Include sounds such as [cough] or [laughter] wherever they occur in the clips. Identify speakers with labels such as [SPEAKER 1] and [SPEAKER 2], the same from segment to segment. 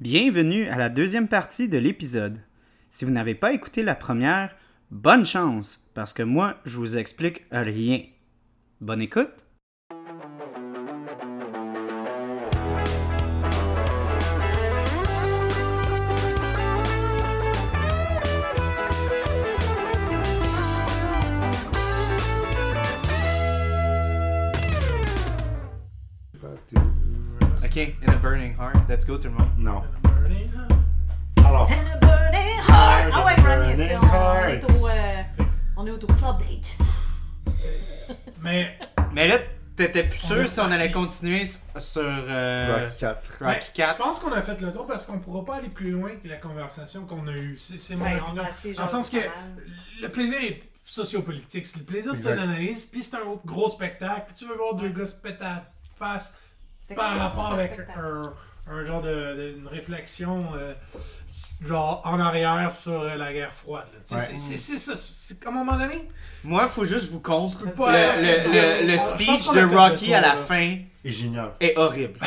[SPEAKER 1] Bienvenue à la deuxième partie de l'épisode. Si vous n'avez pas écouté la première, bonne chance, parce que moi, je vous explique rien. Bonne écoute!
[SPEAKER 2] Ok, in a burning heart, let's go tout le monde.
[SPEAKER 3] Non. Alors,
[SPEAKER 4] And a burning heart. Ah ouais, Ronnie,
[SPEAKER 3] Burning
[SPEAKER 4] c'est- on est
[SPEAKER 3] heart.
[SPEAKER 4] au, euh, on est au club date.
[SPEAKER 5] Mais
[SPEAKER 2] Mais là, t'étais plus
[SPEAKER 5] On
[SPEAKER 2] sûr
[SPEAKER 5] est
[SPEAKER 2] si on allait
[SPEAKER 5] parti.
[SPEAKER 2] continuer sur euh,
[SPEAKER 3] Rock 4.
[SPEAKER 5] mais
[SPEAKER 2] Rocky
[SPEAKER 5] je
[SPEAKER 2] 4.
[SPEAKER 5] pense qu'on a fait le tour parce qu'on pourra pas aller plus loin que la conversation qu'on a eue. C'est c'est mon
[SPEAKER 4] Ouais, on
[SPEAKER 5] opinion.
[SPEAKER 4] a assez
[SPEAKER 5] Ben, Dans le sens que
[SPEAKER 4] jasé pas mal.
[SPEAKER 5] le plaisir est sociopolitique. C'est Le plaisir, c'est
[SPEAKER 3] Exact.
[SPEAKER 5] une analyse, puis c'est un autre gros spectacle. Puis tu veux voir deux gars se péter à la face
[SPEAKER 4] C'est
[SPEAKER 5] par
[SPEAKER 4] comme ça,
[SPEAKER 5] rapport
[SPEAKER 4] ça,
[SPEAKER 5] avec
[SPEAKER 4] spectacle.
[SPEAKER 5] un, un genre de, de- une réflexion euh, genre en arrière sur euh, la guerre froide. là. Tu sais,
[SPEAKER 3] Ouais.
[SPEAKER 5] c'est- C'est c'est ça. C'est comme à un moment donné.
[SPEAKER 2] Moi, faut juste vous contre.
[SPEAKER 5] Tu peux
[SPEAKER 2] Le,
[SPEAKER 5] pas-
[SPEAKER 2] le- le- le
[SPEAKER 5] Je pense
[SPEAKER 2] speech
[SPEAKER 5] qu'on a
[SPEAKER 2] de
[SPEAKER 5] fait le
[SPEAKER 2] Rocky
[SPEAKER 5] tour,
[SPEAKER 2] à la
[SPEAKER 5] là.
[SPEAKER 2] fin
[SPEAKER 3] Et génial.
[SPEAKER 2] est
[SPEAKER 5] [laughs]
[SPEAKER 2] horrible.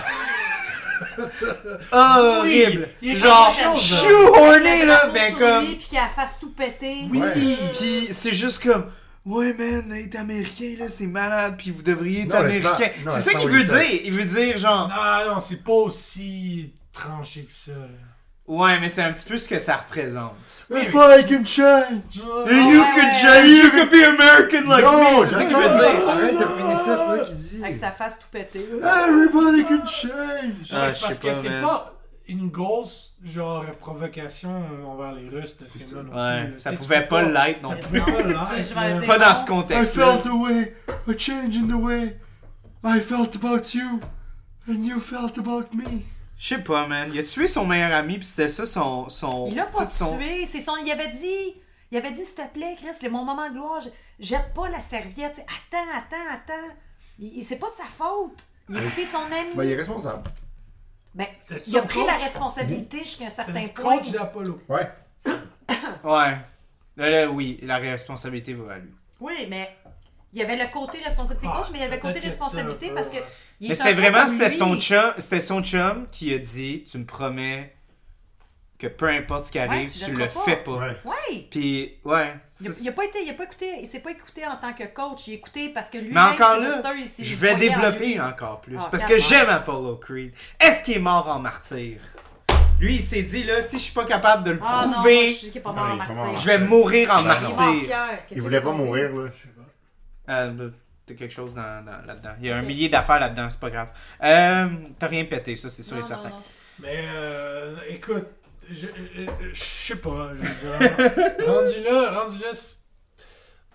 [SPEAKER 2] horrible!
[SPEAKER 5] il y a quelque
[SPEAKER 2] Genre,
[SPEAKER 5] chose, là. ben,
[SPEAKER 2] shoehorné là,
[SPEAKER 4] Sur
[SPEAKER 2] mais
[SPEAKER 4] lui,
[SPEAKER 2] comme.
[SPEAKER 4] Puis qu'elle fasse tout péter.
[SPEAKER 3] Oui.
[SPEAKER 2] Pis c'est juste comme. Ouais, man, être américain, là, c'est malade, puis vous devriez être
[SPEAKER 3] Non, mais c'est pas-
[SPEAKER 2] américain. C'est
[SPEAKER 3] non, c'est
[SPEAKER 2] ça
[SPEAKER 3] pas
[SPEAKER 2] qu'il
[SPEAKER 3] what
[SPEAKER 2] veut
[SPEAKER 3] he said.
[SPEAKER 2] dire. Il veut dire, genre.
[SPEAKER 5] Ah non, c'est pas aussi tranché que ça. là.
[SPEAKER 2] Ouais, mais c'est un petit peu ce que ça représente.
[SPEAKER 5] Oui,
[SPEAKER 3] If I can change!
[SPEAKER 5] Oh,
[SPEAKER 2] And you could change, you could be American like me! C'est ça qu'il veut dire!
[SPEAKER 3] Arrête de finir ça, c'est pas qu'il dit.
[SPEAKER 4] Avec sa face tout pétée.
[SPEAKER 5] Ah,
[SPEAKER 3] Everybody can change!
[SPEAKER 2] Ah,
[SPEAKER 5] Ouais,
[SPEAKER 2] je
[SPEAKER 5] c'est parce
[SPEAKER 2] sais
[SPEAKER 5] que
[SPEAKER 2] pas,
[SPEAKER 5] c'est
[SPEAKER 2] man.
[SPEAKER 5] pas une grosse genre provocation envers les Russes de
[SPEAKER 3] C'est
[SPEAKER 5] film-là non plus,
[SPEAKER 2] Ouais,
[SPEAKER 5] là.
[SPEAKER 2] ça
[SPEAKER 5] Tu sais,
[SPEAKER 2] pouvait
[SPEAKER 5] tu
[SPEAKER 2] pas
[SPEAKER 5] peux
[SPEAKER 2] l'être non
[SPEAKER 5] Ça
[SPEAKER 2] plus.
[SPEAKER 5] pouvait pas
[SPEAKER 4] C'est-
[SPEAKER 5] l'être.
[SPEAKER 4] je vais
[SPEAKER 5] là.
[SPEAKER 4] dire-
[SPEAKER 2] Pas dans ce
[SPEAKER 3] I
[SPEAKER 2] contexte.
[SPEAKER 3] felt the way, a change in the way I felt about you, and you felt about me.
[SPEAKER 2] Je sais pas, man. Il a tué son meilleur ami, puis c'était ça son. son
[SPEAKER 4] Il l'a pas
[SPEAKER 2] tu sais, son-
[SPEAKER 4] tué. C'est son. Il avait dit. Il avait dit, s'il te plaît, Chris, c'est mon moment de gloire. Je- Jette pas la serviette. C'est- Attends, attends, attends. Il, il- c'est pas de sa faute. Il a écouté son ami.
[SPEAKER 3] Ben, il est responsable.
[SPEAKER 4] Ben,
[SPEAKER 5] C'est
[SPEAKER 4] il a
[SPEAKER 5] son
[SPEAKER 4] pris la
[SPEAKER 5] coach.
[SPEAKER 4] responsabilité jusqu'à un
[SPEAKER 5] C'est
[SPEAKER 4] certain
[SPEAKER 5] le
[SPEAKER 4] point.
[SPEAKER 5] coach d'Apollo.
[SPEAKER 3] Ouais.
[SPEAKER 2] Ouais. Là, là, oui, la responsabilité va à lui.
[SPEAKER 4] Oui, mais il y avait le côté responsabilité
[SPEAKER 5] Ah,
[SPEAKER 4] coach, mais il y avait le côté
[SPEAKER 5] peut-être que ça,
[SPEAKER 4] responsabilité
[SPEAKER 5] un peu,
[SPEAKER 4] parce que.
[SPEAKER 5] ouais.
[SPEAKER 4] il
[SPEAKER 2] Mais
[SPEAKER 4] est
[SPEAKER 2] c'était
[SPEAKER 4] un peu
[SPEAKER 2] vraiment,
[SPEAKER 4] comme
[SPEAKER 2] c'était
[SPEAKER 4] lui.
[SPEAKER 2] son chum, c'était son chum qui a dit, tu me promets que peu importe ce qui arrive,
[SPEAKER 4] tu
[SPEAKER 2] tu
[SPEAKER 4] le
[SPEAKER 2] le
[SPEAKER 4] feras
[SPEAKER 2] fais
[SPEAKER 4] pas.
[SPEAKER 2] pas.
[SPEAKER 4] Oui!
[SPEAKER 2] Puis, ouais.
[SPEAKER 4] Il, a- il a pas été, il a pas écouté, il s'est pas écouté en tant que coach, il a écouté parce que lui,
[SPEAKER 2] Mais encore là, je vais développer encore plus.
[SPEAKER 4] Ah,
[SPEAKER 2] parce que
[SPEAKER 4] clairement.
[SPEAKER 2] j'aime Apollo Creed. Est-ce qu'il est mort en martyr? Lui, il s'est dit, là, si je suis pas capable de le
[SPEAKER 4] Ah non, moi,
[SPEAKER 2] prouver,
[SPEAKER 4] je sais qu'il est pas mort en
[SPEAKER 3] Oui, comment-
[SPEAKER 4] martyr.
[SPEAKER 2] je vais mourir en
[SPEAKER 3] Ben non.
[SPEAKER 4] Il est
[SPEAKER 2] martyr.
[SPEAKER 4] mort fier. Qu'est-ce
[SPEAKER 3] Il voulait
[SPEAKER 4] qu'il
[SPEAKER 3] pas
[SPEAKER 4] a fait?
[SPEAKER 3] mourir, là.
[SPEAKER 5] Je sais pas.
[SPEAKER 2] Euh, bah, T'as quelque chose dans- dans- là-dedans. Il y a un millier d'affaires là-dedans, c'est pas grave. Euh, T'as rien pété, ça, c'est sûr
[SPEAKER 4] Non,
[SPEAKER 2] et
[SPEAKER 4] non,
[SPEAKER 2] certain.
[SPEAKER 4] non.
[SPEAKER 5] Mais euh, écoute, je, euh, je, je sais pas. je veux dire, [laughs] rendu là, rendu là, c'est-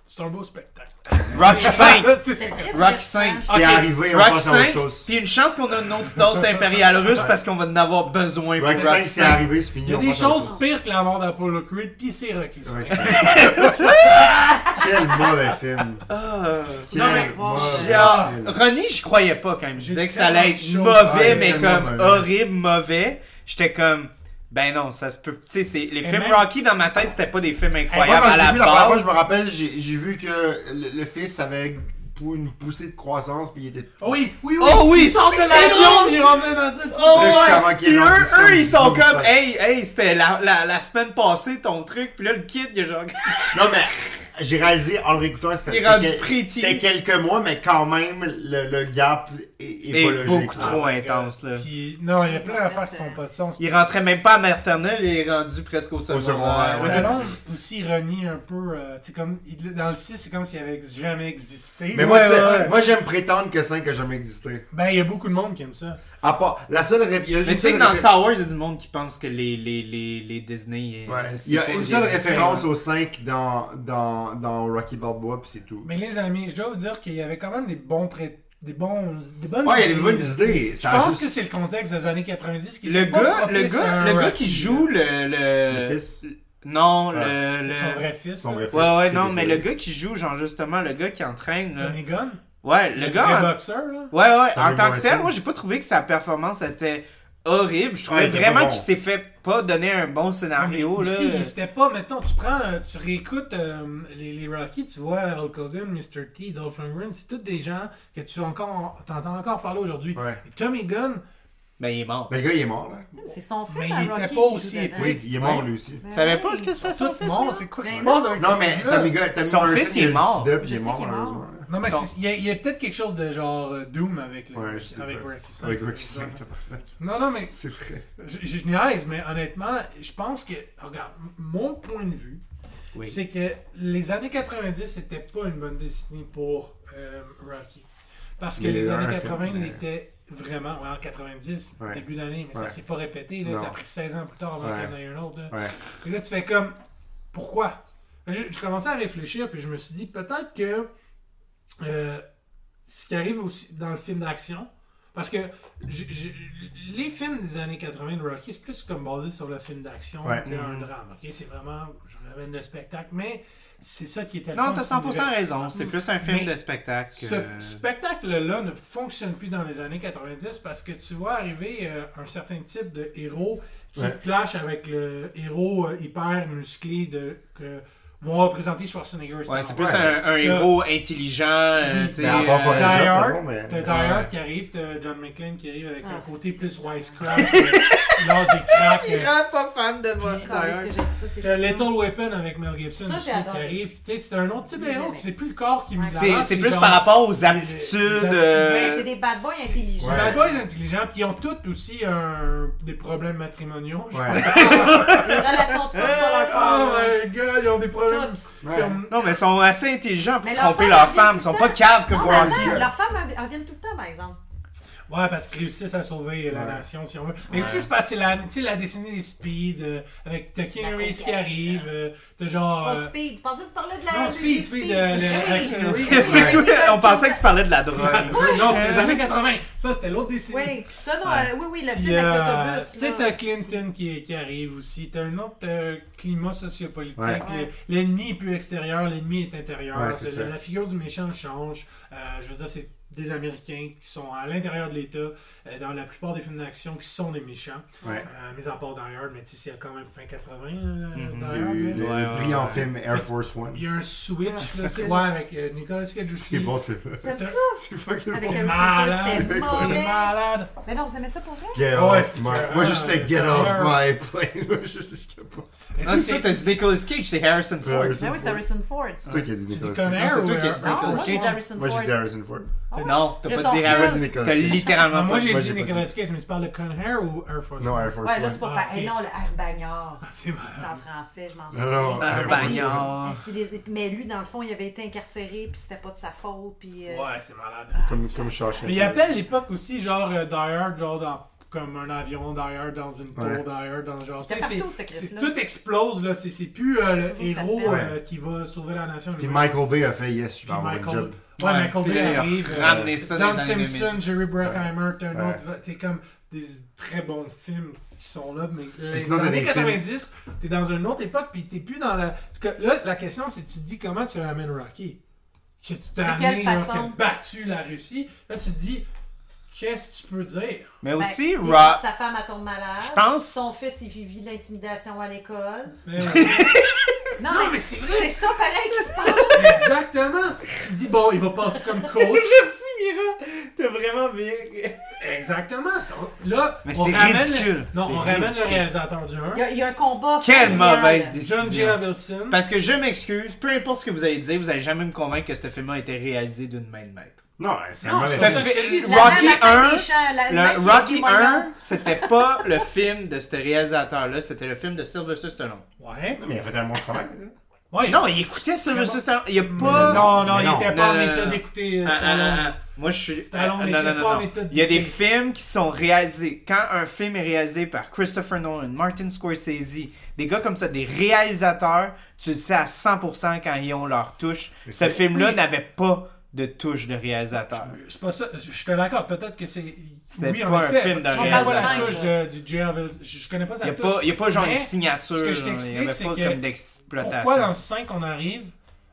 [SPEAKER 5] c'est un beau spectacle.
[SPEAKER 2] Rock
[SPEAKER 3] [laughs]
[SPEAKER 2] 5!
[SPEAKER 5] C'est ça.
[SPEAKER 4] C'est très Ah,
[SPEAKER 2] Rock
[SPEAKER 4] frustrant.
[SPEAKER 2] 5!
[SPEAKER 3] C'est arrivé, on
[SPEAKER 2] Rock
[SPEAKER 3] passe à autre
[SPEAKER 2] 5,
[SPEAKER 3] chose.
[SPEAKER 2] Puis une chance qu'on a un autre start impérial russe parce qu'on va en avoir besoin pour
[SPEAKER 3] Rock 5, c'est arrivé, c'est fini.
[SPEAKER 5] Il y a
[SPEAKER 3] on
[SPEAKER 5] des
[SPEAKER 3] passe à autre
[SPEAKER 5] choses pires que la mort d'Apollo Creed, pis c'est
[SPEAKER 3] [laughs]
[SPEAKER 5] Rocky.
[SPEAKER 3] chose. Ouais,
[SPEAKER 5] cinq.
[SPEAKER 3] c'est- Quel mauvais film.
[SPEAKER 2] Ah.
[SPEAKER 3] Quel
[SPEAKER 5] Non, mais-
[SPEAKER 3] mauvais
[SPEAKER 2] Genre,
[SPEAKER 3] film.
[SPEAKER 2] Ronnie, je croyais pas quand il me
[SPEAKER 5] J'ai
[SPEAKER 2] disait que ça allait être
[SPEAKER 5] tellement de choses.
[SPEAKER 2] mauvais,
[SPEAKER 3] Ah,
[SPEAKER 2] mais
[SPEAKER 3] tellement
[SPEAKER 2] comme
[SPEAKER 3] mauvais.
[SPEAKER 2] horrible, mauvais. J'étais comme, ben non, ça se peut. Tu sais, c'est- les
[SPEAKER 5] Et
[SPEAKER 2] films
[SPEAKER 5] même-
[SPEAKER 2] Rocky dans ma tête, c'était pas des films
[SPEAKER 3] Moi,
[SPEAKER 2] incroyables
[SPEAKER 3] quand
[SPEAKER 2] à
[SPEAKER 3] j'ai
[SPEAKER 2] la
[SPEAKER 3] vu la première fois, je me
[SPEAKER 2] base.
[SPEAKER 3] rappelle, j'ai j'ai vu que le, le fils avait pou- une poussée de croissance, puis il était.
[SPEAKER 5] Oh oui, oui, oui.
[SPEAKER 2] Oh oui,
[SPEAKER 5] il sort de
[SPEAKER 2] c'est que c'est
[SPEAKER 5] l'avion,
[SPEAKER 2] drôle.
[SPEAKER 5] il est rendu un adulte.
[SPEAKER 2] Oh
[SPEAKER 3] Là, je suis
[SPEAKER 2] ouais!
[SPEAKER 3] avant qu'il
[SPEAKER 2] Puis
[SPEAKER 3] ait
[SPEAKER 2] eux,
[SPEAKER 3] rendu, c'est
[SPEAKER 2] eux,
[SPEAKER 3] comme
[SPEAKER 2] ils sont
[SPEAKER 3] boum,
[SPEAKER 2] comme,
[SPEAKER 3] ça.
[SPEAKER 2] hey, hey, c'était la, la, la semaine passée ton truc, puis là, le kid, il est genre, [laughs]
[SPEAKER 3] Non, mais j'ai réalisé en le réécoutant,
[SPEAKER 2] il
[SPEAKER 3] c'était
[SPEAKER 2] est rendu
[SPEAKER 3] quel- c'était
[SPEAKER 2] pretty.
[SPEAKER 3] quelques mois, mais quand même, le, le gap est, est
[SPEAKER 2] Et
[SPEAKER 3] pas logique.
[SPEAKER 2] beaucoup trop
[SPEAKER 5] my
[SPEAKER 2] intense, là.
[SPEAKER 5] Puis, non, il y a plein d'affaires qui font pas de sens.
[SPEAKER 2] Il rentrait même pas à maternelle, il est rendu presque au secondaire.
[SPEAKER 3] secondaire,
[SPEAKER 2] Ah Ouais.
[SPEAKER 3] ouais.
[SPEAKER 5] Stallone aussi renie un peu. euh, tu sais, comme, il- dans le 6, c'est comme s'il avait ex- jamais existé.
[SPEAKER 3] Mais moi,
[SPEAKER 2] Ouais,
[SPEAKER 3] c'est-
[SPEAKER 2] ouais.
[SPEAKER 3] moi, j'aime prétendre que 5 a jamais existé.
[SPEAKER 5] Ben, il y a beaucoup de monde qui aime ça.
[SPEAKER 3] À part, la seule ré- il y a une
[SPEAKER 2] Mais tu sais
[SPEAKER 3] seule
[SPEAKER 2] que dans
[SPEAKER 3] ré-
[SPEAKER 2] Star Wars, il y a du monde qui pense que les, les, les, les Disney. euh,
[SPEAKER 3] Ouais.
[SPEAKER 2] c'est
[SPEAKER 3] Il y a
[SPEAKER 2] pas
[SPEAKER 3] une
[SPEAKER 2] des
[SPEAKER 3] seule
[SPEAKER 2] Disney,
[SPEAKER 3] référence
[SPEAKER 2] ouais.
[SPEAKER 3] au 5 dans, dans, dans Rocky Balboa, puis c'est tout.
[SPEAKER 5] Mais les amis, je dois vous dire qu'il y avait quand même des bons pré- des bons des bonnes
[SPEAKER 3] Ouais, il y a des bonnes idées.
[SPEAKER 5] Je
[SPEAKER 3] ça a
[SPEAKER 5] pense
[SPEAKER 3] juste-
[SPEAKER 5] que c'est le contexte des années 90 qui
[SPEAKER 2] Le
[SPEAKER 5] était pas
[SPEAKER 2] gars, le
[SPEAKER 5] propice à
[SPEAKER 2] gars,
[SPEAKER 5] un
[SPEAKER 2] le gars
[SPEAKER 5] Rocky,
[SPEAKER 2] qui joue le. le...
[SPEAKER 3] Le fils.
[SPEAKER 2] Non,
[SPEAKER 3] Ah,
[SPEAKER 2] le.
[SPEAKER 5] euh, C'est
[SPEAKER 2] le-
[SPEAKER 5] son vrai fils.
[SPEAKER 3] Son
[SPEAKER 5] là.
[SPEAKER 3] vrai fils.
[SPEAKER 2] Euh, Ouais, ouais,
[SPEAKER 3] qui est
[SPEAKER 2] non, mais le
[SPEAKER 3] décédé.
[SPEAKER 2] gars qui joue, genre justement, le gars qui entraîne. là.
[SPEAKER 5] Johnny Gunn.
[SPEAKER 2] Ouais, le
[SPEAKER 5] vrai
[SPEAKER 2] gars.
[SPEAKER 5] boxeur, là.
[SPEAKER 2] en- Ouais, ouais, en
[SPEAKER 3] Tommy
[SPEAKER 2] tant que tel,
[SPEAKER 3] Morrison.
[SPEAKER 2] moi j'ai pas trouvé que sa performance était horrible. Je trouvais
[SPEAKER 3] Ouais, il était pas
[SPEAKER 2] vraiment
[SPEAKER 3] bon.
[SPEAKER 2] qu'il s'est fait pas donner un bon scénario,
[SPEAKER 5] Mais
[SPEAKER 2] là.
[SPEAKER 5] aussi, c'était pas, mettons, tu prends, euh, tu réécoutes euh, les, les Rocky, tu vois Hulk Hogan, Mr. T, Dolph Lundgren, c'est tous des gens que tu entends encore, t'entends encore parler aujourd'hui.
[SPEAKER 3] Ouais.
[SPEAKER 5] Et Tommy Gunn,
[SPEAKER 2] Ben, il est mort.
[SPEAKER 3] Ben, le gars, il est mort, là.
[SPEAKER 4] C'est son film.
[SPEAKER 5] Mais il
[SPEAKER 4] à
[SPEAKER 5] était
[SPEAKER 4] Rocky
[SPEAKER 5] pas
[SPEAKER 4] qui
[SPEAKER 5] aussi
[SPEAKER 4] joue dedans.
[SPEAKER 5] épais.
[SPEAKER 3] Oui, il est mort, lui aussi.
[SPEAKER 4] Ben
[SPEAKER 2] Tu savais
[SPEAKER 4] ouais.
[SPEAKER 2] pas que c'était son
[SPEAKER 5] Tout
[SPEAKER 2] fils?
[SPEAKER 5] mort,
[SPEAKER 2] là?
[SPEAKER 5] c'est quoi qui
[SPEAKER 4] Ben
[SPEAKER 5] se
[SPEAKER 4] non.
[SPEAKER 5] passe avec
[SPEAKER 3] Non,
[SPEAKER 5] ce
[SPEAKER 3] mais
[SPEAKER 5] film-là?
[SPEAKER 3] Tommy Gu- Tommy
[SPEAKER 2] Son
[SPEAKER 3] Murphy,
[SPEAKER 2] fils, il
[SPEAKER 3] il
[SPEAKER 2] est
[SPEAKER 3] a le
[SPEAKER 2] mort.
[SPEAKER 3] sida, puis
[SPEAKER 4] Je
[SPEAKER 3] il est
[SPEAKER 4] sais
[SPEAKER 3] mort,
[SPEAKER 4] qu'il est mort.
[SPEAKER 3] malheureusement.
[SPEAKER 5] Non, mais
[SPEAKER 2] Son-
[SPEAKER 5] c'est- il y a, il y a peut-être quelque chose de genre euh, Doom avec le.
[SPEAKER 3] Ouais, je sais
[SPEAKER 5] avec
[SPEAKER 3] pas.
[SPEAKER 5] Rocky
[SPEAKER 3] Avec
[SPEAKER 5] Cinq,
[SPEAKER 3] Rocky
[SPEAKER 5] c'est
[SPEAKER 3] Cinq,
[SPEAKER 4] [laughs]
[SPEAKER 5] ça.
[SPEAKER 3] tabarnak.
[SPEAKER 5] Non, non, mais
[SPEAKER 3] C'est vrai.
[SPEAKER 5] je je niaise, mais honnêtement, je pense que. Regarde, m- mon point de vue,
[SPEAKER 2] Oui.
[SPEAKER 5] c'est que les années 90, c'était pas une bonne destinée pour euh, Rocky. Parce que
[SPEAKER 3] Il y a
[SPEAKER 5] les
[SPEAKER 3] eu
[SPEAKER 5] années
[SPEAKER 3] un
[SPEAKER 5] 80
[SPEAKER 3] film, mais-
[SPEAKER 5] l'étaient vraiment. ouais, en 90,
[SPEAKER 3] Ouais.
[SPEAKER 5] début d'année, mais ça
[SPEAKER 3] Ouais.
[SPEAKER 5] s'est pas répété. Là,
[SPEAKER 3] Non.
[SPEAKER 5] ça a pris 16 ans plus tard avant
[SPEAKER 3] Ouais.
[SPEAKER 5] qu'il y en ait un autre. là.
[SPEAKER 3] Ouais.
[SPEAKER 5] Puis là, tu fais comme, pourquoi? Je, je commençais à réfléchir, puis je me suis dit, peut-être que euh, ce qui arrive aussi dans le film d'action, parce que j- j- les films des années 80 de Rocky, c'est plus comme basé sur le film d'action
[SPEAKER 3] Ouais.
[SPEAKER 5] qu'un drame. ok? C'est vraiment, je ramène le spectacle, mais c'est ça qui était le
[SPEAKER 2] Non,
[SPEAKER 5] fun,
[SPEAKER 2] t'as
[SPEAKER 5] c'est
[SPEAKER 2] 100% raison.
[SPEAKER 5] divertissant.
[SPEAKER 2] C'est plus un film
[SPEAKER 5] Mais
[SPEAKER 2] de spectacle que.
[SPEAKER 5] Ce spectacle-là ne fonctionne plus dans les années 90 parce que tu vois arriver euh, un certain type de héros qui
[SPEAKER 3] Ouais.
[SPEAKER 5] clash avec le héros euh, hyper musclé de, que vont représenter Schwarzenegger.
[SPEAKER 2] Ouais,
[SPEAKER 5] Stallone.
[SPEAKER 2] c'est plus un, un héros intelligent. euh,
[SPEAKER 5] Oui.
[SPEAKER 2] tu sais,
[SPEAKER 3] Mais à part
[SPEAKER 2] euh,
[SPEAKER 5] Die
[SPEAKER 3] Forrest Gump,
[SPEAKER 5] Hard,
[SPEAKER 3] pardon, mais-
[SPEAKER 5] t'as Die
[SPEAKER 3] Ouais.
[SPEAKER 5] Hard qui arrive, t'as John McClane qui arrive avec
[SPEAKER 4] Ah,
[SPEAKER 5] un côté
[SPEAKER 4] c'est-
[SPEAKER 5] plus wisecrack,
[SPEAKER 4] [laughs]
[SPEAKER 5] euh, lors des cracks.
[SPEAKER 2] Il est
[SPEAKER 5] euh,
[SPEAKER 2] vraiment pas fan de moi.
[SPEAKER 4] Caliste que j'ai dit ça, c'est
[SPEAKER 5] T'as
[SPEAKER 4] fou.
[SPEAKER 5] Lethal Weapon avec Mel Gibson
[SPEAKER 4] Ça,
[SPEAKER 5] aussi
[SPEAKER 4] j'ai
[SPEAKER 5] qui
[SPEAKER 4] adoré.
[SPEAKER 5] arrive. Tu sais, c'est un autre type de
[SPEAKER 4] J'ai
[SPEAKER 5] héros,
[SPEAKER 4] aimé.
[SPEAKER 5] c'est plus le corps qui me
[SPEAKER 2] C'est c'est plus par rapport aux aptitudes.
[SPEAKER 4] Ben,
[SPEAKER 2] euh,
[SPEAKER 4] c'est des bad boys
[SPEAKER 5] c'est-
[SPEAKER 4] intelligents.
[SPEAKER 5] Les
[SPEAKER 3] Ouais.
[SPEAKER 5] bad boys intelligents, puis ils ont tous aussi un- des problèmes matrimoniaux. je
[SPEAKER 3] Ouais.
[SPEAKER 4] Les relations de couple dans leur
[SPEAKER 5] Oh
[SPEAKER 4] femme.
[SPEAKER 5] my god, ils ont des problèmes.
[SPEAKER 4] Toutes.
[SPEAKER 3] hein. Ouais.
[SPEAKER 5] Comme-
[SPEAKER 2] Non, mais ils sont assez intelligents pour
[SPEAKER 4] Mais leur
[SPEAKER 2] tromper
[SPEAKER 4] femme,
[SPEAKER 2] leur
[SPEAKER 4] elle
[SPEAKER 2] femme.
[SPEAKER 4] vient
[SPEAKER 2] Ils sont
[SPEAKER 4] tout
[SPEAKER 2] pas
[SPEAKER 4] le temps.
[SPEAKER 2] caves que
[SPEAKER 4] Non, mais
[SPEAKER 2] voir.
[SPEAKER 4] attends,
[SPEAKER 3] Rocky.
[SPEAKER 4] leurs femmes elles reviennent tout le temps, par exemple.
[SPEAKER 5] Ouais, parce qu'ils réussissent à sauver la
[SPEAKER 3] Ouais.
[SPEAKER 5] nation, si on veut. Mais aussi, c'est parce que c'est la, tu sais, la décennie des speed, euh, avec Tucky
[SPEAKER 4] La
[SPEAKER 5] Harris qui
[SPEAKER 4] conquête.
[SPEAKER 5] arrive, euh, de genre.
[SPEAKER 4] Pas
[SPEAKER 5] euh,
[SPEAKER 4] Speed. Tu pensais que tu parlais de la.
[SPEAKER 5] non,
[SPEAKER 4] du
[SPEAKER 5] Speed, Speed, euh, le-
[SPEAKER 4] Oui.
[SPEAKER 5] Tucky Harris.
[SPEAKER 2] [laughs] Toi, On pensait que tu parlais de la drogue.
[SPEAKER 5] [laughs] Non, c'est les années 80. Ça, c'était l'autre décennie.
[SPEAKER 4] Oui, T'as, non,
[SPEAKER 5] Ouais.
[SPEAKER 4] euh, oui, oui, le
[SPEAKER 5] Puis,
[SPEAKER 4] film avec
[SPEAKER 5] euh,
[SPEAKER 4] l'autobus.
[SPEAKER 5] Tu sais,
[SPEAKER 4] là.
[SPEAKER 5] t'as Clinton qui, qui arrive aussi. T'as un autre euh, climat sociopolitique.
[SPEAKER 3] Ouais.
[SPEAKER 5] Le- L'ennemi est plus extérieur, l'ennemi est intérieur.
[SPEAKER 3] Ouais, c'est
[SPEAKER 5] Le-
[SPEAKER 3] ça.
[SPEAKER 5] la, figure du méchant change. Euh, je veux dire, c'est des Américains qui sont à l'intérieur de l'État, euh, dans la plupart des films d'action, qui sont des méchants.
[SPEAKER 3] Ouais.
[SPEAKER 5] Euh, mis à part Die Hard, mais tu sais, c'est quand même fin 80, euh,
[SPEAKER 2] Mhm.
[SPEAKER 5] Die Hard,
[SPEAKER 3] Il y a eu
[SPEAKER 5] là.
[SPEAKER 3] le
[SPEAKER 2] Ouais, ouais,
[SPEAKER 3] brillant
[SPEAKER 2] ouais.
[SPEAKER 3] film Air Force One.
[SPEAKER 5] Il y a un switch, là, tu sais,
[SPEAKER 4] Ouais.
[SPEAKER 5] ouais, avec euh, Nicolas Cage aussi.
[SPEAKER 3] C'est bon ce film-là.
[SPEAKER 4] T'aimes ça?
[SPEAKER 3] C'est fucking
[SPEAKER 4] Avec
[SPEAKER 3] bon.
[SPEAKER 5] C'est
[SPEAKER 4] Harrison
[SPEAKER 5] malade,
[SPEAKER 4] Ford, c'est
[SPEAKER 5] c'est
[SPEAKER 4] mauvais.
[SPEAKER 5] malade.
[SPEAKER 4] Mais non, vous aimez ça pour vrai?
[SPEAKER 3] Get
[SPEAKER 5] Ouais,
[SPEAKER 3] off,
[SPEAKER 5] c'est
[SPEAKER 3] Mark.
[SPEAKER 5] clair.
[SPEAKER 3] Moi, je suis get
[SPEAKER 5] C'est
[SPEAKER 3] off
[SPEAKER 5] clair.
[SPEAKER 3] my plane. [laughs] Moi, je je capote.
[SPEAKER 5] Mais
[SPEAKER 2] Non,
[SPEAKER 5] tu
[SPEAKER 2] Ah, c'est
[SPEAKER 5] sais,
[SPEAKER 2] ça, t'as dit Nicolas Cage, c'est Harrison Ford.
[SPEAKER 3] Harrison
[SPEAKER 4] Ben oui, c'est
[SPEAKER 3] Ford.
[SPEAKER 4] Harrison Ford.
[SPEAKER 3] C'est toi qui as dit
[SPEAKER 5] Tu dis
[SPEAKER 3] Nicolas Cage.
[SPEAKER 5] Connor
[SPEAKER 2] c'est toi
[SPEAKER 5] ou
[SPEAKER 2] qui as dit
[SPEAKER 5] Aaron?
[SPEAKER 2] Nicolas
[SPEAKER 4] Non, moi, j'ai dit
[SPEAKER 2] Cage.
[SPEAKER 4] Harrison
[SPEAKER 3] Moi, j'ai dit
[SPEAKER 4] Ford.
[SPEAKER 3] Harrison Ford.
[SPEAKER 4] Ah ouais?
[SPEAKER 2] Non, t'as
[SPEAKER 4] Ils
[SPEAKER 2] pas
[SPEAKER 4] sont
[SPEAKER 2] dit
[SPEAKER 4] cruels.
[SPEAKER 2] Harrison.
[SPEAKER 3] Nicolas
[SPEAKER 2] T'as
[SPEAKER 3] Cage.
[SPEAKER 5] Ah,
[SPEAKER 2] littéralement
[SPEAKER 5] moi
[SPEAKER 2] pas
[SPEAKER 5] j'ai
[SPEAKER 3] Moi,
[SPEAKER 5] dit
[SPEAKER 3] j'ai pas
[SPEAKER 5] Nicolas Cage, mais tu parles de Conhair ou Air Force
[SPEAKER 3] Non,
[SPEAKER 5] One?
[SPEAKER 3] Air Force
[SPEAKER 4] Ouais, là,
[SPEAKER 3] One.
[SPEAKER 4] c'est pas
[SPEAKER 5] Ah,
[SPEAKER 4] pareil.
[SPEAKER 5] ok.
[SPEAKER 4] Non, le Air Bagnard.
[SPEAKER 5] [laughs] C'est
[SPEAKER 4] C'est
[SPEAKER 5] malade.
[SPEAKER 4] en français, je m'en
[SPEAKER 3] Non, non,
[SPEAKER 4] souviens.
[SPEAKER 2] Un
[SPEAKER 3] Air Force One.
[SPEAKER 4] Mais
[SPEAKER 2] bagnard.
[SPEAKER 4] si les- Mais lui, dans le fond, il avait été incarcéré, puis c'était pas de sa faute, puis... euh,
[SPEAKER 5] Ouais, c'est malade.
[SPEAKER 3] Comme, comme Shawshank.
[SPEAKER 5] Mais il appelle l'époque aussi, genre, euh, Die Hard, genre, dans, comme un avion, Die Hard dans une tour,
[SPEAKER 3] Ouais.
[SPEAKER 5] Die Hard dans genre.
[SPEAKER 4] C'est
[SPEAKER 5] tu sais,
[SPEAKER 4] partout,
[SPEAKER 5] c'est-
[SPEAKER 4] ce Christ-là.
[SPEAKER 5] c'est- Tout explose, là. C'est c'est plus euh, le
[SPEAKER 4] Toujours que ça
[SPEAKER 5] héros
[SPEAKER 4] pète.
[SPEAKER 5] euh, qui va sauver la nation.
[SPEAKER 3] Puis
[SPEAKER 5] lui-même.
[SPEAKER 3] Michael Bay a fait Yes, je vais
[SPEAKER 5] Puis
[SPEAKER 3] avoir un
[SPEAKER 5] Michael.
[SPEAKER 3] job.
[SPEAKER 5] Ouais, Michael
[SPEAKER 2] Puis
[SPEAKER 5] Bay
[SPEAKER 2] là, il a
[SPEAKER 5] arrive. euh,
[SPEAKER 2] ramené ça dans
[SPEAKER 5] Don
[SPEAKER 2] les années 2000.
[SPEAKER 5] Simpson, Jerry Bruckheimer, t'as un
[SPEAKER 3] Ouais.
[SPEAKER 5] autre. T'es comme des très bons films qui sont là, mais les
[SPEAKER 3] sinon, t'as
[SPEAKER 5] années
[SPEAKER 3] des films.
[SPEAKER 5] 90, t'es dans une autre époque, puis t'es plus dans la. Parce que là, la question, c'est tu te dis comment tu ramènes Rocky Que tu t'es
[SPEAKER 4] De quelle
[SPEAKER 5] amené, là,
[SPEAKER 4] façon?
[SPEAKER 5] qui a battu la Russie. Là, tu te dis qu'est-ce que tu peux dire
[SPEAKER 2] Mais
[SPEAKER 4] ben,
[SPEAKER 2] aussi,
[SPEAKER 4] il-
[SPEAKER 2] Rock.
[SPEAKER 4] Sa femme, elle tombe malade.
[SPEAKER 2] Je pense-
[SPEAKER 4] Son fils, il vit de l'intimidation à l'école.
[SPEAKER 5] Mais-
[SPEAKER 3] [laughs]
[SPEAKER 4] Non,
[SPEAKER 5] Non,
[SPEAKER 4] mais
[SPEAKER 5] mais c'est
[SPEAKER 4] c'est
[SPEAKER 5] vrai
[SPEAKER 4] ça, pareil, qui se passe.
[SPEAKER 5] Exactement Tu te dis, bon, il va passer comme coach.
[SPEAKER 2] Merci, Mira. T'as vraiment bien.
[SPEAKER 5] Exactement ça. Là,
[SPEAKER 2] Mais
[SPEAKER 5] on
[SPEAKER 2] c'est
[SPEAKER 5] ramène le-
[SPEAKER 2] ridicule.
[SPEAKER 5] Non,
[SPEAKER 2] C'est
[SPEAKER 5] on ramène le
[SPEAKER 2] ridicule.
[SPEAKER 5] réalisateur du 1.
[SPEAKER 4] Il y a, il y a un combat...
[SPEAKER 2] Quelle
[SPEAKER 4] familial.
[SPEAKER 2] mauvaise
[SPEAKER 5] John J.
[SPEAKER 2] décision.
[SPEAKER 5] Avildsen.
[SPEAKER 2] Parce que je m'excuse, peu importe ce que vous allez dire, vous allez jamais me convaincre que ce film a été réalisé d'une main de maître.
[SPEAKER 3] Non, euh, c'est un
[SPEAKER 5] Non,
[SPEAKER 3] mauvais
[SPEAKER 5] c'est
[SPEAKER 3] film.
[SPEAKER 5] ça. je te dis,
[SPEAKER 4] La
[SPEAKER 2] Rocky
[SPEAKER 4] même Martin
[SPEAKER 2] 1,
[SPEAKER 4] Deschamps, la même
[SPEAKER 2] Le
[SPEAKER 4] qui a dit
[SPEAKER 2] Rocky
[SPEAKER 4] moyen.
[SPEAKER 2] 1, c'était pas [laughs] le film de ce réalisateur-là, c'était le film de Sylvester Stallone.
[SPEAKER 5] Ouais.
[SPEAKER 3] Non, mais il a fait un bon travail. là.
[SPEAKER 5] Ouais,
[SPEAKER 2] Non, il écoutait Sylvester Stallone. Il y a
[SPEAKER 5] Mais
[SPEAKER 2] pas.
[SPEAKER 5] Non, non,
[SPEAKER 3] Mais
[SPEAKER 5] il
[SPEAKER 3] non.
[SPEAKER 5] était pas en
[SPEAKER 2] Non, non,
[SPEAKER 5] état
[SPEAKER 2] non.
[SPEAKER 5] d'écouter. euh,
[SPEAKER 2] Ah, ah,
[SPEAKER 5] Stallone.
[SPEAKER 2] ah, ah. Moi, je suis.
[SPEAKER 5] Stallone
[SPEAKER 2] ah,
[SPEAKER 5] n'était
[SPEAKER 2] non, non,
[SPEAKER 5] pas en
[SPEAKER 2] non, non.
[SPEAKER 5] méthode
[SPEAKER 2] Il y a des
[SPEAKER 5] dictée.
[SPEAKER 2] films qui sont réalisés. Quand un film est réalisé par Christopher Nolan, Martin Scorsese, des gars comme ça, des réalisateurs, tu le sais à 100% quand ils ont leur touche. Ce film-là n'avait pas de touche de réalisateur.
[SPEAKER 5] C'est pas ça. Je je te l'accorde. Peut-être que c'est.
[SPEAKER 2] C'était
[SPEAKER 5] oui, en
[SPEAKER 2] pas un
[SPEAKER 5] effet,
[SPEAKER 2] film de
[SPEAKER 5] Je connais pas la
[SPEAKER 4] réalisateur.
[SPEAKER 5] touche de- du J. Avildsen. Je je connais pas
[SPEAKER 2] Il
[SPEAKER 5] sa
[SPEAKER 2] n'y a,
[SPEAKER 5] touche.
[SPEAKER 2] pas- il y a pas genre
[SPEAKER 5] Mais
[SPEAKER 2] une signature.
[SPEAKER 5] ce que je
[SPEAKER 2] là. Il n'y
[SPEAKER 5] t'explique,
[SPEAKER 2] avait
[SPEAKER 5] c'est
[SPEAKER 2] pas
[SPEAKER 5] que
[SPEAKER 2] comme d'exploitation.
[SPEAKER 5] Pourquoi dans le 5 on arrive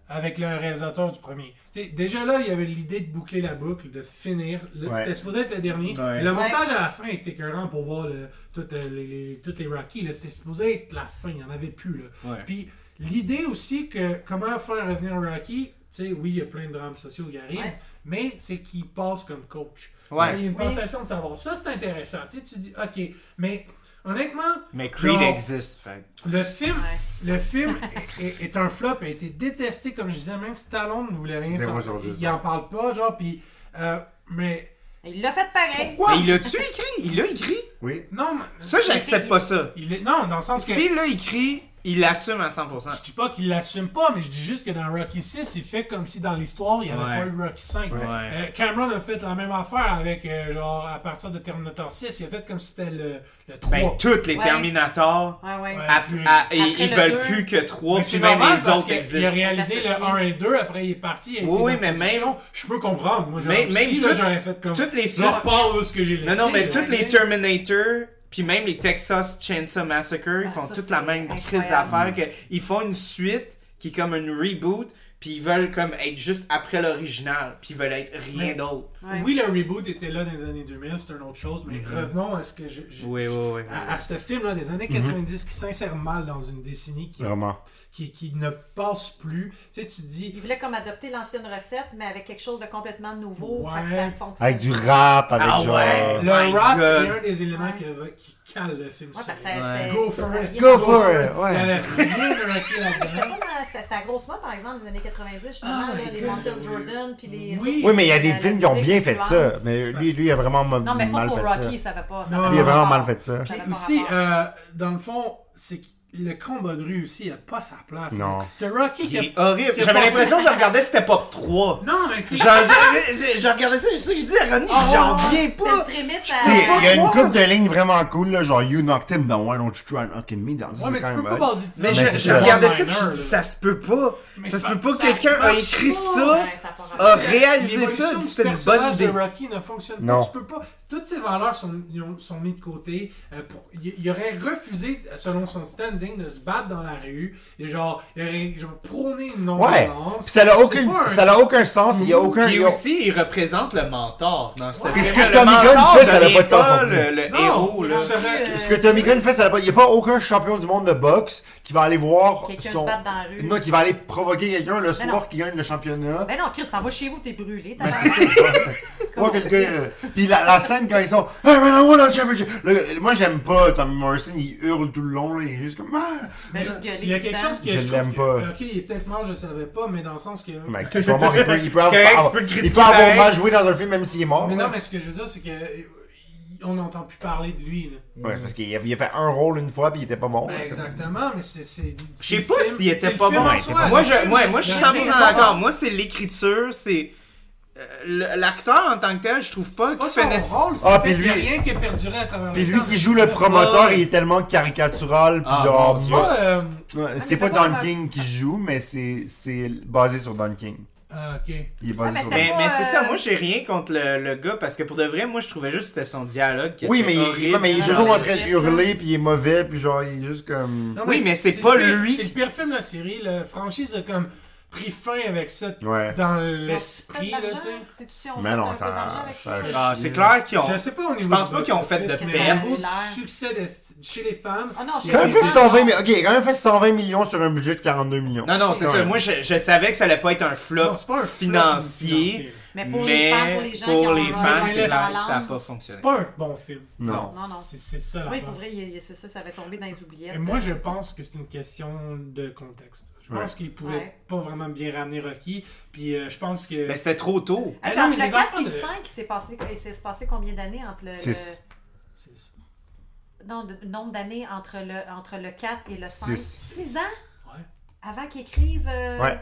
[SPEAKER 5] avec le réalisateur du premier Tu sais, Déjà là, il y avait l'idée de boucler la boucle, de finir. Le-
[SPEAKER 3] Ouais.
[SPEAKER 5] C'était supposé être le dernier.
[SPEAKER 2] Ouais.
[SPEAKER 5] Mais Le montage à la fin était écœurant pour voir le- toutes euh, les, les- toutes les Rocky. là. C'était supposé être la fin. Il n'y en avait plus. Là.
[SPEAKER 2] Ouais.
[SPEAKER 5] Puis l'idée aussi que comment faire revenir Rocky sais, oui, il y a plein de drames sociaux qui arrivent,
[SPEAKER 4] Ouais.
[SPEAKER 5] mais c'est qu'il passe comme coach.
[SPEAKER 2] Ouais.
[SPEAKER 5] Il y a une
[SPEAKER 4] Oui.
[SPEAKER 5] sensation de savoir. Ça, c'est intéressant. Tu sais, tu dis, OK, mais honnêtement,
[SPEAKER 2] Mais Creed
[SPEAKER 5] genre,
[SPEAKER 2] existe, fait.
[SPEAKER 5] le film,
[SPEAKER 4] Ouais.
[SPEAKER 5] le film [laughs] est, est- est un flop, a été détesté, comme je disais, même Stallone ne voulait rien
[SPEAKER 3] Zéro
[SPEAKER 5] sortir.
[SPEAKER 3] sur dix.
[SPEAKER 5] Il n'en parle pas, genre, puis. euh, mais.
[SPEAKER 4] Il l'a fait pareil.
[SPEAKER 5] Pourquoi
[SPEAKER 2] Mais il l'a-tu écrit? Il l'a écrit?
[SPEAKER 3] Oui.
[SPEAKER 5] Non, mais-
[SPEAKER 2] Ça, j'accepte pas ça.
[SPEAKER 5] Il est- Non, dans le sens que.
[SPEAKER 2] S'il l'a écrit, il l'assume à 100%.
[SPEAKER 5] Je dis pas qu'il l'assume pas, mais je dis juste que dans Rocky 6, il fait comme si dans l'histoire, il n'y avait
[SPEAKER 2] Ouais.
[SPEAKER 5] pas eu Rocky 5.
[SPEAKER 3] Ouais.
[SPEAKER 5] Cameron a fait la même affaire avec, euh, genre, à partir de Terminator 6, il a fait comme si c'était le, le 3.
[SPEAKER 2] Ben, tous les
[SPEAKER 4] Ouais.
[SPEAKER 2] Terminators,
[SPEAKER 4] Ouais, ouais.
[SPEAKER 5] Ouais.
[SPEAKER 2] à-
[SPEAKER 5] plus
[SPEAKER 2] à-
[SPEAKER 5] existent.
[SPEAKER 2] et-
[SPEAKER 4] Après
[SPEAKER 2] ils
[SPEAKER 4] le
[SPEAKER 2] veulent
[SPEAKER 4] deux.
[SPEAKER 2] plus que trois,
[SPEAKER 5] Mais
[SPEAKER 2] puis
[SPEAKER 5] c'est
[SPEAKER 2] même
[SPEAKER 5] normal
[SPEAKER 2] les
[SPEAKER 5] parce
[SPEAKER 2] autres
[SPEAKER 5] que Il a
[SPEAKER 2] existent.
[SPEAKER 5] réalisé le
[SPEAKER 4] L'associé.
[SPEAKER 5] 1 et 2, après il est parti. il a
[SPEAKER 2] Oui,
[SPEAKER 5] été
[SPEAKER 2] oui,
[SPEAKER 5] dans
[SPEAKER 2] mais
[SPEAKER 5] la production. Je peux comprendre. Moi, j'aurais
[SPEAKER 2] Mais-
[SPEAKER 5] aussi,
[SPEAKER 2] même
[SPEAKER 5] là,
[SPEAKER 2] toutes-
[SPEAKER 5] j'aurais fait comme.
[SPEAKER 2] toutes les
[SPEAKER 5] Je
[SPEAKER 2] sortes-
[SPEAKER 5] repars où ce que j'ai laissé.
[SPEAKER 2] Non, non, mais
[SPEAKER 5] là.
[SPEAKER 2] tous les Terminator, puis même les Texas Chainsaw Massacre, ils
[SPEAKER 4] Ah,
[SPEAKER 2] font
[SPEAKER 4] ça,
[SPEAKER 2] toute
[SPEAKER 4] c'est
[SPEAKER 2] la même crise
[SPEAKER 4] incroyable.
[SPEAKER 2] d'affaires. que Ils font une suite qui est comme une reboot, puis ils veulent comme être juste après l'original, puis ils veulent être rien
[SPEAKER 5] Mais-
[SPEAKER 2] d'autre.
[SPEAKER 4] Ouais.
[SPEAKER 5] Oui, le reboot était là dans les années 2000, c'est une autre chose, mais revenons à ce que j'ai. j'ai-
[SPEAKER 2] Mm-hmm. oui, Mm-hmm.
[SPEAKER 5] À, à ce film-là des années 90 qui s'insère mal dans une décennie
[SPEAKER 2] Ah
[SPEAKER 5] qui,
[SPEAKER 3] Vraiment.
[SPEAKER 5] qui, qui ne passe plus. Tu sais, tu te dis,
[SPEAKER 4] Il voulait comme adopter l'ancienne recette, mais avec quelque chose de complètement nouveau.
[SPEAKER 5] Ouais.
[SPEAKER 4] Fait que ça fonctionne.
[SPEAKER 3] Avec du rap, avec
[SPEAKER 2] Ah
[SPEAKER 3] genre.
[SPEAKER 2] ouais.
[SPEAKER 5] le
[SPEAKER 2] my
[SPEAKER 5] rap
[SPEAKER 2] God.
[SPEAKER 5] est un des éléments
[SPEAKER 4] Ouais.
[SPEAKER 5] qui, va- qui cale le film.
[SPEAKER 4] Ouais,
[SPEAKER 5] sur-
[SPEAKER 4] parce que
[SPEAKER 2] Ouais.
[SPEAKER 4] ça, c'est-
[SPEAKER 5] Go
[SPEAKER 4] ça
[SPEAKER 5] for
[SPEAKER 4] revient-
[SPEAKER 5] it.
[SPEAKER 3] Go for it,
[SPEAKER 5] Il y
[SPEAKER 3] ouais.
[SPEAKER 5] avait rien de raté
[SPEAKER 4] C'était
[SPEAKER 5] là-dedans.
[SPEAKER 4] comme, euh, C'était c'était la grosse mode, par exemple, des années 90, justement,
[SPEAKER 5] Oh
[SPEAKER 4] là,
[SPEAKER 5] my
[SPEAKER 4] les
[SPEAKER 5] God,
[SPEAKER 4] Mountain
[SPEAKER 5] oui.
[SPEAKER 4] Jordan, puis les...
[SPEAKER 5] Oui.
[SPEAKER 3] Oui, mais il y a des
[SPEAKER 4] La- la
[SPEAKER 3] films qui ont
[SPEAKER 4] musique
[SPEAKER 3] bien fait ça.
[SPEAKER 4] influence.
[SPEAKER 3] Mais lui, lui, il a vraiment ma-
[SPEAKER 4] Non, mais pas
[SPEAKER 3] mal
[SPEAKER 4] pour
[SPEAKER 3] fait
[SPEAKER 4] Rocky,
[SPEAKER 3] ça.
[SPEAKER 4] ça va pas. ça
[SPEAKER 5] Non,
[SPEAKER 4] va
[SPEAKER 5] il
[SPEAKER 4] pas
[SPEAKER 5] a
[SPEAKER 3] vraiment
[SPEAKER 4] rapport.
[SPEAKER 3] mal fait ça.
[SPEAKER 4] [laughs] Ça va
[SPEAKER 5] Puis
[SPEAKER 4] pas
[SPEAKER 5] aussi,
[SPEAKER 4] rapport.
[SPEAKER 5] euh, dans le fond, c'est que le combat de rue aussi, il n'a pas sa place.
[SPEAKER 3] Non.
[SPEAKER 5] T'as Rocky
[SPEAKER 2] Il
[SPEAKER 5] qui
[SPEAKER 2] est
[SPEAKER 5] a-
[SPEAKER 2] horrible.
[SPEAKER 5] qui a
[SPEAKER 2] J'avais
[SPEAKER 5] passé-
[SPEAKER 2] l'impression que je regardais Step Up 3.
[SPEAKER 5] Non, mais qui-
[SPEAKER 2] Genre, je, je- je regardais ça, je sais que je dis à Ronnie,
[SPEAKER 3] Oh,
[SPEAKER 2] j'en reviens
[SPEAKER 4] C'est le
[SPEAKER 2] pas.
[SPEAKER 4] prémisse
[SPEAKER 3] Tu sais, Il y a
[SPEAKER 4] à...
[SPEAKER 3] une couple de lignes vraiment cool, là, genre You knocked him down, why don't you try and knock him me down?
[SPEAKER 5] Ouais,
[SPEAKER 3] C'est
[SPEAKER 5] mais tu
[SPEAKER 3] quand
[SPEAKER 5] peux
[SPEAKER 3] même
[SPEAKER 5] pas
[SPEAKER 3] hot.
[SPEAKER 5] baser
[SPEAKER 2] Mais
[SPEAKER 3] Ben,
[SPEAKER 2] je,
[SPEAKER 3] c'est
[SPEAKER 2] je
[SPEAKER 3] ça.
[SPEAKER 2] regardais ça, puis je dis, ça se peut pas.
[SPEAKER 5] Mais
[SPEAKER 2] Ça se
[SPEAKER 5] ça-
[SPEAKER 2] peut pas que
[SPEAKER 4] ça
[SPEAKER 2] quelqu'un a
[SPEAKER 4] marche
[SPEAKER 2] écrit
[SPEAKER 4] pas.
[SPEAKER 2] ça, Ah.
[SPEAKER 4] Ouais, ça prend
[SPEAKER 2] a
[SPEAKER 4] pas.
[SPEAKER 2] réalisé ça, dit, c'était une bonne idée.
[SPEAKER 5] Le Rocky ne fonctionne pas.
[SPEAKER 3] Non.
[SPEAKER 5] Tu peux pas. Toutes ses valeurs sont, ils ont- sont mises de côté. Euh, pour- il, il aurait refusé, selon son standing, de se battre dans la rue. Et genre, il aurait genre, prôné une
[SPEAKER 3] Ouais.
[SPEAKER 5] non-violence.
[SPEAKER 3] Puis ça n'a
[SPEAKER 5] C'est
[SPEAKER 3] aucune,
[SPEAKER 5] pas un-
[SPEAKER 3] ça n'a aucun sens, il y a aucun.
[SPEAKER 2] Puis
[SPEAKER 3] il y a-
[SPEAKER 2] aussi, il représente le mentor dans ce film.
[SPEAKER 3] Puis ce que Tommy Gunn fait, ça n'a pas de sens non plus.
[SPEAKER 2] Le, le
[SPEAKER 5] Non,
[SPEAKER 2] héros,
[SPEAKER 5] il
[SPEAKER 2] là.
[SPEAKER 5] en serait-
[SPEAKER 3] Ce que Tommy Gunn fait, ça n'a pas. Il n'y a pas aucun champion du monde de boxe qui va aller voir
[SPEAKER 4] Quelqu'un
[SPEAKER 3] son.
[SPEAKER 4] se battre dans la rue.
[SPEAKER 3] Non, qui va aller provoquer quelqu'un le
[SPEAKER 4] non.
[SPEAKER 3] soir qui gagne le championnat.
[SPEAKER 4] Ben non, Chris, ça va chez vous, t'es brûlé.
[SPEAKER 5] Ben,
[SPEAKER 4] t'as l'air.
[SPEAKER 3] Moi, quelqu'un. euh, Puis la, la scène quand ils sont. Hey, man, I want a championship! Là, moi, j'aime pas Tommy Morrison, il hurle tout le long, là, il est juste comme. Ah!
[SPEAKER 4] Ben, juste gueuler
[SPEAKER 5] Il y a
[SPEAKER 4] tout le
[SPEAKER 5] quelque
[SPEAKER 4] temps.
[SPEAKER 5] chose que
[SPEAKER 3] Je
[SPEAKER 5] je, trouve
[SPEAKER 3] l'aime
[SPEAKER 5] que-
[SPEAKER 3] pas.
[SPEAKER 5] Ok, il est peut-être mort, je savais pas, mais dans le sens que.
[SPEAKER 3] Mais qu'il soit mort, il peut, il peut
[SPEAKER 2] C'est correct,
[SPEAKER 3] avoir,
[SPEAKER 2] tu peux le critiquer
[SPEAKER 3] il peut avoir
[SPEAKER 2] pareil.
[SPEAKER 3] mal joué dans un film, même s'il est mort.
[SPEAKER 5] mais
[SPEAKER 3] là.
[SPEAKER 5] non, mais ce que je veux dire, c'est que euh, on n'entend plus parler de lui. Là.
[SPEAKER 3] Ouais, parce qu'il a, il a fait un rôle une fois, puis il était pas mort.
[SPEAKER 5] Ben,
[SPEAKER 3] là, comme-
[SPEAKER 5] exactement, mais c'est. c'est-
[SPEAKER 2] Je
[SPEAKER 5] c'est
[SPEAKER 2] sais
[SPEAKER 5] le
[SPEAKER 2] pas
[SPEAKER 5] film-
[SPEAKER 2] s'il
[SPEAKER 5] c'est
[SPEAKER 2] était
[SPEAKER 5] le
[SPEAKER 2] pas
[SPEAKER 5] film
[SPEAKER 2] bon.
[SPEAKER 5] en
[SPEAKER 3] Ouais,
[SPEAKER 5] soi,
[SPEAKER 3] il était
[SPEAKER 2] Moi,
[SPEAKER 5] le
[SPEAKER 2] je,
[SPEAKER 5] film,
[SPEAKER 2] moi, moi, je
[SPEAKER 5] c'est-
[SPEAKER 2] suis
[SPEAKER 5] le film
[SPEAKER 2] 100%
[SPEAKER 5] est pas
[SPEAKER 2] d'accord.
[SPEAKER 5] bon.
[SPEAKER 2] Moi, c'est l'écriture, c'est. euh, le- L'acteur en tant que tel, je trouve pas
[SPEAKER 5] C'est
[SPEAKER 2] qu'il
[SPEAKER 5] pas
[SPEAKER 2] fait
[SPEAKER 5] son
[SPEAKER 2] nécessaire.
[SPEAKER 5] rôle, c'est
[SPEAKER 3] Ah,
[SPEAKER 5] le fait
[SPEAKER 3] puis
[SPEAKER 5] qu'il y a
[SPEAKER 3] lui-
[SPEAKER 5] rien qui a perduré à travers
[SPEAKER 3] Puis
[SPEAKER 5] le
[SPEAKER 3] lui
[SPEAKER 5] temps.
[SPEAKER 3] qui joue le promoteur, il est tellement caricatural, puis
[SPEAKER 2] Ah,
[SPEAKER 3] genre.
[SPEAKER 2] mon Dieu.
[SPEAKER 5] Moi, euh,
[SPEAKER 3] Ouais, C'est pas
[SPEAKER 4] mais fais pas
[SPEAKER 3] Don
[SPEAKER 4] la-
[SPEAKER 3] King qui joue, mais c'est c'est basé sur Don King.
[SPEAKER 5] ah, ok.
[SPEAKER 3] Il est
[SPEAKER 4] Ah,
[SPEAKER 3] basé
[SPEAKER 4] mais
[SPEAKER 3] sur
[SPEAKER 4] c'est-
[SPEAKER 3] Don King.
[SPEAKER 2] Mais, mais c'est
[SPEAKER 4] euh,
[SPEAKER 2] ça, moi j'ai rien contre le, le gars parce que pour de vrai, moi je trouvais juste que c'était son dialogue qui
[SPEAKER 3] Oui,
[SPEAKER 2] était
[SPEAKER 3] mais il,
[SPEAKER 2] horrible. Ah,
[SPEAKER 3] ouais, mais il est
[SPEAKER 4] dans
[SPEAKER 3] toujours
[SPEAKER 4] les
[SPEAKER 3] en train de
[SPEAKER 4] clips,
[SPEAKER 3] hurler, puis il est mauvais, puis genre, il est juste comme.
[SPEAKER 5] Non,
[SPEAKER 2] Oui, mais c'est
[SPEAKER 5] le
[SPEAKER 2] pas
[SPEAKER 5] pire-
[SPEAKER 2] lui
[SPEAKER 5] C'est le
[SPEAKER 2] qui-
[SPEAKER 5] pire film de la série. La franchise a comme pris fin avec ça
[SPEAKER 3] Ouais.
[SPEAKER 5] dans
[SPEAKER 4] On se fait
[SPEAKER 5] l'esprit,
[SPEAKER 4] de
[SPEAKER 5] là,
[SPEAKER 4] l'argent?
[SPEAKER 5] tu sais.
[SPEAKER 4] Sais-tu si on
[SPEAKER 3] Mais
[SPEAKER 4] fait
[SPEAKER 3] Ben non,
[SPEAKER 4] un peu
[SPEAKER 3] ça-
[SPEAKER 4] d'argent avec
[SPEAKER 3] ça-
[SPEAKER 4] ça?
[SPEAKER 2] Ah, c'est clair qu'ils ont.
[SPEAKER 5] Je sais pas au niveau
[SPEAKER 2] pense
[SPEAKER 5] du
[SPEAKER 2] pas qu'ils ont fait de
[SPEAKER 5] box-office, mais
[SPEAKER 4] perte.
[SPEAKER 5] au niveau du succès de- chez les fans.
[SPEAKER 4] Ah non, je
[SPEAKER 5] il y
[SPEAKER 3] Quand
[SPEAKER 5] a
[SPEAKER 3] même
[SPEAKER 5] des
[SPEAKER 3] fait
[SPEAKER 5] gens-
[SPEAKER 4] cent-
[SPEAKER 3] 120 millions. Ok, il a quand même fait 120 millions sur un budget de 42 millions.
[SPEAKER 2] Non, non, c'est
[SPEAKER 3] Quand
[SPEAKER 2] ça.
[SPEAKER 3] même.
[SPEAKER 2] Moi je, je savais que ça allait pas être un flop
[SPEAKER 5] Non, c'est pas un flop
[SPEAKER 2] financier.
[SPEAKER 5] financier.
[SPEAKER 4] Mais pour les fans, pour les gens qui ont
[SPEAKER 2] les
[SPEAKER 4] un
[SPEAKER 2] fans,
[SPEAKER 5] rôle
[SPEAKER 2] c'est clair que
[SPEAKER 4] balance,
[SPEAKER 2] ça a pas
[SPEAKER 5] C'est
[SPEAKER 2] fonctionné.
[SPEAKER 5] pas un bon film.
[SPEAKER 3] Non.
[SPEAKER 4] Non, non.
[SPEAKER 5] C'est c'est ça la
[SPEAKER 4] Oui,
[SPEAKER 5] part.
[SPEAKER 4] pour vrai, il- il- c'est ça, ça va tomber dans les oubliettes.
[SPEAKER 5] Et moi, je pense que c'est une question de contexte. Je pense qu'ils pouvaient
[SPEAKER 4] Ouais.
[SPEAKER 5] pas vraiment bien ramener Rocky. Puis euh, je pense que.
[SPEAKER 2] Mais c'était trop tôt.
[SPEAKER 4] Hey,
[SPEAKER 5] Ah
[SPEAKER 4] mais
[SPEAKER 5] non,
[SPEAKER 4] entre
[SPEAKER 5] mais les
[SPEAKER 4] le 4
[SPEAKER 5] enfants
[SPEAKER 4] et le
[SPEAKER 5] de-
[SPEAKER 4] 5, il s'est passé, il s'est passé combien d'années entre le,
[SPEAKER 3] Six.
[SPEAKER 5] C'est-
[SPEAKER 4] le- non, de- nombre d'années entre le, entre le 4 et le 5?
[SPEAKER 3] Six.
[SPEAKER 4] 6 ans
[SPEAKER 5] Ouais.
[SPEAKER 4] avant qu'ils écrivent. euh,
[SPEAKER 3] Ouais.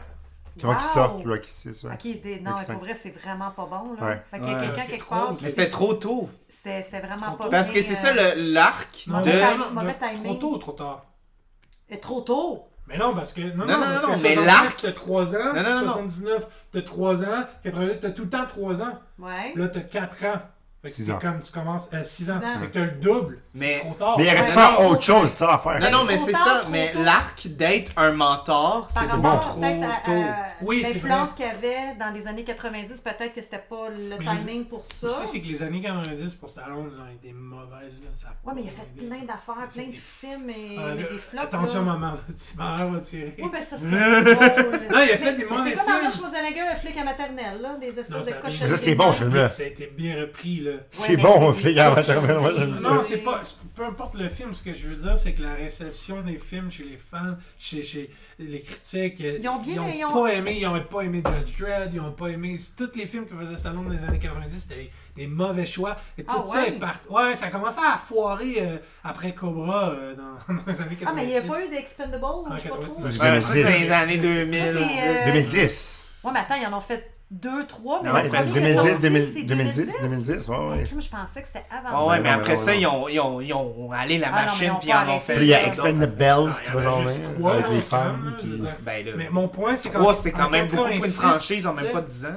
[SPEAKER 3] Puis avant qu'il
[SPEAKER 4] wow.
[SPEAKER 3] sorte, Rocky 6, ouais.
[SPEAKER 4] Ok, des-
[SPEAKER 3] Rocky
[SPEAKER 4] non, mais
[SPEAKER 3] cinq.
[SPEAKER 4] pour vrai, c'est vraiment pas bon. Là.
[SPEAKER 3] Ouais.
[SPEAKER 4] Fait qu'il y a
[SPEAKER 2] Ouais,
[SPEAKER 4] quelqu'un
[SPEAKER 5] c'est
[SPEAKER 4] quelque
[SPEAKER 5] trop.
[SPEAKER 4] part. qui-
[SPEAKER 2] Mais c'était trop tôt.
[SPEAKER 4] C'était c'était vraiment pas
[SPEAKER 2] Parce que
[SPEAKER 4] bien,
[SPEAKER 2] c'est ça
[SPEAKER 4] euh,
[SPEAKER 2] le- l'arc
[SPEAKER 5] Non,
[SPEAKER 2] de.
[SPEAKER 4] mais-
[SPEAKER 5] non, non,
[SPEAKER 4] Mauvais
[SPEAKER 5] de-
[SPEAKER 4] timing.
[SPEAKER 5] Trop tôt ou trop tard?
[SPEAKER 4] euh, Trop tôt.
[SPEAKER 5] Mais non, parce que. Non, non,
[SPEAKER 2] Non, non,
[SPEAKER 5] parce
[SPEAKER 2] non,
[SPEAKER 5] que
[SPEAKER 2] mais
[SPEAKER 5] 70,
[SPEAKER 2] l'arc-
[SPEAKER 5] t'as 3 ans.
[SPEAKER 2] Non, non, non, non.
[SPEAKER 5] 79, t'as 3 ans. 88, t'as tout le temps 3 ans.
[SPEAKER 4] Ouais.
[SPEAKER 5] Là, t'as 4 ans. Fait que
[SPEAKER 3] Six
[SPEAKER 5] c'est
[SPEAKER 3] ans.
[SPEAKER 5] comme tu commences à 6 ans.
[SPEAKER 4] Six ans.
[SPEAKER 5] Fait que t'as le double.
[SPEAKER 2] Mais-
[SPEAKER 5] C'est trop tard.
[SPEAKER 3] Mais il aurait pu
[SPEAKER 2] Ouais,
[SPEAKER 3] faire
[SPEAKER 2] non.
[SPEAKER 3] autre chose, c'est ça l'affaire.
[SPEAKER 2] Non, non, mais
[SPEAKER 4] Trop
[SPEAKER 2] c'est
[SPEAKER 4] tard,
[SPEAKER 2] ça.
[SPEAKER 4] trop
[SPEAKER 2] Mais
[SPEAKER 4] tôt.
[SPEAKER 2] l'arc d'être un mentor, c'est
[SPEAKER 4] Par
[SPEAKER 2] trop
[SPEAKER 4] rapport
[SPEAKER 2] tôt.
[SPEAKER 4] peut-être à, à
[SPEAKER 5] Oui, c'est
[SPEAKER 4] l'influence qu'il y avait dans les années 90, peut-être que c'était pas le
[SPEAKER 5] Mais les-
[SPEAKER 4] timing pour ça.
[SPEAKER 5] Tu sais, c'est que les années 90 pour Stallone, ils ont été mauvaises. Là, ça a
[SPEAKER 4] Ouais, mais il a
[SPEAKER 5] pas
[SPEAKER 4] fait
[SPEAKER 5] aidé.
[SPEAKER 4] plein d'affaires, plein de films et,
[SPEAKER 5] Ah,
[SPEAKER 4] mais
[SPEAKER 5] là,
[SPEAKER 4] des flops.
[SPEAKER 5] Attention,
[SPEAKER 4] là.
[SPEAKER 5] maman, [laughs] tu ma mère va tirer.
[SPEAKER 4] Oui, ben ça, c'était drôle.
[SPEAKER 5] [laughs] Non, il a fait
[SPEAKER 4] Mais-
[SPEAKER 5] des
[SPEAKER 4] mais
[SPEAKER 5] mauvais
[SPEAKER 4] C'est comme Arnold
[SPEAKER 5] films.
[SPEAKER 4] Schwarzenegger, un flic à maternelle, là, des espèces
[SPEAKER 5] Non,
[SPEAKER 4] de
[SPEAKER 5] ça-
[SPEAKER 4] cochonneries.
[SPEAKER 5] Mais
[SPEAKER 3] ça, c'est bon, ce film-là.
[SPEAKER 5] Ça a été bien repris, là.
[SPEAKER 3] C'est bon, on fait gaffe à maternelle, moi,
[SPEAKER 4] Euh,
[SPEAKER 3] j'aime ça.
[SPEAKER 5] Non, c'est pas. c'est- Peu importe le film, ce que je veux dire, c'est que la réception des films chez les fans, chez, chez les critiques, euh,
[SPEAKER 4] Ils ont bien- ils ont-
[SPEAKER 5] pas aimé, ils ont pas aimé Judge Dredd, ils ont pas aimé. c'est- Tous les films que faisait Stallone dans les années 90, c'était des, des mauvais choix. Et tout
[SPEAKER 4] Ah
[SPEAKER 5] ça
[SPEAKER 4] ouais?
[SPEAKER 5] est parti. Ouais, ça a commencé à foirer euh, après Cobra euh, dans, [laughs] dans les années 90.
[SPEAKER 4] Ah, mais il n'y a pas eu d'Expendables,
[SPEAKER 5] Ah,
[SPEAKER 4] je sais pas trop.
[SPEAKER 5] 90.
[SPEAKER 3] Ouais,
[SPEAKER 2] Ouais, ça, c'est dans les années
[SPEAKER 4] Ça,
[SPEAKER 2] 2000.
[SPEAKER 4] c'est, euh,
[SPEAKER 3] 2010.
[SPEAKER 4] Ouais, mais attends, ils en ont fait deux, trois, mais
[SPEAKER 3] Ouais,
[SPEAKER 4] le
[SPEAKER 3] ben,
[SPEAKER 4] premier qui est
[SPEAKER 3] 2010,
[SPEAKER 4] sorti, c'est
[SPEAKER 3] 2010, 2010, 2010, ouais, ouais.
[SPEAKER 4] Moi, je pensais que c'était
[SPEAKER 2] Ah
[SPEAKER 4] avant
[SPEAKER 2] ouais,
[SPEAKER 4] ça.
[SPEAKER 2] mais
[SPEAKER 3] non,
[SPEAKER 2] après
[SPEAKER 3] mais
[SPEAKER 2] ça,
[SPEAKER 3] non,
[SPEAKER 2] ils ont, ils, ont, ils ont râlé la
[SPEAKER 4] Ah non, mais
[SPEAKER 2] machine
[SPEAKER 4] on
[SPEAKER 2] puis ils en
[SPEAKER 4] peut
[SPEAKER 2] ont
[SPEAKER 4] arrêter.
[SPEAKER 2] fait.
[SPEAKER 3] Puis il y a
[SPEAKER 4] Non,
[SPEAKER 3] Expand the Bells
[SPEAKER 5] Non, il y
[SPEAKER 3] qui
[SPEAKER 5] en
[SPEAKER 3] va
[SPEAKER 5] a
[SPEAKER 3] s'en
[SPEAKER 5] juste
[SPEAKER 2] hein,
[SPEAKER 3] venir,
[SPEAKER 5] trois,
[SPEAKER 3] avec
[SPEAKER 5] là,
[SPEAKER 3] les
[SPEAKER 5] c'est quand même,
[SPEAKER 3] femmes.
[SPEAKER 5] là, je veux
[SPEAKER 3] puis-
[SPEAKER 5] dire.
[SPEAKER 2] Ben là,
[SPEAKER 5] Mais mon point, c'est quand
[SPEAKER 2] 3, c'est quand
[SPEAKER 5] en
[SPEAKER 2] même beaucoup pour une
[SPEAKER 5] 86,
[SPEAKER 2] franchise en même pas
[SPEAKER 5] tu
[SPEAKER 2] 10 ans.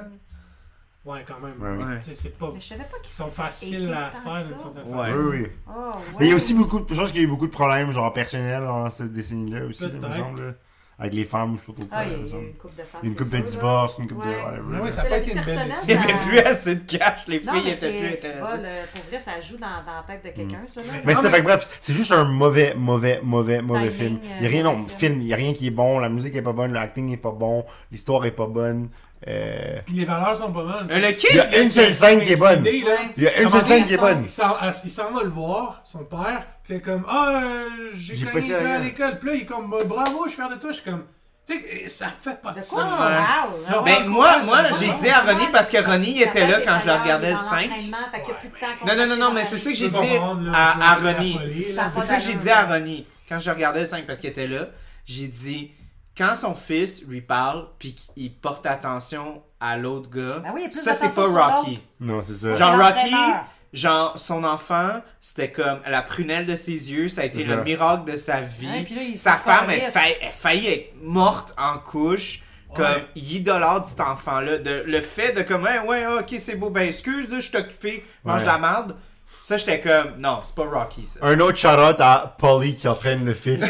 [SPEAKER 5] sais. Ouais, quand même.
[SPEAKER 3] Ouais,
[SPEAKER 2] ouais.
[SPEAKER 5] Tu sais, C'est pas.
[SPEAKER 4] Mais je savais pas
[SPEAKER 5] Ils
[SPEAKER 4] qu'ils
[SPEAKER 5] sont faciles à
[SPEAKER 4] étaient tant
[SPEAKER 5] faire
[SPEAKER 4] que
[SPEAKER 5] d'une
[SPEAKER 4] ça.
[SPEAKER 5] certaine
[SPEAKER 2] Ouais.
[SPEAKER 5] façon.
[SPEAKER 3] Oui, oui.
[SPEAKER 4] Oh, ouais.
[SPEAKER 3] Mais il y a aussi beaucoup de. Je pense qu'il y a eu beaucoup de problèmes, genre personnels, dans cette décennie-là aussi, là, il me
[SPEAKER 5] Peut-être.
[SPEAKER 3] semble. là. Avec les femmes, je sais pas trop quoi.
[SPEAKER 4] Ah, il y
[SPEAKER 3] il
[SPEAKER 4] a
[SPEAKER 3] me
[SPEAKER 4] il y a eu
[SPEAKER 3] semble.
[SPEAKER 4] une coupe de femmes.
[SPEAKER 3] Une couple
[SPEAKER 4] c'est
[SPEAKER 3] de
[SPEAKER 4] sûr,
[SPEAKER 3] divorce, une couple de.
[SPEAKER 4] Ouais.
[SPEAKER 5] Mais
[SPEAKER 3] whatever.
[SPEAKER 5] oui, ça a pas
[SPEAKER 4] C'est la
[SPEAKER 5] été
[SPEAKER 4] vie
[SPEAKER 5] une belle
[SPEAKER 4] personnelle,
[SPEAKER 5] histoire.
[SPEAKER 2] Il n'y avait
[SPEAKER 4] Ça-
[SPEAKER 2] plus assez de cash, les
[SPEAKER 4] là.
[SPEAKER 2] filles
[SPEAKER 4] Non, mais
[SPEAKER 2] étaient plus
[SPEAKER 4] c'est c'est pas
[SPEAKER 2] intéressées.
[SPEAKER 4] le- Pour vrai, ça joue dans, dans la tête de quelqu'un, ça, là.
[SPEAKER 3] Mais
[SPEAKER 5] Non,
[SPEAKER 3] c'est
[SPEAKER 5] mais-
[SPEAKER 3] fait que bref, c'est juste un mauvais, mauvais, mauvais, mauvais film.
[SPEAKER 4] Timing,
[SPEAKER 3] Il y
[SPEAKER 4] euh,
[SPEAKER 3] a rien, non,
[SPEAKER 4] mauvais
[SPEAKER 3] film, il y a rien qui est bon, la musique est pas bonne, l'acting est pas bon, l'histoire est pas bonne. euh,
[SPEAKER 5] Puis les valeurs sont pas mal.
[SPEAKER 2] Euh, Le
[SPEAKER 3] Il y
[SPEAKER 2] kid,
[SPEAKER 3] a une seule scène qui est bonne.
[SPEAKER 5] Idée, là.
[SPEAKER 4] Ouais.
[SPEAKER 3] Il y a une
[SPEAKER 5] Comment
[SPEAKER 3] seule scène
[SPEAKER 4] dire,
[SPEAKER 3] qui est
[SPEAKER 4] ça?
[SPEAKER 3] bonne.
[SPEAKER 5] Il s'en ah, il s'en va le voir, son père, puis fait comme Ah, euh, j'ai
[SPEAKER 3] J'ai
[SPEAKER 5] connu
[SPEAKER 3] pété la
[SPEAKER 5] le gars à
[SPEAKER 3] gueule.
[SPEAKER 5] l'école. Puis là, il est comme Bah, Bravo, je suis fier de toi. Je suis comme Tu sais, ça fait pas de
[SPEAKER 4] De
[SPEAKER 5] ça.
[SPEAKER 4] quoi on parle? hein?
[SPEAKER 5] Genre,
[SPEAKER 2] Ben,
[SPEAKER 5] Ouais,
[SPEAKER 2] moi,
[SPEAKER 5] courage,
[SPEAKER 2] moi
[SPEAKER 5] ouais,
[SPEAKER 2] j'ai
[SPEAKER 5] ouais.
[SPEAKER 2] dit à Ronnie parce que Ronnie il était là quand je le regardais le 5.
[SPEAKER 4] 5.
[SPEAKER 2] Non, non, non, non, mais c'est ça que j'ai
[SPEAKER 5] Je peux
[SPEAKER 2] dit
[SPEAKER 5] comprendre, là, je
[SPEAKER 2] à, à
[SPEAKER 5] veux dire,
[SPEAKER 2] Ronnie.
[SPEAKER 5] la police,
[SPEAKER 2] C'est
[SPEAKER 4] là. Ça a
[SPEAKER 2] ça
[SPEAKER 4] pas
[SPEAKER 2] que j'ai
[SPEAKER 4] d'allure.
[SPEAKER 2] dit à Ronnie. Quand je regardais le 5 parce qu'il était là, j'ai dit quand son fils lui parle puis qu'il porte attention à l'autre gars,
[SPEAKER 4] Ben oui, il y a plus
[SPEAKER 2] ça c'est pas
[SPEAKER 4] d'attention sur
[SPEAKER 2] Rocky.
[SPEAKER 4] l'autre.
[SPEAKER 3] Non, c'est ça.
[SPEAKER 4] Genre-
[SPEAKER 2] Genre Rocky,
[SPEAKER 4] L'entraîneur.
[SPEAKER 2] genre son enfant, c'était comme la prunelle de ses yeux, ça a été le
[SPEAKER 3] Ouais.
[SPEAKER 2] miracle de sa vie.
[SPEAKER 4] Ouais, puis là, il
[SPEAKER 2] sa
[SPEAKER 4] se
[SPEAKER 2] femme, elle
[SPEAKER 4] calisse.
[SPEAKER 2] faillit, elle faillit être morte en couche. Comme,
[SPEAKER 5] Ouais.
[SPEAKER 2] il idolâtre cet enfant-là. De, le fait de comme, Hey, ouais, ok, c'est beau, ben excuse, là, je suis occupé, mange
[SPEAKER 3] Ouais.
[SPEAKER 2] la marde. Ça, j'étais comme, non, c'est pas Rocky, ça.
[SPEAKER 3] Un autre charlotte à Polly qui entraîne le fils.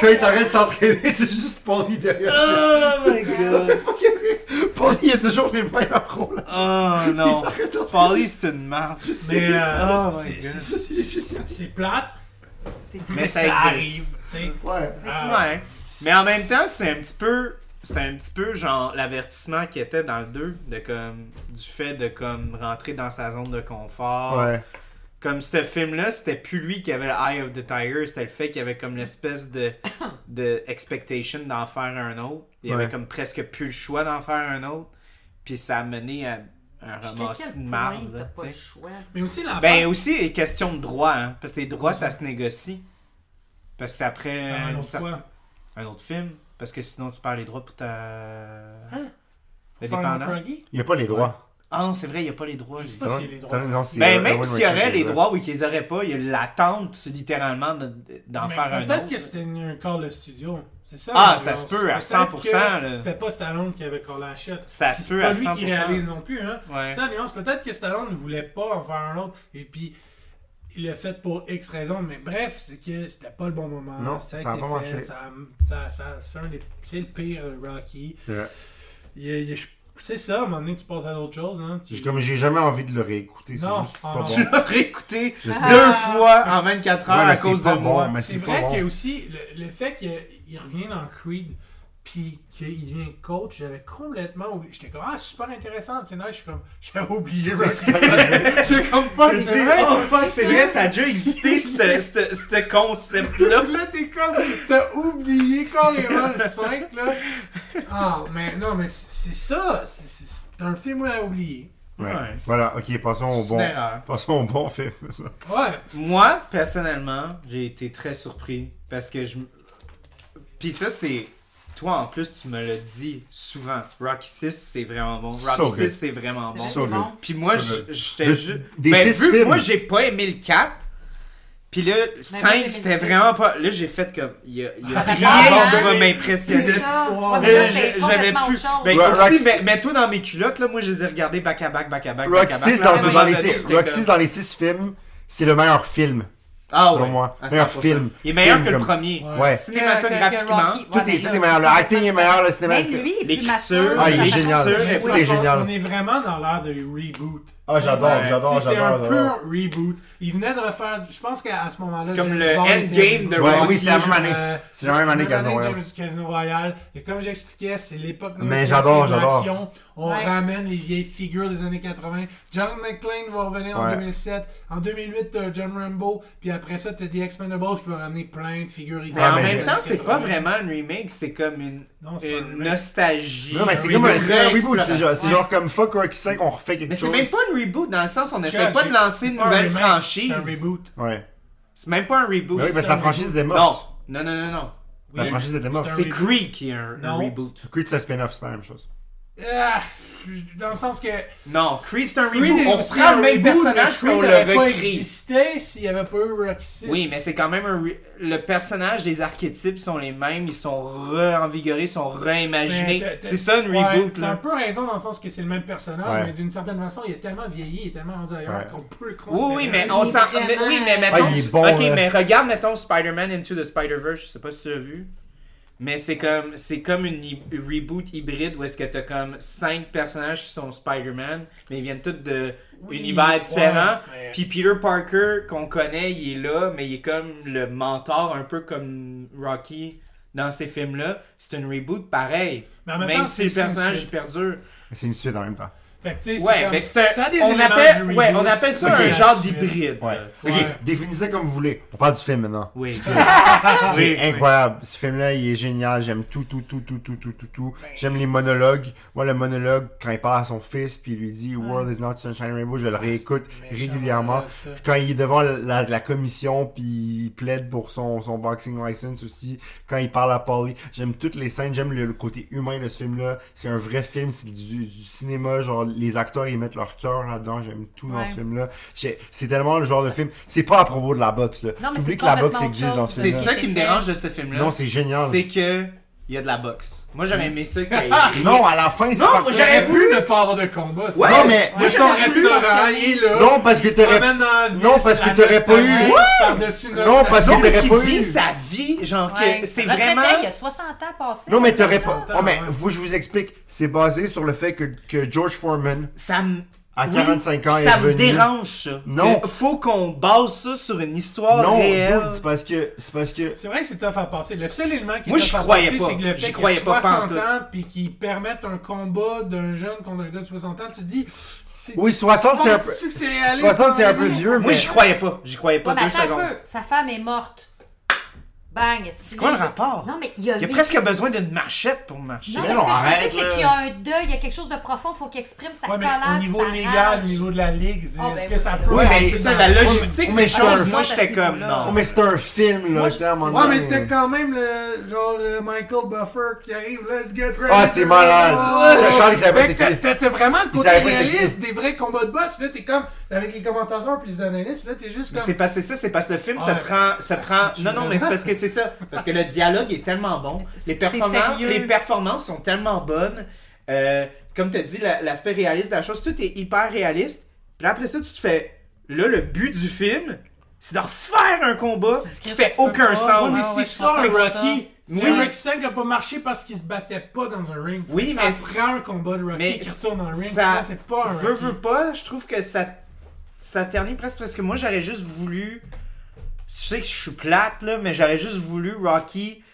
[SPEAKER 3] Quand il t'arrête de s'entraîner, t'es juste Polly derrière.
[SPEAKER 2] Oh [laughs] my
[SPEAKER 3] Ça fait fucking rire. Polly, il a toujours les mêmes rôles.
[SPEAKER 2] Oh
[SPEAKER 3] [laughs]
[SPEAKER 2] non.
[SPEAKER 3] Arrête d'en-
[SPEAKER 2] Polly, c'est une marde.
[SPEAKER 5] Mais euh,
[SPEAKER 2] Oh my
[SPEAKER 5] c'est-
[SPEAKER 2] God.
[SPEAKER 5] c'est- c'est c'est- c'est plate,
[SPEAKER 4] C'est
[SPEAKER 2] Mais ça
[SPEAKER 5] ça arrive.
[SPEAKER 2] existe.
[SPEAKER 5] tu sais.
[SPEAKER 3] Ouais.
[SPEAKER 5] Ah.
[SPEAKER 2] Ouais. Mais en même temps, c'est un petit peu. C'était un petit peu genre l'avertissement qui était dans le 2 de comme du fait de comme rentrer dans sa zone de confort.
[SPEAKER 3] Ouais.
[SPEAKER 2] Comme ce film là, c'était plus lui qui avait le Eye of the Tiger, c'était le fait qu'il y avait comme l'espèce
[SPEAKER 4] [coughs]
[SPEAKER 2] de, de expectation d'en faire un autre. Il y avait
[SPEAKER 3] Ouais.
[SPEAKER 2] comme presque plus le choix d'en faire un autre. Puis ça a mené à un
[SPEAKER 4] Jusqu'à
[SPEAKER 2] ramassis de
[SPEAKER 4] quel
[SPEAKER 2] marde.
[SPEAKER 4] point
[SPEAKER 2] là,
[SPEAKER 4] t'as pas
[SPEAKER 2] tu
[SPEAKER 4] le
[SPEAKER 2] sais.
[SPEAKER 4] choix?
[SPEAKER 5] Mais aussi, l'enfant.
[SPEAKER 2] Ben aussi les questions de droit, hein, parce que les droits ça se négocie. Parce que c'est après
[SPEAKER 5] Ah,
[SPEAKER 2] une
[SPEAKER 5] non,
[SPEAKER 2] certaine-
[SPEAKER 5] quoi?
[SPEAKER 2] un autre film, parce que sinon tu perds les droits pour ta.
[SPEAKER 5] Hein?
[SPEAKER 2] Le
[SPEAKER 5] Faire un
[SPEAKER 2] dépendant.
[SPEAKER 5] Froggy?
[SPEAKER 3] Il a pas les droits.
[SPEAKER 2] Ah non, c'est vrai, il n'y a pas les droits.
[SPEAKER 5] Je sais pas s'il y a les droits.
[SPEAKER 3] Non, c'est-
[SPEAKER 2] Ben,
[SPEAKER 3] euh,
[SPEAKER 2] même
[SPEAKER 3] Owen
[SPEAKER 2] s'il y aurait
[SPEAKER 3] Wilson,
[SPEAKER 2] les
[SPEAKER 3] ouais.
[SPEAKER 2] droits ou qu'ils les auraient pas, il y a l'attente, littéralement, de- d'en
[SPEAKER 5] Mais
[SPEAKER 2] faire un
[SPEAKER 5] Peut-être
[SPEAKER 2] autre.
[SPEAKER 5] que c'était une- un call de studio. C'est ça.
[SPEAKER 2] Ah,
[SPEAKER 5] la
[SPEAKER 2] ça se
[SPEAKER 5] nuance.
[SPEAKER 2] peut, à
[SPEAKER 5] Peut-être
[SPEAKER 2] 100%,
[SPEAKER 5] que
[SPEAKER 2] là.
[SPEAKER 5] C'était pas Stallone qui avait callé la shot.
[SPEAKER 2] Ça se peut
[SPEAKER 5] pas
[SPEAKER 2] à
[SPEAKER 5] lui qui
[SPEAKER 2] 100%.
[SPEAKER 5] réalise non plus. Hein.
[SPEAKER 2] Ouais.
[SPEAKER 5] C'est ça la nuance. Peut-être que Stallone ne voulait pas en faire un autre. Et puis, il l'a fait pour X raisons. Mais bref, c'est que c'était pas le bon moment.
[SPEAKER 3] Non, ça a
[SPEAKER 5] été
[SPEAKER 3] pas
[SPEAKER 5] fait,
[SPEAKER 3] marché.
[SPEAKER 5] ça- ça- ça- C'est un des- c'est le pire euh, Rocky.
[SPEAKER 3] Ouais.
[SPEAKER 5] Il y a- il y a- C'est ça, à un moment donné, tu passes à d'autres choses. Hein. Tu-
[SPEAKER 3] J'ai comme j'ai jamais envie de le réécouter, c'est
[SPEAKER 5] Non.
[SPEAKER 3] juste
[SPEAKER 5] Ah,
[SPEAKER 3] pas
[SPEAKER 5] non.
[SPEAKER 3] bon.
[SPEAKER 2] Tu l'as réécouté
[SPEAKER 3] Je sais.
[SPEAKER 2] deux fois
[SPEAKER 5] Ah.
[SPEAKER 2] en 24
[SPEAKER 3] Ouais,
[SPEAKER 2] heures
[SPEAKER 3] mais
[SPEAKER 2] à
[SPEAKER 3] c'est
[SPEAKER 2] cause de
[SPEAKER 3] pas bon,
[SPEAKER 2] moi.
[SPEAKER 3] mais
[SPEAKER 5] C'est
[SPEAKER 3] c'est
[SPEAKER 5] vrai
[SPEAKER 3] pas bon.
[SPEAKER 5] qu'il y a aussi le, le fait qu'il revient dans Creed puis qu'il devient coach, j'avais complètement oublié. J'étais comme ah super intéressant, c'est nice, je suis comme
[SPEAKER 3] [laughs]
[SPEAKER 5] j'avais oublié Rocky.
[SPEAKER 2] [laughs] J'ai comme pas
[SPEAKER 5] C'est
[SPEAKER 2] dit,
[SPEAKER 5] vrai.
[SPEAKER 2] oh fuck, c'est vrai, ça a déjà existé, ce- ce ce concept-là.
[SPEAKER 5] là t'es comme t'as oublié carrément le 5 là. Ah mais non mais c'est c'est ça, c'est- c'est c'est un film à oublier.
[SPEAKER 3] Ouais.
[SPEAKER 2] Ouais.
[SPEAKER 3] Voilà, ok, passons au
[SPEAKER 2] C'est
[SPEAKER 3] bon.
[SPEAKER 2] une erreur.
[SPEAKER 3] Passons au bon film.
[SPEAKER 5] Ouais.
[SPEAKER 2] Moi, personnellement, j'ai été très surpris parce que je. m- Puis ça, c'est. Toi, en plus, tu me le dis souvent. Rocky 6, c'est vraiment bon.
[SPEAKER 3] So
[SPEAKER 2] Rocky 6,
[SPEAKER 3] good.
[SPEAKER 2] c'est vraiment
[SPEAKER 4] C'est
[SPEAKER 2] bon.
[SPEAKER 4] vrai.
[SPEAKER 3] So good.
[SPEAKER 2] Puis moi,
[SPEAKER 3] So
[SPEAKER 2] j-
[SPEAKER 3] good.
[SPEAKER 2] j'étais
[SPEAKER 3] Le-
[SPEAKER 2] juste.
[SPEAKER 3] des
[SPEAKER 2] Mais
[SPEAKER 3] six
[SPEAKER 2] vu que
[SPEAKER 3] films.
[SPEAKER 2] moi, j'ai pas aimé le 4, Puis là,
[SPEAKER 4] moi,
[SPEAKER 2] 5,
[SPEAKER 4] j'ai
[SPEAKER 2] c'était
[SPEAKER 4] mis
[SPEAKER 2] vraiment pas. Là, j'ai fait comme. Il y a, il y a rien
[SPEAKER 5] Ah,
[SPEAKER 2] qui va
[SPEAKER 5] mais-
[SPEAKER 2] m'impressionner.
[SPEAKER 5] C'est ça.
[SPEAKER 4] Ouais, Ah, mais
[SPEAKER 2] Là,
[SPEAKER 4] là, c'est
[SPEAKER 2] je- J'avais
[SPEAKER 4] complètement
[SPEAKER 2] plus.
[SPEAKER 4] autre chose.
[SPEAKER 2] Ben,
[SPEAKER 3] Ouais,
[SPEAKER 2] écoute, si,
[SPEAKER 3] Roxy-
[SPEAKER 2] mais- mets-toi dans mes culottes, là. Moi, je les ai regardés back à back, back à back, back
[SPEAKER 3] Rock
[SPEAKER 2] à back.
[SPEAKER 3] 6
[SPEAKER 2] Là, à un
[SPEAKER 3] dans,
[SPEAKER 2] moment
[SPEAKER 3] dans les
[SPEAKER 2] donné,
[SPEAKER 3] six-
[SPEAKER 2] j'étais
[SPEAKER 3] Rock
[SPEAKER 2] comme-
[SPEAKER 3] 6 dans les 6 films, c'est le meilleur film.
[SPEAKER 2] Ah
[SPEAKER 3] selon
[SPEAKER 2] ouais,
[SPEAKER 3] moi.
[SPEAKER 2] à
[SPEAKER 3] Meilleur
[SPEAKER 2] 100%.
[SPEAKER 3] film.
[SPEAKER 2] Il est meilleur
[SPEAKER 3] Film
[SPEAKER 2] que le
[SPEAKER 3] comme-
[SPEAKER 2] premier.
[SPEAKER 3] Ouais.
[SPEAKER 2] Cinématographiquement,
[SPEAKER 3] Tout est, tout est meilleur. Le acting est meilleur, le cinéma.
[SPEAKER 4] Mais lui, il est plus
[SPEAKER 2] L'écriture,
[SPEAKER 4] mature.
[SPEAKER 3] Ah, il est
[SPEAKER 4] Ça fait
[SPEAKER 3] génial.
[SPEAKER 4] ça.
[SPEAKER 2] sûr,
[SPEAKER 3] Tout
[SPEAKER 5] Parce
[SPEAKER 3] est
[SPEAKER 5] qu'on-
[SPEAKER 3] génial.
[SPEAKER 5] On est vraiment dans l'ère de reboot.
[SPEAKER 3] Ah, j'adore,
[SPEAKER 5] Ouais.
[SPEAKER 3] j'adore,
[SPEAKER 5] Tu sais,
[SPEAKER 3] j'adore,
[SPEAKER 5] C'est un
[SPEAKER 3] j'adore.
[SPEAKER 5] pur reboot. Il venait de refaire, je pense qu'à ce moment-là.
[SPEAKER 2] C'est comme
[SPEAKER 5] James
[SPEAKER 2] le
[SPEAKER 5] Bond était
[SPEAKER 2] endgame
[SPEAKER 5] reboot.
[SPEAKER 2] de
[SPEAKER 3] Ouais,
[SPEAKER 2] Rocky,
[SPEAKER 3] oui, c'est la même année.
[SPEAKER 5] Euh,
[SPEAKER 3] C'est la même année
[SPEAKER 5] Même
[SPEAKER 3] Casino
[SPEAKER 5] année
[SPEAKER 3] Royale.
[SPEAKER 5] James- Casino Royale. Et comme j'expliquais, c'est l'époque
[SPEAKER 3] Mais
[SPEAKER 5] néoclassique
[SPEAKER 3] j'adore,
[SPEAKER 5] de
[SPEAKER 3] j'adore.
[SPEAKER 5] l'action. On
[SPEAKER 4] Ouais.
[SPEAKER 5] ramène les vieilles figures des années 80. John McClane va revenir en
[SPEAKER 3] Ouais.
[SPEAKER 5] 2007. En 2008, t'as John Rambo. Puis après ça, t'as The Expendables qui va ramener plein de figures
[SPEAKER 2] Mais en
[SPEAKER 3] mais
[SPEAKER 2] même
[SPEAKER 3] j'ai-
[SPEAKER 2] temps, c'est pas vraiment un remake, c'est comme une,
[SPEAKER 5] Non, c'est pas un
[SPEAKER 2] une
[SPEAKER 5] remake.
[SPEAKER 2] nostalgie.
[SPEAKER 3] Non, mais
[SPEAKER 5] un
[SPEAKER 3] c'est comme un,
[SPEAKER 2] reboot,
[SPEAKER 3] c'est un reboot. C'est
[SPEAKER 2] exploration.
[SPEAKER 3] genre, c'est
[SPEAKER 5] Ouais.
[SPEAKER 3] genre comme fuck Rocky 5, on refait quelque
[SPEAKER 2] Mais c'est
[SPEAKER 3] chose.
[SPEAKER 2] même pas un reboot dans le sens on
[SPEAKER 5] C'est
[SPEAKER 2] essaie pas de lancer une nouvelle franchise.
[SPEAKER 5] C'est un reboot.
[SPEAKER 3] Ouais.
[SPEAKER 2] C'est même pas un reboot.
[SPEAKER 3] Mais oui, parce que
[SPEAKER 5] un
[SPEAKER 3] la franchise était
[SPEAKER 2] non.
[SPEAKER 3] morte.
[SPEAKER 2] non, non, non, non.
[SPEAKER 3] La
[SPEAKER 5] Oui.
[SPEAKER 3] franchise était morte.
[SPEAKER 5] C'est un
[SPEAKER 2] C'est
[SPEAKER 5] reboot.
[SPEAKER 2] Creed qui est un, un
[SPEAKER 5] Non.
[SPEAKER 2] reboot.
[SPEAKER 3] Creed, c'est un spin-off, c'est pas la même chose.
[SPEAKER 5] Ah, dans le sens que.
[SPEAKER 2] Non, Creed c'est un
[SPEAKER 5] Creed
[SPEAKER 2] reboot.
[SPEAKER 5] est
[SPEAKER 2] On
[SPEAKER 5] aussi
[SPEAKER 2] reprend le
[SPEAKER 5] un
[SPEAKER 2] même
[SPEAKER 5] reboot,
[SPEAKER 2] personnage puis
[SPEAKER 5] mais
[SPEAKER 2] on
[SPEAKER 5] Creed
[SPEAKER 2] le
[SPEAKER 5] n'aurait pas
[SPEAKER 2] recrée.
[SPEAKER 5] existé s'il n'y avait pas eu Rocky 6.
[SPEAKER 2] Oui, mais c'est quand même un. re- Le personnage, les archétypes sont les mêmes, ils sont re-envigorés, ils sont
[SPEAKER 5] Mais
[SPEAKER 2] réimaginés.
[SPEAKER 5] t'as- t'as-
[SPEAKER 2] C'est ça une
[SPEAKER 5] ouais,
[SPEAKER 2] reboot,
[SPEAKER 5] T'as un
[SPEAKER 2] là.
[SPEAKER 5] peu raison dans le sens que c'est le même personnage,
[SPEAKER 3] Ouais.
[SPEAKER 5] mais d'une certaine façon, il est tellement vieilli, il est tellement rendu ailleurs
[SPEAKER 3] Ouais.
[SPEAKER 5] qu'on peut le considérer.
[SPEAKER 2] Oui, oui, mais
[SPEAKER 4] Il
[SPEAKER 2] on
[SPEAKER 4] est
[SPEAKER 2] s'en.
[SPEAKER 4] vraiment-
[SPEAKER 2] mais- Oui, mais mettons.
[SPEAKER 3] Ah, il est
[SPEAKER 2] tu-
[SPEAKER 3] bon,
[SPEAKER 2] ok,
[SPEAKER 3] là.
[SPEAKER 2] mais regarde, mettons Spider-Man Into the Spider-Verse, je sais pas si tu l'as vu. Mais c'est comme, c'est comme une, hy- une reboot hybride où est-ce que t'as comme cinq personnages qui sont Spider-Man, mais ils viennent tous de
[SPEAKER 5] Oui,
[SPEAKER 2] univers différents.
[SPEAKER 5] ouais, mais-
[SPEAKER 2] Puis Peter Parker qu'on connaît, il est là, mais il est comme le mentor, un peu comme Rocky dans ces films-là. C'est une reboot pareil.
[SPEAKER 5] Mais en
[SPEAKER 2] même
[SPEAKER 5] même temps,
[SPEAKER 2] si le
[SPEAKER 5] c'est aussi une
[SPEAKER 2] personnage
[SPEAKER 5] suite.
[SPEAKER 2] perdure.
[SPEAKER 3] Mais C'est une suite en même temps.
[SPEAKER 5] Fait que, tu sais,
[SPEAKER 2] Ouais,
[SPEAKER 5] comme-
[SPEAKER 2] mais c'est
[SPEAKER 5] ça a des
[SPEAKER 2] un. On
[SPEAKER 5] éléments
[SPEAKER 2] appelle,
[SPEAKER 5] du
[SPEAKER 2] ouais,
[SPEAKER 5] reboot.
[SPEAKER 2] on appelle ça
[SPEAKER 5] Ok.
[SPEAKER 2] un genre
[SPEAKER 5] La suite.
[SPEAKER 2] d'hybride.
[SPEAKER 3] Ouais.
[SPEAKER 2] là, tu sais.
[SPEAKER 3] Ok,
[SPEAKER 5] Ouais.
[SPEAKER 3] définissez comme vous voulez. On parle du film maintenant.
[SPEAKER 2] Oui.
[SPEAKER 4] [laughs] Ah,
[SPEAKER 3] Il est incroyable. Ce film-là, il est génial. J'aime tout, tout, tout, tout, tout, tout, tout, tout.
[SPEAKER 4] Ben.
[SPEAKER 3] J'aime les monologues. Moi, le monologue, quand il parle à son fils, puis il lui dit World is not sunshine and rainbow,
[SPEAKER 4] Ah,
[SPEAKER 3] je le réécoute
[SPEAKER 5] c'est méchant,
[SPEAKER 3] régulièrement.
[SPEAKER 5] monologue, ça.
[SPEAKER 3] Quand il est devant la, la commission, puis il plaide pour son, son boxing license aussi. Quand il parle à Polly, j'aime toutes les scènes. J'aime le, le côté humain de ce film-là. C'est un vrai film. C'est du, du cinéma. Genre, les acteurs, ils mettent leur cœur là-dedans. J'aime tout dans
[SPEAKER 4] Ouais.
[SPEAKER 3] ce film-là. J'ai- C'est tellement le genre de film. C'est pas à propos de la boxe, là.
[SPEAKER 4] Non, mais
[SPEAKER 3] T'oublies
[SPEAKER 4] c'est
[SPEAKER 3] que la boxe
[SPEAKER 4] complètement
[SPEAKER 3] existe
[SPEAKER 4] autre
[SPEAKER 3] dans
[SPEAKER 4] chose.
[SPEAKER 3] ce
[SPEAKER 2] C'est
[SPEAKER 3] film-là.
[SPEAKER 2] ça qui me dérange de ce film-là.
[SPEAKER 3] Non, c'est génial.
[SPEAKER 2] C'est que il y a de la boxe. Moi, j'aurais aimé ça qu'il y ait-
[SPEAKER 4] Ah!
[SPEAKER 3] Non, à la fin, c'est
[SPEAKER 2] Non, j'aurais
[SPEAKER 3] parfait.
[SPEAKER 5] J'aurais voulu
[SPEAKER 2] voulu
[SPEAKER 5] ne
[SPEAKER 2] que-
[SPEAKER 5] pas avoir de combat. c'est
[SPEAKER 2] Ouais,
[SPEAKER 5] vrai.
[SPEAKER 3] Non, mais-
[SPEAKER 5] Moi, son
[SPEAKER 4] j'aurais voulu
[SPEAKER 5] restaurant,
[SPEAKER 4] que ça-
[SPEAKER 5] il est là.
[SPEAKER 3] Non, parce que
[SPEAKER 5] Il se
[SPEAKER 3] t'aurais-
[SPEAKER 5] promène dans la ville,
[SPEAKER 3] Non,
[SPEAKER 5] c'est
[SPEAKER 3] parce que
[SPEAKER 5] la
[SPEAKER 3] t'aurais pas eu-
[SPEAKER 5] nostalgie, par-dessus
[SPEAKER 3] Non,
[SPEAKER 5] nostalgie.
[SPEAKER 3] parce que
[SPEAKER 2] Non, mais
[SPEAKER 3] t'aurais
[SPEAKER 2] qui
[SPEAKER 3] pas
[SPEAKER 2] vit
[SPEAKER 3] eu.
[SPEAKER 2] sa vie, genre
[SPEAKER 4] Ouais.
[SPEAKER 2] que c'est
[SPEAKER 4] Retraité,
[SPEAKER 2] vraiment.
[SPEAKER 4] Il y a 60 ans passés.
[SPEAKER 3] Non, mais t'aurais
[SPEAKER 4] C'est
[SPEAKER 3] pas.
[SPEAKER 4] ça.
[SPEAKER 3] Oh, mais
[SPEAKER 5] ouais.
[SPEAKER 3] vous, je vous explique. C'est basé sur le fait que, que George Foreman,
[SPEAKER 2] Ça me.
[SPEAKER 3] à
[SPEAKER 2] Oui,
[SPEAKER 3] 45 ans, est
[SPEAKER 2] ça me
[SPEAKER 3] revenu.
[SPEAKER 2] dérange ça.
[SPEAKER 3] Non.
[SPEAKER 2] Euh, Faut qu'on base ça sur une histoire
[SPEAKER 3] Non,
[SPEAKER 2] réelle.
[SPEAKER 3] dude, c'est parce que. C'est parce que.
[SPEAKER 5] C'est vrai que c'est tough à passer. Le seul élément qui est
[SPEAKER 2] Moi,
[SPEAKER 5] tough
[SPEAKER 2] j'y
[SPEAKER 5] à
[SPEAKER 2] croyais
[SPEAKER 5] passer,
[SPEAKER 2] pas.
[SPEAKER 5] c'est que le
[SPEAKER 2] J'y
[SPEAKER 5] fait
[SPEAKER 2] croyais
[SPEAKER 5] qu'il
[SPEAKER 2] pas,
[SPEAKER 5] pas
[SPEAKER 2] pas en
[SPEAKER 5] 60 ans puis qu'il permette un combat d'un jeune contre un gars de 60 ans, tu te dis c'est
[SPEAKER 3] Oui, 60, c'est un peu.
[SPEAKER 5] Penses-tu que c'est réaliste?
[SPEAKER 3] 60, c'est un peu vieux,
[SPEAKER 2] Moi,
[SPEAKER 3] mais.
[SPEAKER 2] j'y croyais pas. J'y croyais pas
[SPEAKER 4] Ouais, mais
[SPEAKER 2] deux
[SPEAKER 4] attends
[SPEAKER 2] secondes.
[SPEAKER 4] un peu. Sa femme est morte. Bang.
[SPEAKER 2] C'est quoi le rapport?
[SPEAKER 4] Non, mais il y a,
[SPEAKER 2] Il y a
[SPEAKER 4] vécu-
[SPEAKER 2] presque besoin d'une marchette pour marcher.
[SPEAKER 4] Non,
[SPEAKER 3] Mais
[SPEAKER 4] mais
[SPEAKER 3] non,
[SPEAKER 4] ce que je veux dire,
[SPEAKER 3] arrête,
[SPEAKER 4] c'est
[SPEAKER 3] là.
[SPEAKER 4] qu'il y a un deuil, il y a quelque chose de profond, faut qu'il exprime sa
[SPEAKER 5] Ouais, mais
[SPEAKER 4] colère.
[SPEAKER 5] au niveau
[SPEAKER 4] sa
[SPEAKER 5] légal,
[SPEAKER 4] rage.
[SPEAKER 5] au niveau de la ligue, est-ce
[SPEAKER 4] Ah, ben
[SPEAKER 5] que ça
[SPEAKER 4] oui,
[SPEAKER 5] peut
[SPEAKER 3] oui, mais
[SPEAKER 5] aller
[SPEAKER 2] c'est ça,
[SPEAKER 5] dans-
[SPEAKER 2] la
[SPEAKER 5] Ouais,
[SPEAKER 2] logistique
[SPEAKER 3] mais
[SPEAKER 2] des
[SPEAKER 3] je suis
[SPEAKER 2] choses.
[SPEAKER 3] un-
[SPEAKER 2] Moi, j'étais comme,
[SPEAKER 4] Moi,
[SPEAKER 2] non.
[SPEAKER 3] Oh, mais c'est un film, là.
[SPEAKER 4] Moi,
[SPEAKER 3] tu sais, à un
[SPEAKER 4] je-
[SPEAKER 3] moment
[SPEAKER 5] Ouais,
[SPEAKER 3] donné.
[SPEAKER 5] mais t'as quand même le genre euh, Michael Buffer qui arrive, let's get ready.
[SPEAKER 3] Ah, c'est
[SPEAKER 5] to
[SPEAKER 3] malade.
[SPEAKER 5] rumble.
[SPEAKER 3] Charles, Charles, il savait pas
[SPEAKER 5] Fait que
[SPEAKER 3] c'était qui.
[SPEAKER 5] t'as- T'as vraiment le côté
[SPEAKER 3] savait pas c'était
[SPEAKER 5] réaliste des vrais combats de boxe, puis là t'es comme avec les commentateurs puis les analystes, puis là t'es juste
[SPEAKER 2] Mais
[SPEAKER 5] comme.
[SPEAKER 2] c'est parce que ça, c'est parce que le film se
[SPEAKER 5] Ouais.
[SPEAKER 2] prend, se
[SPEAKER 5] Ça
[SPEAKER 2] prend.
[SPEAKER 5] se peut-tu
[SPEAKER 2] Non, non, mais c'est parce que c'est ça. [laughs] Parce que le dialogue est tellement bon. Les
[SPEAKER 4] C'est- c'est
[SPEAKER 2] performances,
[SPEAKER 4] sérieux.
[SPEAKER 2] les performances sont tellement bonnes. Euh, comme tu as dit, la- l'aspect réaliste de la chose, tout est hyper réaliste. Puis là, après ça, tu te fais. Là, le but du film, c'est de refaire un combat qui
[SPEAKER 4] que
[SPEAKER 2] fait
[SPEAKER 4] tu peux
[SPEAKER 2] aucun
[SPEAKER 4] pas.
[SPEAKER 5] Ouais,
[SPEAKER 2] sens.
[SPEAKER 5] mais
[SPEAKER 4] Ah
[SPEAKER 5] c'est
[SPEAKER 4] ouais,
[SPEAKER 5] ça, un
[SPEAKER 4] je comprends
[SPEAKER 5] Rocky.
[SPEAKER 2] Oui.
[SPEAKER 5] Oui. Rocky 5 a pas marché parce qu'il se battait pas dans un ring.
[SPEAKER 2] Oui,
[SPEAKER 5] ça
[SPEAKER 2] mais c'est-
[SPEAKER 5] prend un combat de Rocky
[SPEAKER 2] Mais
[SPEAKER 5] qui retourne en ring,
[SPEAKER 2] ça
[SPEAKER 5] sinon c'est pas un Rocky.
[SPEAKER 2] Veux, veux pas, je trouve que ça, ça ternit presque parce que moi j'aurais juste voulu. Je sais que je suis plate là, mais j'aurais juste voulu Rocky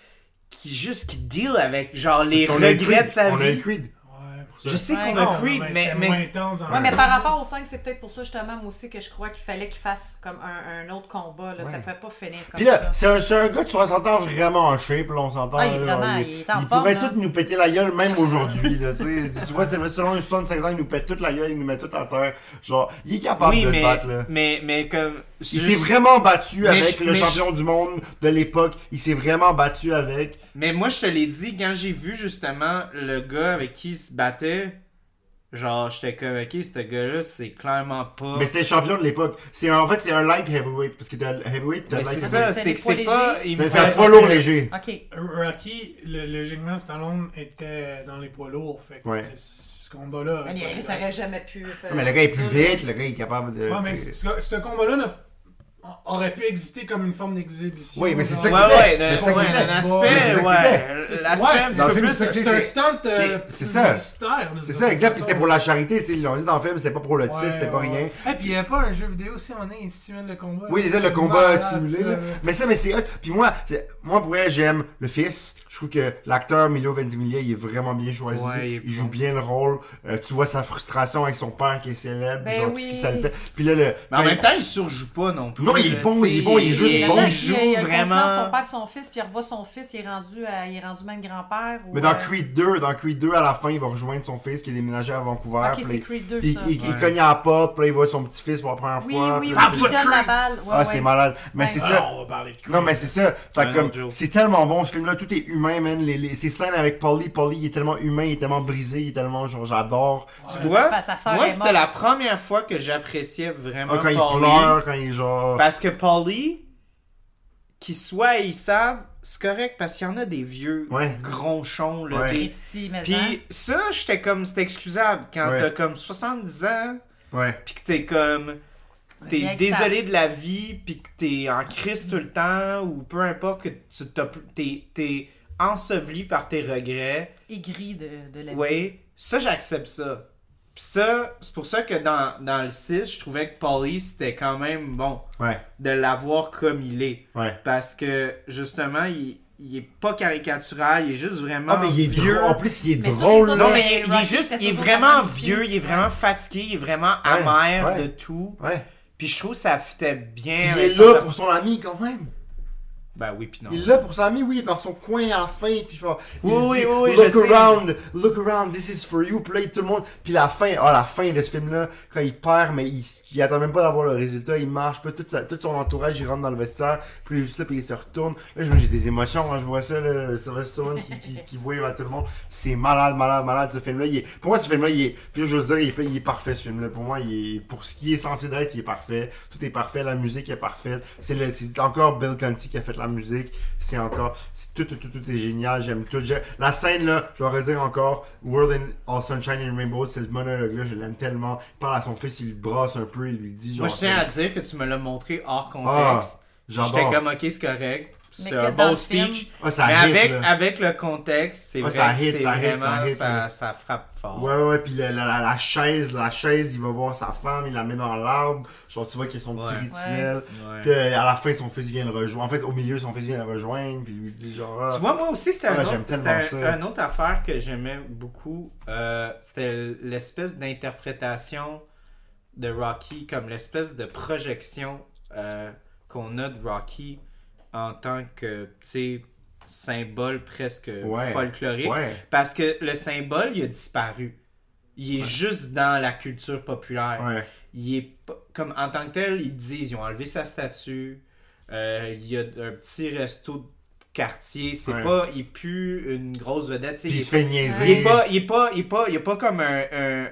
[SPEAKER 2] qui juste qui deal avec genre les
[SPEAKER 3] C'est- on a eu
[SPEAKER 2] regrets de sa
[SPEAKER 3] Creed. On a eu
[SPEAKER 2] vie.
[SPEAKER 3] Creed.
[SPEAKER 5] Ouais, pour ça.
[SPEAKER 2] Je sais
[SPEAKER 4] Ouais,
[SPEAKER 2] qu'on a
[SPEAKER 5] Non,
[SPEAKER 2] Creed,
[SPEAKER 5] non,
[SPEAKER 2] mais,
[SPEAKER 5] c'est
[SPEAKER 2] mais-
[SPEAKER 5] moins intense dans
[SPEAKER 4] Ouais,
[SPEAKER 5] le-
[SPEAKER 4] mais par rapport au 5, c'est peut-être pour ça, justement, moi aussi, que je crois qu'il fallait qu'il fasse comme un, un autre combat. Là. Ça ne pouvait pas finir comme
[SPEAKER 3] Puis là,
[SPEAKER 4] ça.
[SPEAKER 3] c'est un, c'est un gars de 60 ans vraiment en shape, là, on s'entend.
[SPEAKER 4] Ah, il est
[SPEAKER 3] là,
[SPEAKER 4] vraiment- il est en
[SPEAKER 3] il
[SPEAKER 4] forme,
[SPEAKER 3] pourrait
[SPEAKER 4] là.
[SPEAKER 3] tout nous péter la gueule, même aujourd'hui, là, tu sais. Tu vois, c'est selon les 76 ans, il nous pète toute la gueule, il nous met tout à terre. Genre, il est capable
[SPEAKER 2] oui,
[SPEAKER 3] de
[SPEAKER 2] mais,
[SPEAKER 3] se battre, là.
[SPEAKER 2] mais mais comme
[SPEAKER 3] Il
[SPEAKER 2] juste-
[SPEAKER 3] s'est vraiment battu
[SPEAKER 2] Mais
[SPEAKER 3] avec
[SPEAKER 2] je-
[SPEAKER 3] le
[SPEAKER 2] mais
[SPEAKER 3] champion du monde de l'époque. Il s'est vraiment battu avec.
[SPEAKER 2] Mais moi je te l'ai dit quand j'ai vu justement le gars avec qui il se battait, Genre, j'étais comme, ok, ce gars-là, c'est clairement pas.
[SPEAKER 3] Mais c'était le champion de l'époque. C'est un- en fait c'est un light heavyweight parce que t'as le heavyweight, t'as
[SPEAKER 2] Mais
[SPEAKER 3] le light
[SPEAKER 2] c'est
[SPEAKER 3] heavyweight.
[SPEAKER 2] ça,
[SPEAKER 4] C'est
[SPEAKER 2] c'est
[SPEAKER 4] des
[SPEAKER 2] que
[SPEAKER 4] poids
[SPEAKER 2] c'est pas.
[SPEAKER 4] légers.
[SPEAKER 2] il
[SPEAKER 3] C'est
[SPEAKER 2] me
[SPEAKER 3] c'est un
[SPEAKER 2] paraît-
[SPEAKER 3] poids lourd léger.
[SPEAKER 4] OK.
[SPEAKER 5] Euh, Rocky, le- logiquement, Stallone était dans les poids lourds. Fait que
[SPEAKER 3] Ouais.
[SPEAKER 5] c'est- c'est- ce combat-là.
[SPEAKER 4] Mais Chris aurait jamais pu euh, faire.
[SPEAKER 3] Ouais, Mais le gars est
[SPEAKER 4] ça.
[SPEAKER 3] plus vite, le gars est capable de.
[SPEAKER 5] Ouais, mais
[SPEAKER 3] t'sais-
[SPEAKER 5] c'est- ce, ce combat-là n'a- aurait pu exister comme une forme d'exhibition.
[SPEAKER 3] Oui, mais c'est
[SPEAKER 5] genre-
[SPEAKER 3] ça
[SPEAKER 2] Ouais,
[SPEAKER 3] que c'était.
[SPEAKER 2] ouais,
[SPEAKER 3] Mais
[SPEAKER 2] le-
[SPEAKER 3] c'est ça que
[SPEAKER 2] ouais,
[SPEAKER 3] c'était.
[SPEAKER 2] un
[SPEAKER 5] Mais
[SPEAKER 3] c'est ça
[SPEAKER 2] aspect,
[SPEAKER 3] que
[SPEAKER 2] ouais. L'aspect un
[SPEAKER 3] Dans
[SPEAKER 5] c'est-
[SPEAKER 2] petit peu
[SPEAKER 3] le film,
[SPEAKER 2] plus.
[SPEAKER 3] c'est-
[SPEAKER 5] C'est un stunt. euh,
[SPEAKER 3] c'est- c'est ça.
[SPEAKER 5] publicitaire, là,
[SPEAKER 3] C'est ça, exact. Puis c'était pour
[SPEAKER 5] Ouais,
[SPEAKER 3] la charité, tu sais, ils l'ont dit dans le film, c'était pas pour le titre, c'était pas
[SPEAKER 5] ouais,
[SPEAKER 3] rien.
[SPEAKER 5] ouais. Et puis il n'y avait pas un jeu vidéo si on est, il stimule le combat.
[SPEAKER 3] Oui,
[SPEAKER 5] là,
[SPEAKER 3] les ailes, le
[SPEAKER 4] Bah,
[SPEAKER 5] c'est
[SPEAKER 3] combat
[SPEAKER 5] malade,
[SPEAKER 3] simulé.
[SPEAKER 5] ça,
[SPEAKER 3] là.
[SPEAKER 5] là.
[SPEAKER 3] Mais ça, mais c'est hot. Puis moi, c'est- moi pour vrai, j'aime le fils. Je trouve que l'acteur Milo Ventimiglia, il est vraiment bien choisi.
[SPEAKER 2] Ouais, il est
[SPEAKER 3] il, joue
[SPEAKER 2] bon.
[SPEAKER 3] bien le rôle. Euh, tu vois sa frustration avec son père qui est célèbre.
[SPEAKER 4] Ben
[SPEAKER 3] genre, tout
[SPEAKER 4] oui.
[SPEAKER 3] ce que ça le fait. Puis là, le.
[SPEAKER 2] Mais en
[SPEAKER 3] quand
[SPEAKER 2] même
[SPEAKER 3] il-
[SPEAKER 2] temps, il surjoue pas non plus.
[SPEAKER 3] Non, il est
[SPEAKER 2] là,
[SPEAKER 3] bon,
[SPEAKER 2] tu sais,
[SPEAKER 3] il est bon, il est juste
[SPEAKER 4] Il est
[SPEAKER 3] bon,
[SPEAKER 4] là,
[SPEAKER 2] Il
[SPEAKER 4] il,
[SPEAKER 2] joue
[SPEAKER 4] il a confiance en
[SPEAKER 2] vraiment.
[SPEAKER 4] son père et son fils, puis il revoit son fils, il est rendu, à- il est rendu même grand-père. ou,
[SPEAKER 3] Mais dans
[SPEAKER 4] euh,
[SPEAKER 3] Creed 2, dans Creed 2, à la fin, il va rejoindre son fils qui est déménagé à Vancouver.
[SPEAKER 4] Ah, Ok,
[SPEAKER 3] puis
[SPEAKER 4] c'est
[SPEAKER 3] il-
[SPEAKER 4] Creed 2,
[SPEAKER 3] hein, il,
[SPEAKER 4] ça.
[SPEAKER 3] il- il
[SPEAKER 2] Ouais.
[SPEAKER 3] cogne à la porte, puis là, il voit son petit-fils pour la première
[SPEAKER 4] Oui,
[SPEAKER 3] fois.
[SPEAKER 4] oui,
[SPEAKER 3] puis
[SPEAKER 4] oui,
[SPEAKER 3] là, il
[SPEAKER 4] il
[SPEAKER 3] fait-
[SPEAKER 4] donne la balle. Ouais,
[SPEAKER 3] Ah, c'est
[SPEAKER 4] ouais.
[SPEAKER 3] malade. Mais
[SPEAKER 4] Ouais.
[SPEAKER 3] c'est ça.
[SPEAKER 5] Ah, on va parler de
[SPEAKER 3] Non, mais c'est ça. Fait
[SPEAKER 2] un
[SPEAKER 3] que comme,
[SPEAKER 2] autre joke.
[SPEAKER 3] c'est tellement bon ce film-là. Tout est humain, man. Les, les- ces scènes avec Polly, Polly, il est tellement humain, il est tellement brisé, il est tellement genre, j'adore.
[SPEAKER 2] Tu vois,
[SPEAKER 4] Sa- sa sœur
[SPEAKER 2] moi,
[SPEAKER 4] est
[SPEAKER 2] c'était la
[SPEAKER 4] morte.
[SPEAKER 2] première fois que j'appréciais vraiment
[SPEAKER 3] Ah, quand il
[SPEAKER 2] Paulie.
[SPEAKER 3] pleure, quand il est genre.
[SPEAKER 2] Parce que Paulie, qu'il soit haïssable, c'est correct parce qu'il y en a des vieux
[SPEAKER 3] Ouais.
[SPEAKER 2] gronchons. Là,
[SPEAKER 3] Ouais.
[SPEAKER 2] des-
[SPEAKER 4] Christy, mais
[SPEAKER 2] Puis ça, j'étais comme, c'était excusable. Quand
[SPEAKER 3] Ouais.
[SPEAKER 2] t'as comme 70 ans,
[SPEAKER 3] Ouais.
[SPEAKER 2] puis que t'es comme.
[SPEAKER 4] Mais
[SPEAKER 2] T'es
[SPEAKER 4] avec
[SPEAKER 2] désolé de la vie, puis que t'es en crise tout le temps, ou peu importe que tu t'as- t'es- t'es enseveli par tes regrets.
[SPEAKER 4] aigri de, de la vie.
[SPEAKER 2] Oui, ça, j'accepte ça. Puis ça, c'est pour ça que dans, dans le 6, je trouvais que Paulie, c'était quand même bon
[SPEAKER 3] Ouais.
[SPEAKER 2] de l'avoir comme il est.
[SPEAKER 3] Ouais.
[SPEAKER 2] Parce que, justement, il, il est pas caricatural, il est juste vraiment
[SPEAKER 3] Ah, mais il est
[SPEAKER 2] vieux.
[SPEAKER 3] vieux. En plus, il est
[SPEAKER 4] Mais tous les
[SPEAKER 3] drôle.
[SPEAKER 4] autres-
[SPEAKER 3] là.
[SPEAKER 2] Non, mais il, est- il est
[SPEAKER 4] Rocky,
[SPEAKER 2] juste,
[SPEAKER 4] c'est
[SPEAKER 2] il est
[SPEAKER 4] toujours
[SPEAKER 2] vraiment
[SPEAKER 4] la même
[SPEAKER 2] vieux,
[SPEAKER 4] fille.
[SPEAKER 2] il est vraiment fatigué, il est vraiment
[SPEAKER 3] Ouais,
[SPEAKER 2] amer
[SPEAKER 3] ouais.
[SPEAKER 2] de tout.
[SPEAKER 3] Ouais.
[SPEAKER 2] Puis je trouve que ça fitait bien.
[SPEAKER 3] Il
[SPEAKER 2] avec
[SPEAKER 3] est
[SPEAKER 2] son
[SPEAKER 3] là
[SPEAKER 2] per-
[SPEAKER 3] pour son ami quand même.
[SPEAKER 2] Ben oui, puis non.
[SPEAKER 3] Il est là pour son ami, oui, dans son coin à la fin, puis genre, il
[SPEAKER 2] Oui, oui, oui, oui,
[SPEAKER 3] look
[SPEAKER 2] je sais.
[SPEAKER 3] around, look around, this is for you, puis là, tout le monde, puis la fin, ah, la fin de ce film-là, quand il perd, mais il, il attend même pas d'avoir le résultat, il marche, puis tout, sa- tout son entourage, il rentre dans le vestiaire, puis il est juste là, puis il se retourne, là, je- j'ai des émotions quand je vois ça, là, le Sylvester Stallone qui, qui, qui wave à tout le monde, c'est malade, malade, malade, ce film-là, il est- pour moi, ce film-là, il est, puis je veux dire, il, fait- il est parfait, ce film-là, pour moi, il est, pour ce qui est censé d'être, il est parfait, tout est parfait, la musique est parfaite, c'est le- c'est encore Bill Conti qui a fait la musique, c'est encore. c'est Tout, tout, tout, tout est génial. J'aime tout. J'ai- La scène, là, je vais redire encore. World in All Sunshine and Rainbow, c'est le monologue, là. Je l'aime tellement. Il parle à son fils, il le brasse un peu, il lui dit, genre.
[SPEAKER 2] Moi, je tiens à dire que tu me l'as montré hors
[SPEAKER 3] Ah,
[SPEAKER 2] contexte. J'étais
[SPEAKER 3] j'adore.
[SPEAKER 2] comme, ok, c'est correct. C'est
[SPEAKER 4] que
[SPEAKER 2] un
[SPEAKER 4] dans
[SPEAKER 2] bon
[SPEAKER 4] le film-
[SPEAKER 2] speech.
[SPEAKER 3] Ah, ça
[SPEAKER 2] mais
[SPEAKER 3] hit,
[SPEAKER 2] avec,
[SPEAKER 3] là.
[SPEAKER 2] avec le contexte, c'est
[SPEAKER 3] Ouais,
[SPEAKER 2] vrai
[SPEAKER 3] ça
[SPEAKER 2] que c'est
[SPEAKER 3] hit, ça hit, ça
[SPEAKER 2] vraiment,
[SPEAKER 3] hit,
[SPEAKER 2] ça,
[SPEAKER 3] là.
[SPEAKER 2] ça frappe fort.
[SPEAKER 3] Ouais, ouais, ouais, puis la, la, la, la chaise, la chaise, il va voir sa femme, il la met dans l'arbre. Genre, tu vois qu'il y a son petit
[SPEAKER 2] Ouais.
[SPEAKER 3] rituel.
[SPEAKER 2] Ouais.
[SPEAKER 3] Puis euh, à la fin, son fils vient le rejoindre. En fait, au milieu, son fils vient le rejoindre, puis il lui dit, genre. ah,
[SPEAKER 2] Tu vois, moi aussi, c'était
[SPEAKER 3] Ah,
[SPEAKER 2] un
[SPEAKER 3] j'aime
[SPEAKER 2] autre, c'était
[SPEAKER 3] tellement
[SPEAKER 2] un-
[SPEAKER 3] ça.
[SPEAKER 2] un autre affaire que j'aimais beaucoup. euh, c'était l'espèce d'interprétation de Rocky, comme l'espèce de projection euh, qu'on a de Rocky en tant que, tu sais, symbole presque
[SPEAKER 3] Ouais.
[SPEAKER 2] folklorique.
[SPEAKER 3] Ouais.
[SPEAKER 2] Parce que le symbole, il a disparu. Il est juste dans la culture populaire
[SPEAKER 3] Ouais.
[SPEAKER 2] il est pas- comme en tant que tel, ils disent ils ont enlevé sa statue. euh, il y a un petit resto de quartier, c'est
[SPEAKER 3] Ouais.
[SPEAKER 2] pas il pue une grosse vedette, tu sais,
[SPEAKER 3] Puis il se
[SPEAKER 2] est-
[SPEAKER 3] fait niaiser.
[SPEAKER 2] il est pas il est pas il est pas il est pas comme un, un-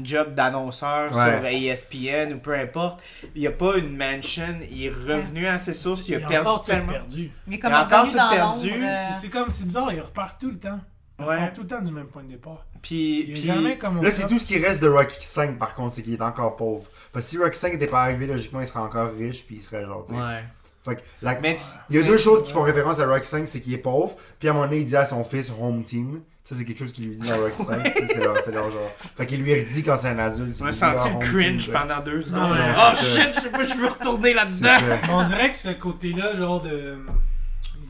[SPEAKER 2] un job d'annonceur
[SPEAKER 3] Ouais.
[SPEAKER 2] sur E ESPN ou peu importe. Il y a pas une mansion, il est revenu à ses sources, il a
[SPEAKER 5] Il a
[SPEAKER 2] perdu
[SPEAKER 5] encore tout
[SPEAKER 2] tellement.
[SPEAKER 5] perdu.
[SPEAKER 4] Mais comme
[SPEAKER 2] Il a
[SPEAKER 4] encore
[SPEAKER 2] encore
[SPEAKER 4] tout
[SPEAKER 2] tout
[SPEAKER 4] dans
[SPEAKER 2] perdu,
[SPEAKER 4] l'ombre, euh,
[SPEAKER 5] C'est- C'est comme, c'est bizarre, il repart tout le temps. Il
[SPEAKER 2] Ouais.
[SPEAKER 5] repart tout le temps du même point de départ.
[SPEAKER 2] Puis
[SPEAKER 5] Il est
[SPEAKER 2] puis-
[SPEAKER 5] jamais comme on
[SPEAKER 3] Là, c'est
[SPEAKER 5] sort.
[SPEAKER 3] tout ce qui reste de Rocky 5 par contre, c'est qu'il est encore pauvre. Parce que si Rocky 5 était pas arrivé, logiquement, il serait encore riche, puis il serait genre, tu sais.
[SPEAKER 2] Ouais.
[SPEAKER 3] Fait que, la-
[SPEAKER 2] Mais tu-
[SPEAKER 3] il y a
[SPEAKER 2] mais-
[SPEAKER 3] deux choses qui font référence à Rocky 5, c'est qu'il est pauvre, puis à un moment donné, il dit à son fils Home Team. Ça, c'est quelque chose qu'il lui dit à Rocky 5. tu sais, C'est leur, c'est leur genre. Fait qu'il lui redit quand c'est un adulte.
[SPEAKER 2] On a
[SPEAKER 3] il dit,
[SPEAKER 2] senti
[SPEAKER 3] Ah,
[SPEAKER 2] le
[SPEAKER 3] Home
[SPEAKER 2] cringe
[SPEAKER 3] Team,
[SPEAKER 2] pendant deux secondes.
[SPEAKER 5] Non, mais-
[SPEAKER 2] oh
[SPEAKER 3] c'est ça.
[SPEAKER 2] shit, je sais pas, je veux retourner
[SPEAKER 3] c'est
[SPEAKER 2] là-dedans. [laughs]
[SPEAKER 3] ça.
[SPEAKER 5] On dirait que ce côté-là, genre de.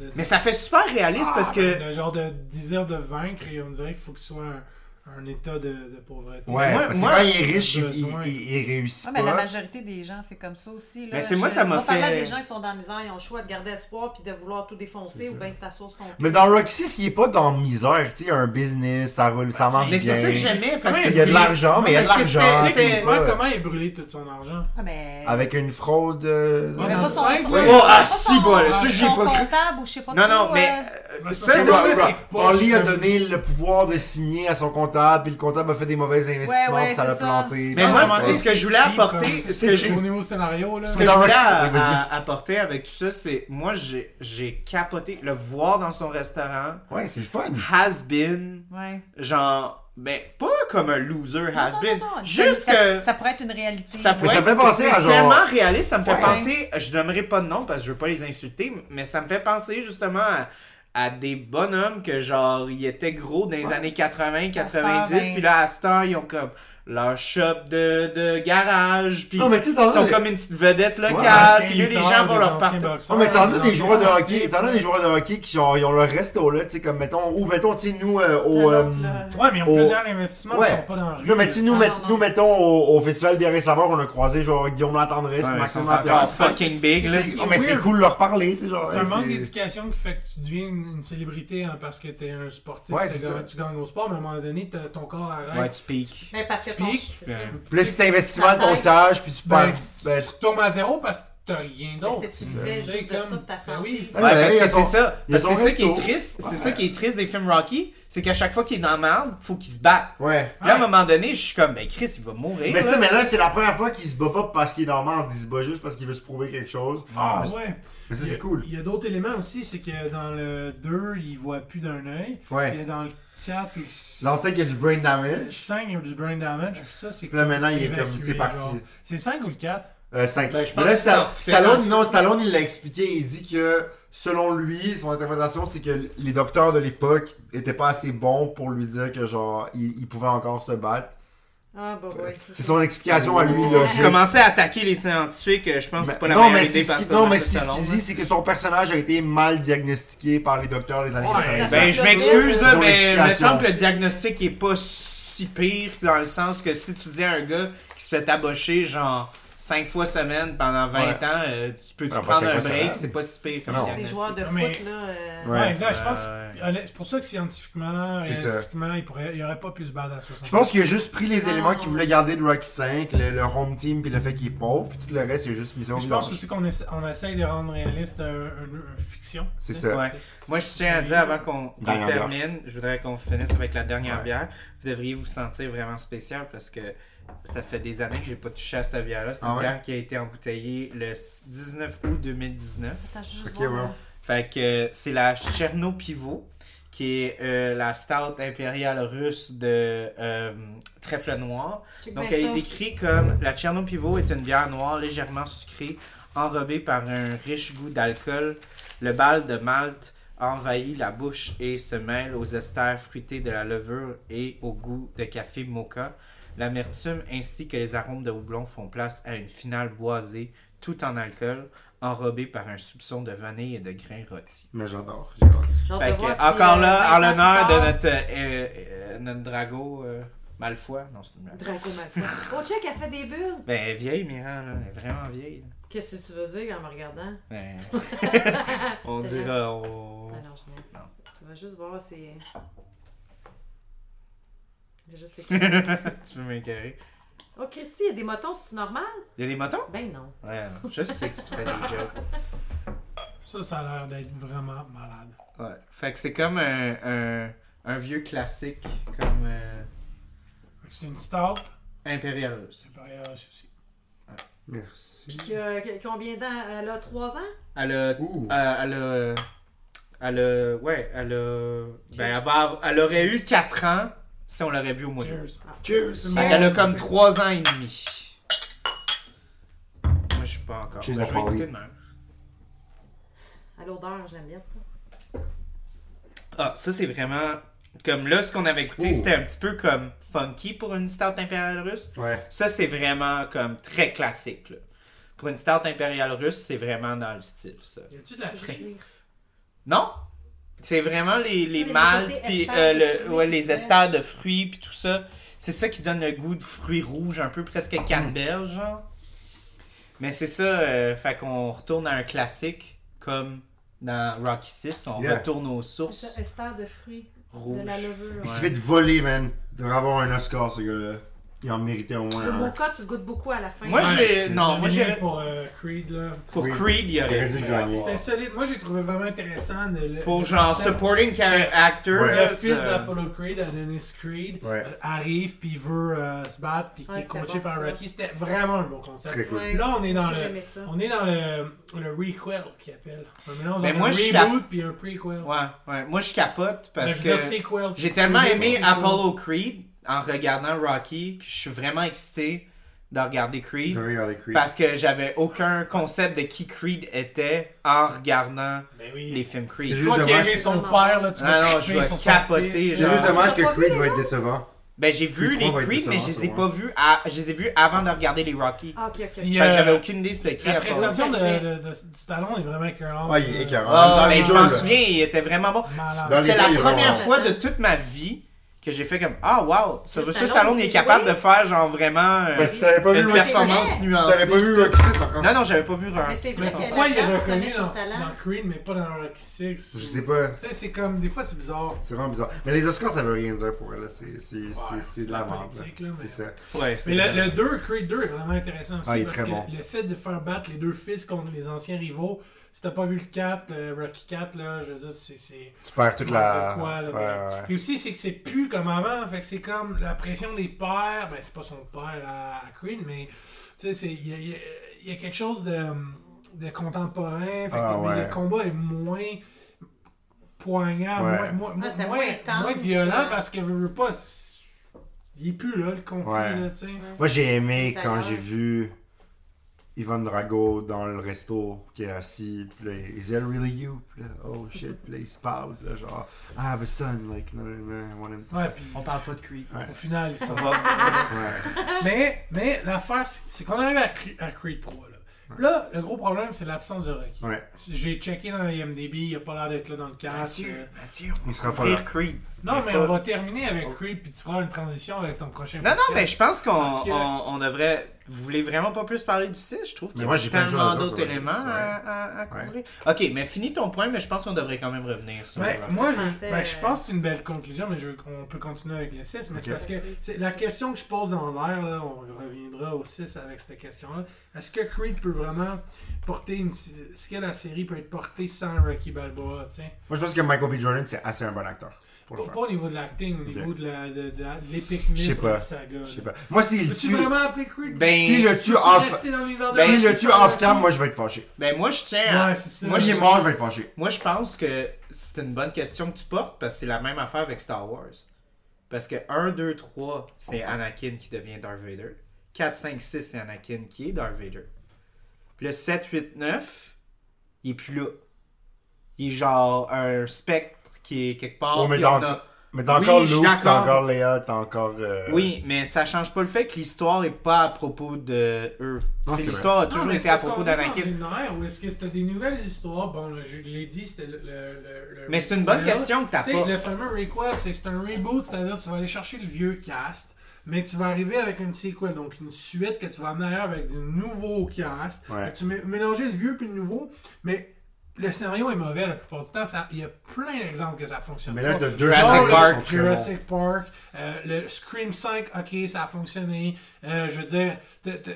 [SPEAKER 5] de-
[SPEAKER 2] Mais ça fait super réaliste parce que
[SPEAKER 5] Le genre de désir de vaincre et on dirait qu'il faut que ce soit un, un état de, de pauvreté.
[SPEAKER 3] Ouais,
[SPEAKER 2] Moi-
[SPEAKER 3] parce que
[SPEAKER 2] moi-
[SPEAKER 3] quand il est riche, il, il,
[SPEAKER 5] Besoin.
[SPEAKER 3] il- il réussit
[SPEAKER 4] Ouais, Ah, mais la
[SPEAKER 3] pas.
[SPEAKER 4] majorité des gens, c'est comme ça aussi. Là.
[SPEAKER 2] Mais c'est moi,
[SPEAKER 4] Je-
[SPEAKER 2] ça m'a
[SPEAKER 4] on parlait
[SPEAKER 2] fait-
[SPEAKER 4] des gens qui sont dans la misère, ils ont le choix de garder espoir puis de vouloir tout défoncer ou bien de t'asseoir sur ton cul.
[SPEAKER 3] Mais dans Rocky 6, il est pas dans misère, tu sais, il y a un business, ça roule, ça marche
[SPEAKER 2] Ah, Mais
[SPEAKER 3] bien.
[SPEAKER 2] c'est ça que j'aimais parce
[SPEAKER 5] Ouais,
[SPEAKER 2] que
[SPEAKER 3] Il y a de
[SPEAKER 2] c'est-
[SPEAKER 3] l'argent, mais il y a de
[SPEAKER 2] parce que
[SPEAKER 3] l'argent.
[SPEAKER 2] c'était-
[SPEAKER 3] puis-
[SPEAKER 2] c'était-
[SPEAKER 5] Techniquement, comment il brûlait tout son argent
[SPEAKER 4] Ah, mais...
[SPEAKER 3] Avec une fraude. euh,
[SPEAKER 5] Ouais,
[SPEAKER 4] Mais
[SPEAKER 5] dans
[SPEAKER 4] pas
[SPEAKER 5] le
[SPEAKER 4] son...
[SPEAKER 5] cinq,
[SPEAKER 4] son-
[SPEAKER 5] là.
[SPEAKER 4] pas
[SPEAKER 2] Oh, ah,
[SPEAKER 4] son-
[SPEAKER 2] si, bon, là, ça,
[SPEAKER 4] son
[SPEAKER 2] j'ai pas cru.
[SPEAKER 4] comptable ou je sais pas
[SPEAKER 2] Non, non,
[SPEAKER 4] trop,
[SPEAKER 2] mais
[SPEAKER 4] euh,
[SPEAKER 5] Parce que
[SPEAKER 3] C'est
[SPEAKER 5] c'est
[SPEAKER 3] vrai,
[SPEAKER 5] pas- c'est pas-
[SPEAKER 3] Oli a donné le pouvoir de signer à son comptable, puis le comptable a fait des mauvais investissements,
[SPEAKER 4] ouais,
[SPEAKER 3] puis ça
[SPEAKER 4] c'est
[SPEAKER 3] l'a
[SPEAKER 4] ça.
[SPEAKER 3] planté.
[SPEAKER 2] Mais
[SPEAKER 5] Non,
[SPEAKER 2] moi,
[SPEAKER 5] non,
[SPEAKER 2] c'est-
[SPEAKER 5] mais
[SPEAKER 2] ce que je voulais
[SPEAKER 5] c'est cheap,
[SPEAKER 2] apporter,
[SPEAKER 5] comme-
[SPEAKER 2] ce que je,
[SPEAKER 5] au niveau scénario, là.
[SPEAKER 2] ce que je
[SPEAKER 3] hein. Non,
[SPEAKER 2] voulais
[SPEAKER 3] vas-y.
[SPEAKER 2] à- à- apporter avec tout ça, c'est moi, j'ai- j'ai capoté le voir dans son restaurant.
[SPEAKER 3] Ouais, c'est le fun.
[SPEAKER 2] Has been,
[SPEAKER 4] Ouais.
[SPEAKER 2] genre, ben, pas comme un loser has been,
[SPEAKER 4] Non, non, non,
[SPEAKER 2] juste
[SPEAKER 4] ça-
[SPEAKER 2] que.
[SPEAKER 4] Ça pourrait être une réalité.
[SPEAKER 2] Ça pourrait
[SPEAKER 3] ça
[SPEAKER 2] être-
[SPEAKER 3] fait penser à
[SPEAKER 2] c'est
[SPEAKER 3] genre-
[SPEAKER 2] tellement réaliste, ça me fait
[SPEAKER 3] Ouais.
[SPEAKER 2] penser, je nommerai pas de nom parce que je veux pas les insulter, mais ça me fait penser justement à, à des bonhommes que genre, ils étaient gros dans les années 80,
[SPEAKER 4] star,
[SPEAKER 2] 90,
[SPEAKER 4] ben.
[SPEAKER 2] puis là, à Star, ils ont comme leur shop de, de garage, puis
[SPEAKER 3] Non, mais tu sais, dans
[SPEAKER 2] ils sont
[SPEAKER 3] les-
[SPEAKER 2] comme une petite vedette
[SPEAKER 5] Ouais,
[SPEAKER 2] locale,
[SPEAKER 5] anciens
[SPEAKER 2] puis là, les
[SPEAKER 5] lutteurs,
[SPEAKER 2] gens vont
[SPEAKER 5] des
[SPEAKER 2] leur
[SPEAKER 5] anciens
[SPEAKER 2] partir.
[SPEAKER 3] Non,
[SPEAKER 5] boxeurs,
[SPEAKER 3] Oh, mais t'en as des
[SPEAKER 5] anciens
[SPEAKER 3] joueurs de
[SPEAKER 5] anciens-
[SPEAKER 3] hockey, t'en as des joueurs de hockey qui genre, ils ont leur resto là, tu sais, comme mettons, ou mettons, tu sais, nous, euh,
[SPEAKER 4] Là,
[SPEAKER 3] au. euh,
[SPEAKER 4] l'autre, là.
[SPEAKER 5] Ouais, mais ils ont
[SPEAKER 3] Oh.
[SPEAKER 5] plusieurs investissements
[SPEAKER 3] Ouais.
[SPEAKER 5] qui sont pas dans la rue.
[SPEAKER 3] Non, mais tu sais, nous,
[SPEAKER 4] Non,
[SPEAKER 3] met-
[SPEAKER 4] Ah, non, non.
[SPEAKER 3] nous mettons au, au festival des Saveur, on a croisé genre Guillaume Lantendresse,
[SPEAKER 1] Ouais,
[SPEAKER 3] Maxime
[SPEAKER 1] ils sont encore
[SPEAKER 3] Lapierre.
[SPEAKER 2] C'est fucking big, là.
[SPEAKER 3] C'est- oh, mais c'est cool de leur parler, tu sais, genre.
[SPEAKER 5] C'est un
[SPEAKER 3] ouais,
[SPEAKER 5] manque
[SPEAKER 3] c'est-
[SPEAKER 5] d'éducation qui fait que tu deviens une, une célébrité hein, parce que t'es un sportif,
[SPEAKER 3] Ouais,
[SPEAKER 5] t'es
[SPEAKER 3] c'est
[SPEAKER 5] gagné-
[SPEAKER 3] ça.
[SPEAKER 5] tu gagnes au sport, mais à un moment donné, t'as- ton corps arrête.
[SPEAKER 2] Ouais, tu piques.
[SPEAKER 4] Mais parce que ton...
[SPEAKER 5] Pique,
[SPEAKER 4] c'est
[SPEAKER 5] ben,
[SPEAKER 2] euh,
[SPEAKER 4] ça.
[SPEAKER 3] Puis là, si t'investis mal ton cash, puis tu
[SPEAKER 5] ben,
[SPEAKER 3] perds.
[SPEAKER 5] tu tombes à zéro parce que t'as rien d'autre.
[SPEAKER 4] Mais c'était- tu vivais
[SPEAKER 5] Tu sais,
[SPEAKER 4] juste de ça, de ta
[SPEAKER 5] ben
[SPEAKER 4] santé.
[SPEAKER 5] oui.
[SPEAKER 3] Ouais,
[SPEAKER 2] Ouais,
[SPEAKER 3] mais il y a
[SPEAKER 2] parce que
[SPEAKER 3] ton-
[SPEAKER 2] c'est ça.
[SPEAKER 3] il y a
[SPEAKER 2] Parce que
[SPEAKER 3] ton
[SPEAKER 2] c'est ça qui est
[SPEAKER 3] resto.
[SPEAKER 2] triste. C'est
[SPEAKER 3] Ouais.
[SPEAKER 2] ça qui est triste des films Rocky. C'est qu'à chaque fois qu'il est dans la merde, faut qu'il se batte.
[SPEAKER 3] Ouais.
[SPEAKER 2] Puis là, à un
[SPEAKER 5] Ouais.
[SPEAKER 2] moment donné, je suis comme, ben Chris, il va mourir. là.
[SPEAKER 3] Mais ça, mais là, c'est la première fois qu'il se bat pas parce qu'il est normand, il se bat juste parce qu'il veut se prouver quelque chose.
[SPEAKER 5] Ah ouais.
[SPEAKER 3] Mais ça,
[SPEAKER 5] Il y a-
[SPEAKER 3] c'est cool.
[SPEAKER 5] Il y a d'autres éléments aussi, c'est que dans le 2, il voit plus d'un œil.
[SPEAKER 3] Ouais.
[SPEAKER 5] Puis dans le 4 ou
[SPEAKER 3] L'enseigne, il y a du brain
[SPEAKER 5] le
[SPEAKER 3] damage.
[SPEAKER 5] 5, il y a du brain damage. Puis ça, c'est
[SPEAKER 3] Puis là, maintenant, il est
[SPEAKER 5] évacué,
[SPEAKER 3] comme, c'est parti.
[SPEAKER 5] genre. C'est 5 ou le 4
[SPEAKER 3] Euh, 5.
[SPEAKER 2] Ben, je pense
[SPEAKER 3] mais là,
[SPEAKER 2] qu'il
[SPEAKER 3] Sta-
[SPEAKER 2] s'en foutait
[SPEAKER 3] Stallone,
[SPEAKER 2] dans-
[SPEAKER 3] non, Stallone, il l'a expliqué. Il dit que, selon lui, son interprétation, c'est que les docteurs de l'époque étaient pas assez bons pour lui dire que, genre, il, il pouvait encore se battre.
[SPEAKER 4] Ah, bah ouais.
[SPEAKER 3] C'est son explication à lui, là.
[SPEAKER 2] Je
[SPEAKER 3] J'ai-
[SPEAKER 2] commençais à attaquer les scientifiques, euh, je pense que c'est pas la
[SPEAKER 3] Ben, non,
[SPEAKER 2] meilleure
[SPEAKER 3] mais
[SPEAKER 2] idée
[SPEAKER 3] c'est ce
[SPEAKER 2] parce
[SPEAKER 3] qui-
[SPEAKER 2] que
[SPEAKER 3] non,
[SPEAKER 2] ça hein.
[SPEAKER 3] mais
[SPEAKER 2] marche
[SPEAKER 3] ce qu'il
[SPEAKER 2] à
[SPEAKER 3] dit, c'est que son personnage a été mal diagnostiqué par les docteurs des années
[SPEAKER 5] Ouais,
[SPEAKER 3] 90.
[SPEAKER 4] ça-
[SPEAKER 2] Ben, je m'excuse,
[SPEAKER 3] Ils
[SPEAKER 2] là,
[SPEAKER 3] ont
[SPEAKER 2] mais il me
[SPEAKER 3] l'explication.
[SPEAKER 2] semble que le diagnostic est pas si pire dans le sens que si tu dis à un gars qui se fait tabocher, genre, 5 fois semaine pendant 20
[SPEAKER 3] Ouais.
[SPEAKER 2] ans, euh, tu peux-tu
[SPEAKER 3] Ah, pas
[SPEAKER 2] prendre
[SPEAKER 3] cinq
[SPEAKER 2] un
[SPEAKER 3] fois
[SPEAKER 2] break,
[SPEAKER 3] semaine.
[SPEAKER 2] c'est pas si pire comme
[SPEAKER 3] Non.
[SPEAKER 4] Des
[SPEAKER 2] diagnostic.
[SPEAKER 4] joueurs de
[SPEAKER 5] Mais-
[SPEAKER 4] foot, là... euh,
[SPEAKER 3] Ouais.
[SPEAKER 5] Ouais, exact. Je pense.
[SPEAKER 2] Ouais.
[SPEAKER 5] honnête- C'est pour ça que scientifiquement,
[SPEAKER 3] C'est ça.
[SPEAKER 5] réalistiquement, il pourrait, il aurait pas pu se battre à 60.
[SPEAKER 3] Je pense qu'il a juste pris les
[SPEAKER 4] Non.
[SPEAKER 3] éléments qu'il voulait garder de Rocky 5, le, le home team, puis le fait qu'il est pauvre, puis tout le reste, il a juste mis ça au
[SPEAKER 5] Je pense
[SPEAKER 3] village.
[SPEAKER 5] aussi qu'on essa- on essaye de rendre réaliste un- un- une fiction.
[SPEAKER 3] C'est
[SPEAKER 5] tu sais.
[SPEAKER 3] ça.
[SPEAKER 2] Ouais. Moi, je tiens à dire avant qu'on qu'on
[SPEAKER 3] Dernière bière.
[SPEAKER 2] termine, je voudrais qu'on finisse avec la dernière
[SPEAKER 3] Ouais.
[SPEAKER 2] bière. Vous devriez vous sentir vraiment spécial parce que ça fait des années que j'ai pas touché à cette bière-là. C'est une
[SPEAKER 3] Ah ouais?
[SPEAKER 2] bière qui a été embouteillée le 19 août 2019.
[SPEAKER 4] attends, je veux juste
[SPEAKER 3] Ok,
[SPEAKER 4] voir,
[SPEAKER 3] ouais.
[SPEAKER 4] là.
[SPEAKER 2] Fait que euh, c'est la Cherno Pivot, qui est euh, la stout impériale russe de euh, Trèfle Noir.
[SPEAKER 4] Check
[SPEAKER 2] Donc
[SPEAKER 4] bien
[SPEAKER 2] elle
[SPEAKER 4] ça.
[SPEAKER 2] est décrite comme la Cherno Pivot est une bière noire légèrement sucrée, enrobée par un riche goût d'alcool. Le bal de Malte envahit la bouche et se mêle aux esters fruités de la levure et au goût de café mocha. L'amertume ainsi que les arômes de houblon font place à une finale boisée, tout en alcool, enrobée par un soupçon de vanille et de grains rôtis.
[SPEAKER 3] Mais j'adore, j'ai hâte.
[SPEAKER 4] J'ai hâte de
[SPEAKER 2] Fait que,
[SPEAKER 4] voir si,
[SPEAKER 2] encore
[SPEAKER 4] euh,
[SPEAKER 2] là, en
[SPEAKER 4] 20 ans
[SPEAKER 2] l'honneur
[SPEAKER 4] plus
[SPEAKER 2] de
[SPEAKER 4] tard,
[SPEAKER 2] notre, euh, euh, euh, notre Drago euh, Malfoy. Non, c'est une blague.
[SPEAKER 4] Draco
[SPEAKER 2] [laughs]
[SPEAKER 4] Malfoy. Oh, check, elle fait des bulles.
[SPEAKER 2] Ben, elle est vieille, Mira, là. Elle est vraiment vieille. là.
[SPEAKER 4] Qu'est-ce que tu veux dire en me regardant? [laughs]
[SPEAKER 2] Ben, on
[SPEAKER 4] Je te
[SPEAKER 2] dira. On...
[SPEAKER 4] Ah non, je me laisse.
[SPEAKER 2] Oh. Non.
[SPEAKER 4] On va juste voir si... J'ai juste écrit.
[SPEAKER 2] [laughs] tu peux m'écœurer.
[SPEAKER 4] Oh, Christy, il y a des motons, c'est-tu normal?
[SPEAKER 2] Il y a des motons?
[SPEAKER 4] Ben non.
[SPEAKER 2] Ouais, non, je sais que tu fais des jokes.
[SPEAKER 5] Ça, ça a l'air d'être vraiment malade.
[SPEAKER 2] Ouais. Fait que c'est comme un, un, un vieux classique, comme euh,
[SPEAKER 5] C'est une stout.
[SPEAKER 2] Impérial Russe.
[SPEAKER 5] C'est pas rien souci.
[SPEAKER 3] Merci.
[SPEAKER 4] Puis que- que- combien d'ans? Elle a 3 ans?
[SPEAKER 2] Elle a.
[SPEAKER 3] Ouh.
[SPEAKER 2] euh, elle a. Elle a. Ouais, elle a. Ben, elle,
[SPEAKER 4] Cheers.
[SPEAKER 2] va avoir- elle aurait eu 4 ans si on l'aurait bu au mois d'août.
[SPEAKER 5] Cheers.
[SPEAKER 4] Ah,
[SPEAKER 3] Cheers.
[SPEAKER 2] Fait qu'elle a comme 3 ans et demi. Moi, je suis pas encore.
[SPEAKER 3] Cheers,
[SPEAKER 2] Ben, je vais
[SPEAKER 3] Jean-Paul.
[SPEAKER 2] écouter demain.
[SPEAKER 4] À l'odeur, j'aime bien.
[SPEAKER 2] Ah, ça, c'est vraiment. Comme là, ce qu'on avait écouté,
[SPEAKER 3] Ouh.
[SPEAKER 2] c'était un petit peu comme funky pour une stout impériale russe.
[SPEAKER 3] Ouais.
[SPEAKER 2] Ça, c'est vraiment comme très classique. là. Pour une stout impériale russe, c'est vraiment dans le style, ça.
[SPEAKER 5] Y a-tu de la cerise?
[SPEAKER 2] Non? C'est vraiment les, les
[SPEAKER 4] Oui, le
[SPEAKER 2] maltes,
[SPEAKER 4] côté
[SPEAKER 2] puis
[SPEAKER 4] esters
[SPEAKER 2] euh,
[SPEAKER 4] de
[SPEAKER 2] le-
[SPEAKER 4] fruits
[SPEAKER 2] ouais,
[SPEAKER 4] qui
[SPEAKER 2] les
[SPEAKER 4] fait.
[SPEAKER 2] esters de fruits, puis tout ça. C'est ça qui donne le goût de fruits rouges, un peu presque
[SPEAKER 3] Mm.
[SPEAKER 2] canneberge, genre. Mais c'est ça, euh, fait qu'on retourne à un classique, comme dans Rocky 6, on
[SPEAKER 3] Yeah.
[SPEAKER 2] retourne aux sources
[SPEAKER 4] Esther euh, de fruits, de
[SPEAKER 2] rouges.
[SPEAKER 4] la levure.
[SPEAKER 3] Il s'est
[SPEAKER 2] Ouais.
[SPEAKER 3] fait voler, man, de avoir un Oscar, ce gars-là. Il en méritait au moins
[SPEAKER 4] Le
[SPEAKER 3] un.
[SPEAKER 4] Boca, tu le goûtes beaucoup à la fin.
[SPEAKER 2] Moi,
[SPEAKER 5] Ouais,
[SPEAKER 2] j'ai.
[SPEAKER 3] c'est
[SPEAKER 2] Non, moi, j'ai.
[SPEAKER 5] pour euh, Creed, là.
[SPEAKER 2] Pour
[SPEAKER 3] Oui.
[SPEAKER 2] Creed, il y
[SPEAKER 3] Il aurait dû
[SPEAKER 2] aurait.
[SPEAKER 3] gagner.
[SPEAKER 5] C'était solide. Moi, j'ai trouvé vraiment intéressant. de- le-
[SPEAKER 2] Pour
[SPEAKER 5] le
[SPEAKER 2] genre
[SPEAKER 5] concept.
[SPEAKER 2] supporting char- actor.
[SPEAKER 3] Ouais.
[SPEAKER 5] Le
[SPEAKER 2] là,
[SPEAKER 5] fils
[SPEAKER 2] ça-
[SPEAKER 5] d'Apollo Creed, Adonis Creed,
[SPEAKER 3] Ouais.
[SPEAKER 5] euh, arrive puis il veut euh, se battre puis qui
[SPEAKER 4] Ouais,
[SPEAKER 5] est
[SPEAKER 4] c'était
[SPEAKER 5] coaché
[SPEAKER 4] bon,
[SPEAKER 5] par
[SPEAKER 4] ça.
[SPEAKER 5] Rocky. C'était vraiment un bon concept.
[SPEAKER 3] Très cool.
[SPEAKER 4] Ouais.
[SPEAKER 5] Là, on est dans
[SPEAKER 4] Ça,
[SPEAKER 5] le,
[SPEAKER 4] j'aimais ça.
[SPEAKER 5] on est dans le, le requel qui appelle. Un mélange
[SPEAKER 2] Mais
[SPEAKER 5] entre
[SPEAKER 2] moi,
[SPEAKER 5] un
[SPEAKER 2] je suis
[SPEAKER 5] reboot puis un prequel.
[SPEAKER 2] Ouais, ouais. Moi, je capote
[SPEAKER 5] Ben,
[SPEAKER 2] parce
[SPEAKER 5] je
[SPEAKER 2] que.
[SPEAKER 5] veux dire sequel.
[SPEAKER 2] J'ai tellement
[SPEAKER 5] Reboot,
[SPEAKER 2] aimé
[SPEAKER 5] sequel.
[SPEAKER 2] Apollo Creed en regardant Rocky que je suis vraiment excité de regarder Creed.
[SPEAKER 3] De regarder Creed.
[SPEAKER 2] Parce que j'avais aucun concept de qui Creed était en regardant
[SPEAKER 5] Ben oui.
[SPEAKER 2] les films
[SPEAKER 3] C'est
[SPEAKER 2] Creed.
[SPEAKER 3] juste-
[SPEAKER 5] Toi qui
[SPEAKER 3] dommage
[SPEAKER 5] aimais
[SPEAKER 3] que-
[SPEAKER 5] son père, là, tu
[SPEAKER 2] Ah
[SPEAKER 5] vas
[SPEAKER 2] non, je
[SPEAKER 5] triper
[SPEAKER 2] vais
[SPEAKER 5] sur son
[SPEAKER 2] capoter,
[SPEAKER 5] fils.
[SPEAKER 3] C'est juste
[SPEAKER 2] genre.
[SPEAKER 3] dommage que
[SPEAKER 4] T'as pas
[SPEAKER 3] Creed
[SPEAKER 4] vu
[SPEAKER 3] va être décevant.
[SPEAKER 2] Ben j'ai vu
[SPEAKER 3] Creed
[SPEAKER 2] les
[SPEAKER 3] trois va être
[SPEAKER 2] Creed, mais je
[SPEAKER 3] décevant,
[SPEAKER 2] les ai
[SPEAKER 3] ça,
[SPEAKER 2] pas
[SPEAKER 3] ouais.
[SPEAKER 2] vus à... je les ai vus avant de regarder les Rocky.
[SPEAKER 4] Ah, ok, ok.
[SPEAKER 5] Puis,
[SPEAKER 2] Fait
[SPEAKER 5] euh,
[SPEAKER 2] que j'avais aucune idée c'était qui
[SPEAKER 5] La
[SPEAKER 2] Apollo.
[SPEAKER 5] présentation de,
[SPEAKER 4] Creed.
[SPEAKER 5] de, de, de Stallone est vraiment écœurante.
[SPEAKER 3] Ah, il est écœurant.
[SPEAKER 2] Ah,
[SPEAKER 3] Dans les
[SPEAKER 2] mais je
[SPEAKER 3] deux,
[SPEAKER 2] m'en
[SPEAKER 3] là.
[SPEAKER 2] souviens, il était vraiment bon.
[SPEAKER 5] Malade.
[SPEAKER 3] Dans les
[SPEAKER 2] C'était la
[SPEAKER 3] deux, il est
[SPEAKER 2] première
[SPEAKER 3] vraiment
[SPEAKER 2] fois de toute ma vie que j'ai fait comme ah wow, ça veut
[SPEAKER 4] Le
[SPEAKER 2] ça
[SPEAKER 4] Stallone,
[SPEAKER 2] Stallone il est
[SPEAKER 4] c'est
[SPEAKER 2] capable
[SPEAKER 4] joué.
[SPEAKER 2] de faire genre vraiment euh,
[SPEAKER 3] Fait que Ben, si t'avais pas vu
[SPEAKER 2] une
[SPEAKER 3] Rocky
[SPEAKER 2] performance
[SPEAKER 4] vrai.
[SPEAKER 3] six- T'avais
[SPEAKER 2] nuancée.
[SPEAKER 3] pas vu Rocky 6 encore.
[SPEAKER 2] Non non, j'avais pas vu
[SPEAKER 4] Mais c'est
[SPEAKER 5] Mais
[SPEAKER 4] vrai
[SPEAKER 2] Rocky.
[SPEAKER 4] qu'elle-
[SPEAKER 5] pourquoi il est
[SPEAKER 4] Là-dedans, tu
[SPEAKER 5] reconnu
[SPEAKER 4] connais son
[SPEAKER 5] dans,
[SPEAKER 4] talent.
[SPEAKER 5] dans Creed mais pas dans Rocky 6
[SPEAKER 3] Je sais pas.
[SPEAKER 5] Tu sais, c'est comme. Des fois, c'est bizarre.
[SPEAKER 3] C'est vraiment bizarre. Mais les Oscars, ça veut rien dire pour elle. là. C'est c'est- c'est-
[SPEAKER 5] c'est
[SPEAKER 3] c'est de
[SPEAKER 5] la
[SPEAKER 3] la merde.
[SPEAKER 5] politique,
[SPEAKER 3] là.
[SPEAKER 5] là, mais-
[SPEAKER 3] C'est ça.
[SPEAKER 2] Ouais, c'est
[SPEAKER 5] Mais le,
[SPEAKER 2] vrai.
[SPEAKER 5] le 2, Creed 2 est vraiment intéressant aussi.
[SPEAKER 3] Ah, il est
[SPEAKER 5] parce
[SPEAKER 3] très
[SPEAKER 5] que
[SPEAKER 3] bon.
[SPEAKER 5] le fait de faire battre les deux fils contre les anciens rivaux, si t'as pas vu le 4, le Rocky 4, là, je veux dire, c'est. c'est-
[SPEAKER 3] Tu perds toute la.
[SPEAKER 5] de quoi, là,
[SPEAKER 3] Ouais,
[SPEAKER 5] mais-
[SPEAKER 3] ouais, ouais.
[SPEAKER 5] Puis aussi, c'est que c'est plus comme avant. Fait que c'est comme la pression des pères. Ben, c'est pas son père à, à Creed, mais. Tu sais, c'est- il y, a- il y a- il y a quelque chose de, de contemporain. Fait que
[SPEAKER 3] Ah,
[SPEAKER 5] le-
[SPEAKER 3] ouais.
[SPEAKER 5] le combat est moins poignant,
[SPEAKER 3] Ouais.
[SPEAKER 5] moins, moins,
[SPEAKER 4] Ah, c'était
[SPEAKER 5] moins,
[SPEAKER 4] moins intense,
[SPEAKER 5] moins violent
[SPEAKER 4] hein.
[SPEAKER 5] parce que veux, veux pas. c'est- Il est plus là, le conflit,
[SPEAKER 3] Ouais.
[SPEAKER 5] là, tu sais.
[SPEAKER 3] Moi, j'ai aimé
[SPEAKER 4] D'ailleurs.
[SPEAKER 3] quand j'ai vu Ivan Drago dans le resto qui est assis. Puis là, is that really you? Puis là, oh shit. Puis là, il se parle. Puis là, genre, I have a son. Like, no, no, no, I want him.
[SPEAKER 5] Ouais, puis
[SPEAKER 2] On parle pas de Creed.
[SPEAKER 5] au final, ça
[SPEAKER 2] Ça
[SPEAKER 5] va.
[SPEAKER 2] [laughs] va.
[SPEAKER 3] Ouais.
[SPEAKER 5] mais mais l'affaire, c'est c'est qu'on arrive à, Cre- à Creed 3. Là. là, le gros problème, c'est l'absence de Rocky.
[SPEAKER 3] Ouais.
[SPEAKER 5] J'ai checké dans IMDb, il a pas l'air d'être là dans le casque.
[SPEAKER 2] Mathieu,
[SPEAKER 5] euh.
[SPEAKER 2] Mathieu,
[SPEAKER 3] Il sera pas là.
[SPEAKER 2] Pire Creed.
[SPEAKER 5] Non, mais
[SPEAKER 2] pas- Oh.
[SPEAKER 5] on va terminer avec Creed, puis tu feras une transition avec ton prochain.
[SPEAKER 2] Non, non, mais je pense qu'on
[SPEAKER 5] Parce que-
[SPEAKER 2] on, on devrait. Vous voulez vraiment pas plus parler du 6 Je trouve qu'il y
[SPEAKER 3] Mais moi,
[SPEAKER 2] a
[SPEAKER 3] j'ai plein de choses
[SPEAKER 2] tellement
[SPEAKER 3] à dire sur
[SPEAKER 2] d'autres
[SPEAKER 3] le six,
[SPEAKER 2] éléments à, à- à couvrir. Ok, mais finis ton point, mais je pense qu'on devrait quand même revenir sur.
[SPEAKER 5] Ben,
[SPEAKER 2] euh,
[SPEAKER 5] moi,
[SPEAKER 4] Ça,
[SPEAKER 5] je,
[SPEAKER 4] c'est-
[SPEAKER 5] ben, je pense que c'est une belle conclusion, mais je veux qu'on peut continuer avec le 6. Mais c'est
[SPEAKER 3] Ok.
[SPEAKER 5] parce que c'est la question que je pose dans l'air, là, on reviendra au 6 avec cette question-là. Est-ce que Creed peut vraiment porter une. Est-ce que la série peut être portée sans Rocky Balboa, tu sais?
[SPEAKER 3] Moi, je pense que Michael B. Jordan, c'est assez un bon acteur. Pour le
[SPEAKER 5] Pas,
[SPEAKER 3] faire.
[SPEAKER 5] pas au niveau de l'acting, au
[SPEAKER 3] Ok.
[SPEAKER 5] niveau de la- de- de la- de
[SPEAKER 3] Je sais
[SPEAKER 5] l'épicness de,
[SPEAKER 3] pas.
[SPEAKER 5] la saga.
[SPEAKER 3] Je sais
[SPEAKER 5] là.
[SPEAKER 3] pas. Moi, s'il
[SPEAKER 5] Peux-tu
[SPEAKER 3] tue.
[SPEAKER 5] vraiment appeler Creed?
[SPEAKER 2] Ben,
[SPEAKER 3] S'il le
[SPEAKER 5] tu
[SPEAKER 3] tue off.
[SPEAKER 5] rester dans l'univers de
[SPEAKER 2] Ben,
[SPEAKER 5] Rocky
[SPEAKER 3] S'il le tue
[SPEAKER 5] sans
[SPEAKER 3] off-cam,
[SPEAKER 5] Rocky?
[SPEAKER 3] moi, je vais être fâché.
[SPEAKER 2] Ben, moi, je tiens. à-
[SPEAKER 5] Ouais, c'est ça.
[SPEAKER 2] Moi,
[SPEAKER 3] Moi,
[SPEAKER 5] je-
[SPEAKER 3] il
[SPEAKER 2] j'ai-
[SPEAKER 3] est mort, je vais être fâché.
[SPEAKER 2] moi, je pense que c'est une bonne question que tu portes parce que c'est la même affaire avec Star Wars. Parce que 1, 2, 3, c'est Anakin qui devient Darth Vader. 4, 5, 6, c'est Anakin qui est Darth Vader. Puis le 7, 8, 9, il est plus là. Il est genre un spectre qui est quelque part.
[SPEAKER 3] Oh,
[SPEAKER 2] Ah,
[SPEAKER 3] mais
[SPEAKER 2] puis on
[SPEAKER 3] dans-
[SPEAKER 2] a-
[SPEAKER 3] Mais t'as
[SPEAKER 2] Oui,
[SPEAKER 3] encore
[SPEAKER 2] je suis
[SPEAKER 3] Luke, t'as
[SPEAKER 2] d'accord.
[SPEAKER 3] encore Leia, t'as encore. euh,
[SPEAKER 2] Oui, mais ça change pas le fait que l'histoire est pas à propos de eux.
[SPEAKER 3] Non,
[SPEAKER 2] C'est
[SPEAKER 3] c'est
[SPEAKER 2] l'histoire a
[SPEAKER 5] Non,
[SPEAKER 2] toujours
[SPEAKER 5] mais
[SPEAKER 2] été
[SPEAKER 5] c'est
[SPEAKER 2] à
[SPEAKER 5] parce
[SPEAKER 2] propos
[SPEAKER 5] qu'on est Dans
[SPEAKER 2] d'Anakin.
[SPEAKER 5] une ère où est-ce que c'était des nouvelles histoires? Bon, là, je l'ai dit, c'était le, le- le- le-
[SPEAKER 2] Mais c'est une bonne
[SPEAKER 5] le-
[SPEAKER 2] question que t'as
[SPEAKER 5] Tu sais,
[SPEAKER 2] pas.
[SPEAKER 5] Le fameux request, c'est c'est un reboot, c'est-à-dire tu vas aller chercher le vieux cast, mais tu vas arriver avec une sequel, donc une suite que tu vas amener ailleurs avec de nouveaux cast.
[SPEAKER 3] Ouais.
[SPEAKER 5] Fait que Tu mets- mélanger le vieux puis le nouveau, mais le scénario est mauvais la plupart du temps. ça- Il y a plein d'exemples que ça fonctionne.
[SPEAKER 3] Mais là,
[SPEAKER 5] pas.
[SPEAKER 3] t'as deux
[SPEAKER 2] Jurassic
[SPEAKER 3] films qui
[SPEAKER 2] Park,
[SPEAKER 3] sont très bons.
[SPEAKER 5] Jurassic Park, euh, le Scream 5, ok, ça a fonctionné. Euh, je veux dire, t'as- t'as-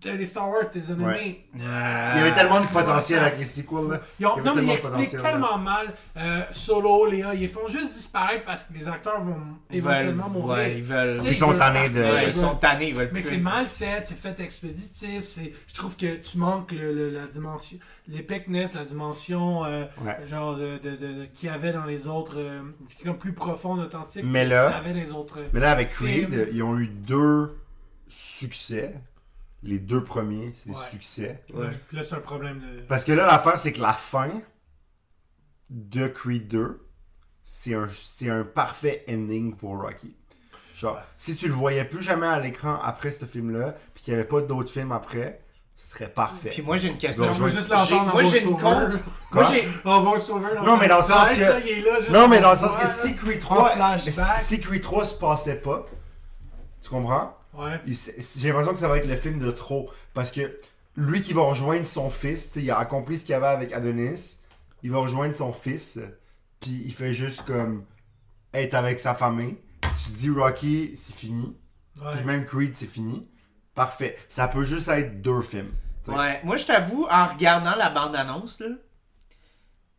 [SPEAKER 5] t'as les Star Wars, t'es ennemis.
[SPEAKER 3] Ouais.
[SPEAKER 5] Ah,
[SPEAKER 3] Il y avait tellement de
[SPEAKER 5] ça,
[SPEAKER 3] potentiel
[SPEAKER 5] ça-
[SPEAKER 3] avec les sequels. là.
[SPEAKER 5] Ils ont-
[SPEAKER 3] Il y avait
[SPEAKER 5] non, mais ils
[SPEAKER 3] tellement de
[SPEAKER 5] expliquent
[SPEAKER 3] potentiel, là.
[SPEAKER 5] tellement mal euh, Solo, Léa. Ils font juste disparaître parce que les acteurs vont
[SPEAKER 2] Ils veulent.
[SPEAKER 5] éventuellement mourir.
[SPEAKER 2] Ouais, ils veulent.
[SPEAKER 5] Tu sais,
[SPEAKER 3] Ils sont
[SPEAKER 5] veulent
[SPEAKER 3] tannés de-
[SPEAKER 5] partir,
[SPEAKER 2] Ouais,
[SPEAKER 5] ils
[SPEAKER 2] ils sont tannés, ils veulent
[SPEAKER 5] mais
[SPEAKER 2] plus.
[SPEAKER 5] c'est mal fait, c'est fait expéditif. C'est, je trouve que tu manques le- le- la dimension, l'épicness, la dimension euh,
[SPEAKER 3] Ouais.
[SPEAKER 5] genre de, de, de- de- qu'il y avait dans les autres, euh, comme plus profonde, authentique.
[SPEAKER 3] Mais là-
[SPEAKER 5] qu'il y avait dans les autres. euh,
[SPEAKER 3] Mais là, avec
[SPEAKER 5] Film.
[SPEAKER 3] Creed, ils ont eu deux succès. Les deux premiers, c'est des
[SPEAKER 5] Ouais.
[SPEAKER 3] succès.
[SPEAKER 5] Puis là, c'est un problème de.
[SPEAKER 3] Parce que là, l'affaire, c'est que la fin de Creed 2, c'est un, c'est un parfait ending pour Rocky. Genre, si tu le voyais plus jamais à l'écran après ce film-là, puis qu'il n'y avait pas d'autres films après, ce serait parfait.
[SPEAKER 2] Puis moi, j'ai une question.
[SPEAKER 3] Donc, je veux
[SPEAKER 5] juste
[SPEAKER 2] J'ai-
[SPEAKER 5] l'entendre en
[SPEAKER 2] Moi, j'ai une
[SPEAKER 5] voice-over.
[SPEAKER 2] contre. Moi,
[SPEAKER 3] Quoi?
[SPEAKER 2] j'ai.
[SPEAKER 5] Oh, Voiceover dans
[SPEAKER 3] Non, mais dans le sens que- non, mais dans le sens que si Creed 3,
[SPEAKER 5] flashback.
[SPEAKER 3] si Creed 3 se passait pas, tu comprends?
[SPEAKER 5] Ouais.
[SPEAKER 3] Il s- J'ai l'impression que ça va être le film de trop. Parce que lui qui va rejoindre son fils, tu sais, il a accompli ce qu'il y avait avec Adonis. Il va rejoindre son fils. Puis il fait juste comme être avec sa famille. Tu te dis, Rocky, c'est fini.
[SPEAKER 5] Ouais.
[SPEAKER 3] Puis même Creed, c'est fini. Parfait. Ça peut juste être deux films. tu sais.
[SPEAKER 2] Ouais, moi je t'avoue, en regardant la bande-annonce, là,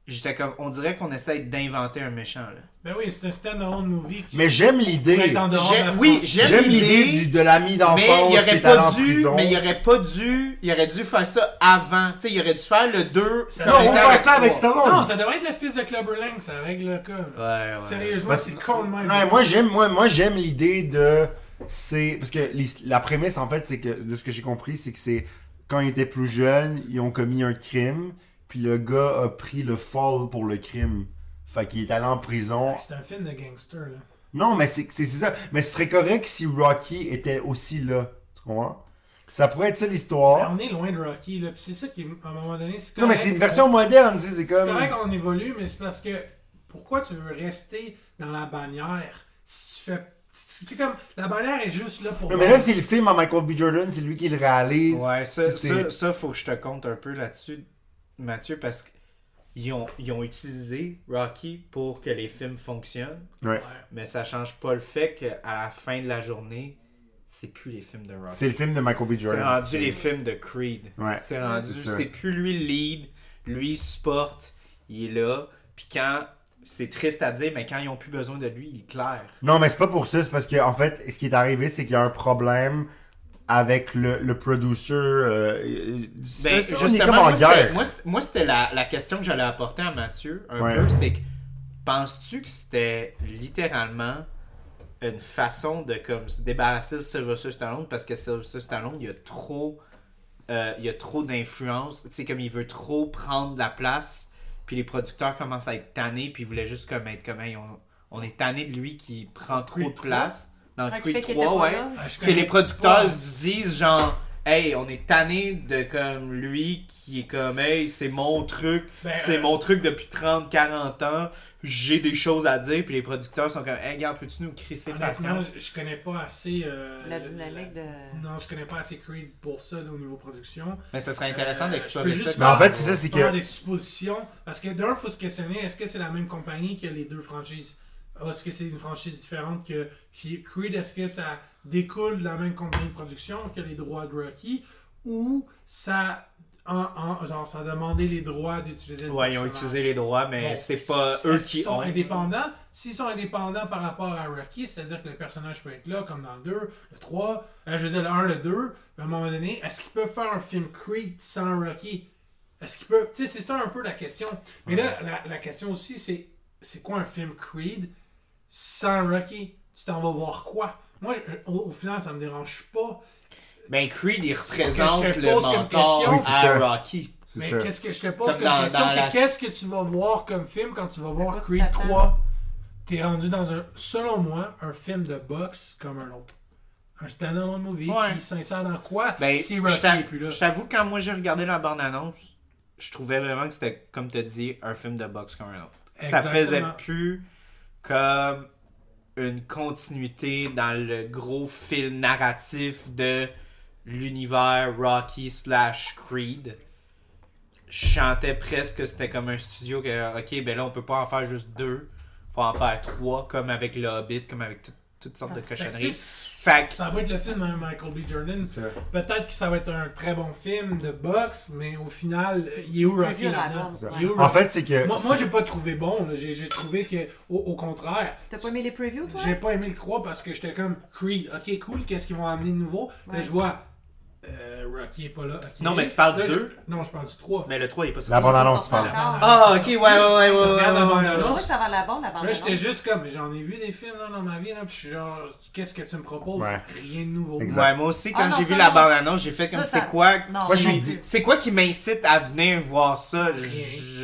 [SPEAKER 2] j'étais comme, on dirait qu'on essaye d'inventer un méchant, là.
[SPEAKER 5] Ben oui, c'est un stand-alone movie. Qui
[SPEAKER 3] Mais j'aime
[SPEAKER 5] pourrait
[SPEAKER 3] l'idée.
[SPEAKER 5] être en dehors
[SPEAKER 2] J'ai-
[SPEAKER 5] de la
[SPEAKER 2] oui,
[SPEAKER 5] franchise.
[SPEAKER 2] j'ai-
[SPEAKER 3] J'aime l'idée du- de l'ami d'enfance
[SPEAKER 2] Mais
[SPEAKER 3] qui
[SPEAKER 2] il aurait
[SPEAKER 3] est allé
[SPEAKER 2] pas
[SPEAKER 3] en
[SPEAKER 2] dû,
[SPEAKER 3] prison.
[SPEAKER 2] mais il aurait pas dû, il aurait dû faire ça avant. Tu sais, il aurait dû faire le 2.
[SPEAKER 5] ça
[SPEAKER 3] Non, on
[SPEAKER 5] aurait
[SPEAKER 3] va faire ça avec
[SPEAKER 2] ça.
[SPEAKER 5] Non,
[SPEAKER 3] Stallone.
[SPEAKER 5] ça devrait être le fils de Clubber Lang, ça règle le cas. là.
[SPEAKER 2] Ouais, ouais.
[SPEAKER 5] Sérieusement,
[SPEAKER 3] Parce-
[SPEAKER 5] c'est con de même.
[SPEAKER 3] Ouais, moi j'aime moi moi j'aime l'idée de c'est parce que l'his- la prémisse en fait c'est que de ce que j'ai compris c'est que c'est quand ils étaient plus jeunes, ils ont commis un crime, puis le gars a pris le fall pour le crime. Fait qu'il est allé en prison.
[SPEAKER 5] C'est un film de gangster, là.
[SPEAKER 3] Non, mais c'est c'est- c'est ça, mais ce serait correct si Rocky était aussi là, tu comprends Ça pourrait être ça l'histoire.
[SPEAKER 2] Ben,
[SPEAKER 5] On est loin de Rocky, là. Puis c'est ça qui, à un moment donné, c'est
[SPEAKER 3] Non, mais
[SPEAKER 5] correct.
[SPEAKER 3] c'est une version moderne, tu sais, c'est
[SPEAKER 5] C'est
[SPEAKER 3] comme
[SPEAKER 5] correct qu'on évolue, mais c'est parce que pourquoi tu veux rester dans la bannière si tu fais. C'est c'est comme. La bannière est juste là pour.
[SPEAKER 3] Non, mais là c'est le film à Michael B Jordan, c'est lui qui le réalise.
[SPEAKER 2] Ouais, ça, ça,
[SPEAKER 3] C'est-
[SPEAKER 2] ça, faut que je te compte un peu là-dessus, Mathieu, parce qu'ils ont, ils ont utilisé Rocky pour que les films fonctionnent,
[SPEAKER 3] Ouais.
[SPEAKER 2] mais ça change pas le fait qu'à la fin de la journée, c'est plus les films de Rocky.
[SPEAKER 3] C'est le film de Michael B
[SPEAKER 2] C'est
[SPEAKER 3] Jordan.
[SPEAKER 2] rendu les films de Creed.
[SPEAKER 3] Ouais,
[SPEAKER 2] c'est rendu,
[SPEAKER 3] c'est ça.
[SPEAKER 2] c'est plus lui le lead, lui il supporte, il est là, puis quand, c'est triste à dire, mais quand ils ont plus besoin de lui, il est clair.
[SPEAKER 3] Non, mais c'est pas pour ça, c'est parce que en fait, ce qui est arrivé, c'est qu'il y a un problème avec le, le producer. euh, euh,
[SPEAKER 2] Ben,
[SPEAKER 3] ça, ça, on est
[SPEAKER 2] justement,
[SPEAKER 3] comme en
[SPEAKER 2] moi, c'était-
[SPEAKER 3] guerre.
[SPEAKER 2] moi, c'était- moi, c'était la, la question que j'allais apporter à Mathieu un
[SPEAKER 3] Ouais.
[SPEAKER 2] peu, c'est que penses-tu que c'était littéralement une façon de comme se débarrasser de Sylvester Stallone parce que Sylvester Stallone il a trop euh, il a trop d'influence, tu sais comme il veut trop prendre la place, puis les producteurs commencent à être tannés, puis ils voulaient juste comme être comme Hey, on, on est tanné de lui qui prend trop
[SPEAKER 5] Creed
[SPEAKER 2] de place dans
[SPEAKER 4] Ouais, qui
[SPEAKER 2] Creed
[SPEAKER 4] fait qu'il était
[SPEAKER 2] 3,
[SPEAKER 4] pas
[SPEAKER 2] ouais
[SPEAKER 4] là.
[SPEAKER 5] Ah,
[SPEAKER 2] que les producteurs se disent genre hey on est tanné de comme lui qui est comme hey c'est mon truc
[SPEAKER 5] Ben,
[SPEAKER 2] c'est
[SPEAKER 5] euh,
[SPEAKER 2] mon truc depuis 30 40 ans j'ai des choses à dire puis les producteurs sont comme hey regarde peux-tu nous
[SPEAKER 3] Ah,
[SPEAKER 2] crisser de
[SPEAKER 5] Honnêtement,
[SPEAKER 2] patience
[SPEAKER 5] ben, je- je connais pas assez. euh,
[SPEAKER 4] La
[SPEAKER 5] le-
[SPEAKER 4] dynamique
[SPEAKER 5] la-
[SPEAKER 4] de-
[SPEAKER 5] Non, je connais pas assez Creed pour ça, là, au niveau production.
[SPEAKER 2] mais ce serait intéressant
[SPEAKER 5] Euh,
[SPEAKER 2] d'explorer
[SPEAKER 5] je peux
[SPEAKER 2] ça
[SPEAKER 5] juste
[SPEAKER 3] Mais en fait, c'est ça, c'est
[SPEAKER 5] faire
[SPEAKER 3] que.
[SPEAKER 5] des suppositions. Parce que d'un, il faut se questionner est-ce que c'est la même compagnie que les deux franchises Ah, Est-ce que c'est une franchise différente que qui, Creed Est-ce que ça découle de la même compagnie de production que les droits de Rocky Ou ça, en, en- genre, ça a demandé les droits d'utiliser le
[SPEAKER 2] ouais ils ont
[SPEAKER 5] personnage?
[SPEAKER 2] utilisé les droits mais
[SPEAKER 5] Bon,
[SPEAKER 2] c'est pas
[SPEAKER 5] est-ce
[SPEAKER 2] eux
[SPEAKER 5] qu'ils
[SPEAKER 2] qui
[SPEAKER 5] sont
[SPEAKER 2] ont
[SPEAKER 5] indépendants. S'ils sont indépendants par rapport à Rocky, c'est-à-dire que le personnage peut être là, comme dans le 2, le 3, euh, je veux dire le 1, le 2, mais à un moment donné, est-ce qu'ils peuvent faire un film Creed sans Rocky Est-ce qu'ils peuvent. Tu sais, c'est ça un peu la question. Mais là, la, la question aussi, c'est c'est quoi un film Creed sans Rocky Tu t'en vas voir quoi Moi, je- au, au final, ça me dérange pas.
[SPEAKER 2] mais Ben, Creed il
[SPEAKER 5] que je te
[SPEAKER 2] représente le
[SPEAKER 5] pose comme
[SPEAKER 2] mentor
[SPEAKER 5] question.
[SPEAKER 3] Oui, c'est
[SPEAKER 2] à
[SPEAKER 3] ça.
[SPEAKER 2] Rocky
[SPEAKER 3] C'est
[SPEAKER 5] Mais
[SPEAKER 3] ça.
[SPEAKER 5] qu'est-ce que je te pose
[SPEAKER 2] Comme
[SPEAKER 5] comme
[SPEAKER 2] dans-
[SPEAKER 5] question,
[SPEAKER 2] dans la-
[SPEAKER 5] c'est qu'est-ce que tu vas voir comme film quand tu vas
[SPEAKER 4] quoi
[SPEAKER 5] voir
[SPEAKER 4] tu
[SPEAKER 5] Creed
[SPEAKER 4] t'attends?
[SPEAKER 5] 3 T'es rendu dans un, selon moi, un film de boxe comme un autre. Un stand-alone movie
[SPEAKER 2] Ouais.
[SPEAKER 5] qui s'insère dans quoi
[SPEAKER 2] Ben,
[SPEAKER 5] si
[SPEAKER 2] je
[SPEAKER 5] Rocky
[SPEAKER 2] t'a-
[SPEAKER 5] est plus là
[SPEAKER 2] Je t'avoue, quand moi j'ai regardé la bande-annonce, je trouvais vraiment que c'était, comme tu dit, un film de boxe comme un autre. Ça
[SPEAKER 5] Exactement.
[SPEAKER 2] faisait plus comme une continuité dans le gros fil narratif de l'univers Rocky slash Creed. Je chantais presque que c'était comme un studio que, ok, ben là on peut pas en faire juste deux, faut en faire trois, comme avec le Hobbit, comme avec tout- toutes sortes de
[SPEAKER 5] Fait que, Ben, tu
[SPEAKER 2] cochonneries.
[SPEAKER 5] sais,
[SPEAKER 2] Fait que-
[SPEAKER 5] Ça va être le film hein, Michael B. Jordan.
[SPEAKER 3] C'est ça.
[SPEAKER 5] Peut-être que ça va être un très bon film de boxe, mais au final, il est où
[SPEAKER 4] Plus
[SPEAKER 5] Rocky
[SPEAKER 4] dur à
[SPEAKER 5] là-dedans?
[SPEAKER 4] vendre,
[SPEAKER 5] Il est où
[SPEAKER 3] En
[SPEAKER 5] Rocky?
[SPEAKER 3] fait, c'est que.
[SPEAKER 5] moi, moi, j'ai pas trouvé bon. là. J'ai j'ai trouvé que, au- au contraire,
[SPEAKER 4] T'as pas aimé les previews, toi?
[SPEAKER 5] J'ai pas aimé le 3 parce que j'étais comme Creed, ok cool, qu'est-ce qu'ils vont amener de nouveau? Là
[SPEAKER 4] Ouais.
[SPEAKER 5] je vois euh, Rocky est pas là. ok.
[SPEAKER 2] Non, mais tu parles du
[SPEAKER 5] Là, je-
[SPEAKER 2] deux?
[SPEAKER 5] Non, je parle du 3.
[SPEAKER 2] Mais ben, le 3 il est pas sorti.
[SPEAKER 3] la bande-annonce, tu
[SPEAKER 4] Ils sont
[SPEAKER 3] parles.
[SPEAKER 4] encore-
[SPEAKER 2] Ah, ok, ouais, ouais, ouais, ouais, ouais, ouais,
[SPEAKER 5] Regarde la
[SPEAKER 2] ouais,
[SPEAKER 4] Je
[SPEAKER 5] bande-annonce.
[SPEAKER 4] trouvais que ça va la bande, la bande
[SPEAKER 5] Là j'étais juste comme, mais j'en ai vu des films là, dans ma vie, là, puis je suis genre, qu'est-ce que tu me proposes?
[SPEAKER 3] Ouais.
[SPEAKER 5] Rien de nouveau.
[SPEAKER 3] Exact.
[SPEAKER 2] Ouais, moi aussi, quand
[SPEAKER 4] Ah non,
[SPEAKER 2] j'ai
[SPEAKER 4] ça,
[SPEAKER 2] vu la
[SPEAKER 4] non.
[SPEAKER 2] bande-annonce, j'ai fait
[SPEAKER 4] Ça,
[SPEAKER 2] comme
[SPEAKER 4] ça-
[SPEAKER 2] c'est quoi.
[SPEAKER 4] Non,
[SPEAKER 3] Moi, je suis-
[SPEAKER 4] non plus.
[SPEAKER 2] C'est quoi qui m'incite à venir voir ça? Je,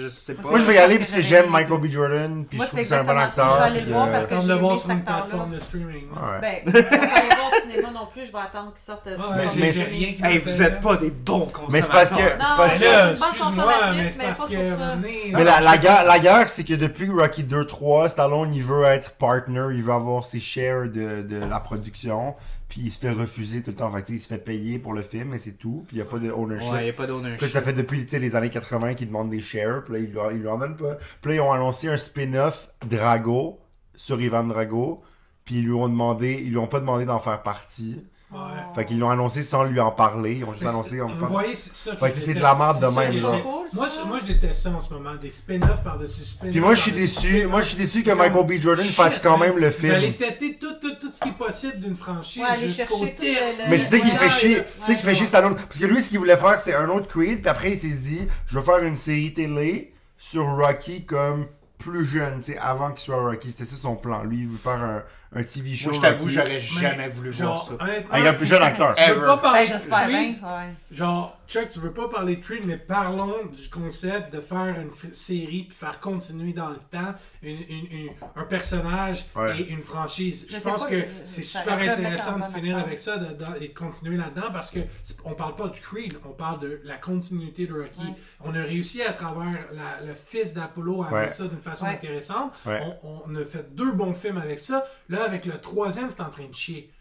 [SPEAKER 2] je sais pas.
[SPEAKER 3] Moi, je vais y
[SPEAKER 4] Parce
[SPEAKER 3] aller
[SPEAKER 4] que
[SPEAKER 3] parce que
[SPEAKER 4] j'avais-
[SPEAKER 3] j'aime Michael B. Jordan, puis
[SPEAKER 4] Moi,
[SPEAKER 3] je trouve
[SPEAKER 4] c'est
[SPEAKER 3] que c'est un bon
[SPEAKER 4] exactement ça,
[SPEAKER 3] acteur.
[SPEAKER 4] je vais aller le
[SPEAKER 3] puis,
[SPEAKER 4] voir
[SPEAKER 3] euh,
[SPEAKER 4] parce que-
[SPEAKER 5] Comme de
[SPEAKER 4] j'ai
[SPEAKER 5] le voir
[SPEAKER 4] aimé
[SPEAKER 5] sur
[SPEAKER 4] cet
[SPEAKER 5] une
[SPEAKER 4] acteur-là.
[SPEAKER 5] plateforme de streaming. là.
[SPEAKER 3] ouais. [laughs]
[SPEAKER 4] Ben, je vais pas aller voir au cinéma non plus, je vais attendre qu'ils sortent euh, du
[SPEAKER 5] mais
[SPEAKER 4] bon
[SPEAKER 3] j'ai-
[SPEAKER 4] film.
[SPEAKER 3] j'ai
[SPEAKER 5] rien qui-
[SPEAKER 2] Hey, vous êtes pas des bons
[SPEAKER 3] Mais
[SPEAKER 2] consommateurs.
[SPEAKER 3] c'est parce que. C'est
[SPEAKER 4] Non,
[SPEAKER 3] parce
[SPEAKER 4] mais
[SPEAKER 3] que.
[SPEAKER 4] là,
[SPEAKER 5] Là,
[SPEAKER 4] une bonne
[SPEAKER 5] excuse-moi,
[SPEAKER 4] consommatrice,
[SPEAKER 5] mais c'est
[SPEAKER 4] mais
[SPEAKER 5] parce
[SPEAKER 4] pas
[SPEAKER 5] que.
[SPEAKER 4] sur ça.
[SPEAKER 5] revenez,
[SPEAKER 3] Mais
[SPEAKER 5] là,
[SPEAKER 3] la,
[SPEAKER 5] je-
[SPEAKER 3] la guerre, la guerre, c'est que depuis Rocky 2-3, Stallone, il veut être partner, il veut avoir ses shares de, de la production, puis il se fait refuser tout le temps. Fait que, tu sais, il se fait payer pour le film, et c'est tout, puis il n'y a pas de ownership.
[SPEAKER 2] Ouais, y a pas d'honneur.
[SPEAKER 3] Puis là, ça fait depuis tu sais, les années 80 qu'ils demandent des shares, puis là, ils leur, ils leur donnent pas. Puis là, ils ont annoncé un spin-off Drago sur Ivan Drago, Puis ils lui ont demandé, ils lui ont pas demandé d'en faire partie.
[SPEAKER 5] Ouais.
[SPEAKER 3] Fait qu'ils l'ont annoncé sans lui en parler. Ils ont juste
[SPEAKER 5] Mais
[SPEAKER 3] annoncé
[SPEAKER 5] c'est-
[SPEAKER 3] en
[SPEAKER 5] Vous voyez, c'est ça. que
[SPEAKER 3] Fait que
[SPEAKER 5] je
[SPEAKER 3] c'est de
[SPEAKER 5] déteste.
[SPEAKER 3] la merde de
[SPEAKER 5] C'est ça
[SPEAKER 3] même,
[SPEAKER 5] que je
[SPEAKER 3] genre.
[SPEAKER 5] dé-
[SPEAKER 4] Cool, ça.
[SPEAKER 5] Moi, c'est- moi, je déteste ça en ce moment. Des spin-offs par-dessus spin-offs.
[SPEAKER 3] Puis moi, je suis
[SPEAKER 5] par-dessus
[SPEAKER 3] déçu.
[SPEAKER 5] spin-offs.
[SPEAKER 3] Moi, je suis déçu que Michael B. Jordan fasse quand même le
[SPEAKER 5] Vous
[SPEAKER 3] film.
[SPEAKER 5] allez tâter tout, tout, tout ce qui est possible d'une franchise
[SPEAKER 4] Ouais, aller
[SPEAKER 5] jusqu'au
[SPEAKER 4] chercher tout
[SPEAKER 5] terme.
[SPEAKER 4] le-
[SPEAKER 3] Mais tu sais qu'il
[SPEAKER 4] Ouais,
[SPEAKER 3] fait chier,
[SPEAKER 5] euh,
[SPEAKER 4] ouais,
[SPEAKER 3] tu sais qu'il fait
[SPEAKER 4] ouais.
[SPEAKER 3] chier Stallone. Parce que lui, ce qu'il voulait faire, c'est un autre Creed, puis après, il s'est dit, je veux faire une série télé sur Rocky comme plus jeune, tu sais, avant qu'il soit Rocky. C'était ça son plan. Lui, il veut faire un, un TV show.
[SPEAKER 2] Moi, je t'avoue,
[SPEAKER 3] Rocky.
[SPEAKER 2] j'aurais
[SPEAKER 5] Mais,
[SPEAKER 2] jamais voulu voir
[SPEAKER 5] genre,
[SPEAKER 2] ça.
[SPEAKER 5] honnêtement,
[SPEAKER 3] Avec un Ah, plus jeune acteur.
[SPEAKER 5] tu veux
[SPEAKER 2] Ever.
[SPEAKER 5] pas parler
[SPEAKER 4] Ben,
[SPEAKER 5] de
[SPEAKER 4] j'espère
[SPEAKER 5] Creed,
[SPEAKER 4] bien. ouais.
[SPEAKER 5] Genre, Chuck, tu veux pas parler de Creed, mais parlons du concept de faire une f- série puis faire continuer dans le temps une- une- une- un personnage
[SPEAKER 3] Ouais.
[SPEAKER 5] et une franchise.
[SPEAKER 4] Je
[SPEAKER 5] Je,
[SPEAKER 4] sais
[SPEAKER 5] pense
[SPEAKER 4] pas,
[SPEAKER 5] que
[SPEAKER 4] je-
[SPEAKER 5] c'est
[SPEAKER 4] ça
[SPEAKER 5] super
[SPEAKER 4] aurait pu
[SPEAKER 5] intéressant de
[SPEAKER 4] mettre en
[SPEAKER 5] finir
[SPEAKER 4] avant.
[SPEAKER 5] avec ça dedans et de continuer là-dedans parce que c'est- on parle pas de Creed, on parle de la continuité de Rocky.
[SPEAKER 4] Ouais.
[SPEAKER 5] On a réussi à travers la- le fils d'Apollo à
[SPEAKER 3] Ouais.
[SPEAKER 5] faire ça d'une façon
[SPEAKER 4] Ouais.
[SPEAKER 5] intéressante.
[SPEAKER 3] Ouais.
[SPEAKER 5] On, on a fait deux bons films avec ça. Là, avec le troisième, c'est en train de chier.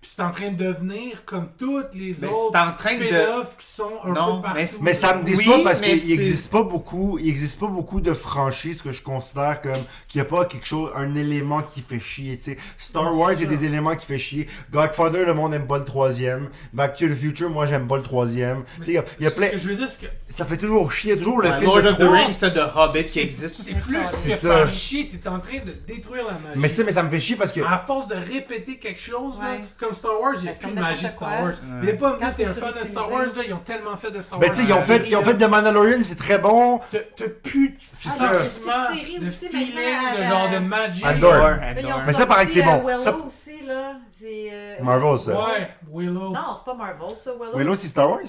[SPEAKER 5] Puis c'est en train de devenir comme toutes les
[SPEAKER 2] Mais
[SPEAKER 5] autres
[SPEAKER 2] c'est en train de-
[SPEAKER 5] spin-offs qui sont un
[SPEAKER 2] Non,
[SPEAKER 5] peu partout.
[SPEAKER 2] mais c'est-
[SPEAKER 3] Mais ça me déçoit
[SPEAKER 2] Oui,
[SPEAKER 3] parce
[SPEAKER 2] mais
[SPEAKER 3] qu'il
[SPEAKER 2] c'est-
[SPEAKER 3] existe pas beaucoup, il existe pas beaucoup de franchises que je considère comme qu'il n'y a pas quelque chose, un élément qui fait chier. tu sais. Star
[SPEAKER 5] Non, c'est
[SPEAKER 3] Wars, il y a
[SPEAKER 5] ça.
[SPEAKER 3] des éléments qui fait chier. Godfather, le monde n'aime pas le troisième. Back to the Future, moi j'aime pas le troisième. Tu sais, Il y a, il y a
[SPEAKER 5] C'est
[SPEAKER 3] plein,
[SPEAKER 5] Ce que je veux dire, c'est que
[SPEAKER 3] ça fait toujours chier, toujours le
[SPEAKER 2] Ouais,
[SPEAKER 3] film
[SPEAKER 2] Lord
[SPEAKER 3] de
[SPEAKER 2] of the
[SPEAKER 3] trois.
[SPEAKER 2] Rings, c'est The Hobbit qui
[SPEAKER 5] c'est-
[SPEAKER 2] existe.
[SPEAKER 5] c'est plus
[SPEAKER 4] C'est
[SPEAKER 5] que
[SPEAKER 3] ça.
[SPEAKER 5] faire chier, t'es en train de détruire la magie.
[SPEAKER 3] Mais ça, mais ça me fait chier parce que
[SPEAKER 5] À force de répéter quelque chose, là,
[SPEAKER 4] Ouais.
[SPEAKER 5] comme Star Wars, il n'y a
[SPEAKER 4] Mais c'est
[SPEAKER 5] plus
[SPEAKER 4] comme
[SPEAKER 5] de magie de
[SPEAKER 4] n'importe
[SPEAKER 5] Star
[SPEAKER 4] quoi.
[SPEAKER 5] Wars. Viens pas me
[SPEAKER 4] Quand
[SPEAKER 5] dire que t'es un
[SPEAKER 4] c'est
[SPEAKER 5] fan de Star Wars,
[SPEAKER 4] surutilisé.
[SPEAKER 5] là, ils ont tellement fait de Star
[SPEAKER 3] Ben,
[SPEAKER 5] Wars.
[SPEAKER 3] tu sais, ils ont fait, ils ont fait The Mandalorian, c'est très bon.
[SPEAKER 5] T'as t'as plus de
[SPEAKER 3] C'est
[SPEAKER 5] sentiment,
[SPEAKER 3] ça.
[SPEAKER 4] C'est une série
[SPEAKER 5] de
[SPEAKER 4] aussi,
[SPEAKER 5] feeling,
[SPEAKER 4] maintenant,
[SPEAKER 5] de
[SPEAKER 4] à-
[SPEAKER 5] genre de magie.
[SPEAKER 3] Andor.
[SPEAKER 4] Là, ils ont
[SPEAKER 2] adore.
[SPEAKER 3] Mais ça,
[SPEAKER 4] sorti,
[SPEAKER 3] pareil que c'est
[SPEAKER 4] euh,
[SPEAKER 3] bon.
[SPEAKER 4] Willow
[SPEAKER 3] Ça-
[SPEAKER 4] aussi, là. C'est. euh,
[SPEAKER 3] Marvel, ça.
[SPEAKER 5] Ouais, Willow.
[SPEAKER 4] Non, c'est pas Marvel, ça, Willow.
[SPEAKER 3] Willow, c'est Star Wars?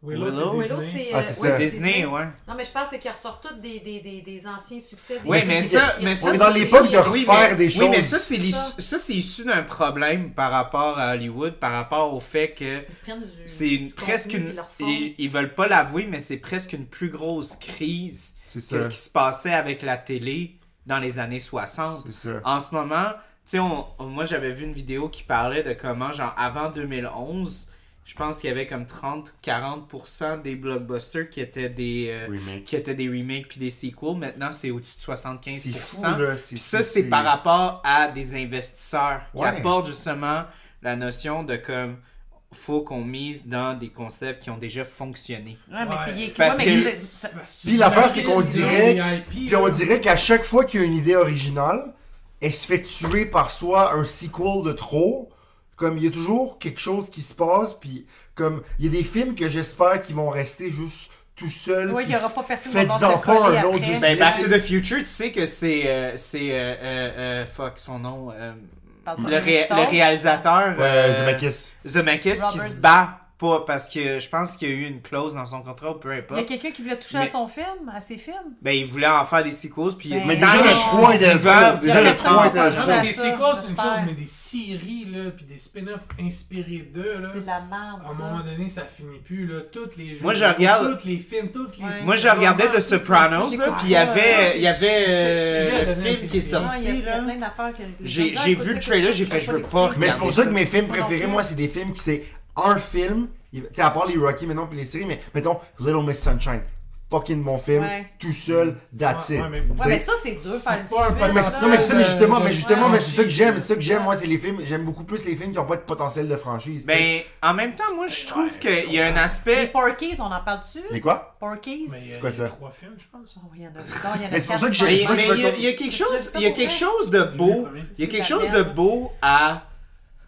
[SPEAKER 5] Willow, c'est
[SPEAKER 4] Willow,
[SPEAKER 5] Disney.
[SPEAKER 4] c'est.
[SPEAKER 3] Ah,
[SPEAKER 4] euh,
[SPEAKER 3] c'est
[SPEAKER 4] ouais,
[SPEAKER 3] ça.
[SPEAKER 2] Disney, ouais.
[SPEAKER 4] Non, mais je pense c'est qu'ils ressortent tous des, des, des, des anciens succès. Des
[SPEAKER 2] Oui,
[SPEAKER 3] Mais
[SPEAKER 2] mais
[SPEAKER 3] c'est-
[SPEAKER 2] ça, mais ça,
[SPEAKER 3] est dans
[SPEAKER 2] c'est-
[SPEAKER 3] l'époque
[SPEAKER 2] c'est-
[SPEAKER 3] de
[SPEAKER 2] oui,
[SPEAKER 3] refaire
[SPEAKER 2] mais-
[SPEAKER 3] des
[SPEAKER 2] Oui, mais
[SPEAKER 3] choses.
[SPEAKER 2] ça, c'est l'issu- ça, c'est issu d'un problème par rapport à Hollywood, par rapport au fait que
[SPEAKER 4] Ils prennent du-
[SPEAKER 2] c'est une
[SPEAKER 4] du
[SPEAKER 2] presque
[SPEAKER 4] contenu,
[SPEAKER 2] une.
[SPEAKER 4] ils le refont.
[SPEAKER 2] Ils, ils veulent pas l'avouer, mais c'est presque une plus grosse crise
[SPEAKER 3] C'est
[SPEAKER 2] que
[SPEAKER 3] ça.
[SPEAKER 2] ce qui se passait avec la télé dans les années 60.
[SPEAKER 3] C'est ça.
[SPEAKER 2] En ce moment, tu sais, on- on- moi j'avais vu une vidéo qui parlait de comment, genre, avant 2011, je pense qu'il y avait comme 30-40% des blockbusters qui étaient des, euh,
[SPEAKER 3] Remake.
[SPEAKER 2] qui étaient des remakes puis des sequels. Maintenant, c'est au-dessus de 75%.
[SPEAKER 3] C'est fou, là, c'est-
[SPEAKER 2] Puis ça,
[SPEAKER 3] c'est-
[SPEAKER 2] c'est par rapport à des investisseurs qui
[SPEAKER 3] Ouais.
[SPEAKER 2] apportent justement la notion de comme faut qu'on mise dans des concepts qui ont déjà fonctionné.
[SPEAKER 4] Ouais, mais c'est.
[SPEAKER 5] Ouais.
[SPEAKER 4] ouais,
[SPEAKER 2] Parce
[SPEAKER 4] mais
[SPEAKER 2] que-
[SPEAKER 4] c'est- ça-
[SPEAKER 3] Puis l'affaire, c'est qu'on dirait, puis on dirait qu'à chaque fois qu'il y a une idée originale, elle se fait tuer par soit un sequel de trop, comme il y a toujours quelque chose qui se passe, puis comme il y a des films que j'espère qu'ils vont rester juste tout seuls.
[SPEAKER 4] Ouais, il
[SPEAKER 3] puis
[SPEAKER 4] y aura pas personne qui va
[SPEAKER 3] Faites-en
[SPEAKER 4] se
[SPEAKER 3] pas
[SPEAKER 4] coller
[SPEAKER 3] un autre
[SPEAKER 4] après.
[SPEAKER 3] juste.
[SPEAKER 2] Ben, Back to
[SPEAKER 3] laissez-
[SPEAKER 2] the Future, tu sais que c'est. euh, c'est. euh, euh, euh, fuck, son nom. euh,
[SPEAKER 4] Parle pas
[SPEAKER 2] le,
[SPEAKER 4] de
[SPEAKER 2] ré-
[SPEAKER 4] Stone.
[SPEAKER 2] le réalisateur.
[SPEAKER 3] Euh,
[SPEAKER 2] euh,
[SPEAKER 3] Zemeckis.
[SPEAKER 2] Zemeckis qui
[SPEAKER 4] Robert-
[SPEAKER 2] se bat pas parce que je pense qu'il y a eu une clause dans son contrat ou peu
[SPEAKER 4] Il y a
[SPEAKER 2] importe.
[SPEAKER 4] quelqu'un qui voulait toucher à
[SPEAKER 2] Mais-
[SPEAKER 4] son film, à ses films.
[SPEAKER 2] Ben, il voulait en faire des sequels, puis il a
[SPEAKER 4] Mais
[SPEAKER 2] dit,
[SPEAKER 3] Mais
[SPEAKER 4] Dans
[SPEAKER 3] déjà
[SPEAKER 2] tant
[SPEAKER 4] le
[SPEAKER 2] que je
[SPEAKER 3] le
[SPEAKER 2] suis
[SPEAKER 3] choix est
[SPEAKER 2] vivant,
[SPEAKER 3] déjà- déjà
[SPEAKER 4] il y
[SPEAKER 3] le choix
[SPEAKER 4] a personne
[SPEAKER 3] est
[SPEAKER 4] qui
[SPEAKER 5] Genre
[SPEAKER 4] à
[SPEAKER 5] des
[SPEAKER 4] Ah,
[SPEAKER 5] séquences,
[SPEAKER 4] ça,
[SPEAKER 5] Ah, ben, c'est une
[SPEAKER 4] j'espère.
[SPEAKER 5] chose, mais des séries, là, puis des spin-offs inspirés d'eux, là.
[SPEAKER 4] C'est de la merde,
[SPEAKER 5] À un moment
[SPEAKER 4] ça.
[SPEAKER 5] donné, ça finit plus, là. Toutes les jeux,
[SPEAKER 2] Moi, je regarde-
[SPEAKER 5] tous les films, toutes les.
[SPEAKER 4] Ouais.
[SPEAKER 2] Moi, je regardais The Sopranos,
[SPEAKER 4] J'ai
[SPEAKER 2] là,
[SPEAKER 4] compris.
[SPEAKER 2] puis il y avait, il y
[SPEAKER 5] Ce
[SPEAKER 2] avait
[SPEAKER 5] sujet
[SPEAKER 2] euh,
[SPEAKER 5] a
[SPEAKER 2] le
[SPEAKER 5] devenu
[SPEAKER 2] film qui est
[SPEAKER 5] intelligent.
[SPEAKER 4] Non, il y a-
[SPEAKER 2] sorti,
[SPEAKER 4] il y a
[SPEAKER 2] là.
[SPEAKER 4] plein d'affaires que
[SPEAKER 2] J'ai-
[SPEAKER 4] les gens
[SPEAKER 2] j'ai
[SPEAKER 4] écoutent
[SPEAKER 2] vu le
[SPEAKER 4] ça,
[SPEAKER 2] trailer,
[SPEAKER 4] écoutent
[SPEAKER 2] j'ai
[SPEAKER 4] ça,
[SPEAKER 2] fait,
[SPEAKER 4] écoutent
[SPEAKER 2] je veux
[SPEAKER 4] ça,
[SPEAKER 2] pas
[SPEAKER 4] écoutent
[SPEAKER 3] Mais
[SPEAKER 4] ça.
[SPEAKER 3] c'est pour ça que mes films
[SPEAKER 4] Moi non
[SPEAKER 3] préférés,
[SPEAKER 4] plus.
[SPEAKER 3] moi, c'est des films qui c'est un film, il- tu sais, à part les Rocky maintenant puis les séries, mais mettons Little Miss Sunshine, fucking bon film,
[SPEAKER 4] Ouais.
[SPEAKER 3] tout seul, that's
[SPEAKER 5] Ouais,
[SPEAKER 3] it.
[SPEAKER 5] ouais, mais-
[SPEAKER 3] Tu
[SPEAKER 5] Ouais,
[SPEAKER 4] Ouais,
[SPEAKER 3] sais.
[SPEAKER 4] mais ça, c'est dur,
[SPEAKER 5] C'est
[SPEAKER 4] faire du
[SPEAKER 5] pas un
[SPEAKER 3] Ouais, mais,
[SPEAKER 5] Parce
[SPEAKER 3] non, mais c'est ça, mais
[SPEAKER 5] que-
[SPEAKER 3] justement, mais justement,
[SPEAKER 5] Ouais,
[SPEAKER 3] mais c'est ça que j'aime,
[SPEAKER 5] franchise.
[SPEAKER 3] c'est ça que j'aime, moi, c'est les films, j'aime beaucoup plus les films qui ont pas de potentiel de franchise. tu sais.
[SPEAKER 2] Ben, en même temps, moi, je trouve qu'il y a un
[SPEAKER 4] Les
[SPEAKER 2] aspect.
[SPEAKER 4] Porkies, on en parle dessus?
[SPEAKER 3] Mais quoi?
[SPEAKER 4] Porkies?
[SPEAKER 5] Mais il y a-
[SPEAKER 3] C'est quoi
[SPEAKER 5] il y a
[SPEAKER 3] ça?
[SPEAKER 5] trois films, je pense. hein.
[SPEAKER 4] Oh, il y en a- non, il y en a
[SPEAKER 3] Mais c'est pour
[SPEAKER 4] quatre,
[SPEAKER 3] ça que
[SPEAKER 4] cinq.
[SPEAKER 2] Mais
[SPEAKER 3] j'ai-
[SPEAKER 2] mais il y a- il y a quelque
[SPEAKER 4] Je sais
[SPEAKER 2] chose,
[SPEAKER 4] pas
[SPEAKER 2] il y a
[SPEAKER 4] pourquoi.
[SPEAKER 2] quelque chose de beau. Il y a quelque chose de beau à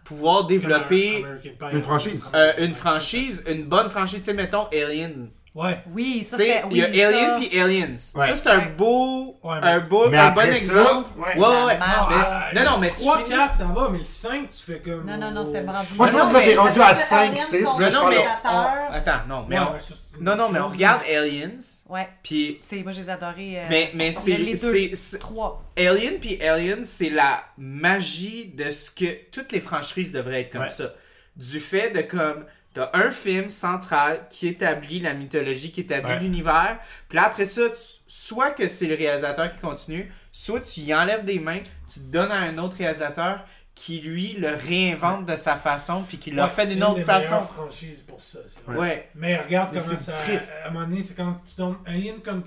[SPEAKER 2] pouvoir développer
[SPEAKER 3] Une franchise.
[SPEAKER 2] euh, une franchise, une bonne franchise, tu sais, mettons Alien.
[SPEAKER 5] Ouais.
[SPEAKER 4] Oui,
[SPEAKER 2] Tu
[SPEAKER 4] ça,
[SPEAKER 2] sais,
[SPEAKER 4] c'est...
[SPEAKER 2] il y a
[SPEAKER 4] oui, ça.
[SPEAKER 2] Alien puis Aliens. Ça, c'est un
[SPEAKER 4] Ouais.
[SPEAKER 2] beau,
[SPEAKER 5] Ouais, mais-
[SPEAKER 2] un beau,
[SPEAKER 3] Mais
[SPEAKER 2] un bon
[SPEAKER 3] après ça,
[SPEAKER 2] exemple.
[SPEAKER 3] ouais.
[SPEAKER 2] Ouais, ouais, ouais.
[SPEAKER 4] La merde.
[SPEAKER 2] Mais- non, non, mais tu
[SPEAKER 5] 3,
[SPEAKER 2] finis-
[SPEAKER 5] 4, ça va, mais le 5, tu fais comme.
[SPEAKER 4] Non, non, non, c'était rendu...
[SPEAKER 3] Moi, je
[SPEAKER 2] Non,
[SPEAKER 3] pense
[SPEAKER 2] mais-
[SPEAKER 3] qu'on est rendu à
[SPEAKER 4] Parce que
[SPEAKER 3] 5,
[SPEAKER 4] Alien
[SPEAKER 3] 6, puis là,
[SPEAKER 4] sont-
[SPEAKER 2] Non,
[SPEAKER 3] je
[SPEAKER 2] non,
[SPEAKER 3] parle-
[SPEAKER 2] mais
[SPEAKER 4] Prédateur.
[SPEAKER 2] on- attends, non, mais
[SPEAKER 5] Ouais,
[SPEAKER 2] on-
[SPEAKER 5] ouais, ça, c'est une
[SPEAKER 2] non, non, mais on
[SPEAKER 5] chose.
[SPEAKER 2] regarde Aliens,
[SPEAKER 4] Ouais.
[SPEAKER 2] puis
[SPEAKER 4] C'est, moi, je les adorais. euh,
[SPEAKER 2] Mais- mais
[SPEAKER 4] on
[SPEAKER 2] c'est-
[SPEAKER 4] a les deux,
[SPEAKER 2] c'est- c'est-
[SPEAKER 4] Trois.
[SPEAKER 2] Alien puis Alien, c'est la magie de ce que toutes les franchises devraient être comme
[SPEAKER 3] Ouais.
[SPEAKER 2] ça. Du fait de comme t'as un film central qui établit la mythologie, qui établit
[SPEAKER 3] Ouais.
[SPEAKER 2] l'univers, puis là après ça, tu- soit que c'est le réalisateur qui continue, soit tu y enlèves des mains, tu te donnes à un autre réalisateur qui lui le réinvente de sa façon puis qui le fait d'une
[SPEAKER 5] une
[SPEAKER 2] autre façon.
[SPEAKER 5] franchise pour ça. c'est vrai.
[SPEAKER 2] Ouais.
[SPEAKER 5] Mais regarde
[SPEAKER 2] Mais
[SPEAKER 5] comment
[SPEAKER 2] c'est
[SPEAKER 5] ça.
[SPEAKER 2] triste.
[SPEAKER 5] À un moment donné, c'est quand tu tombes. Alien con-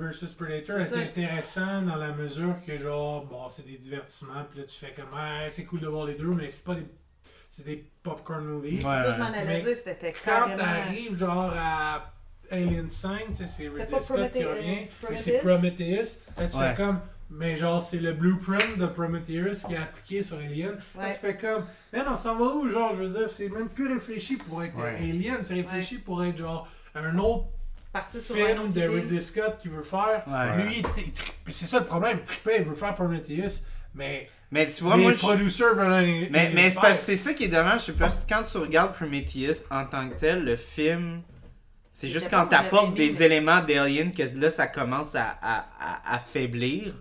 [SPEAKER 5] versus Predator
[SPEAKER 4] C'est
[SPEAKER 5] est
[SPEAKER 4] ça, c'est-
[SPEAKER 5] intéressant dans la mesure que, genre, bon, c'est des divertissements, puis là, tu fais comme, ah, c'est cool de voir les deux, mais c'est pas des. C'est des popcorn movies.
[SPEAKER 2] Ouais.
[SPEAKER 4] Ça, je m'en allais
[SPEAKER 5] Mais
[SPEAKER 4] dire, c'était
[SPEAKER 5] Quand
[SPEAKER 4] carrément...
[SPEAKER 5] t'arrives, genre, à Alien 5, tu sais, c'est
[SPEAKER 4] C'était
[SPEAKER 5] Ridley
[SPEAKER 4] pas
[SPEAKER 5] Scott qui
[SPEAKER 4] Prometheu-
[SPEAKER 5] revient,
[SPEAKER 4] euh,
[SPEAKER 5] mais c'est Prometheus. Là, tu
[SPEAKER 2] Ouais.
[SPEAKER 5] fais comme. Mais genre, c'est le blueprint de Prometheus qui est appliqué sur Alien. Là,
[SPEAKER 4] Ouais.
[SPEAKER 5] tu fais comme. Mais on s'en va où? Genre, je veux dire, c'est même plus réfléchi pour être
[SPEAKER 3] Ouais.
[SPEAKER 5] Alien, c'est réfléchi pour être genre un autre
[SPEAKER 4] Parti sur un
[SPEAKER 5] film
[SPEAKER 4] autre
[SPEAKER 5] de
[SPEAKER 4] idée.
[SPEAKER 5] Ridley Scott qu'il veut faire.
[SPEAKER 2] Ouais.
[SPEAKER 5] Lui, il tri- il tri- c'est ça le problème. Il tripait, il veut faire Prometheus, mais
[SPEAKER 2] Mais tu vois,
[SPEAKER 5] les
[SPEAKER 2] moi, je-
[SPEAKER 5] producteurs veulent un-
[SPEAKER 2] Mais,
[SPEAKER 5] un-
[SPEAKER 2] mais c'est
[SPEAKER 5] faire.
[SPEAKER 2] parce que c'est ça qui est dommage, c'est parce que quand tu regardes Prometheus en tant que tel, le film, c'est juste
[SPEAKER 4] C'était
[SPEAKER 2] quand
[SPEAKER 4] pas mon
[SPEAKER 2] t'apportes
[SPEAKER 4] avis,
[SPEAKER 2] des
[SPEAKER 4] mais-
[SPEAKER 2] éléments d'Alien que là, ça commence à, à, à, à faiblir.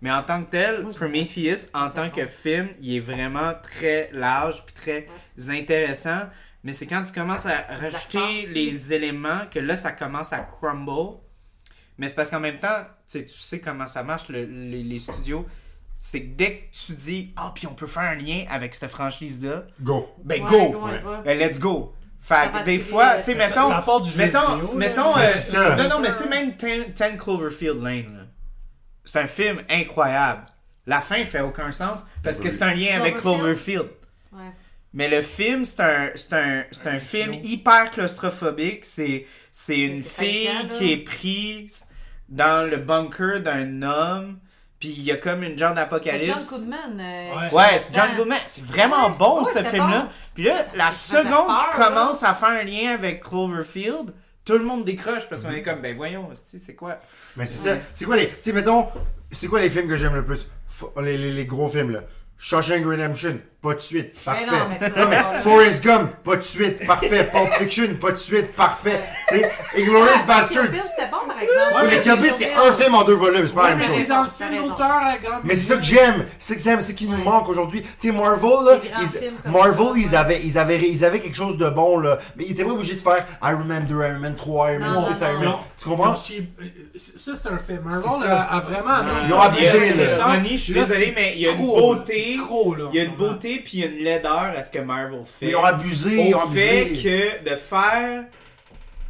[SPEAKER 2] Mais en tant que tel, Prometheus, en tant que film, il est vraiment très large puis très intéressant. Mais c'est quand tu commences à rajouter
[SPEAKER 4] aussi.
[SPEAKER 2] les éléments que là, ça commence à crumble. Mais c'est parce qu'en même temps, tu sais, tu sais comment ça marche, le- les, les studios. C'est que dès que tu dis, ah, puis on peut faire un lien avec cette franchise-là,
[SPEAKER 3] Go.
[SPEAKER 2] ben
[SPEAKER 4] Ouais,
[SPEAKER 2] go!
[SPEAKER 4] go, on y va.
[SPEAKER 2] Ben let's go! Fait que
[SPEAKER 4] va
[SPEAKER 2] des
[SPEAKER 4] tirer,
[SPEAKER 2] fois,
[SPEAKER 4] euh,
[SPEAKER 2] tu sais,
[SPEAKER 5] Mais ça-
[SPEAKER 2] mettons.
[SPEAKER 5] ça part du jeu
[SPEAKER 2] mettons,
[SPEAKER 5] vidéo, là.
[SPEAKER 2] mettons.
[SPEAKER 5] Mais
[SPEAKER 2] euh,
[SPEAKER 3] c'est ça.
[SPEAKER 2] non, non, mais tu sais, même 10, 10 Cloverfield Lane, là, c'est un film incroyable. La fin fait aucun sens parce que c'est un lien avec
[SPEAKER 4] Cloverfield?
[SPEAKER 2] Cloverfield.
[SPEAKER 4] Ouais.
[SPEAKER 2] Mais le film, c'est un, c'est un, c'est un film hyper claustrophobique. C'est, c'est une
[SPEAKER 4] c'est
[SPEAKER 2] fille
[SPEAKER 4] fatigant, là.
[SPEAKER 2] qui est prise dans le bunker d'un homme, puis il y a comme une genre
[SPEAKER 4] C'est John
[SPEAKER 2] d'apocalypse.
[SPEAKER 4] Goodman. euh,
[SPEAKER 5] Ouais.
[SPEAKER 2] Ouais, c'est John
[SPEAKER 4] Ah.
[SPEAKER 2] Goodman. C'est vraiment
[SPEAKER 4] Ouais.
[SPEAKER 2] bon,
[SPEAKER 4] Ouais,
[SPEAKER 2] ce
[SPEAKER 4] c'était
[SPEAKER 2] film-là.
[SPEAKER 4] bon.
[SPEAKER 2] Puis là, la
[SPEAKER 4] faisait
[SPEAKER 2] seconde qui
[SPEAKER 4] peur, là.
[SPEAKER 2] commence à faire un lien avec Cloverfield, tout le monde décroche parce qu'on est comme, ben voyons, hostie, c'est quoi?
[SPEAKER 3] Mais c'est ça. C'est quoi les. Tu sais, mettons, c'est quoi les films que j'aime le plus F- les, les, les gros films, là. Shawshank Redemption, pas de suite, parfait.
[SPEAKER 4] non, mais ça,
[SPEAKER 3] Non, mais
[SPEAKER 4] on l'a-
[SPEAKER 3] Forrest Gump, pas de suite, parfait. Pulp Fiction, pas de suite, parfait. Tu sais,
[SPEAKER 4] Ah,
[SPEAKER 3] Inglourious Bastards.
[SPEAKER 4] Kill Bill, c'était bon, par exemple.
[SPEAKER 3] Ou les Kill Bill, c'est un film en deux volumes, c'est pas la
[SPEAKER 4] Ouais,
[SPEAKER 3] même
[SPEAKER 5] Mais
[SPEAKER 3] chose.
[SPEAKER 5] dans le
[SPEAKER 4] T'as
[SPEAKER 5] film,
[SPEAKER 4] raison.
[SPEAKER 5] l'auteur a grandi.
[SPEAKER 3] Mais c'est ça que j'aime, c'est ça que j'aime, c'est qui nous manque aujourd'hui. Tu sais, Marvel, là,
[SPEAKER 4] Des grands
[SPEAKER 3] ils-
[SPEAKER 4] films comme
[SPEAKER 3] Marvel,
[SPEAKER 4] ça,
[SPEAKER 3] ils,
[SPEAKER 4] ouais.
[SPEAKER 3] avaient, ils, avaient, ils avaient quelque chose de bon, là. Mais ils étaient pas obligés de faire Iron Man 2, Iron Man 3, Iron Man
[SPEAKER 4] Non,
[SPEAKER 3] 6,
[SPEAKER 4] non,
[SPEAKER 3] Iron
[SPEAKER 4] non.
[SPEAKER 3] Man. Tu comprends?
[SPEAKER 5] Non, c'est- Ça, c'est un fait.
[SPEAKER 3] C'est
[SPEAKER 5] Marvel
[SPEAKER 3] ça.
[SPEAKER 5] a, a vraiment.
[SPEAKER 3] Ils ont abusé, là.
[SPEAKER 2] Ronnie, je suis désolé, mais il y a une
[SPEAKER 5] Trop,
[SPEAKER 2] beauté.
[SPEAKER 5] c'est trop, là,
[SPEAKER 2] Il y a une
[SPEAKER 5] en ce moment.
[SPEAKER 2] beauté, puis il y a une laideur à ce que Marvel fait.
[SPEAKER 3] Ils ont abusé, ils ont
[SPEAKER 2] au fait
[SPEAKER 3] abusé.
[SPEAKER 2] que de faire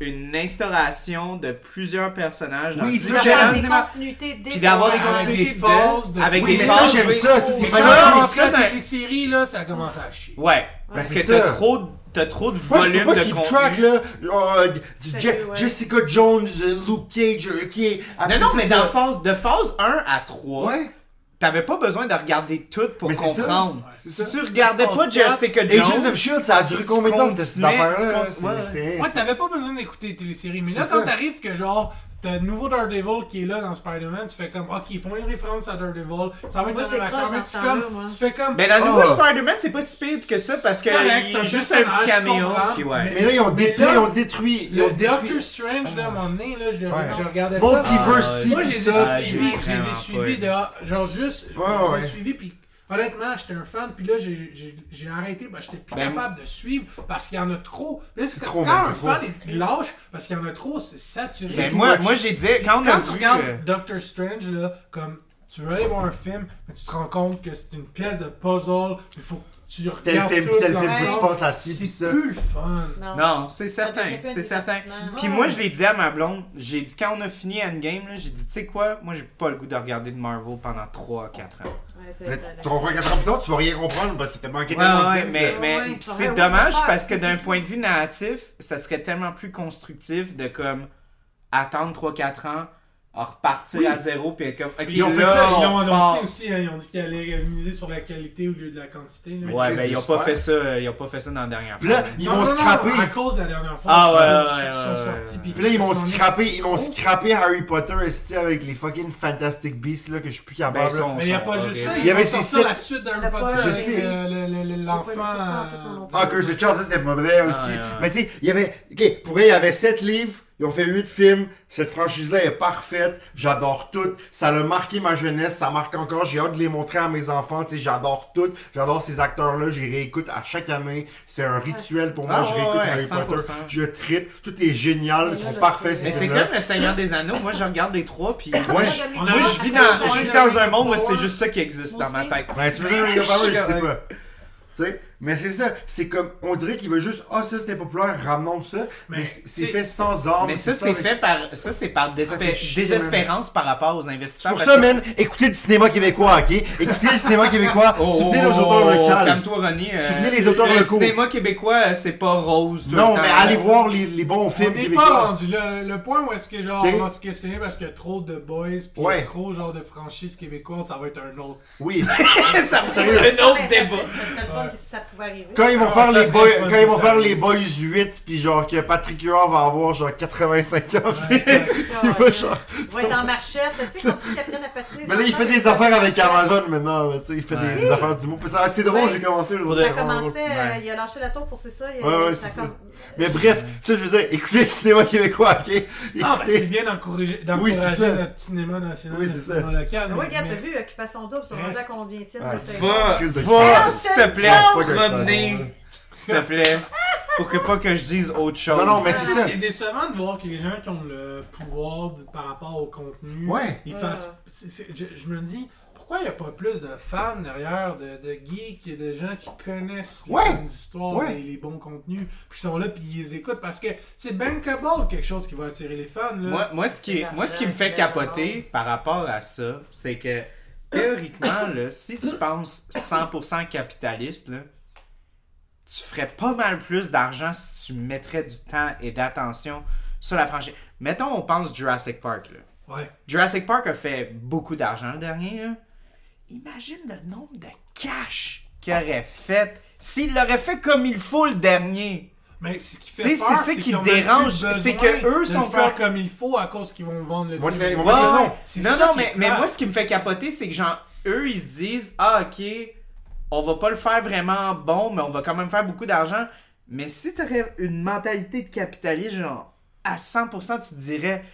[SPEAKER 2] une instauration de plusieurs personnages dans
[SPEAKER 3] Oui, ça,
[SPEAKER 2] différents-
[SPEAKER 3] j'aime.
[SPEAKER 4] D'avoir des continuités Ah,
[SPEAKER 2] puis d'avoir des
[SPEAKER 4] dégueulasses.
[SPEAKER 5] Avec des
[SPEAKER 2] continuités
[SPEAKER 5] phases
[SPEAKER 2] de,
[SPEAKER 5] de-
[SPEAKER 2] avec
[SPEAKER 5] Oui,
[SPEAKER 2] des
[SPEAKER 3] mais ça,
[SPEAKER 2] phases
[SPEAKER 3] j'aime
[SPEAKER 2] oui.
[SPEAKER 3] ça, ça, c'est
[SPEAKER 2] Mais
[SPEAKER 3] pas
[SPEAKER 2] ça,
[SPEAKER 3] grave.
[SPEAKER 2] mais ça, dans-
[SPEAKER 5] les séries, là, ça commence à chier.
[SPEAKER 2] ouais parce
[SPEAKER 3] c'est
[SPEAKER 2] que t'as
[SPEAKER 3] ça.
[SPEAKER 2] trop de- t'as trop de
[SPEAKER 3] Moi, je peux
[SPEAKER 2] volume
[SPEAKER 3] pas
[SPEAKER 2] de
[SPEAKER 3] keep
[SPEAKER 2] contenu
[SPEAKER 3] track, là. Euh, Je-
[SPEAKER 4] Salut, ouais.
[SPEAKER 3] Jessica Jones, euh, Luke Cage, euh, qui est.
[SPEAKER 2] non non mais dans
[SPEAKER 3] dans
[SPEAKER 2] le phase de phase 1 à 3
[SPEAKER 3] Ouais.
[SPEAKER 2] t'avais pas besoin de regarder tout pour
[SPEAKER 3] Mais c'est ça.
[SPEAKER 2] comprendre
[SPEAKER 5] Ouais, c'est
[SPEAKER 2] si
[SPEAKER 5] ça.
[SPEAKER 2] tu regardais
[SPEAKER 5] On
[SPEAKER 2] pas
[SPEAKER 5] se tape.
[SPEAKER 2] Jessica
[SPEAKER 3] Agents of
[SPEAKER 2] Jones
[SPEAKER 3] Shield, E ça a duré
[SPEAKER 2] Tu
[SPEAKER 3] combien de temps cette- cette
[SPEAKER 2] continuais, tu
[SPEAKER 3] affaire-là?
[SPEAKER 2] continuais.
[SPEAKER 3] C'est- c'est-
[SPEAKER 5] Ouais, t'avais pas besoin d'écouter les téléséries. Mais
[SPEAKER 3] C'est
[SPEAKER 5] là,
[SPEAKER 3] ça.
[SPEAKER 5] quand t'arrives que genre, t'as le nouveau Daredevil qui est là dans Spider-Man, tu fais comme, ok, ils font une référence à Daredevil, ça va être
[SPEAKER 4] Moi,
[SPEAKER 5] le
[SPEAKER 4] je
[SPEAKER 5] même acteur,
[SPEAKER 4] décroche
[SPEAKER 5] mais
[SPEAKER 4] dans ce
[SPEAKER 5] tu,
[SPEAKER 4] temps-là,
[SPEAKER 5] comme,
[SPEAKER 4] moi.
[SPEAKER 5] tu fais comme.
[SPEAKER 2] mais ben, dans le nouveau
[SPEAKER 3] Oh.
[SPEAKER 2] Spider-Man c'est pas si pire que ça parce que
[SPEAKER 5] C'est correct,
[SPEAKER 2] il
[SPEAKER 5] c'est
[SPEAKER 2] y a
[SPEAKER 5] un
[SPEAKER 2] juste un petit
[SPEAKER 5] personnage, je
[SPEAKER 2] caméo
[SPEAKER 5] comprends,
[SPEAKER 2] puis ouais
[SPEAKER 3] Mais là, ils ont
[SPEAKER 5] Mais
[SPEAKER 3] détruit,
[SPEAKER 5] là,
[SPEAKER 3] ils ont détruit. Ils
[SPEAKER 5] Le
[SPEAKER 3] ont détruit.
[SPEAKER 5] Doctor Strange, là, à un moment donné, là, je, le-
[SPEAKER 3] Ouais.
[SPEAKER 5] je regardais ça.
[SPEAKER 3] Multiverse,
[SPEAKER 5] Moi, je
[SPEAKER 3] pis
[SPEAKER 5] les
[SPEAKER 3] ça.
[SPEAKER 5] ai
[SPEAKER 2] Ah, j'ai
[SPEAKER 5] suivis, je les
[SPEAKER 2] vraiment
[SPEAKER 5] ai
[SPEAKER 2] pas
[SPEAKER 5] suivis
[SPEAKER 2] aimé
[SPEAKER 5] de. Genre, juste.
[SPEAKER 3] Ouais,
[SPEAKER 5] je les
[SPEAKER 3] ouais.
[SPEAKER 5] ai suivis, puis honnêtement, j'étais un fan, puis là, j'ai- j'ai j'ai arrêté, ben, j'étais plus
[SPEAKER 2] Ben,
[SPEAKER 5] capable de suivre parce qu'il y en a trop. Mais là, c'est
[SPEAKER 3] C'est trop,
[SPEAKER 5] quand un
[SPEAKER 3] man, c'est
[SPEAKER 5] fan
[SPEAKER 3] trop.
[SPEAKER 5] est lâche, parce qu'il y en a trop, c'est saturé.
[SPEAKER 2] Ben,
[SPEAKER 3] too
[SPEAKER 2] moi,
[SPEAKER 3] much.
[SPEAKER 2] moi j'ai dit, quand on a
[SPEAKER 5] Quand tu
[SPEAKER 2] vu.
[SPEAKER 5] regardes
[SPEAKER 2] euh,
[SPEAKER 5] Doctor Strange, là, comme tu veux aller voir un film, mais tu te rends compte que c'est une pièce de puzzle, il faut que tu
[SPEAKER 3] Tel
[SPEAKER 5] regardes
[SPEAKER 3] film,
[SPEAKER 5] tout
[SPEAKER 3] pis tel
[SPEAKER 5] dans
[SPEAKER 3] film,
[SPEAKER 5] le
[SPEAKER 3] ça se
[SPEAKER 5] sens.
[SPEAKER 3] passe à ci, pis
[SPEAKER 5] C'est
[SPEAKER 3] ça.
[SPEAKER 5] plus le fun.
[SPEAKER 2] Non, c'est
[SPEAKER 4] Ça
[SPEAKER 2] certain,
[SPEAKER 4] devient pas
[SPEAKER 2] c'est
[SPEAKER 4] un
[SPEAKER 2] certain.
[SPEAKER 4] divertissement.
[SPEAKER 2] Puis moi, je l'ai dit à ma blonde, j'ai dit quand on a fini Endgame, là, j'ai dit, tu sais quoi, moi j'ai pas le goût de regarder de Marvel pendant 3-4 ans.
[SPEAKER 4] Ouais, t'as-
[SPEAKER 3] Mais
[SPEAKER 4] t'as- t'as-
[SPEAKER 3] Ton regard plus tard, tu vas rien comprendre parce que t'as manqué
[SPEAKER 2] Ouais,
[SPEAKER 3] tellement de
[SPEAKER 2] ouais,
[SPEAKER 3] films,
[SPEAKER 2] mais,
[SPEAKER 3] là.
[SPEAKER 2] mais
[SPEAKER 4] Ouais, ouais,
[SPEAKER 2] c'est
[SPEAKER 4] ouais,
[SPEAKER 2] dommage
[SPEAKER 4] ouais, ouais,
[SPEAKER 2] parce que
[SPEAKER 4] c'est
[SPEAKER 2] d'un
[SPEAKER 4] ça.
[SPEAKER 2] point de vue narratif, ça serait tellement plus constructif de comme attendre 3-4 ans, à repartir à zéro, puis être comme, ok,
[SPEAKER 3] Ils ont fait
[SPEAKER 2] là,
[SPEAKER 3] ça,
[SPEAKER 5] Ils l'ont
[SPEAKER 2] on
[SPEAKER 5] annoncé
[SPEAKER 2] part.
[SPEAKER 5] aussi, hein, ils ont dit qu'ils allaient miser sur la qualité au lieu de la quantité. là.
[SPEAKER 3] Mais
[SPEAKER 2] Ouais,
[SPEAKER 3] Chris,
[SPEAKER 2] ben ils ont
[SPEAKER 3] j'espère.
[SPEAKER 2] pas fait ça, euh, ils ont pas fait ça dans la dernière
[SPEAKER 3] Pis
[SPEAKER 2] fois.
[SPEAKER 3] là, ils
[SPEAKER 5] Non,
[SPEAKER 3] vont
[SPEAKER 5] non, non,
[SPEAKER 3] scraper.
[SPEAKER 5] À cause de la dernière fois.
[SPEAKER 2] Ah,
[SPEAKER 5] ils
[SPEAKER 2] ouais,
[SPEAKER 5] sont-
[SPEAKER 2] ouais,
[SPEAKER 5] ils
[SPEAKER 2] ouais,
[SPEAKER 5] sont
[SPEAKER 2] ouais,
[SPEAKER 5] sortis,
[SPEAKER 2] ouais.
[SPEAKER 5] puis-
[SPEAKER 3] Puis là, ils m'ont
[SPEAKER 5] parce qu'on est
[SPEAKER 3] scrappé, ils m'ont
[SPEAKER 5] trop.
[SPEAKER 3] scrappé Harry Potter esti, avec les fucking Fantastic Beasts là que je suis plus
[SPEAKER 2] Ben, ils
[SPEAKER 3] capable. là.
[SPEAKER 2] sont-
[SPEAKER 5] Mais il n'y a
[SPEAKER 2] sont
[SPEAKER 5] pas juste
[SPEAKER 2] horribles.
[SPEAKER 3] Il
[SPEAKER 5] ça, il
[SPEAKER 3] ah, y
[SPEAKER 5] y
[SPEAKER 3] avait
[SPEAKER 5] avait
[SPEAKER 3] ces
[SPEAKER 5] sorti la
[SPEAKER 3] sept-
[SPEAKER 5] suite d'Harry
[SPEAKER 4] Je
[SPEAKER 5] Potter avec
[SPEAKER 3] sais.
[SPEAKER 5] euh, le- le- le-
[SPEAKER 4] J'ai pas aimé ça
[SPEAKER 5] l'enfant.
[SPEAKER 4] pantoute, moi non plus.
[SPEAKER 3] Ah que j'ai chance, ça c'était mauvais aussi.
[SPEAKER 2] Ah, ouais, ouais.
[SPEAKER 3] Mais tu sais, il y avait OK, pour vrai, il y avait 7 livres, ils ont fait 8 films. Cette franchise là est parfaite, j'adore tout. Ça l'a marqué ma jeunesse, ça marque encore, j'ai hâte de les montrer à mes enfants, tu sais, j'adore tout. J'adore ces acteurs là, j'y réécoute à chaque année, c'est un rituel pour moi,
[SPEAKER 2] Ah,
[SPEAKER 3] je
[SPEAKER 2] ouais,
[SPEAKER 3] réécoute
[SPEAKER 2] ouais,
[SPEAKER 3] Harry
[SPEAKER 2] 100%.
[SPEAKER 3] Potter, je trippe, tout est génial,
[SPEAKER 4] Mais
[SPEAKER 3] ils
[SPEAKER 4] là,
[SPEAKER 3] sont
[SPEAKER 4] là,
[SPEAKER 3] parfaits
[SPEAKER 4] c'est-
[SPEAKER 3] ces
[SPEAKER 2] Mais c'est
[SPEAKER 3] films là.
[SPEAKER 2] comme le Seigneur des Anneaux, moi je regarde les trois, puis.
[SPEAKER 3] Ouais.
[SPEAKER 4] Moi, j'aime
[SPEAKER 5] On
[SPEAKER 4] les
[SPEAKER 5] a-
[SPEAKER 2] Moi,
[SPEAKER 4] trois
[SPEAKER 2] je vis dans,
[SPEAKER 4] parce que
[SPEAKER 2] je vis
[SPEAKER 4] j'aime
[SPEAKER 2] dans
[SPEAKER 4] les
[SPEAKER 2] un monde où
[SPEAKER 4] trois.
[SPEAKER 2] c'est juste ça qui existe dans ma tête.
[SPEAKER 3] Ouais, tu me donnes un Ring of Power, je sais pas. Tu sais, mais c'est ça, c'est comme, on dirait qu'il veut juste, ah, ça c'était populaire, ramenons ça, mais,
[SPEAKER 5] Mais
[SPEAKER 3] c'est c'est
[SPEAKER 5] c'est-
[SPEAKER 3] fait sans ordre.
[SPEAKER 2] Mais ça,
[SPEAKER 3] sans
[SPEAKER 2] c'est
[SPEAKER 3] ex-
[SPEAKER 2] fait par, ça, c'est par désespé-
[SPEAKER 3] fait chier,
[SPEAKER 2] désespérance par rapport aux
[SPEAKER 5] Ah,
[SPEAKER 3] C'est
[SPEAKER 2] investisseurs.
[SPEAKER 5] bah,
[SPEAKER 3] pour
[SPEAKER 2] parce
[SPEAKER 3] ça,
[SPEAKER 2] que
[SPEAKER 3] man, écoutez le cinéma québécois, ok? Écoutez le cinéma
[SPEAKER 5] [laughs]
[SPEAKER 3] québécois,
[SPEAKER 2] Oh,
[SPEAKER 3] soutenez
[SPEAKER 2] oh,
[SPEAKER 3] nos auteurs
[SPEAKER 2] oh,
[SPEAKER 3] locaux.
[SPEAKER 2] Calme-toi, Ronnie. euh,
[SPEAKER 3] Soutenez les auteurs
[SPEAKER 2] le
[SPEAKER 3] locaux.
[SPEAKER 2] Le cinéma québécois, euh, c'est pas rose. tout
[SPEAKER 3] Non,
[SPEAKER 2] le
[SPEAKER 3] mais
[SPEAKER 2] temps.
[SPEAKER 3] allez voir les, les bons
[SPEAKER 5] On
[SPEAKER 3] films
[SPEAKER 5] n'est pas
[SPEAKER 3] québécois.
[SPEAKER 5] rendu là. Le point où est-ce que genre,
[SPEAKER 3] Ok.
[SPEAKER 5] on va se questionner parce qu'il y a trop de boys, puis
[SPEAKER 3] Ouais.
[SPEAKER 5] trop genre de franchises québécoises, ça va être un
[SPEAKER 3] [laughs]
[SPEAKER 5] autre.
[SPEAKER 3] Oui.
[SPEAKER 2] [laughs] ça me
[SPEAKER 3] Sérieux.
[SPEAKER 2] un
[SPEAKER 4] mais
[SPEAKER 2] autre
[SPEAKER 4] ça,
[SPEAKER 2] débat.
[SPEAKER 4] serait, ça serait le fun
[SPEAKER 5] Ouais.
[SPEAKER 4] que ça pouvait arriver.
[SPEAKER 3] Quand ils vont
[SPEAKER 5] Ah,
[SPEAKER 3] faire
[SPEAKER 5] ça,
[SPEAKER 3] les
[SPEAKER 5] c'est
[SPEAKER 3] boys,
[SPEAKER 5] le fun,
[SPEAKER 3] quand ils vont
[SPEAKER 5] ça.
[SPEAKER 3] faire les boys 8 puis genre que Patrick Huard va avoir genre 85 ans. [laughs] il va genre-
[SPEAKER 4] On va être en marchette, tu sais, comme si t'apprenais à patiner.
[SPEAKER 3] Mais là il fait des affaires avec Amazon maintenant, là, tu sais, il fait des, des affaires du mot. Puis ça, ah, C'est drôle,
[SPEAKER 4] Ouais.
[SPEAKER 3] j'ai commencé le
[SPEAKER 4] Ça
[SPEAKER 3] vrai.
[SPEAKER 4] commençait, euh,
[SPEAKER 2] Ouais.
[SPEAKER 4] il a lâché la tour pour c'est ça. il-
[SPEAKER 3] Ouais, ouais,
[SPEAKER 4] ça
[SPEAKER 3] c'est
[SPEAKER 4] comme-
[SPEAKER 3] Mais bref, ça je veux dire, écoutez le cinéma québécois, ok?
[SPEAKER 5] Ah, ben, c'est
[SPEAKER 3] Écoutez.
[SPEAKER 5] bien d'encourager
[SPEAKER 3] Oui,
[SPEAKER 5] d'encourager
[SPEAKER 3] c'est ça.
[SPEAKER 5] notre cinéma national,
[SPEAKER 3] Oui,
[SPEAKER 5] notre
[SPEAKER 3] c'est ça.
[SPEAKER 5] cinéma local.
[SPEAKER 4] Mais
[SPEAKER 5] mais-
[SPEAKER 4] oui, regarde, t'as
[SPEAKER 5] mais-
[SPEAKER 4] vu euh, Occupation Double, sont
[SPEAKER 5] Reste-
[SPEAKER 4] rendus à combien de tiens
[SPEAKER 3] Ah,
[SPEAKER 4] de saison?
[SPEAKER 2] Va,
[SPEAKER 3] Christ de
[SPEAKER 2] va,
[SPEAKER 4] Christ.
[SPEAKER 2] s'il te plaît,
[SPEAKER 4] Ah,
[SPEAKER 3] fuck,
[SPEAKER 2] promener,
[SPEAKER 3] fuck.
[SPEAKER 2] s'il te plaît, pour que pas que je dise autre chose.
[SPEAKER 3] Non, non, mais
[SPEAKER 5] C'est-
[SPEAKER 3] c'est ça.
[SPEAKER 5] C'est décevant de voir que les gens qui ont le pouvoir de- par rapport au contenu,
[SPEAKER 3] Ouais.
[SPEAKER 5] ils fassent. c'est- c'est- je, je me dis, pourquoi il n'y a pas plus de fans derrière, de, de geeks et de gens qui connaissent les
[SPEAKER 3] Ouais.
[SPEAKER 5] bonnes histoires
[SPEAKER 3] Ouais.
[SPEAKER 5] et les bons contenus, puis ils sont là, puis ils les écoutent parce que c'est bankable quelque chose qui va attirer les fans. Là.
[SPEAKER 2] Moi, moi, ce qui, est- moi, ce qui me fait capoter par rapport à ça, c'est que théoriquement, là, si tu penses 100% capitaliste, là, tu ferais pas mal plus d'argent si tu mettrais du temps et d'attention sur la franchise. Mettons, on pense Jurassic Park. Là.
[SPEAKER 5] Ouais.
[SPEAKER 2] Jurassic Park a fait beaucoup d'argent le dernier. Là. Imagine le nombre de cash qu'il aurait fait s'il l'aurait fait comme il faut le dernier.
[SPEAKER 5] Mais ce qui
[SPEAKER 2] Tu
[SPEAKER 5] fait
[SPEAKER 2] sais, c'est
[SPEAKER 5] peur,
[SPEAKER 2] ça
[SPEAKER 5] c'est
[SPEAKER 2] qui
[SPEAKER 5] qu'ils ont
[SPEAKER 2] dérange,
[SPEAKER 5] même plus
[SPEAKER 2] c'est
[SPEAKER 5] besoin
[SPEAKER 2] que eux
[SPEAKER 5] de le
[SPEAKER 2] sont
[SPEAKER 5] faire
[SPEAKER 2] con-
[SPEAKER 5] comme il faut à cause qu'ils vont vendre le
[SPEAKER 3] Moi, je l'ai-
[SPEAKER 5] film.
[SPEAKER 3] moi,
[SPEAKER 2] Ouais,
[SPEAKER 3] Non,
[SPEAKER 2] ouais.
[SPEAKER 3] non,
[SPEAKER 5] c'est
[SPEAKER 2] non,
[SPEAKER 5] ça
[SPEAKER 2] non,
[SPEAKER 5] qui
[SPEAKER 2] mais,
[SPEAKER 5] est
[SPEAKER 2] mais
[SPEAKER 5] plate.
[SPEAKER 2] moi, ce qui me fait capoter, c'est que, genre, eux, ils se disent, ah, ok, on va pas le faire vraiment bon, mais on va quand même faire beaucoup d'argent. Mais si t'aurais une mentalité de capitaliste, genre, à 100%, tu te dirais,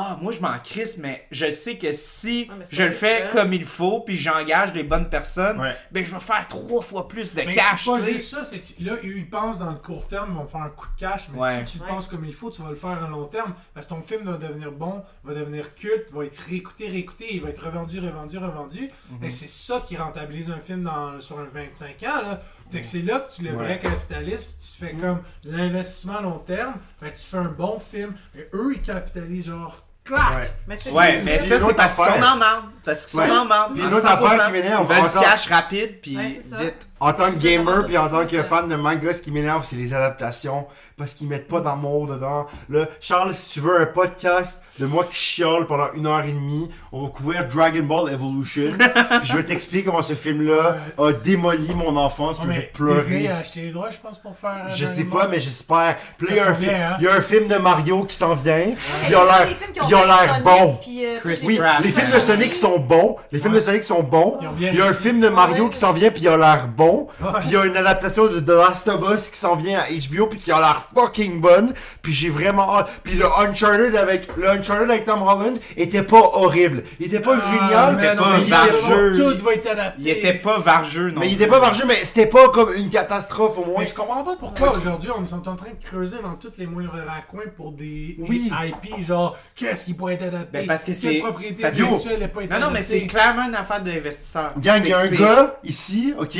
[SPEAKER 2] ah, moi, je m'en crisse, mais je sais que si
[SPEAKER 4] Ouais, mais c'est
[SPEAKER 2] je
[SPEAKER 4] pas
[SPEAKER 2] le fais
[SPEAKER 4] juste ça.
[SPEAKER 2] comme il faut, puis j'engage les bonnes personnes,
[SPEAKER 3] Ouais.
[SPEAKER 2] ben, je vais faire trois fois plus de
[SPEAKER 5] Mais
[SPEAKER 2] cash,
[SPEAKER 5] c'est pas
[SPEAKER 2] tu sais.
[SPEAKER 5] juste ça, c'est que là, eux, ils pensent dans le court terme, ils vont faire un coup de cash, mais
[SPEAKER 2] Ouais.
[SPEAKER 5] si tu le
[SPEAKER 4] Ouais.
[SPEAKER 5] penses comme il faut, tu vas le faire à long terme, parce que ton film va devenir bon, va devenir culte, va être réécouté, réécouté, il va être revendu, revendu, revendu, et c'est ça qui rentabilise un film dans, sur un 25 ans, là. Fait que c'est là que tu le vrai capitaliste, tu fais comme l'investissement à long terme, fait que tu fais un bon film, et eux, ils capitalisent genre, clac!
[SPEAKER 3] Ouais.
[SPEAKER 4] Mais c'est
[SPEAKER 2] Ouais,
[SPEAKER 4] des-
[SPEAKER 2] mais
[SPEAKER 3] Puis
[SPEAKER 2] ça,
[SPEAKER 3] une
[SPEAKER 2] c'est
[SPEAKER 3] autre
[SPEAKER 2] parce qu'ils
[SPEAKER 3] affaire.
[SPEAKER 2] sont en marde. Parce qu'ils sont
[SPEAKER 3] Ouais.
[SPEAKER 2] en marde.
[SPEAKER 3] Puis
[SPEAKER 2] à
[SPEAKER 3] une autre affaire
[SPEAKER 2] 100%,
[SPEAKER 3] qui m'énerve,
[SPEAKER 2] Ils veulent du
[SPEAKER 3] encore-
[SPEAKER 2] cash rapide, puis
[SPEAKER 4] Ouais, c'est ça.
[SPEAKER 2] vite.
[SPEAKER 3] En tant que gamer puis en tant que fan de manga, ce qui m'énerve, c'est les adaptations parce qu'ils mettent pas d'amour dedans. Là, Charles, si tu veux un podcast de moi qui chiale pendant une heure et demie, on va couvrir Dragon Ball
[SPEAKER 5] [laughs]
[SPEAKER 3] Evolution. puis je vais t'expliquer comment ce film-là a démoli mon enfance
[SPEAKER 5] Ouais,
[SPEAKER 3] puis me fait
[SPEAKER 5] Ah, mais Disney
[SPEAKER 3] pleurer.
[SPEAKER 5] a acheté les droits, je pense, pour faire... euh,
[SPEAKER 3] Je sais
[SPEAKER 5] Dragon
[SPEAKER 3] pas,
[SPEAKER 5] Ball.
[SPEAKER 3] mais j'espère. Puis là, il
[SPEAKER 5] Ça
[SPEAKER 3] y a un
[SPEAKER 5] s'en
[SPEAKER 3] film-
[SPEAKER 5] vient, hein.
[SPEAKER 3] il y a un film de Mario qui s'en vient.
[SPEAKER 4] Mais
[SPEAKER 3] Ils ont
[SPEAKER 4] c'est
[SPEAKER 3] l'air,
[SPEAKER 4] des films qui
[SPEAKER 3] ils ont l'air
[SPEAKER 4] Sonic,
[SPEAKER 3] bons.
[SPEAKER 4] puis, euh,
[SPEAKER 2] Chris
[SPEAKER 4] tous
[SPEAKER 3] Oui,
[SPEAKER 2] Pratt.
[SPEAKER 3] les films de Sonic sont bons, les films de Sonic sont bons.
[SPEAKER 5] Ils ont bien
[SPEAKER 3] Il y a un
[SPEAKER 5] réussi.
[SPEAKER 3] film de Mario
[SPEAKER 4] Ouais.
[SPEAKER 3] qui s'en vient puis il a l'air bon.
[SPEAKER 5] Ouais.
[SPEAKER 3] Puis il y a une adaptation de The Last of Us qui s'en vient à HBO puis qui a l'air fucking bonne. Puis j'ai vraiment hâte. Puis le Uncharted avec le Uncharted avec Tom Holland était pas horrible. Il était pas
[SPEAKER 5] Ah,
[SPEAKER 3] génial,
[SPEAKER 5] mais non,
[SPEAKER 2] pas
[SPEAKER 3] mais
[SPEAKER 5] mais
[SPEAKER 3] il était
[SPEAKER 2] vargeux.
[SPEAKER 5] Tout va être adapté.
[SPEAKER 2] Il était pas vargeux, non.
[SPEAKER 3] mais il était pas margé, mais c'était pas comme une catastrophe au moins.
[SPEAKER 5] Mais je comprends pas pourquoi aujourd'hui on est en train de creuser dans tous les moindres raccoins pour des, des
[SPEAKER 3] Oui.
[SPEAKER 5] IP genre qu'est-ce qui pourrait être adapté
[SPEAKER 2] Ben, parce que
[SPEAKER 5] Quelle
[SPEAKER 2] c'est-
[SPEAKER 5] propriété
[SPEAKER 2] parce
[SPEAKER 3] que-
[SPEAKER 5] sexuelle n'a pas été
[SPEAKER 2] Non, non, mais
[SPEAKER 5] adaptée?
[SPEAKER 2] c'est clairement une affaire d'investisseur.
[SPEAKER 3] Gang, il y a un
[SPEAKER 2] C'est-
[SPEAKER 3] gars ici, ok?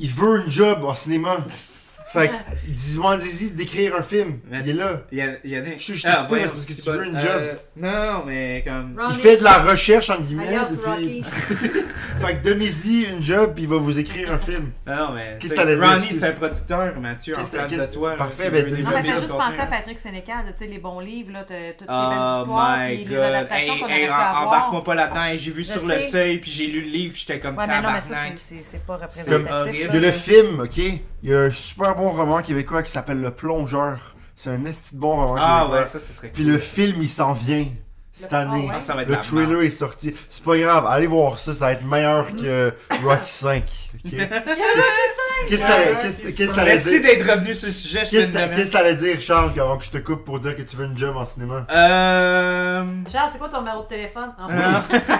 [SPEAKER 3] Il veut une job en cinéma. Fait que, dis-moi, dis-y d'écrire un film.
[SPEAKER 2] Mais
[SPEAKER 3] il est
[SPEAKER 2] tu-
[SPEAKER 3] là.
[SPEAKER 2] Il y a, il y en a un.
[SPEAKER 3] Je- je te
[SPEAKER 2] ah,
[SPEAKER 3] coupe,
[SPEAKER 2] voyons,
[SPEAKER 3] parce que
[SPEAKER 2] c'est
[SPEAKER 3] tu veux
[SPEAKER 2] pas-
[SPEAKER 3] une
[SPEAKER 2] euh, non, mais comme.
[SPEAKER 4] Ronnie,
[SPEAKER 3] Il fait de la recherche, en guillemets.
[SPEAKER 4] Adios,
[SPEAKER 3] puis-
[SPEAKER 4] Rocky.
[SPEAKER 3] [laughs] Fait que donnez-y une job, puis il va vous écrire
[SPEAKER 2] [laughs]
[SPEAKER 3] un film.
[SPEAKER 2] Non, non, mais. t'sais,
[SPEAKER 3] Qu'est-ce que t'allais dire,
[SPEAKER 2] Ronnie,
[SPEAKER 3] excuse.
[SPEAKER 2] c'est un producteur, Mathieu, en
[SPEAKER 3] Qu'est-ce que-
[SPEAKER 2] place de
[SPEAKER 3] qu'est-ce-
[SPEAKER 2] toi. là,
[SPEAKER 3] Parfait,
[SPEAKER 2] qui
[SPEAKER 3] ben,
[SPEAKER 2] veut
[SPEAKER 4] Non,
[SPEAKER 3] désolé.
[SPEAKER 4] mais
[SPEAKER 2] développer
[SPEAKER 4] fais
[SPEAKER 2] le
[SPEAKER 4] juste
[SPEAKER 2] contenu.
[SPEAKER 4] penser à Patrick Sénécal, là, tu sais, les bons livres, là, t'as- toutes les belles
[SPEAKER 2] Oh
[SPEAKER 4] histoires,
[SPEAKER 2] my
[SPEAKER 4] puis les
[SPEAKER 2] god.
[SPEAKER 4] adaptations
[SPEAKER 2] Hey,
[SPEAKER 4] qu'on
[SPEAKER 2] hey,
[SPEAKER 4] aurait pu avoir.
[SPEAKER 2] embarque-moi pas là-dedans. Hey, J'ai vu
[SPEAKER 4] Je
[SPEAKER 2] sur le
[SPEAKER 4] sais.
[SPEAKER 2] seuil, puis j'ai lu le livre, puis j'étais comme
[SPEAKER 4] Ouais, mais non, mais ça,
[SPEAKER 2] tabarnak.
[SPEAKER 4] c'est- c'est- c'est pas
[SPEAKER 2] C'est
[SPEAKER 4] représentatif.
[SPEAKER 2] horrible.
[SPEAKER 3] Il y a le film, ok? Il y a un super bon roman québécois qui s'appelle Le Plongeur. C'est un esti de bon roman
[SPEAKER 2] Ah
[SPEAKER 3] québécois.
[SPEAKER 2] ouais, ça, ce serait
[SPEAKER 3] Puis le film, il s'en vient. Cette
[SPEAKER 4] Le- ah
[SPEAKER 3] année.
[SPEAKER 4] ouais? Ah,
[SPEAKER 2] ça va être
[SPEAKER 3] le
[SPEAKER 2] la
[SPEAKER 3] trailer
[SPEAKER 2] merde.
[SPEAKER 3] est sorti. C'est pas grave, allez voir ça, ça va être meilleur
[SPEAKER 4] Mm-hmm.
[SPEAKER 3] que Rocky 5.
[SPEAKER 2] [laughs]
[SPEAKER 4] [laughs]
[SPEAKER 3] Qu'est-ce que t'allais- qu'est-ce- qu'est-ce que t'allais
[SPEAKER 2] Merci
[SPEAKER 3] dire?
[SPEAKER 2] d'être revenu sur le sujet. je te le
[SPEAKER 3] Qu'est-ce que
[SPEAKER 2] demande.
[SPEAKER 3] qu'est-ce que t'allais dire, Charles, avant que je te coupe pour dire que tu veux une job en cinéma?
[SPEAKER 2] Euh...
[SPEAKER 4] Genre, c'est quoi ton numéro de téléphone? En fait,
[SPEAKER 2] non. [laughs]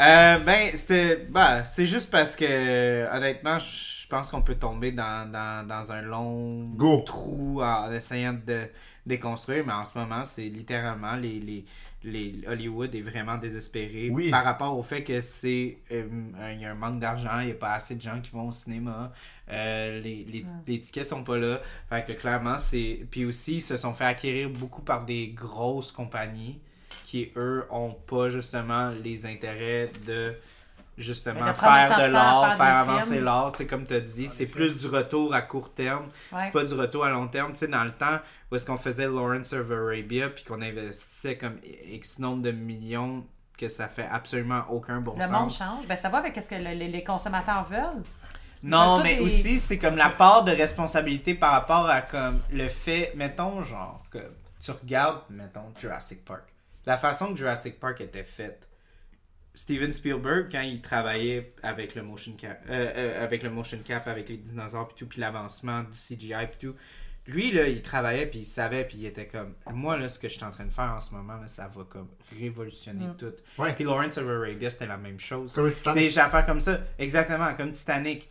[SPEAKER 2] Euh, ben, c'était. bah c'est juste parce que, honnêtement, je pense qu'on peut tomber dans, dans, dans un long
[SPEAKER 3] Go.
[SPEAKER 2] trou en essayant de déconstruire, mais en ce moment, c'est littéralement les. les les- Hollywood est vraiment désespéré
[SPEAKER 3] Oui.
[SPEAKER 2] par rapport au fait que c'est euh, un- il y a un manque d'argent, il n'y a pas assez de gens qui vont au cinéma, euh, les, les, les tickets sont pas là, fait que clairement c'est puis aussi ils se sont fait acquérir beaucoup par des grosses compagnies qui eux ont pas justement les intérêts de justement
[SPEAKER 4] Ben, de prendre
[SPEAKER 2] faire
[SPEAKER 4] autant
[SPEAKER 2] de
[SPEAKER 4] de temps à
[SPEAKER 2] l'art,
[SPEAKER 4] faire
[SPEAKER 2] faire,
[SPEAKER 4] des
[SPEAKER 2] avancer
[SPEAKER 4] films.
[SPEAKER 2] l'art, tu sais comme tu as dit, c'est plus du retour à court terme,
[SPEAKER 4] Ouais.
[SPEAKER 2] c'est pas du retour à long terme, tu sais dans le temps où est-ce qu'on faisait Lawrence of Arabia puis qu'on investissait comme X nombre de millions que ça fait absolument aucun bon
[SPEAKER 4] Le
[SPEAKER 2] sens.
[SPEAKER 4] monde change. Ben, ça va avec ce que le- les les consommateurs veulent.
[SPEAKER 2] Non,
[SPEAKER 4] Ben, Tout
[SPEAKER 2] mais
[SPEAKER 4] est-
[SPEAKER 2] aussi, c'est comme la part de responsabilité par rapport à comme le fait, mettons, genre, que tu regardes, mettons, Jurassic Park. La façon que Jurassic Park était faite, Steven Spielberg, quand il travaillait avec le motion cap, euh, euh, avec le motion cap, avec les dinosaures, puis tout, puis l'avancement du CGI, puis tout, lui, là, il travaillait, puis il savait, puis il était comme, moi, là, ce que je suis en train de faire en ce moment, là, ça va comme révolutionner
[SPEAKER 4] Mm.
[SPEAKER 2] tout.
[SPEAKER 3] Ouais.
[SPEAKER 2] Puis Lawrence of Arabia, c'était la même chose.
[SPEAKER 3] Comme le Titanic.
[SPEAKER 2] Des affaires comme ça, exactement, comme Titanic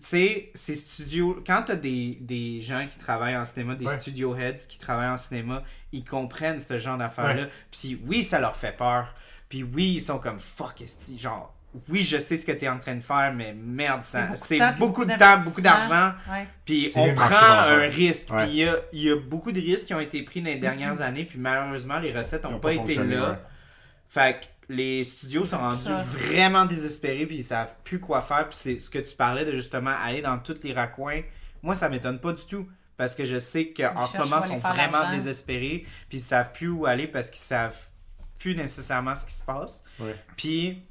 [SPEAKER 2] tu sais, ces studios, quand t'as des, des gens qui travaillent en cinéma, des
[SPEAKER 3] Ouais.
[SPEAKER 2] studio heads qui travaillent en cinéma, ils comprennent ce genre d'affaires-là. Puis oui, ça leur fait peur. Puis oui, ils sont comme fuck, esti, genre, oui, je sais ce que t'es en train de faire, mais merde, ça, Euh, c'est beaucoup, de temps, beaucoup d'argent.
[SPEAKER 4] Ouais.
[SPEAKER 2] Puis
[SPEAKER 3] C'est
[SPEAKER 2] on
[SPEAKER 3] le marché
[SPEAKER 2] prend
[SPEAKER 3] d'enfer.
[SPEAKER 2] un risque.
[SPEAKER 3] Ouais.
[SPEAKER 2] Puis il y a, il y a beaucoup de risques qui ont été pris dans les
[SPEAKER 4] Mm-hmm.
[SPEAKER 2] dernières années. Puis malheureusement, les recettes
[SPEAKER 3] Ils
[SPEAKER 2] n'ont
[SPEAKER 3] ont
[SPEAKER 2] pas,
[SPEAKER 3] pas
[SPEAKER 2] été
[SPEAKER 3] fonctionné,
[SPEAKER 2] là.
[SPEAKER 3] ouais.
[SPEAKER 2] Fait que les studios sont rendus
[SPEAKER 4] Ça.
[SPEAKER 2] vraiment désespérés. Puis ils savent plus quoi faire. Puis c'est ce que tu parlais de justement aller dans tous les raccoins. Moi, ça m'étonne pas du tout. Parce que je sais qu'en ce
[SPEAKER 4] cherchent
[SPEAKER 2] moment,
[SPEAKER 4] où
[SPEAKER 2] ils sont
[SPEAKER 4] aller faire
[SPEAKER 2] vraiment
[SPEAKER 4] l'argent.
[SPEAKER 2] désespérés. Puis ils savent plus où aller parce qu'ils savent plus nécessairement ce qui se passe.
[SPEAKER 3] Ouais.
[SPEAKER 2] Puis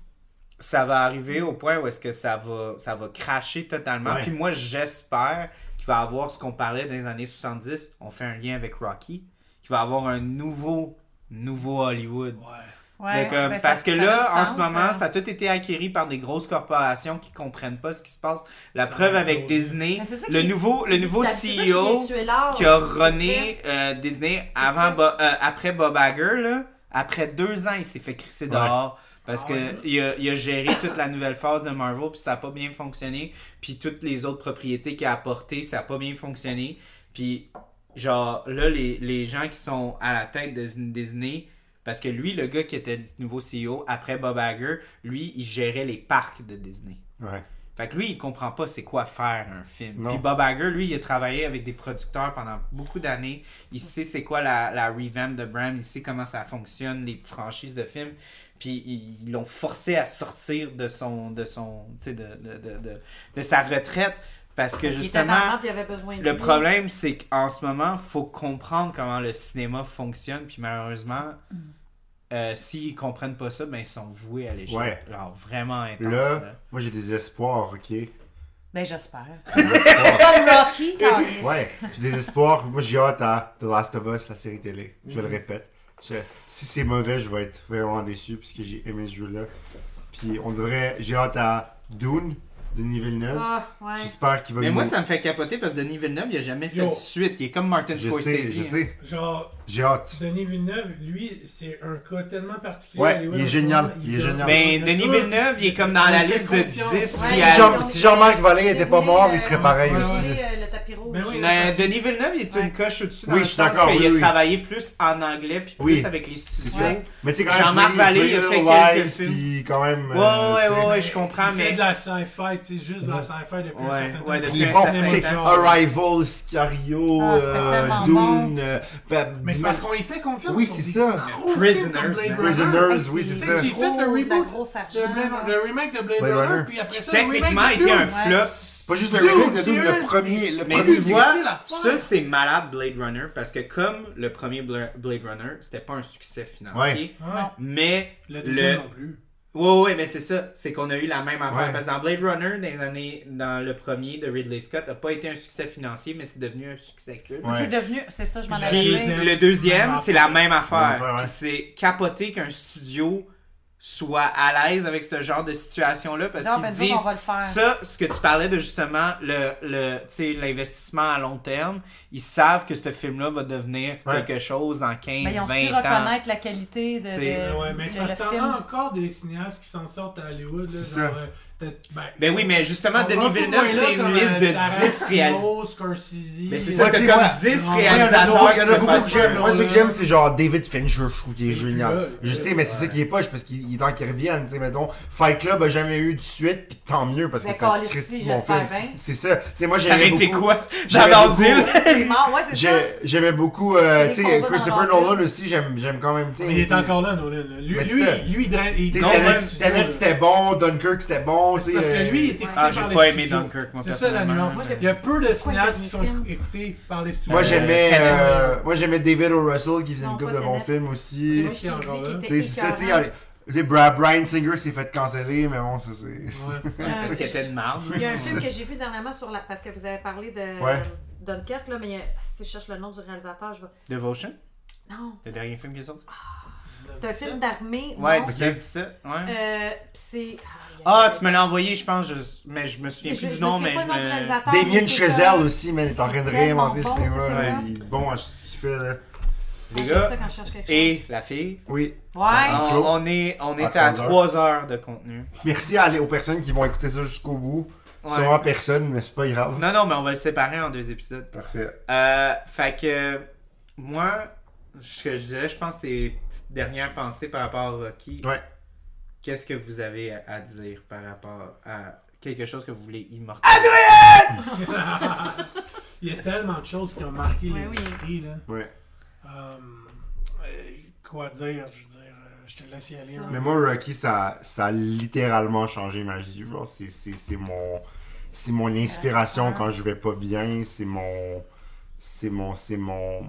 [SPEAKER 2] ça va arriver au point où est-ce que ça va, ça va cracher totalement.
[SPEAKER 3] Ouais.
[SPEAKER 2] Puis moi, j'espère qu'il va avoir ce qu'on parlait dans les années 70. On fait un lien avec Rocky. Qu'il va avoir un nouveau, nouveau Hollywood.
[SPEAKER 5] Ouais.
[SPEAKER 4] Ouais,
[SPEAKER 2] Donc, euh,
[SPEAKER 4] ben, ça-
[SPEAKER 2] parce que
[SPEAKER 4] ça
[SPEAKER 2] là,
[SPEAKER 4] a du
[SPEAKER 2] en
[SPEAKER 4] sens,
[SPEAKER 2] ce moment,
[SPEAKER 4] hein.
[SPEAKER 2] ça a tout été acquéri par des grosses corporations qui comprennent pas ce qui se passe. La
[SPEAKER 5] Ça
[SPEAKER 2] preuve
[SPEAKER 5] va
[SPEAKER 2] avec
[SPEAKER 5] imploser.
[SPEAKER 2] Disney,
[SPEAKER 4] Mais Ben, c'est ça
[SPEAKER 2] le
[SPEAKER 4] qui-
[SPEAKER 2] nouveau, le nouveau E
[SPEAKER 4] ça- c'est ça qui
[SPEAKER 2] CEO
[SPEAKER 4] vient tuer l'art,
[SPEAKER 2] qui a
[SPEAKER 4] en fait.
[SPEAKER 2] runné euh, Disney avant
[SPEAKER 4] triste.
[SPEAKER 2] Bo- euh, après Bob Hager, là, après deux ans, il s'est fait crisser dehors. Parce
[SPEAKER 5] Ah
[SPEAKER 2] que
[SPEAKER 5] ouais.
[SPEAKER 2] il a, il a géré toute la nouvelle phase de Marvel, puis ça n'a pas bien fonctionné. Puis toutes les autres propriétés qu'il a apportées, ça n'a pas bien fonctionné. Puis, genre, là, les, les gens qui sont à la tête de Dis- Disney, parce que lui, le gars qui était le nouveau CEO après Bob Hager, lui, il gérait les parcs de Disney.
[SPEAKER 3] Ouais.
[SPEAKER 2] Fait que lui, il comprend pas c'est quoi faire un film.
[SPEAKER 3] Non.
[SPEAKER 2] Puis Bob Hager, lui, il a travaillé avec des producteurs pendant beaucoup d'années. Il sait c'est quoi la, la revamp de Bram, il sait comment ça fonctionne, les franchises de films. Puis ils ils l'ont forcé à sortir de son de son tu sais, de, de, de, de, de sa retraite parce que
[SPEAKER 4] Parce qu'il était
[SPEAKER 2] justement
[SPEAKER 4] tendance, puis il avait besoin de
[SPEAKER 2] le
[SPEAKER 4] lui.
[SPEAKER 2] problème c'est qu'en ce moment faut comprendre comment le cinéma fonctionne puis malheureusement
[SPEAKER 4] Mm.
[SPEAKER 2] euh, s'ils comprennent pas ça ben ils sont voués à l'échec
[SPEAKER 3] Ouais.
[SPEAKER 2] alors vraiment intense
[SPEAKER 3] Là,
[SPEAKER 2] là.
[SPEAKER 3] moi j'ai des espoirs, ok? [laughs]
[SPEAKER 4] Ben, j'espère.
[SPEAKER 3] Espoirs.
[SPEAKER 4] Comme Rocky, quand même.
[SPEAKER 3] Ouais, j'ai des espoirs. Moi, j'ai hâte à The Last of Us, la série télé. Je
[SPEAKER 2] Mhm.
[SPEAKER 3] le répète. Je- si c'est mauvais, je vais être vraiment déçu puisque j'ai aimé ce jeu-là. Puis on devrait. J'ai hâte à Dune de Villeneuve.
[SPEAKER 4] Ah, ouais.
[SPEAKER 3] J'espère qu'il va
[SPEAKER 2] Mais moi,
[SPEAKER 3] nous-
[SPEAKER 2] ça me fait capoter parce que Denis Villeneuve, il a jamais fait
[SPEAKER 5] Yo.
[SPEAKER 2] de suite. Il est comme Martin
[SPEAKER 3] Je
[SPEAKER 2] Scorsese.
[SPEAKER 3] sais, je
[SPEAKER 2] hein.
[SPEAKER 3] sais.
[SPEAKER 5] Genre,
[SPEAKER 3] J'ai hâte.
[SPEAKER 5] Denis Villeneuve, lui, c'est un cas tellement particulier.
[SPEAKER 3] Ouais,
[SPEAKER 5] à Hollywood
[SPEAKER 3] il est
[SPEAKER 5] en ce
[SPEAKER 3] génial,
[SPEAKER 5] moment.
[SPEAKER 3] il est
[SPEAKER 5] donne-
[SPEAKER 3] génial.
[SPEAKER 2] Mais
[SPEAKER 5] donne
[SPEAKER 2] Ben, Denis
[SPEAKER 5] tout.
[SPEAKER 2] Villeneuve, il est comme dans la
[SPEAKER 5] On lui fait
[SPEAKER 2] liste de
[SPEAKER 5] confiance.
[SPEAKER 2] 10
[SPEAKER 4] Ouais,
[SPEAKER 2] réalisateurs.
[SPEAKER 3] Si Jean- si Jean-Marc Vallée était pas mort, il
[SPEAKER 4] Denis,
[SPEAKER 3] serait pareil
[SPEAKER 4] euh,
[SPEAKER 5] aussi.
[SPEAKER 4] Denis, euh, le tapis rouge.
[SPEAKER 5] Ben oui.
[SPEAKER 2] Mais Denis Villeneuve, il est une
[SPEAKER 4] Ouais.
[SPEAKER 2] coche au-dessus dans
[SPEAKER 3] Oui,
[SPEAKER 2] le
[SPEAKER 3] je suis
[SPEAKER 2] sens
[SPEAKER 3] d'accord,
[SPEAKER 2] qu'il
[SPEAKER 3] oui,
[SPEAKER 2] a
[SPEAKER 3] oui.
[SPEAKER 2] travaillé plus en anglais puis
[SPEAKER 3] Oui,
[SPEAKER 2] plus avec les
[SPEAKER 3] C'est
[SPEAKER 2] studios.
[SPEAKER 3] sûr.
[SPEAKER 4] Ouais.
[SPEAKER 3] Mais tu sais, quand même.
[SPEAKER 2] Jean-Marc
[SPEAKER 3] Pretty-
[SPEAKER 2] Vallée, il a
[SPEAKER 3] Pretty
[SPEAKER 2] fait
[SPEAKER 3] Little
[SPEAKER 2] quelques
[SPEAKER 3] Lies,
[SPEAKER 2] films.
[SPEAKER 3] puis quand même.
[SPEAKER 2] Ouais,
[SPEAKER 3] euh,
[SPEAKER 2] ouais,
[SPEAKER 3] tu sais,
[SPEAKER 2] ouais, ouais, je comprends,
[SPEAKER 5] Il fait
[SPEAKER 2] mais
[SPEAKER 5] de la sci-fi, tu sais, juste de la sci-fi
[SPEAKER 2] Ouais,
[SPEAKER 5] depuis un
[SPEAKER 2] ouais,
[SPEAKER 5] certain temps.
[SPEAKER 3] Puis
[SPEAKER 2] depuis
[SPEAKER 3] ils
[SPEAKER 2] un
[SPEAKER 3] font,
[SPEAKER 2] certain
[SPEAKER 3] tu sais,
[SPEAKER 2] temps.
[SPEAKER 3] Arrival, Sicario,
[SPEAKER 4] Ah, c'était
[SPEAKER 3] euh,
[SPEAKER 4] tellement
[SPEAKER 3] Dune,
[SPEAKER 4] bon.
[SPEAKER 3] euh, bah,
[SPEAKER 5] Mais c'est parce qu'on y fait confiance.
[SPEAKER 3] Oui,
[SPEAKER 5] sur
[SPEAKER 3] c'est
[SPEAKER 5] des
[SPEAKER 3] ça.
[SPEAKER 5] gros films
[SPEAKER 2] Prisoners,
[SPEAKER 5] comme Blade
[SPEAKER 2] man.
[SPEAKER 5] Runner.
[SPEAKER 3] Prisoners,
[SPEAKER 4] Hey, c'est-
[SPEAKER 3] oui, c'est
[SPEAKER 5] Tu
[SPEAKER 3] ça.
[SPEAKER 5] sais, tu fais le
[SPEAKER 4] Gros,
[SPEAKER 5] reboot
[SPEAKER 4] la grosse
[SPEAKER 5] de
[SPEAKER 4] argent,
[SPEAKER 5] Blade-
[SPEAKER 4] là.
[SPEAKER 5] le remake de Blade,
[SPEAKER 3] Blade
[SPEAKER 5] Runner,
[SPEAKER 3] Runner.
[SPEAKER 5] puis après ça, le remake
[SPEAKER 2] techniquement,
[SPEAKER 5] de
[SPEAKER 2] il était un
[SPEAKER 5] Dune.
[SPEAKER 4] Ouais.
[SPEAKER 2] flop.
[SPEAKER 3] Pas juste le
[SPEAKER 5] Dude,
[SPEAKER 3] remake de Dune, le
[SPEAKER 5] sérieux?
[SPEAKER 3] premier. Le
[SPEAKER 2] Mais
[SPEAKER 3] premier
[SPEAKER 2] tu
[SPEAKER 5] c'est
[SPEAKER 2] vois,
[SPEAKER 5] difficile à
[SPEAKER 2] ça
[SPEAKER 5] faire.
[SPEAKER 2] c'est malade Blade Runner parce que comme le premier Bla- Blade Runner, c'était pas un succès financier,
[SPEAKER 5] Ouais.
[SPEAKER 2] mais
[SPEAKER 5] Le deuxième
[SPEAKER 2] le
[SPEAKER 5] non plus.
[SPEAKER 2] Ouais, ouais, mais c'est ça. C'est qu'on a eu la même affaire.
[SPEAKER 3] Ouais.
[SPEAKER 2] Parce que dans Blade Runner, dans, les années, dans le premier de Ridley Scott, n'a pas été un succès financier, mais c'est devenu un succès culte.
[SPEAKER 3] Ouais.
[SPEAKER 4] C'est devenu, c'est ça, je m'en
[SPEAKER 5] Puis-
[SPEAKER 4] avais
[SPEAKER 2] Puis
[SPEAKER 4] dit.
[SPEAKER 5] deuxième.
[SPEAKER 2] le deuxième,
[SPEAKER 5] Même
[SPEAKER 2] c'est la même
[SPEAKER 3] Même
[SPEAKER 2] affaire.
[SPEAKER 3] affaire, ouais.
[SPEAKER 2] Puis c'est capoté qu'un studio soient à l'aise avec ce genre de situation-là parce
[SPEAKER 4] Non,
[SPEAKER 2] qu'ils
[SPEAKER 4] mais
[SPEAKER 2] se
[SPEAKER 4] nous autres,
[SPEAKER 2] disent
[SPEAKER 4] on va le faire.
[SPEAKER 2] ça, ce que tu parlais de justement le, le, tu sais, l'investissement à long terme, ils savent que ce film-là va devenir
[SPEAKER 3] Ouais.
[SPEAKER 2] quelque chose dans
[SPEAKER 4] Mais ils
[SPEAKER 2] 15,
[SPEAKER 4] ont su
[SPEAKER 2] 20 ans.
[SPEAKER 4] reconnaître la qualité de, de,
[SPEAKER 2] C'est-
[SPEAKER 5] Euh, ouais, mais
[SPEAKER 4] de
[SPEAKER 5] c'est parce
[SPEAKER 4] le
[SPEAKER 5] que t'en
[SPEAKER 4] film.
[SPEAKER 5] as encore des cinéastes qui s'en sortent à Hollywood. Là,
[SPEAKER 3] C'est
[SPEAKER 5] genre,
[SPEAKER 3] ça.
[SPEAKER 5] euh, peut-être- ben,
[SPEAKER 2] Ben oui, mais justement,
[SPEAKER 5] ils sont
[SPEAKER 2] Denis
[SPEAKER 5] un peu
[SPEAKER 2] Villeneuve,
[SPEAKER 5] moins là
[SPEAKER 2] c'est une
[SPEAKER 5] comme,
[SPEAKER 2] liste
[SPEAKER 5] euh,
[SPEAKER 2] de 10
[SPEAKER 5] Tarantino,
[SPEAKER 2] réalisateurs.
[SPEAKER 5] Scorsese.
[SPEAKER 2] Mais c'est
[SPEAKER 5] euh,
[SPEAKER 2] ça,
[SPEAKER 3] Ouais,
[SPEAKER 2] t'as
[SPEAKER 3] tu sais
[SPEAKER 2] comme
[SPEAKER 3] quoi?
[SPEAKER 2] 10
[SPEAKER 5] Ouais,
[SPEAKER 3] Ouais, Il y en a
[SPEAKER 2] réalisateurs.
[SPEAKER 3] beaucoup- il y en a
[SPEAKER 2] qui
[SPEAKER 3] beaucoup
[SPEAKER 2] se
[SPEAKER 3] que
[SPEAKER 2] font-
[SPEAKER 3] j'aime. Moi, ce que
[SPEAKER 5] là.
[SPEAKER 3] j'aime, c'est genre David Fincher, je trouve qu'il est
[SPEAKER 5] Il est plus
[SPEAKER 3] génial.
[SPEAKER 5] là, il
[SPEAKER 3] je
[SPEAKER 5] est
[SPEAKER 3] sais,
[SPEAKER 5] là,
[SPEAKER 3] mais c'est ça
[SPEAKER 5] ouais.
[SPEAKER 3] qui est poche, parce qu'il il est temps qu'il revienne. tu sais, mettons, Fight Club a jamais eu de suite, puis tant mieux, parce que
[SPEAKER 4] Mais
[SPEAKER 3] c'est un
[SPEAKER 4] Call of
[SPEAKER 3] Christ
[SPEAKER 4] Duty,
[SPEAKER 3] bon film.
[SPEAKER 4] j'espère bien.
[SPEAKER 3] C'est ça. Tu sais, moi,
[SPEAKER 2] Ça aurait
[SPEAKER 3] j'aimais
[SPEAKER 2] été
[SPEAKER 3] beaucoup.
[SPEAKER 2] quoi?
[SPEAKER 3] J'avais
[SPEAKER 2] J'avais
[SPEAKER 4] C'est mort, ouais, c'est ça.
[SPEAKER 3] j'ai- J'aimais beaucoup, euh,
[SPEAKER 4] Les
[SPEAKER 3] tu
[SPEAKER 4] combats
[SPEAKER 3] sais,
[SPEAKER 4] dans
[SPEAKER 3] Christopher
[SPEAKER 4] l'aventure.
[SPEAKER 3] Nolan aussi, j'aime j'aime quand même. tu sais,
[SPEAKER 5] Mais il est
[SPEAKER 3] t'sais,
[SPEAKER 5] encore là, Nolan. là. Lui,
[SPEAKER 3] Mais
[SPEAKER 5] lui,
[SPEAKER 3] ça-
[SPEAKER 5] lui, il draine. il
[SPEAKER 3] t'sais,
[SPEAKER 5] draine
[SPEAKER 3] Tenet-
[SPEAKER 5] les studios,
[SPEAKER 3] Tenet,
[SPEAKER 5] là.
[SPEAKER 3] c'était bon, Dunkirk, c'était bon. tu sais,
[SPEAKER 5] Parce
[SPEAKER 3] euh,
[SPEAKER 5] que lui, il était écouté
[SPEAKER 2] Ah, j'ai
[SPEAKER 5] par les
[SPEAKER 2] pas aimé
[SPEAKER 5] studios.
[SPEAKER 2] Dunkirk, moi,
[SPEAKER 5] C'est ça la
[SPEAKER 2] personnellement.
[SPEAKER 5] nuance.
[SPEAKER 4] Moi,
[SPEAKER 5] Il y a peu de
[SPEAKER 4] C'est quoi le
[SPEAKER 5] cinéastes qui sont
[SPEAKER 4] dernier film?
[SPEAKER 5] écoutés par les studios.
[SPEAKER 3] Moi, j'aimais
[SPEAKER 2] Tenet.
[SPEAKER 3] euh, moi, j'aimais David O. Russell qui faisait
[SPEAKER 4] Non,
[SPEAKER 3] une couple
[SPEAKER 4] pas
[SPEAKER 3] de bons
[SPEAKER 4] Tenet.
[SPEAKER 3] films
[SPEAKER 4] C'est
[SPEAKER 3] aussi.
[SPEAKER 4] moi qui ai dit qu'il était
[SPEAKER 3] Tu sais, c'est ça, tu sais,
[SPEAKER 4] écœurant.
[SPEAKER 3] allez, tu sais, Bra- Brian Singer s'est fait canceller, mais bon, ça c'est. [laughs]
[SPEAKER 5] Ouais.
[SPEAKER 4] J'ai un-
[SPEAKER 2] Parce qu'il était de marde.
[SPEAKER 4] Il y a un film que j'ai vu dernièrement sur la. Parce que vous avez parlé de
[SPEAKER 3] Ouais.
[SPEAKER 4] Dunkerque, là, mais il y a- si je cherche le nom du réalisateur, je vais.
[SPEAKER 2] Devotion?
[SPEAKER 4] Non,
[SPEAKER 2] Le dernier film qui est sorti?
[SPEAKER 4] c'est un film d'armée.
[SPEAKER 2] Ouais,
[SPEAKER 4] non.
[SPEAKER 2] tu l'as dit ça? Ouais.
[SPEAKER 4] Euh, pis c'est.
[SPEAKER 2] Ah, tu me l'as envoyé, je pense, je- mais je me souviens plus du nom, mais je me.
[SPEAKER 3] Damien Chazelle
[SPEAKER 4] Chazelle
[SPEAKER 3] aussi, man, il est en train de
[SPEAKER 4] c'est tellement
[SPEAKER 3] réinventer le
[SPEAKER 4] bon,
[SPEAKER 3] cinéma.
[SPEAKER 4] ce
[SPEAKER 3] là,
[SPEAKER 4] film-là.
[SPEAKER 3] Il est bon à ce qu'il fait, là.
[SPEAKER 2] Les
[SPEAKER 4] Les
[SPEAKER 2] gars,
[SPEAKER 4] ça quand Ben, je cherche quelque chose.
[SPEAKER 2] Et Ah. la fille.
[SPEAKER 3] Oui.
[SPEAKER 4] Ouais.
[SPEAKER 2] On,
[SPEAKER 3] Ah, Claude.
[SPEAKER 2] on est, on était
[SPEAKER 3] À
[SPEAKER 2] à
[SPEAKER 3] trois heures.
[SPEAKER 2] 3 heures de contenu.
[SPEAKER 3] Merci à- aux personnes qui vont écouter ça jusqu'au bout.
[SPEAKER 2] Ouais.
[SPEAKER 3] Sûrement personne, mais c'est pas grave.
[SPEAKER 2] Non, non, mais on va le séparer en deux épisodes.
[SPEAKER 3] Parfait.
[SPEAKER 2] Euh, fait que moi, ce que je dirais, je pense, que c'est les petites dernières pensées par rapport à Rocky.
[SPEAKER 3] Ouais.
[SPEAKER 2] Qu'est-ce que vous avez à, à dire par rapport à quelque chose que vous voulez immortaliser?
[SPEAKER 5] [laughs] Il y a tellement de choses qui ont marqué
[SPEAKER 4] Ouais,
[SPEAKER 5] les
[SPEAKER 4] oui.
[SPEAKER 5] esprits. là.
[SPEAKER 3] Ouais.
[SPEAKER 5] Euh, euh, Quoi dire Je veux dire, euh, je te laisse y aller.
[SPEAKER 4] Ça.
[SPEAKER 5] hein.
[SPEAKER 3] Mais moi, Rocky, ça, ça a littéralement changé ma vie. Genre, c'est, c'est, c'est mon, c'est mon inspiration quand je vais pas bien. C'est mon, c'est mon, c'est mon,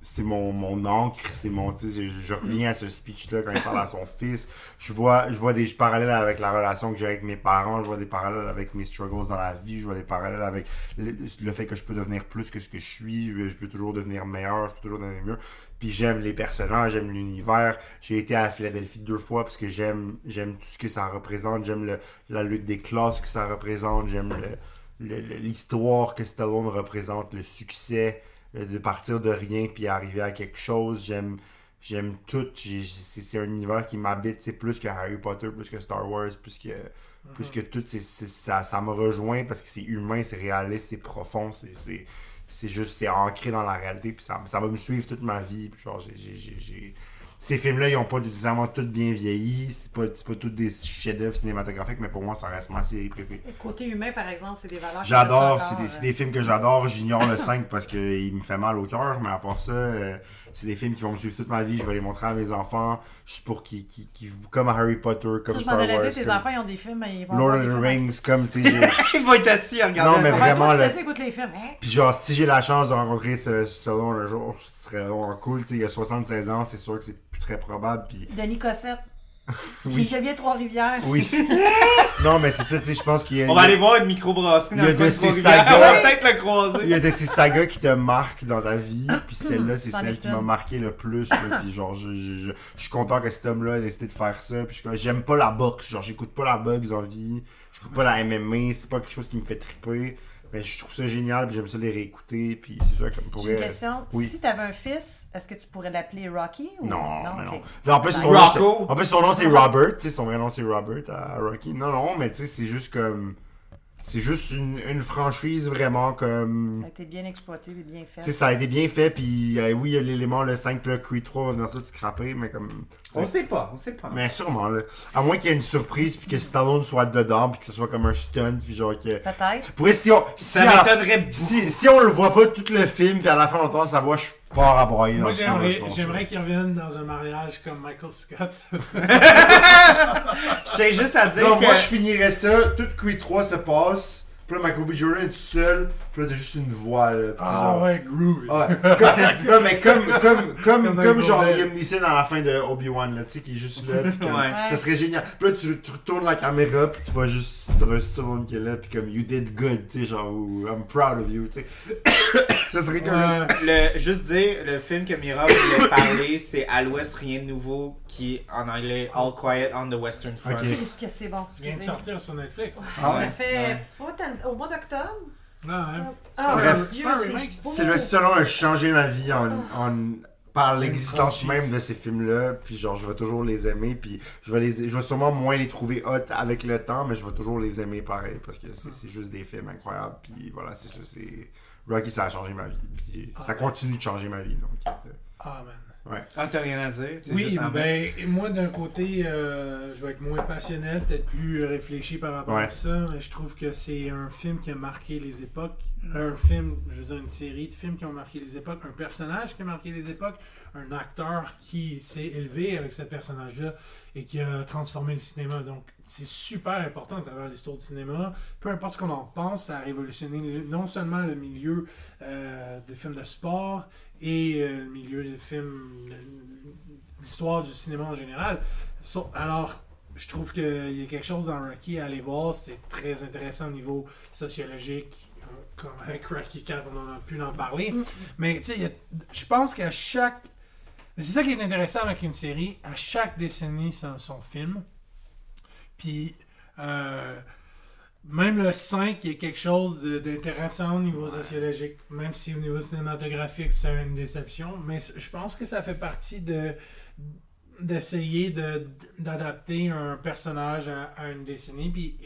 [SPEAKER 3] c'est mon, mon encre. C'est mon, tu sais, je, je reviens à ce speech-là quand il parle à son fils. Je vois, je vois des parallèles avec la relation que j'ai avec mes parents. Je vois des parallèles avec mes struggles dans la vie. Je vois des parallèles avec le, le fait que je peux devenir plus que ce que je suis. Je, je peux toujours devenir meilleur. Je peux toujours devenir mieux. Puis j'aime les personnages, j'aime l'univers. J'ai été à Philadelphie deux fois parce que j'aime j'aime tout ce que ça représente. J'aime le- la lutte des classes que ça représente. J'aime le- le- le- l'histoire que Stallone représente, le succès euh, de partir de rien puis arriver à quelque chose. J'aime j'aime tout. J'ai- j'ai- C'est c'est un univers qui m'habite. C'est plus que Harry Potter, plus que Star Wars, plus que plus que tout. C'est- c'est- ça, ça me rejoint parce que c'est humain, c'est réaliste, c'est profond, c'est- c'est c'est juste c'est ancré dans la réalité puis ça, ça va me suivre toute ma vie puis genre j'ai- j'ai- j'ai- j'ai- ces films là ils ont pas nécessairement tous bien vieilli c'est pas c'est pas tous des chefs d'œuvre cinématographiques mais pour moi ça reste ma série préférée
[SPEAKER 4] Et Côté humain, par exemple, c'est des valeurs. qui
[SPEAKER 3] J'adore,
[SPEAKER 4] restent
[SPEAKER 3] c'est des,
[SPEAKER 4] encore,
[SPEAKER 3] c'est
[SPEAKER 4] euh,
[SPEAKER 3] des films que j'adore. J'ignore le 5 parce qu'il me fait mal au cœur, mais à part ça, euh, c'est des films qui vont me suivre toute ma vie. Je vais les montrer à mes enfants, juste pour qu'ils. qu'ils- qu'ils- comme Harry Potter, comme
[SPEAKER 4] Ça, je m'en
[SPEAKER 3] Star
[SPEAKER 4] allais
[SPEAKER 3] Wars,
[SPEAKER 4] dire, tes
[SPEAKER 3] comme
[SPEAKER 4] enfants, ils ont des films, mais ils vont.
[SPEAKER 3] Lord
[SPEAKER 4] avoir
[SPEAKER 3] of
[SPEAKER 4] des
[SPEAKER 3] the
[SPEAKER 4] films.
[SPEAKER 3] Rings, comme. tu sais, j'ai-
[SPEAKER 2] [laughs] Il va être assis à regarder.
[SPEAKER 3] Non,
[SPEAKER 2] la
[SPEAKER 3] mais
[SPEAKER 2] télé.
[SPEAKER 3] vraiment,
[SPEAKER 4] Comment toi, tu
[SPEAKER 3] là,
[SPEAKER 4] sais, c'est écoute les films, hein?
[SPEAKER 3] Puis genre, si j'ai la chance de rencontrer ce Stallone un jour, ce serait vraiment cool. Tu sais, il a 76 ans, c'est sûr que c'est plus très probable. Puis [laughs]
[SPEAKER 4] Denis Cossette. Il devient Trois-Rivières.
[SPEAKER 3] oui. [laughs] non, mais c'est ça, tu sais, je pense qu'il y a...
[SPEAKER 2] On va aller voir une microbrasserie dans
[SPEAKER 3] Il y a
[SPEAKER 2] le coin
[SPEAKER 3] de
[SPEAKER 2] de
[SPEAKER 3] ces
[SPEAKER 2] Trois-Rivières.
[SPEAKER 3] sagas.
[SPEAKER 2] On va peut-être le croiser.
[SPEAKER 3] Il y a de ces sagas qui te marquent dans ta vie, puis celle-là, c'est
[SPEAKER 4] C'en est
[SPEAKER 3] celle qui
[SPEAKER 4] une.
[SPEAKER 3] m'a marqué le plus. là, puis genre, je, je, je, je suis content que cet homme-là ait décidé de faire ça. Puis je- j'aime pas la boxe, genre, j'écoute pas la boxe en vie, j'écoute pas la MMA, c'est pas quelque chose qui me fait triper. Mais je trouve ça génial, puis j'aime ça les réécouter, puis c'est sûr que pour
[SPEAKER 4] J'ai une question.
[SPEAKER 3] Oui.
[SPEAKER 4] Si t'avais un fils, est-ce que tu pourrais l'appeler Rocky ou...
[SPEAKER 3] Non, non, non.
[SPEAKER 4] ok.
[SPEAKER 3] Non, en plus, son nom,
[SPEAKER 2] Rocco.
[SPEAKER 3] c'est- en plus, son nom, c'est Robert. Tu sais, son vrai nom, c'est Robert à Rocky. Non, non, mais tu sais, c'est juste comme. C'est juste une, une franchise vraiment comme.
[SPEAKER 4] Ça a été bien exploité et bien
[SPEAKER 3] Tu sais,
[SPEAKER 4] fait.
[SPEAKER 3] ça a été bien fait, puis euh, oui, il y a l'élément, le 5, puis le Creed 3 va venir tout scraper, mais comme.
[SPEAKER 2] On sait pas, on sait pas.
[SPEAKER 3] Mais sûrement, là. À moins qu'il y ait une surprise, puis que Stallone soit dedans, puis que ce soit comme un stunt, puis genre que.
[SPEAKER 4] Peut-être.
[SPEAKER 3] Pour si on. Si,
[SPEAKER 2] Ça
[SPEAKER 3] à la-
[SPEAKER 2] m'étonnerait beaucoup.
[SPEAKER 3] si, si on le voit pas tout le film, puis à la fin, on entend sa voix, je pars à broyer dans
[SPEAKER 5] Moi,
[SPEAKER 3] le cinéma,
[SPEAKER 5] j'aimerais
[SPEAKER 3] je pense.
[SPEAKER 5] j'aimerais qu'il revienne dans un mariage comme Michael Scott.
[SPEAKER 2] Je tiens juste à dire
[SPEAKER 3] Non,
[SPEAKER 2] que...
[SPEAKER 3] moi je finirais ça, toute Creed 3 se passe, puis là Michael B. Jordan est tout seul, puis là t'as juste une voix là. pis
[SPEAKER 5] Ah
[SPEAKER 3] genre-
[SPEAKER 5] [laughs] ouais, groovy.
[SPEAKER 3] Ouais. Comme- non, mais comme, comme, comme,
[SPEAKER 5] Comme un
[SPEAKER 3] comme, genre
[SPEAKER 5] bordel.
[SPEAKER 3] Liam Neeson à la fin de Obi-Wan, là, tu sais, qui est juste là. pis comme-
[SPEAKER 2] Ouais.
[SPEAKER 3] Ça serait génial. Puis là, tu, tu retournes la caméra, puis tu vois juste sur un Stallone qui est là, puis comme, you did good, tu sais, [coughs] genre, ou, I'm proud of you, tu sais. Ça serait comme
[SPEAKER 5] Ouais.
[SPEAKER 2] Le, juste dire, le film que Mira voulait parler, c'est À l'Ouest, rien de nouveau, qui est en anglais All Quiet on the Western Front.
[SPEAKER 3] Ok.
[SPEAKER 4] Qu'est-ce que c'est bon,
[SPEAKER 5] Ça vient de
[SPEAKER 4] excusez.
[SPEAKER 5] sortir sur Netflix.
[SPEAKER 2] Ah ouais?
[SPEAKER 4] Ça fait
[SPEAKER 2] Ouais.
[SPEAKER 4] pas tant- au mois d'octobre.
[SPEAKER 5] Ah,
[SPEAKER 2] Hein?
[SPEAKER 5] ouais.
[SPEAKER 4] Ah,
[SPEAKER 3] Bref.
[SPEAKER 4] mon Dieu,
[SPEAKER 5] Pas un
[SPEAKER 4] c'est
[SPEAKER 5] remake.
[SPEAKER 4] beau.
[SPEAKER 3] C'est le seul nom à changer ma vie en, en- par l'existence
[SPEAKER 5] franchise.
[SPEAKER 3] même de ces films-là. Puis genre, je vais toujours les aimer. Puis je vais, les, je vais sûrement moins les trouver hot avec le temps, mais je vais toujours les aimer pareil. Parce que c'est c'est juste des films incroyables. Puis voilà, c'est ça. c'est- Rocky, ça a changé ma vie. Puis ça continue de changer ma vie. Donc, euh,
[SPEAKER 5] Ah, man.
[SPEAKER 2] Ah, t'as rien à dire? C'est
[SPEAKER 5] Oui,
[SPEAKER 2] juste en bas.
[SPEAKER 5] ben, et moi d'un côté, euh, je vais être moins passionnel, peut-être plus réfléchi par rapport
[SPEAKER 3] Ouais.
[SPEAKER 5] à ça, mais je trouve que c'est un film qui a marqué les époques. Un film, je veux dire, une série de films qui ont marqué les époques, un personnage qui a marqué les époques, un acteur qui s'est élevé avec ce personnage-là et qui a transformé le cinéma. Donc, c'est super important à travers l'histoire du cinéma. Peu importe ce qu'on en pense, ça a révolutionné le- non seulement le milieu euh, des films de sport et euh, le milieu des films, le- l'histoire du cinéma en général. So- alors, je trouve qu'il y a quelque chose dans Rocky à aller voir. C'est très intéressant au niveau sociologique. euh, Comme avec Rocky 4, on en a pu en parler. Mais tu sais, il y a- je pense qu'à chaque. C'est ça qui est intéressant avec une série. À chaque décennie, son, son film. Puis. euh, même le 5, il y a quelque chose de- d'intéressant au niveau sociologique, même si au niveau cinématographique, c'est une déception. Mais c- je pense que ça fait partie de d'essayer de- d'adapter un personnage à, à une décennie. Puis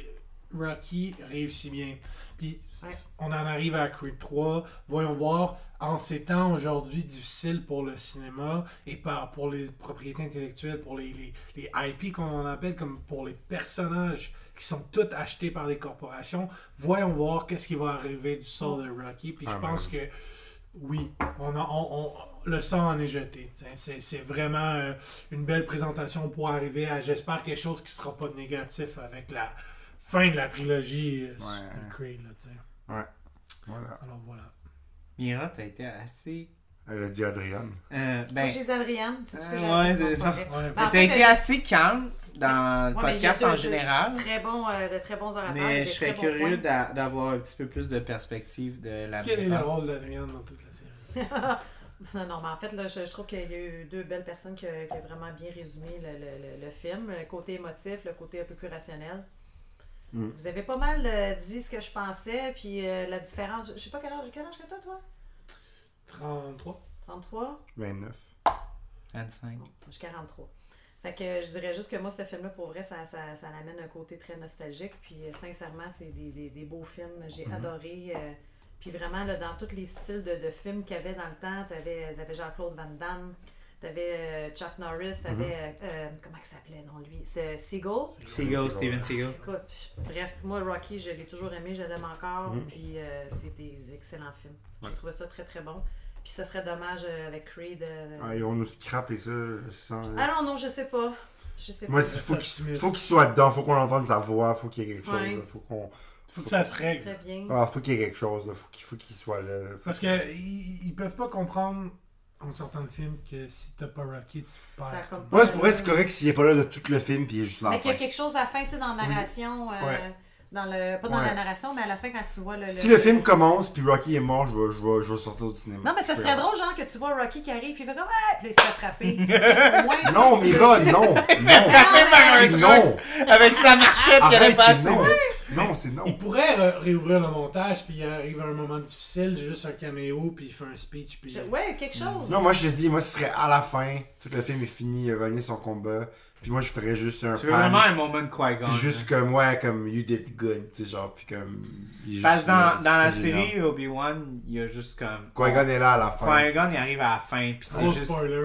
[SPEAKER 5] Rocky réussit bien. Puis
[SPEAKER 4] Ouais.
[SPEAKER 5] on en arrive à Creed 3. Voyons voir, en ces temps aujourd'hui difficiles pour le cinéma et par, pour les propriétés intellectuelles, pour les, les, les IP qu'on en appelle, comme pour les personnages qui sont toutes achetés par des corporations. Voyons voir qu'est-ce qui va arriver du sort de Rocky. Puis je
[SPEAKER 3] Ah,
[SPEAKER 5] pense que oui, on a- on- on- le sang en est jeté. tu sais. C'est, c'est vraiment euh, une belle présentation pour arriver à, j'espère, quelque chose qui sera pas négatif avec la fin de la trilogie euh,
[SPEAKER 3] Ouais.
[SPEAKER 5] de Creed. là, tu sais.
[SPEAKER 3] voilà.
[SPEAKER 5] Alors voilà.
[SPEAKER 2] Mira, t'as été assez.
[SPEAKER 3] Elle a dit Adrian.
[SPEAKER 2] euh,
[SPEAKER 4] Moi,
[SPEAKER 2] ben,
[SPEAKER 4] Chez Adrienne, c'est ce que
[SPEAKER 2] Euh,
[SPEAKER 4] j'avais dit,
[SPEAKER 2] ouais,
[SPEAKER 4] non, c'est pas
[SPEAKER 2] de-
[SPEAKER 4] vrai.
[SPEAKER 5] Ouais.
[SPEAKER 4] Ben, en
[SPEAKER 2] t'as
[SPEAKER 4] fait,
[SPEAKER 2] été
[SPEAKER 4] euh,
[SPEAKER 2] assez calme dans le
[SPEAKER 4] Ouais, mais il y a
[SPEAKER 2] podcast
[SPEAKER 4] deux-
[SPEAKER 2] en
[SPEAKER 4] deux
[SPEAKER 2] général.
[SPEAKER 4] Très bon, euh, de très bons orateurs.
[SPEAKER 2] Mais
[SPEAKER 4] des
[SPEAKER 2] je
[SPEAKER 4] très
[SPEAKER 2] serais
[SPEAKER 4] bons
[SPEAKER 2] curieux
[SPEAKER 4] points.
[SPEAKER 2] d'a- d'avoir un petit peu plus de perspective de la
[SPEAKER 5] Quel est le
[SPEAKER 2] Mira.
[SPEAKER 5] rôle d'Adrienne dans toute la série
[SPEAKER 4] Non, non, mais en fait, là, je, je trouve qu'il y a eu deux belles personnes qui, qui ont vraiment bien résumé le, le- le- le film. Le côté émotif, le côté un peu plus rationnel.
[SPEAKER 3] Mm.
[SPEAKER 4] Vous avez pas mal euh, dit ce que je pensais, puis euh, la différence. Je sais pas quel âge, quel âge que t'as, toi
[SPEAKER 5] 33
[SPEAKER 4] 33
[SPEAKER 3] 29.
[SPEAKER 2] 25.
[SPEAKER 4] Bon, je suis 43. Fait que euh, je dirais juste que moi, ce film-là, pour vrai, ça, ça, ça l'amène un côté très nostalgique. Puis euh, sincèrement, c'est des, des- des beaux films. J'ai
[SPEAKER 3] Mhm.
[SPEAKER 4] adoré. euh, puis vraiment, là, dans tous les styles de, de films qu'il y avait dans le temps, t'avais avais, Jean-Claude Van Damme, t'avais euh, Chuck Norris, t'avais...
[SPEAKER 3] Mhm.
[SPEAKER 4] euh, euh, comment il s'appelait, non, lui? C'est euh, Seagull.
[SPEAKER 2] Seagull, Steven Seagal.
[SPEAKER 4] Écoute, je- bref, moi, Rocky, je l'ai toujours aimé, je l'aime encore. Puis euh, c'est des excellents films.
[SPEAKER 3] Mhm.
[SPEAKER 4] J'ai
[SPEAKER 3] Ouais.
[SPEAKER 4] trouvé ça très, très bon. Puis ce serait dommage euh, avec Creed... euh,
[SPEAKER 3] Ah, et on nous scrape et ça, je sens.
[SPEAKER 4] ah non, non, je sais pas. Je sais pas.
[SPEAKER 3] Moi, c'est- faut
[SPEAKER 5] Ça
[SPEAKER 3] qu'il
[SPEAKER 5] s'assume.
[SPEAKER 3] faut qu'il soit dedans. Faut qu'on entende sa voix. Faut qu'il y ait quelque
[SPEAKER 4] Ouais.
[SPEAKER 3] chose. là, Faut qu'on.
[SPEAKER 5] Faut que ça se
[SPEAKER 4] C'est
[SPEAKER 5] règle.
[SPEAKER 4] très bien.
[SPEAKER 3] Ah, faut qu'il y ait quelque chose. là, Faut qu'il faut qu'il soit là. Faut
[SPEAKER 5] Parce
[SPEAKER 3] qu'il-
[SPEAKER 5] que ils, ils peuvent pas comprendre en sortant le film que si t'as pas Rocky, tu perds.
[SPEAKER 4] Ça a comme
[SPEAKER 3] Moi, je pourrais, c'est correct s'il est pas là de tout le film puis il est juste là. en
[SPEAKER 4] Mais qu'il y a
[SPEAKER 3] fin.
[SPEAKER 4] quelque chose à la fin, tu sais, dans la narration. euh,
[SPEAKER 3] Ah, Ouais.
[SPEAKER 4] dans le, pas dans
[SPEAKER 3] Ouais.
[SPEAKER 4] la narration, mais à la fin, quand tu vois le.
[SPEAKER 3] Si le film commence puis Rocky est mort, je vais, je vais, je vais sortir du cinéma.
[SPEAKER 4] Non, mais ça serait
[SPEAKER 3] Ouais.
[SPEAKER 4] drôle, genre, que tu vois Rocky qui arrive, puis il fait comme. Ah! Puis là, il se fait
[SPEAKER 3] [laughs]
[SPEAKER 4] frapper. Au moins, tu
[SPEAKER 3] Non,
[SPEAKER 4] sais, tu
[SPEAKER 3] Mira,
[SPEAKER 4] [laughs]
[SPEAKER 3] non! Non!
[SPEAKER 4] Frappé par
[SPEAKER 3] C'est
[SPEAKER 2] un
[SPEAKER 3] non!
[SPEAKER 2] [laughs] Avec sa marchette qui allait
[SPEAKER 3] Arrête, c'est
[SPEAKER 2] passer.
[SPEAKER 3] non! Non, c'est non!
[SPEAKER 5] Ils pourraient ré- réouvrir le montage, puis il arrive un moment difficile, juste un caméo, puis il fait un speech, puis.
[SPEAKER 4] veux- je- Ouais, quelque chose.
[SPEAKER 3] Non, moi je te dis, moi ce serait à la fin, tout le film est fini, il a gagné son combat, puis moi je ferais juste un
[SPEAKER 2] Tu veux
[SPEAKER 3] pan,
[SPEAKER 2] vraiment un moment de Qui-Gon.
[SPEAKER 3] puis juste comme, ouais, comme you did good, tu sais, genre, puis comme. il est
[SPEAKER 2] Parce
[SPEAKER 3] juste
[SPEAKER 2] que dans,
[SPEAKER 3] là,
[SPEAKER 2] dans la
[SPEAKER 3] c'est énorme.
[SPEAKER 2] série Obi-Wan, il y a juste comme.
[SPEAKER 3] Qui-Gon est là à la fin.
[SPEAKER 2] Qui-Gon, il arrive à la fin, pis c'est
[SPEAKER 5] Gros
[SPEAKER 2] juste.
[SPEAKER 5] spoiler.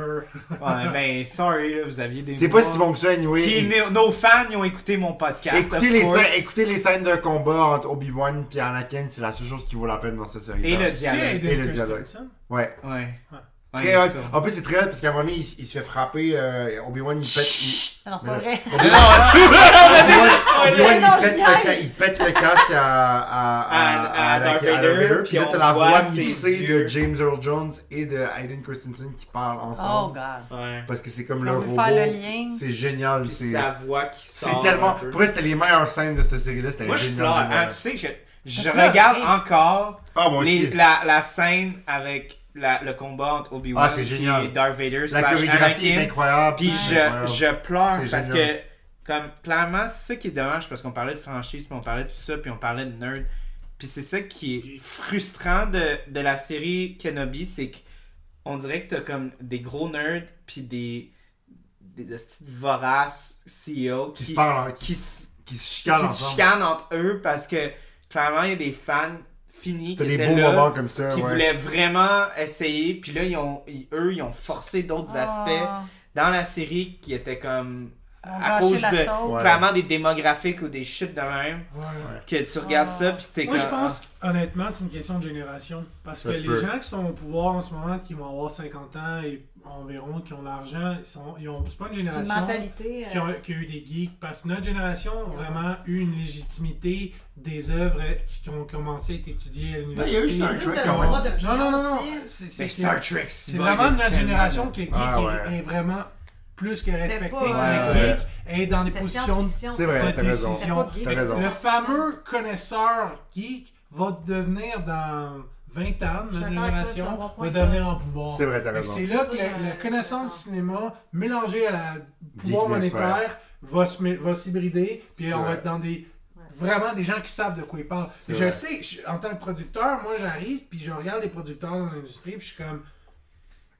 [SPEAKER 2] Ouais, ben, sorry, là, vous aviez des.
[SPEAKER 3] C'est pas
[SPEAKER 2] mois.
[SPEAKER 3] si bon que ça,
[SPEAKER 2] Pis
[SPEAKER 3] anyway.
[SPEAKER 2] nos- nos fans, ils ont écouté mon podcast.
[SPEAKER 3] Écoutez
[SPEAKER 2] of
[SPEAKER 3] les,
[SPEAKER 2] course.
[SPEAKER 3] scènes, écoutez les scènes de combat entre Obi-Wan et Anakin, c'est la seule chose qui vaut la peine dans cette série.
[SPEAKER 2] Et le Ah,
[SPEAKER 5] Tu sais,
[SPEAKER 2] dialogue.
[SPEAKER 5] Hayden
[SPEAKER 3] Et le dialogue.
[SPEAKER 5] Christensen?
[SPEAKER 3] Ouais.
[SPEAKER 2] Ouais.
[SPEAKER 5] Ouais.
[SPEAKER 3] Très hot.
[SPEAKER 2] ça.
[SPEAKER 3] En plus, c'est très hot parce qu'à un moment donné, il, s- il se fait frapper. euh, Obi-Wan, il pète. il-
[SPEAKER 4] Ah Non, c'est pas
[SPEAKER 3] Mais
[SPEAKER 4] vrai.
[SPEAKER 2] Mais non, tu
[SPEAKER 3] [laughs] Obi-Wan, Obi-Wan,
[SPEAKER 4] Mais non,
[SPEAKER 3] il, pète
[SPEAKER 4] je niaise.
[SPEAKER 3] le, ca- il pète le casque à, à, à,
[SPEAKER 2] À- à Darth
[SPEAKER 3] la-
[SPEAKER 2] Vader,
[SPEAKER 3] Puis
[SPEAKER 2] puis
[SPEAKER 3] là,
[SPEAKER 2] on
[SPEAKER 3] t'as la
[SPEAKER 2] voit
[SPEAKER 3] voix
[SPEAKER 2] ses
[SPEAKER 3] mixée
[SPEAKER 2] yeux.
[SPEAKER 3] de James Earl Jones et de Hayden Christensen qui parlent
[SPEAKER 4] [laughs] Oh,
[SPEAKER 3] ensemble.
[SPEAKER 2] [laughs]
[SPEAKER 4] God.
[SPEAKER 2] Ouais.
[SPEAKER 3] parce que c'est comme
[SPEAKER 4] On
[SPEAKER 3] le
[SPEAKER 4] veut
[SPEAKER 3] robot.
[SPEAKER 4] faire le lien.
[SPEAKER 3] C'est génial.
[SPEAKER 2] Pis
[SPEAKER 3] C'est
[SPEAKER 2] sa voix qui sort.
[SPEAKER 3] c'est tellement.
[SPEAKER 2] un peu.
[SPEAKER 3] Pour vrai, c'était les meilleures scènes de cette série-là. C'était
[SPEAKER 2] Moi, je
[SPEAKER 3] génial.
[SPEAKER 2] pleure. hein, tu sais, je- Je regarde
[SPEAKER 4] pleurer.
[SPEAKER 2] encore
[SPEAKER 3] Ah, moi
[SPEAKER 2] les-
[SPEAKER 3] aussi.
[SPEAKER 2] la, la scène avec la- le combat entre Obi-Wan
[SPEAKER 3] Ah, c'est génial.
[SPEAKER 2] et Darth Vader.
[SPEAKER 3] La
[SPEAKER 2] slash
[SPEAKER 3] chorégraphie
[SPEAKER 2] Anakin.
[SPEAKER 3] est incroyable.
[SPEAKER 2] Puis
[SPEAKER 3] c'est
[SPEAKER 2] je,
[SPEAKER 3] incroyable.
[SPEAKER 2] je pleure
[SPEAKER 3] C'est
[SPEAKER 2] parce
[SPEAKER 3] génial.
[SPEAKER 2] que, comme, clairement, c'est ça qui est dommage parce qu'on parlait de franchise, puis on parlait de tout ça, puis on parlait de nerd. Puis c'est ça qui est frustrant de, de la série Kenobi, c'est qu'on dirait que t'as comme des gros nerds, puis des, des hosties de voraces CEO
[SPEAKER 3] Qui se parlent, hein, qui,
[SPEAKER 2] qui se
[SPEAKER 3] qui se chicanent
[SPEAKER 2] qui se
[SPEAKER 3] ensemble.
[SPEAKER 2] chicanent entre eux parce que clairement il y a des fans finis qui
[SPEAKER 3] T'as des
[SPEAKER 2] étaient
[SPEAKER 3] beaux
[SPEAKER 2] là,
[SPEAKER 3] moments comme ça,
[SPEAKER 2] qui
[SPEAKER 3] ouais.
[SPEAKER 2] voulaient vraiment essayer, puis là ils ont, ils- eux ils ont forcé d'autres aspects
[SPEAKER 4] Ah,
[SPEAKER 2] dans la série qui étaient comme
[SPEAKER 4] on
[SPEAKER 2] à
[SPEAKER 4] gâchait
[SPEAKER 2] cause
[SPEAKER 4] la
[SPEAKER 2] de
[SPEAKER 4] sauce.
[SPEAKER 3] Ouais.
[SPEAKER 2] clairement des démographiques ou des shit de même
[SPEAKER 5] Ouais.
[SPEAKER 2] que tu
[SPEAKER 4] Ah.
[SPEAKER 2] regardes ça puis t'es
[SPEAKER 5] Moi,
[SPEAKER 2] comme ah,
[SPEAKER 5] je pense, honnêtement, c'est une question de génération. Parce
[SPEAKER 3] Ça
[SPEAKER 5] que
[SPEAKER 3] se
[SPEAKER 5] les
[SPEAKER 3] peut.
[SPEAKER 5] gens qui sont au pouvoir en ce moment, qui vont avoir 50 ans et environ, qui ont l'argent, ils sont, ils ont, c'est pas une
[SPEAKER 4] C'est une
[SPEAKER 5] génération
[SPEAKER 4] mentalité. euh,
[SPEAKER 5] qui, ont- qui a eu des geeks. Parce que notre génération a vraiment eu une légitimité des œuvres qui ont commencé à être étudiées à
[SPEAKER 3] Ben, il y a eu
[SPEAKER 5] l'université.
[SPEAKER 3] Star
[SPEAKER 4] Juste
[SPEAKER 3] Trek,
[SPEAKER 4] le
[SPEAKER 3] quand
[SPEAKER 4] droit
[SPEAKER 3] même. Ben,
[SPEAKER 4] de
[SPEAKER 5] Non, non, non, non.
[SPEAKER 4] aussi.
[SPEAKER 5] C'est, c'est-
[SPEAKER 2] c'est
[SPEAKER 5] c'est-
[SPEAKER 2] ben, Star Trek
[SPEAKER 5] c'est vraiment notre génération qui est geek
[SPEAKER 3] Ah,
[SPEAKER 5] et-
[SPEAKER 3] ouais.
[SPEAKER 5] est vraiment plus que
[SPEAKER 4] C'était
[SPEAKER 5] respectée
[SPEAKER 4] pas,
[SPEAKER 5] que
[SPEAKER 4] euh,
[SPEAKER 5] les geeks et dans des
[SPEAKER 4] C'était
[SPEAKER 5] positions de
[SPEAKER 4] science-fiction.
[SPEAKER 3] C'est vrai,
[SPEAKER 5] Pas de
[SPEAKER 3] t'as raison.
[SPEAKER 5] décision.
[SPEAKER 4] C'était pas gay.
[SPEAKER 3] T'as raison.
[SPEAKER 5] Le fameux connaisseur geek va devenir dans 20 ans,
[SPEAKER 4] Je suis
[SPEAKER 5] notre
[SPEAKER 4] d'accord avec toi, c'est un
[SPEAKER 5] génération,
[SPEAKER 4] bon
[SPEAKER 5] va
[SPEAKER 4] point, ça.
[SPEAKER 5] devenir en pouvoir.
[SPEAKER 3] C'est vrai, t'as
[SPEAKER 5] Et
[SPEAKER 3] raison.
[SPEAKER 5] C'est là que
[SPEAKER 4] Ça,
[SPEAKER 5] la, la
[SPEAKER 4] j'ai-
[SPEAKER 5] connaissance du
[SPEAKER 4] j'ai-
[SPEAKER 5] cinéma mélangée à la pouvoir
[SPEAKER 3] Geekness, ouais.
[SPEAKER 5] monétaire va se mé- va s'hybrider, puis
[SPEAKER 3] C'est
[SPEAKER 5] on va
[SPEAKER 3] vrai.
[SPEAKER 5] être dans des
[SPEAKER 4] Ouais.
[SPEAKER 5] vraiment des gens qui savent de quoi ils parlent.
[SPEAKER 3] C'est
[SPEAKER 5] Et
[SPEAKER 3] vrai.
[SPEAKER 5] je sais, je- en tant que producteur, moi j'arrive, puis je regarde les producteurs dans l'industrie, puis je suis comme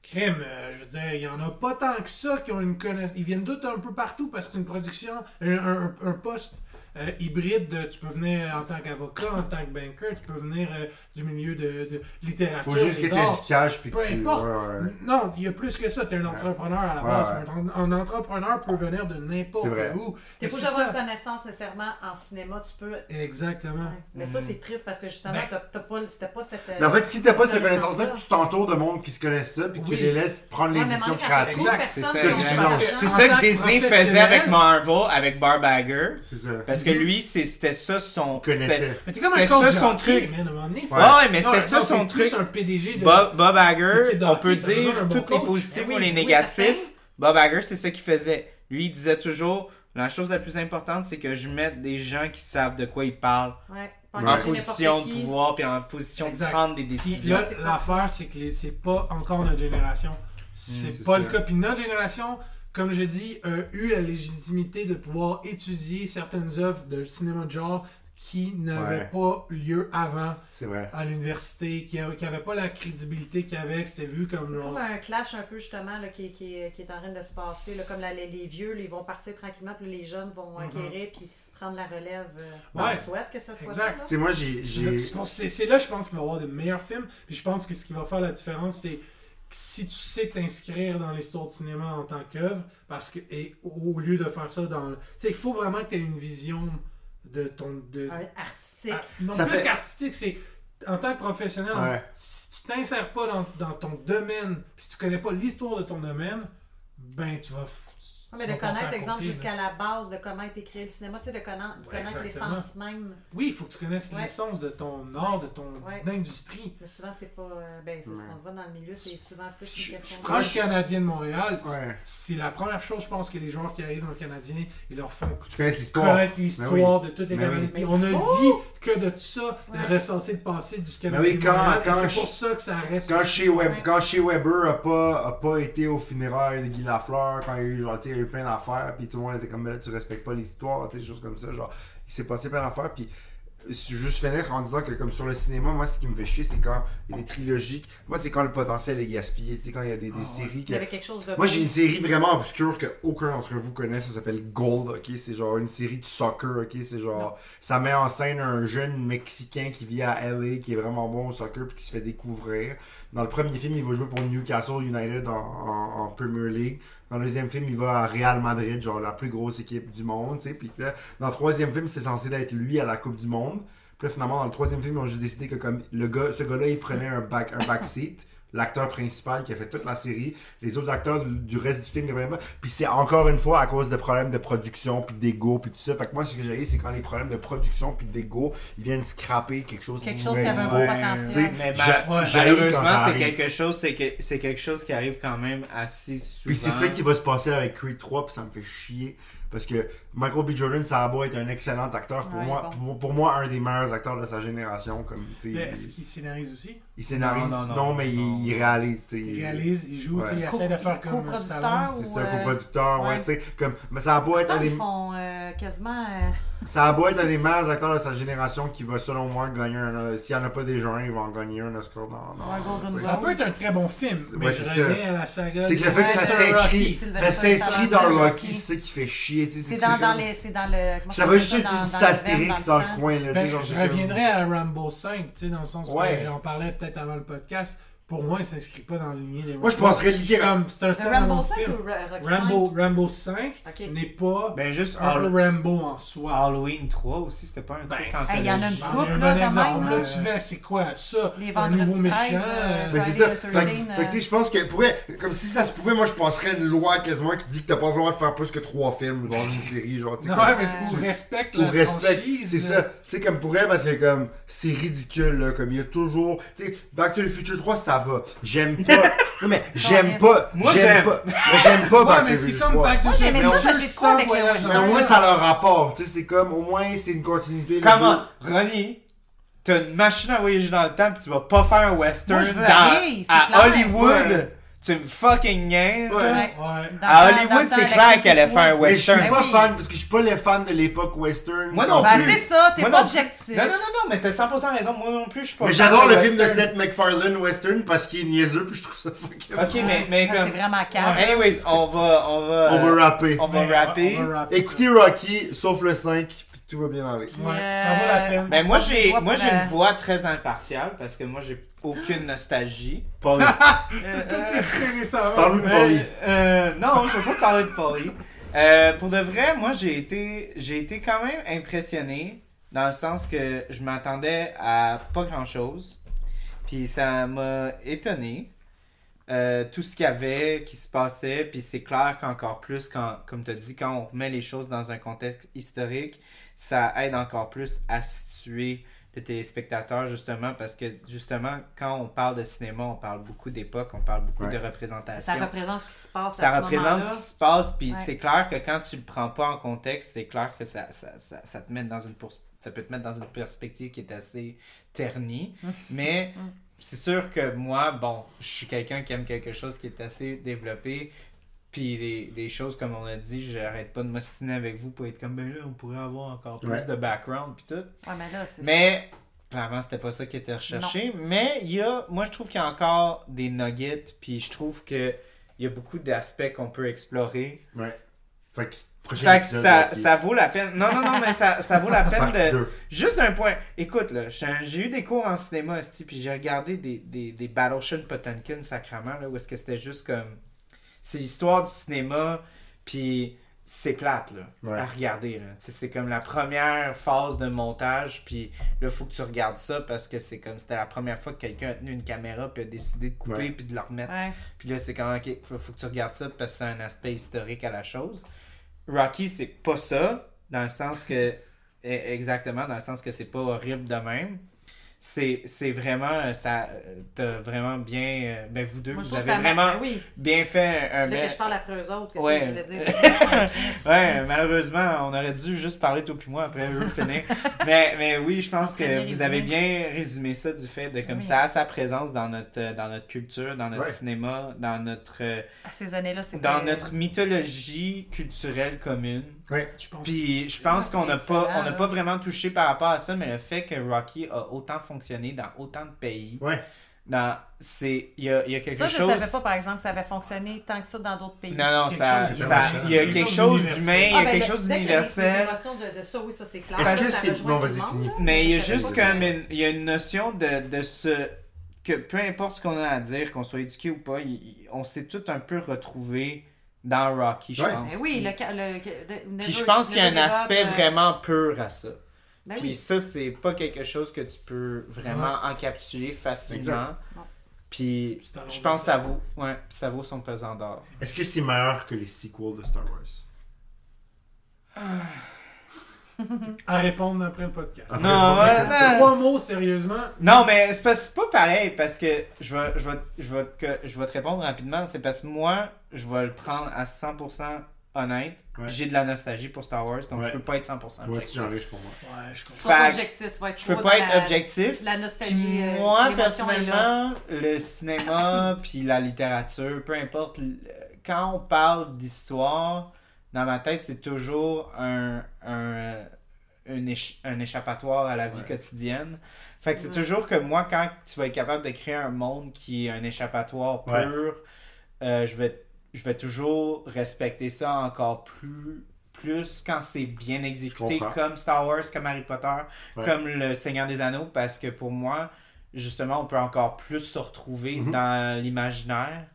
[SPEAKER 5] crème, euh, je veux dire, il y en a pas tant que ça qui ont une connaissance. Ils viennent tous un peu partout parce que c'est une production, un, un- un poste euh, hybride. de- tu peux venir en tant qu'avocat, en tant que banker, tu peux venir euh, du milieu de, de littérature,
[SPEAKER 3] Faut juste que
[SPEAKER 5] des
[SPEAKER 3] t'aies
[SPEAKER 5] arts,
[SPEAKER 3] du cash puis que
[SPEAKER 5] peu
[SPEAKER 3] tu.
[SPEAKER 5] importe.
[SPEAKER 3] ouais, ouais.
[SPEAKER 5] non, il y a plus que ça. T'es un entrepreneur à la
[SPEAKER 3] Ouais,
[SPEAKER 5] base. Un, un entrepreneur peut venir de n'importe
[SPEAKER 3] C'est vrai.
[SPEAKER 5] où.
[SPEAKER 4] T'es
[SPEAKER 5] Et
[SPEAKER 4] pas
[SPEAKER 5] c'est
[SPEAKER 4] obligé d'avoir
[SPEAKER 5] ça.
[SPEAKER 4] une connaissance nécessairement en cinéma, tu peux.
[SPEAKER 5] Exactement.
[SPEAKER 4] Mais ça, c'est triste parce que justement,
[SPEAKER 5] Ben-
[SPEAKER 4] t'as t'as pas, c'était pas cette.
[SPEAKER 3] Mm. Mais en fait, si t'as pas cette connaissance-là,
[SPEAKER 4] connaissance-là.
[SPEAKER 3] que tu t'entoures de monde qui se connaissent ça, puis que tu
[SPEAKER 5] Oui.
[SPEAKER 3] les laisses prendre
[SPEAKER 4] Ouais, mais
[SPEAKER 3] l'émission
[SPEAKER 4] manquer à
[SPEAKER 3] créative.
[SPEAKER 4] beaucoup de
[SPEAKER 5] Exact,
[SPEAKER 4] personnes
[SPEAKER 2] c'est
[SPEAKER 4] qui
[SPEAKER 2] ça,
[SPEAKER 4] ont
[SPEAKER 3] j'ai
[SPEAKER 4] ce
[SPEAKER 3] raison.
[SPEAKER 4] passage-là.
[SPEAKER 2] c'est
[SPEAKER 5] en
[SPEAKER 2] ça
[SPEAKER 5] tant
[SPEAKER 2] que
[SPEAKER 5] que
[SPEAKER 2] Disney
[SPEAKER 5] professionnel-
[SPEAKER 2] faisait avec Marvel avec Barb Bagger
[SPEAKER 3] C'est ça.
[SPEAKER 2] parce que lui c'est- c'était ça son
[SPEAKER 3] Mhm. Il connaissait.
[SPEAKER 2] c'était-
[SPEAKER 5] Mais t'es
[SPEAKER 2] C'était
[SPEAKER 5] coach
[SPEAKER 2] ça
[SPEAKER 5] de
[SPEAKER 2] son
[SPEAKER 5] hockey,
[SPEAKER 2] truc.
[SPEAKER 5] man, à un moment donné, faut-
[SPEAKER 3] Ouais.
[SPEAKER 2] Ah ouais mais c'était
[SPEAKER 5] Non,
[SPEAKER 2] ça
[SPEAKER 5] non,
[SPEAKER 2] son
[SPEAKER 5] t'es plus
[SPEAKER 2] truc
[SPEAKER 5] un PDG de-
[SPEAKER 2] Bob, Bob Hager,
[SPEAKER 5] Hockey de
[SPEAKER 2] on peut
[SPEAKER 5] hockey, t'as
[SPEAKER 2] dire
[SPEAKER 5] besoin d'un bon
[SPEAKER 2] tous les
[SPEAKER 5] coach.
[SPEAKER 2] positifs
[SPEAKER 4] Eh oui,
[SPEAKER 2] ou les
[SPEAKER 4] oui,
[SPEAKER 2] négatifs.
[SPEAKER 4] certain.
[SPEAKER 2] Bob Hager, c'est ça qu'il faisait. Lui, il disait toujours la chose la plus importante, c'est que je mette des gens qui savent de quoi ils parlent
[SPEAKER 4] Ouais, pas
[SPEAKER 2] en
[SPEAKER 4] engager
[SPEAKER 2] position
[SPEAKER 4] n'importe
[SPEAKER 2] de
[SPEAKER 4] qui.
[SPEAKER 2] pouvoir puis en position
[SPEAKER 5] Exact.
[SPEAKER 2] de prendre des
[SPEAKER 5] Puis
[SPEAKER 2] décisions.
[SPEAKER 5] là, l'affaire, c'est que les- c'est pas encore notre génération. C'est
[SPEAKER 3] Mm, c'est
[SPEAKER 5] pas
[SPEAKER 3] ça.
[SPEAKER 5] le cas. Puis notre génération, comme je dis, a eu la légitimité de pouvoir étudier certaines œuvres de cinéma de genre qui n'avaient
[SPEAKER 3] Ouais.
[SPEAKER 5] pas lieu avant
[SPEAKER 3] C'est vrai.
[SPEAKER 5] à l'université, qui n'avaient pas la crédibilité qu'il y avait, que c'était vu comme genre-
[SPEAKER 4] Comme un clash un peu justement là, qui, qui, qui est en train de se passer, là, comme la- les, les vieux, là, ils vont partir tranquillement, puis les jeunes vont acquérir puis prendre la relève. euh,
[SPEAKER 5] Mm-hmm. Ouais.
[SPEAKER 4] On souhaite que ça soit
[SPEAKER 5] Exact.
[SPEAKER 4] ça.
[SPEAKER 3] Tu sais, moi, j'ai.
[SPEAKER 5] C'est là-
[SPEAKER 3] j'ai-
[SPEAKER 5] c'est pour- C'est c'est là, je pense, qu'il va y avoir de meilleurs films. Puis je pense que ce qui va faire la différence, c'est que si tu sais t'inscrire dans l'histoire du cinéma en tant qu'œuvre, parce que et au au lieu de faire ça dans, le- tu sais, il faut vraiment que tu aies une vision de ton, de,
[SPEAKER 4] Là. Un Euh, artistique.
[SPEAKER 5] ah, non
[SPEAKER 3] Ça
[SPEAKER 5] plus
[SPEAKER 3] fait-
[SPEAKER 5] qu'artistique, c'est en tant que professionnel,
[SPEAKER 3] Ouais.
[SPEAKER 5] si tu t'insères pas dans, dans ton domaine, puis si tu connais pas l'histoire de ton domaine, ben tu vas. f-
[SPEAKER 4] Ah,
[SPEAKER 5] tu
[SPEAKER 4] mais de
[SPEAKER 5] vas passer à
[SPEAKER 4] connaître,
[SPEAKER 5] côté,
[SPEAKER 4] exemple,
[SPEAKER 5] là.
[SPEAKER 4] jusqu'à la base de comment est écrit le cinéma, tu sais, de conna- de connaître
[SPEAKER 5] exactement.
[SPEAKER 4] l'essence même.
[SPEAKER 5] Oui, il faut que tu connaisses
[SPEAKER 4] Ouais.
[SPEAKER 5] l'essence de ton art, de ton
[SPEAKER 4] Ouais.
[SPEAKER 5] industrie.
[SPEAKER 4] Mais souvent, c'est pas. euh, ben, c'est ce qu'on voit dans le milieu, c'est souvent plus
[SPEAKER 5] Je,
[SPEAKER 4] une
[SPEAKER 5] je
[SPEAKER 4] question
[SPEAKER 5] prends le Canadien de Montréal. c-
[SPEAKER 3] Ouais.
[SPEAKER 5] C'est la première chose, je pense, que les joueurs qui arrivent dans le Canadien, ils leur font
[SPEAKER 3] Tu connais l'histoire.
[SPEAKER 5] connaître l'histoire de toutes les
[SPEAKER 3] Mais oui.
[SPEAKER 5] Canadiens. Puis
[SPEAKER 4] Mais
[SPEAKER 5] on a
[SPEAKER 4] il
[SPEAKER 5] vu que de tout ça,
[SPEAKER 4] Ouais.
[SPEAKER 5] de recenser le passé du Canadien.
[SPEAKER 3] Mais Ben oui,
[SPEAKER 5] de
[SPEAKER 3] quand-
[SPEAKER 5] Montréal, et
[SPEAKER 3] quand
[SPEAKER 5] c'est
[SPEAKER 3] je-
[SPEAKER 5] pour ça que ça reste.
[SPEAKER 3] Quand Shea, Web,
[SPEAKER 4] Ouais.
[SPEAKER 3] quand Shea Weber a pas, a pas été au funérail de Guy Lafleur, quand il y a eu, genre, tu sais, il y a eu plein d'affaires, puis tout le monde était comme, mais là, tu respectes pas l'histoire, tu sais, des choses comme ça, genre, il s'est passé plein d'affaires, puis je vais juste finir en disant que comme sur le cinéma, moi, ce qui me fait chier, c'est quand il y a des trilogies, moi, c'est quand le potentiel est gaspillé, tu sais, quand il y a des, des séries
[SPEAKER 4] Ah Il
[SPEAKER 3] que...
[SPEAKER 4] y avait quelque chose de.
[SPEAKER 3] Moi, j'ai une série vraiment obscure que aucun d'entre vous connaît, ça s'appelle Gold, ok? C'est genre une série de soccer, ok? C'est genre. Ça met en scène un jeune Mexicain qui vit à LA, qui est vraiment bon au soccer, puis qui se fait découvrir. Dans le premier film, il va jouer pour Newcastle United en, en- en Premier League. Dans le deuxième film, il va à Real Madrid, genre la plus grosse équipe du monde, tu sais. Puis là, dans le troisième film, c'est censé être lui à la Coupe du Monde. Puis là, finalement, dans le troisième film, ils ont juste décidé que comme le gars, ce gars-là, il prenait un, back, un backseat, l'acteur principal qui a fait toute la série, les autres acteurs du, du reste du film, il y avait pas- puis c'est encore une fois à cause de problèmes de production, puis d'ego, puis tout ça. Fait que moi, ce que j'ai c'est quand les problèmes de production, puis d'ego, ils viennent scraper quelque chose
[SPEAKER 4] Quelque
[SPEAKER 3] qui
[SPEAKER 4] chose qui avait un
[SPEAKER 3] vraiment
[SPEAKER 4] bon
[SPEAKER 5] Ouais.
[SPEAKER 4] potentiel.
[SPEAKER 2] Mais
[SPEAKER 3] J'a-
[SPEAKER 2] ma-
[SPEAKER 3] j'haïs quand
[SPEAKER 5] ouais,
[SPEAKER 3] ça
[SPEAKER 2] malheureusement, c'est
[SPEAKER 3] arrive.
[SPEAKER 2] quelque chose, c'est que- c'est quelque chose qui arrive quand même assez souvent.
[SPEAKER 3] Puis c'est ça qui va se passer avec Creed 3, puis ça me fait chier. Parce que Michael B. Jordan, ça a beau être un excellent acteur, pour,
[SPEAKER 4] Ouais,
[SPEAKER 3] moi,
[SPEAKER 4] bon.
[SPEAKER 3] pour, pour moi, un des meilleurs acteurs de sa génération. Comme, tu
[SPEAKER 5] Mais
[SPEAKER 3] sais,
[SPEAKER 5] Est-ce
[SPEAKER 3] il,
[SPEAKER 5] qu'il scénarise aussi
[SPEAKER 3] il scénarise,
[SPEAKER 2] Non,
[SPEAKER 3] non,
[SPEAKER 2] non, non,
[SPEAKER 3] mais
[SPEAKER 2] non.
[SPEAKER 3] Il, il réalise. tu sais.
[SPEAKER 5] Il réalise, il joue, tu sais, il
[SPEAKER 4] Co-
[SPEAKER 5] essaie de faire comme euh,
[SPEAKER 4] coproducteur
[SPEAKER 5] Stallone.
[SPEAKER 3] C'est
[SPEAKER 4] Ou,
[SPEAKER 3] ça,
[SPEAKER 4] euh,
[SPEAKER 3] coproducteur, ouais,
[SPEAKER 4] ouais.
[SPEAKER 3] tu sais. Comme, mais ça a beau être
[SPEAKER 4] Ça,
[SPEAKER 3] un des.
[SPEAKER 4] ils font euh, quasiment. euh,
[SPEAKER 3] Ça a beau être un des meilleurs acteurs de sa génération qui va, selon moi, gagner un. euh, S'il n'y en a pas déjà un, il va en gagner un Oscar dans. dans-
[SPEAKER 4] Ouais, Golden
[SPEAKER 3] tu sais.
[SPEAKER 5] Ça peut être un très bon film,
[SPEAKER 3] C'est-
[SPEAKER 5] mais
[SPEAKER 3] ouais,
[SPEAKER 5] je
[SPEAKER 3] c'est ça.
[SPEAKER 5] reviens à la saga.
[SPEAKER 3] C'est que le
[SPEAKER 5] de
[SPEAKER 3] fait que ça
[SPEAKER 5] Mr.
[SPEAKER 3] s'inscrit,
[SPEAKER 5] Rocky.
[SPEAKER 3] ça
[SPEAKER 4] Sylvester
[SPEAKER 3] s'inscrit dans
[SPEAKER 4] Stallone.
[SPEAKER 3] Rocky, c'est ça qui fait chier, tu sais.
[SPEAKER 4] C'est
[SPEAKER 3] c'est-
[SPEAKER 4] dans,
[SPEAKER 3] c'est
[SPEAKER 4] dans
[SPEAKER 3] comme-
[SPEAKER 4] les. C'est dans le. comment
[SPEAKER 3] Ça
[SPEAKER 4] on
[SPEAKER 3] va
[SPEAKER 4] appelle
[SPEAKER 3] juste être
[SPEAKER 4] dans-
[SPEAKER 3] une petite
[SPEAKER 4] dans le veine,
[SPEAKER 3] astérix dans le
[SPEAKER 4] sang.
[SPEAKER 3] coin, là, tu sais.
[SPEAKER 5] Ben,
[SPEAKER 3] genre,
[SPEAKER 5] je
[SPEAKER 3] c'est comme-
[SPEAKER 5] reviendrai à Rambo 5, tu sais, dans le sens
[SPEAKER 3] Ouais.
[SPEAKER 5] que j'en parlais peut-être avant le podcast. Pour moi, il s'inscrit pas dans la lignée des
[SPEAKER 3] Moi, je penserais
[SPEAKER 5] Je suis
[SPEAKER 3] littéralement.
[SPEAKER 5] comme, C'est un
[SPEAKER 4] Le
[SPEAKER 5] standalone
[SPEAKER 4] Rambo 5
[SPEAKER 5] film.
[SPEAKER 4] ou Ra- Rock
[SPEAKER 5] Rambo, Rambo 5
[SPEAKER 4] Ok.
[SPEAKER 5] n'est pas
[SPEAKER 2] Ben, juste
[SPEAKER 5] un
[SPEAKER 2] Hall-
[SPEAKER 5] Rambo en soi.
[SPEAKER 2] Halloween 3 aussi, c'était pas un
[SPEAKER 5] Ben,
[SPEAKER 2] truc en
[SPEAKER 4] hey, y en a une
[SPEAKER 2] trilogie.
[SPEAKER 5] J'en ai
[SPEAKER 4] couple,
[SPEAKER 5] un
[SPEAKER 4] là,
[SPEAKER 5] bon
[SPEAKER 4] quand
[SPEAKER 5] exemple.
[SPEAKER 4] même,
[SPEAKER 5] là,
[SPEAKER 4] là.
[SPEAKER 5] tu fais, c'est quoi ça?
[SPEAKER 4] Les
[SPEAKER 5] un
[SPEAKER 4] vendredis
[SPEAKER 5] nouveau
[SPEAKER 4] 13.
[SPEAKER 5] méchant.
[SPEAKER 4] euh,
[SPEAKER 5] euh,
[SPEAKER 3] Mais Ben, c'est
[SPEAKER 4] Friday
[SPEAKER 3] ça.
[SPEAKER 4] the
[SPEAKER 3] Fait,
[SPEAKER 4] 13th,
[SPEAKER 3] que- fait que, tu sais,
[SPEAKER 4] euh,
[SPEAKER 3] je pense que pour elle- comme si ça se pouvait, moi, je penserais une loi quasiment qui dit que t'as pas le droit de faire plus que trois films, genre une série, genre, tu sais.
[SPEAKER 5] Non,
[SPEAKER 3] comme-
[SPEAKER 5] ouais, mais on respecte
[SPEAKER 3] Ou
[SPEAKER 5] la
[SPEAKER 3] respect.
[SPEAKER 5] franchise.
[SPEAKER 3] C'est ça. Tu sais, comme pour elle, parce que comme, c'est ridicule, là. Comme il y a toujours. Tu sais, Back to the Future 3, ça va. J'aime pas. non, mais j'aime
[SPEAKER 4] reste.
[SPEAKER 3] pas.
[SPEAKER 2] Moi,
[SPEAKER 3] J'aime
[SPEAKER 2] j'aime.
[SPEAKER 3] pas. Mais J'aime pas
[SPEAKER 5] Ouais,
[SPEAKER 3] Back to
[SPEAKER 5] mais
[SPEAKER 3] the
[SPEAKER 5] c'est
[SPEAKER 3] Future
[SPEAKER 5] comme
[SPEAKER 3] 3.
[SPEAKER 5] Back to
[SPEAKER 4] Moi,
[SPEAKER 5] the
[SPEAKER 4] j'aimais ça,
[SPEAKER 5] Future
[SPEAKER 4] parce que j'ai de quoi
[SPEAKER 5] sans
[SPEAKER 4] avec les
[SPEAKER 5] voyage dans
[SPEAKER 3] Mais
[SPEAKER 5] le
[SPEAKER 3] au moins,
[SPEAKER 5] temps.
[SPEAKER 3] ça a leur rapport. Tu sais, c'est comme, au moins, c'est une continuité. les
[SPEAKER 2] Comment,
[SPEAKER 3] deux.
[SPEAKER 2] Ronnie, t'as une machine à voyager dans le temps pis tu vas pas faire un western
[SPEAKER 4] Moi, je veux
[SPEAKER 2] dans-
[SPEAKER 4] aller, c'est
[SPEAKER 2] à
[SPEAKER 4] clair.
[SPEAKER 2] Hollywood?
[SPEAKER 3] Ouais.
[SPEAKER 2] Tu me fucking niaises,
[SPEAKER 3] Ouais.
[SPEAKER 2] là?
[SPEAKER 4] Ouais.
[SPEAKER 5] Ouais.
[SPEAKER 4] Dans
[SPEAKER 2] À
[SPEAKER 4] le temps-
[SPEAKER 2] Hollywood,
[SPEAKER 4] dans
[SPEAKER 2] c'est
[SPEAKER 4] le temps,
[SPEAKER 2] clair
[SPEAKER 4] avec
[SPEAKER 2] qu'elle allait
[SPEAKER 4] Clint
[SPEAKER 2] faire un
[SPEAKER 4] Eastwood.
[SPEAKER 3] Mais je suis
[SPEAKER 2] western.
[SPEAKER 4] Ben
[SPEAKER 3] pas
[SPEAKER 4] oui.
[SPEAKER 3] fan, parce que je suis pas le fan de l'époque western.
[SPEAKER 2] Moi
[SPEAKER 3] comme-
[SPEAKER 2] non
[SPEAKER 4] Ben,
[SPEAKER 2] plus.
[SPEAKER 4] c'est ça, t'es
[SPEAKER 2] Moi
[SPEAKER 4] pas
[SPEAKER 2] non-
[SPEAKER 4] objectif.
[SPEAKER 2] Non, non, non, non, mais t'as 100% raison. Moi non plus, je suis pas.
[SPEAKER 3] Mais
[SPEAKER 2] fan
[SPEAKER 3] j'adore le film de
[SPEAKER 2] western.
[SPEAKER 3] Seth MacFarlane western parce qu'il est niaiseux, puis je trouve ça fucking.
[SPEAKER 2] Ok, mais, mais
[SPEAKER 4] Ah, C'est
[SPEAKER 2] comme.
[SPEAKER 4] vraiment calme.
[SPEAKER 2] Anyways, on va. On va,
[SPEAKER 3] On va rapper.
[SPEAKER 2] on va
[SPEAKER 5] Ouais,
[SPEAKER 2] rapper.
[SPEAKER 5] on va rapper.
[SPEAKER 3] Écoutez Rocky, sauf le 5, puis tout va bien aller.
[SPEAKER 5] Ouais, ça vaut la peine.
[SPEAKER 2] Ben, moi, j'ai
[SPEAKER 4] Voix
[SPEAKER 2] moi, j'ai
[SPEAKER 4] euh, pour,
[SPEAKER 2] une
[SPEAKER 4] euh,
[SPEAKER 2] voix très impartiale parce que moi, j'ai aucune nostalgie.
[SPEAKER 3] Parlez. Parle-nous de Paulie.
[SPEAKER 2] Euh, euh, non, je veux pas parler de Paulie. Euh, pour de vrai, moi, j'ai été, j'ai été quand même impressionné dans le sens que je m'attendais à pas grand-chose. Puis ça m'a étonné. euh, tout ce qu'il y avait, qui se passait, puis c'est clair qu'encore plus, quand, comme tu as dit, quand on remet les choses dans un contexte historique, ça aide encore plus à situer le téléspectateur, justement, parce que, justement, quand on parle de cinéma, on parle beaucoup d'époque, on parle beaucoup
[SPEAKER 3] Ouais.
[SPEAKER 2] de représentation
[SPEAKER 4] Ça représente ce qui se passe à
[SPEAKER 2] ça
[SPEAKER 4] ce
[SPEAKER 2] représente
[SPEAKER 4] moment-là.
[SPEAKER 2] ce qui se passe, puis
[SPEAKER 4] Ouais.
[SPEAKER 2] c'est clair que quand tu le prends pas en contexte, c'est clair que ça, ça, ça, ça te met dans une pers- ça peut te mettre dans une perspective qui est assez
[SPEAKER 4] [laughs]
[SPEAKER 2] ternie, mais c'est sûr que moi, bon, je suis quelqu'un qui aime quelque chose qui est assez développé, puis des, des choses comme on a dit, j'arrête pas de m'ostiner avec vous pour être comme, ben là, on pourrait avoir encore plus
[SPEAKER 3] Ouais.
[SPEAKER 2] de background, puis tout.
[SPEAKER 4] Ouais, mais là, c'est
[SPEAKER 2] Mais clairement, c'était pas ça qui était recherché. Mais il y a, moi, je trouve qu'il y a encore des nuggets. Puis je trouve que il y a beaucoup d'aspects qu'on peut explorer.
[SPEAKER 3] Ouais. Fait que prochain
[SPEAKER 2] Fait que
[SPEAKER 3] épisode,
[SPEAKER 2] ça,
[SPEAKER 3] ok.
[SPEAKER 2] ça vaut la peine. Non, non, non, mais ça, ça vaut la peine
[SPEAKER 3] Partie
[SPEAKER 2] de.
[SPEAKER 3] deux.
[SPEAKER 2] Juste d'un point. Écoute, là, j'ai j'ai eu des cours en cinéma, esti, puis j'ai regardé des, des, des Battleship Potemkin sacrament, là, où est-ce que c'était juste comme. C'est l'histoire du cinéma, puis c'est plate, là,
[SPEAKER 3] Ouais.
[SPEAKER 2] à regarder, là. Tu sais, C'est comme la première phase de montage, puis là, faut que tu regardes ça parce que c'est comme c'était la première fois que quelqu'un a tenu une caméra, puis a décidé de couper,
[SPEAKER 3] Ouais.
[SPEAKER 2] puis de la remettre.
[SPEAKER 4] Ouais.
[SPEAKER 2] Puis là, c'est comme, ok, faut, faut que tu regardes ça parce que c'est un aspect historique à la chose. Rocky, c'est pas ça, dans le sens que. e- Exactement, dans le sens que c'est pas horrible de même. C'est c'est vraiment. euh, ça euh, T'as vraiment bien. euh, Ben, vous deux,
[SPEAKER 4] Moi, je
[SPEAKER 2] vous
[SPEAKER 4] trouve
[SPEAKER 2] avez
[SPEAKER 4] ça ma-
[SPEAKER 2] vraiment
[SPEAKER 4] ben Oui,
[SPEAKER 2] bien fait un.
[SPEAKER 4] c'est
[SPEAKER 2] un
[SPEAKER 4] là
[SPEAKER 2] bel-
[SPEAKER 4] que je parle après eux autres. Qu'est-ce
[SPEAKER 2] Ouais.
[SPEAKER 4] que je voulais dire?
[SPEAKER 2] [laughs]
[SPEAKER 4] C'est-
[SPEAKER 2] Ouais, malheureusement, on aurait dû juste parler toi puis moi après eux
[SPEAKER 4] [laughs]
[SPEAKER 2] finir. mais, mais oui, je pense
[SPEAKER 4] Très bien
[SPEAKER 2] que vous avez bien résumé ça du fait de comme
[SPEAKER 4] Oui.
[SPEAKER 2] ça a sa présence dans notre, euh, dans notre culture, dans notre
[SPEAKER 3] Ouais.
[SPEAKER 2] cinéma, dans notre. euh,
[SPEAKER 4] À ces années-là, c'était...
[SPEAKER 2] dans notre mythologie culturelle commune.
[SPEAKER 3] Ouais.
[SPEAKER 5] Je pense
[SPEAKER 2] Puis je pense
[SPEAKER 4] Ah,
[SPEAKER 2] qu'on
[SPEAKER 4] c'est
[SPEAKER 2] n'a pas,
[SPEAKER 4] excellent,
[SPEAKER 2] on n'a
[SPEAKER 4] là.
[SPEAKER 2] pas vraiment touché par rapport à ça, mais le fait que Rocky a autant fonctionné dans autant de pays,
[SPEAKER 3] Ouais.
[SPEAKER 2] dans c'est, il y a, il y a quelque
[SPEAKER 4] Ça, je
[SPEAKER 2] chose.
[SPEAKER 4] savais pas, par exemple, que ça avait fonctionné tant que ça dans d'autres pays.
[SPEAKER 2] Non non,
[SPEAKER 5] Quelque
[SPEAKER 2] ça,
[SPEAKER 5] chose
[SPEAKER 3] de
[SPEAKER 2] ça-
[SPEAKER 3] marchand.
[SPEAKER 2] il y a
[SPEAKER 5] Quelque
[SPEAKER 2] quelque
[SPEAKER 5] chose
[SPEAKER 2] chose d'humain, il y
[SPEAKER 4] Ah,
[SPEAKER 2] a
[SPEAKER 4] ben,
[SPEAKER 2] quelque
[SPEAKER 4] le-
[SPEAKER 2] chose
[SPEAKER 4] dès qu'il y a
[SPEAKER 2] d'universel.
[SPEAKER 4] les émotions de, de ça, oui, ça c'est clair.
[SPEAKER 3] Est-ce
[SPEAKER 4] Ça,
[SPEAKER 3] que
[SPEAKER 4] ça
[SPEAKER 3] c'est.
[SPEAKER 4] rejoint
[SPEAKER 3] Non,
[SPEAKER 4] tout le
[SPEAKER 3] vas-y,
[SPEAKER 4] monde,
[SPEAKER 3] fini.
[SPEAKER 4] là.
[SPEAKER 2] Mais il y a
[SPEAKER 4] Ça, ça
[SPEAKER 2] juste
[SPEAKER 4] rejoint.
[SPEAKER 2] comme une, il y a une notion de, de ce que peu importe ce qu'on a à dire, qu'on soit éduqué ou pas, il- il- on s'est tout un peu retrouvé dans Rocky, je
[SPEAKER 3] Ouais.
[SPEAKER 2] pense.
[SPEAKER 4] Ben oui, le... ca- le- que- de-
[SPEAKER 2] Puis je
[SPEAKER 4] Never-
[SPEAKER 2] pense qu'il y a un
[SPEAKER 4] Never Give Up,
[SPEAKER 2] aspect
[SPEAKER 4] euh,
[SPEAKER 2] vraiment pur à ça.
[SPEAKER 4] ben
[SPEAKER 2] Puis
[SPEAKER 4] oui.
[SPEAKER 2] ça, c'est pas quelque chose que tu peux vraiment encapsuler facilement.
[SPEAKER 3] Exact.
[SPEAKER 4] Non.
[SPEAKER 2] Puis
[SPEAKER 5] Puis c'est un long
[SPEAKER 2] je pense que ça
[SPEAKER 5] débat.
[SPEAKER 2] vaut, ouais, puis ça vaut son pesant d'or.
[SPEAKER 3] Est-ce que c'est meilleur que les sequels de Star Wars
[SPEAKER 5] à répondre après le podcast.
[SPEAKER 3] Ah,
[SPEAKER 2] Non,
[SPEAKER 3] mais
[SPEAKER 2] ouais, non.
[SPEAKER 5] Trois mots, sérieusement.
[SPEAKER 2] Non, mais c'est pas, c'est pas pareil parce que je vais, je, vais, je, vais te, que- je vais te répondre rapidement. C'est parce que moi, je vais le prendre à 100% honnête,
[SPEAKER 3] Ouais.
[SPEAKER 2] j'ai de la nostalgie pour Star Wars, donc
[SPEAKER 3] Ouais.
[SPEAKER 2] je peux pas être 100%
[SPEAKER 3] Moi aussi,
[SPEAKER 2] objectif.
[SPEAKER 3] j'en ai, je comprends.
[SPEAKER 5] Ouais, je comprends.
[SPEAKER 4] Faut être
[SPEAKER 2] Fait que
[SPEAKER 4] objectif, faut être
[SPEAKER 2] je peux
[SPEAKER 4] trop
[SPEAKER 2] pas
[SPEAKER 4] dans
[SPEAKER 2] être
[SPEAKER 4] la-
[SPEAKER 2] objectif.
[SPEAKER 4] La
[SPEAKER 2] Puis
[SPEAKER 4] nostalgie. euh,
[SPEAKER 2] moi,
[SPEAKER 4] l'émotion est là.
[SPEAKER 2] personnellement, le
[SPEAKER 4] [laughs]
[SPEAKER 2] cinéma, puis la littérature, peu importe, l- quand on parle d'histoire, dans ma tête, c'est toujours un, un, un, éch- un échappatoire à la vie
[SPEAKER 3] Ouais.
[SPEAKER 2] quotidienne. Fait que c'est
[SPEAKER 4] Ouais.
[SPEAKER 2] toujours que moi, quand tu vas être capable de créer un monde qui est un échappatoire pur,
[SPEAKER 3] Ouais.
[SPEAKER 2] euh, je, vais, je vais toujours respecter ça encore plus, plus quand c'est bien exécuté,
[SPEAKER 3] comprends.
[SPEAKER 2] comme Star Wars, comme Harry Potter
[SPEAKER 3] Ouais.
[SPEAKER 2] comme le Seigneur des Anneaux parce que pour moi, justement, on peut encore plus se retrouver
[SPEAKER 3] Mhm.
[SPEAKER 2] dans l'imaginaire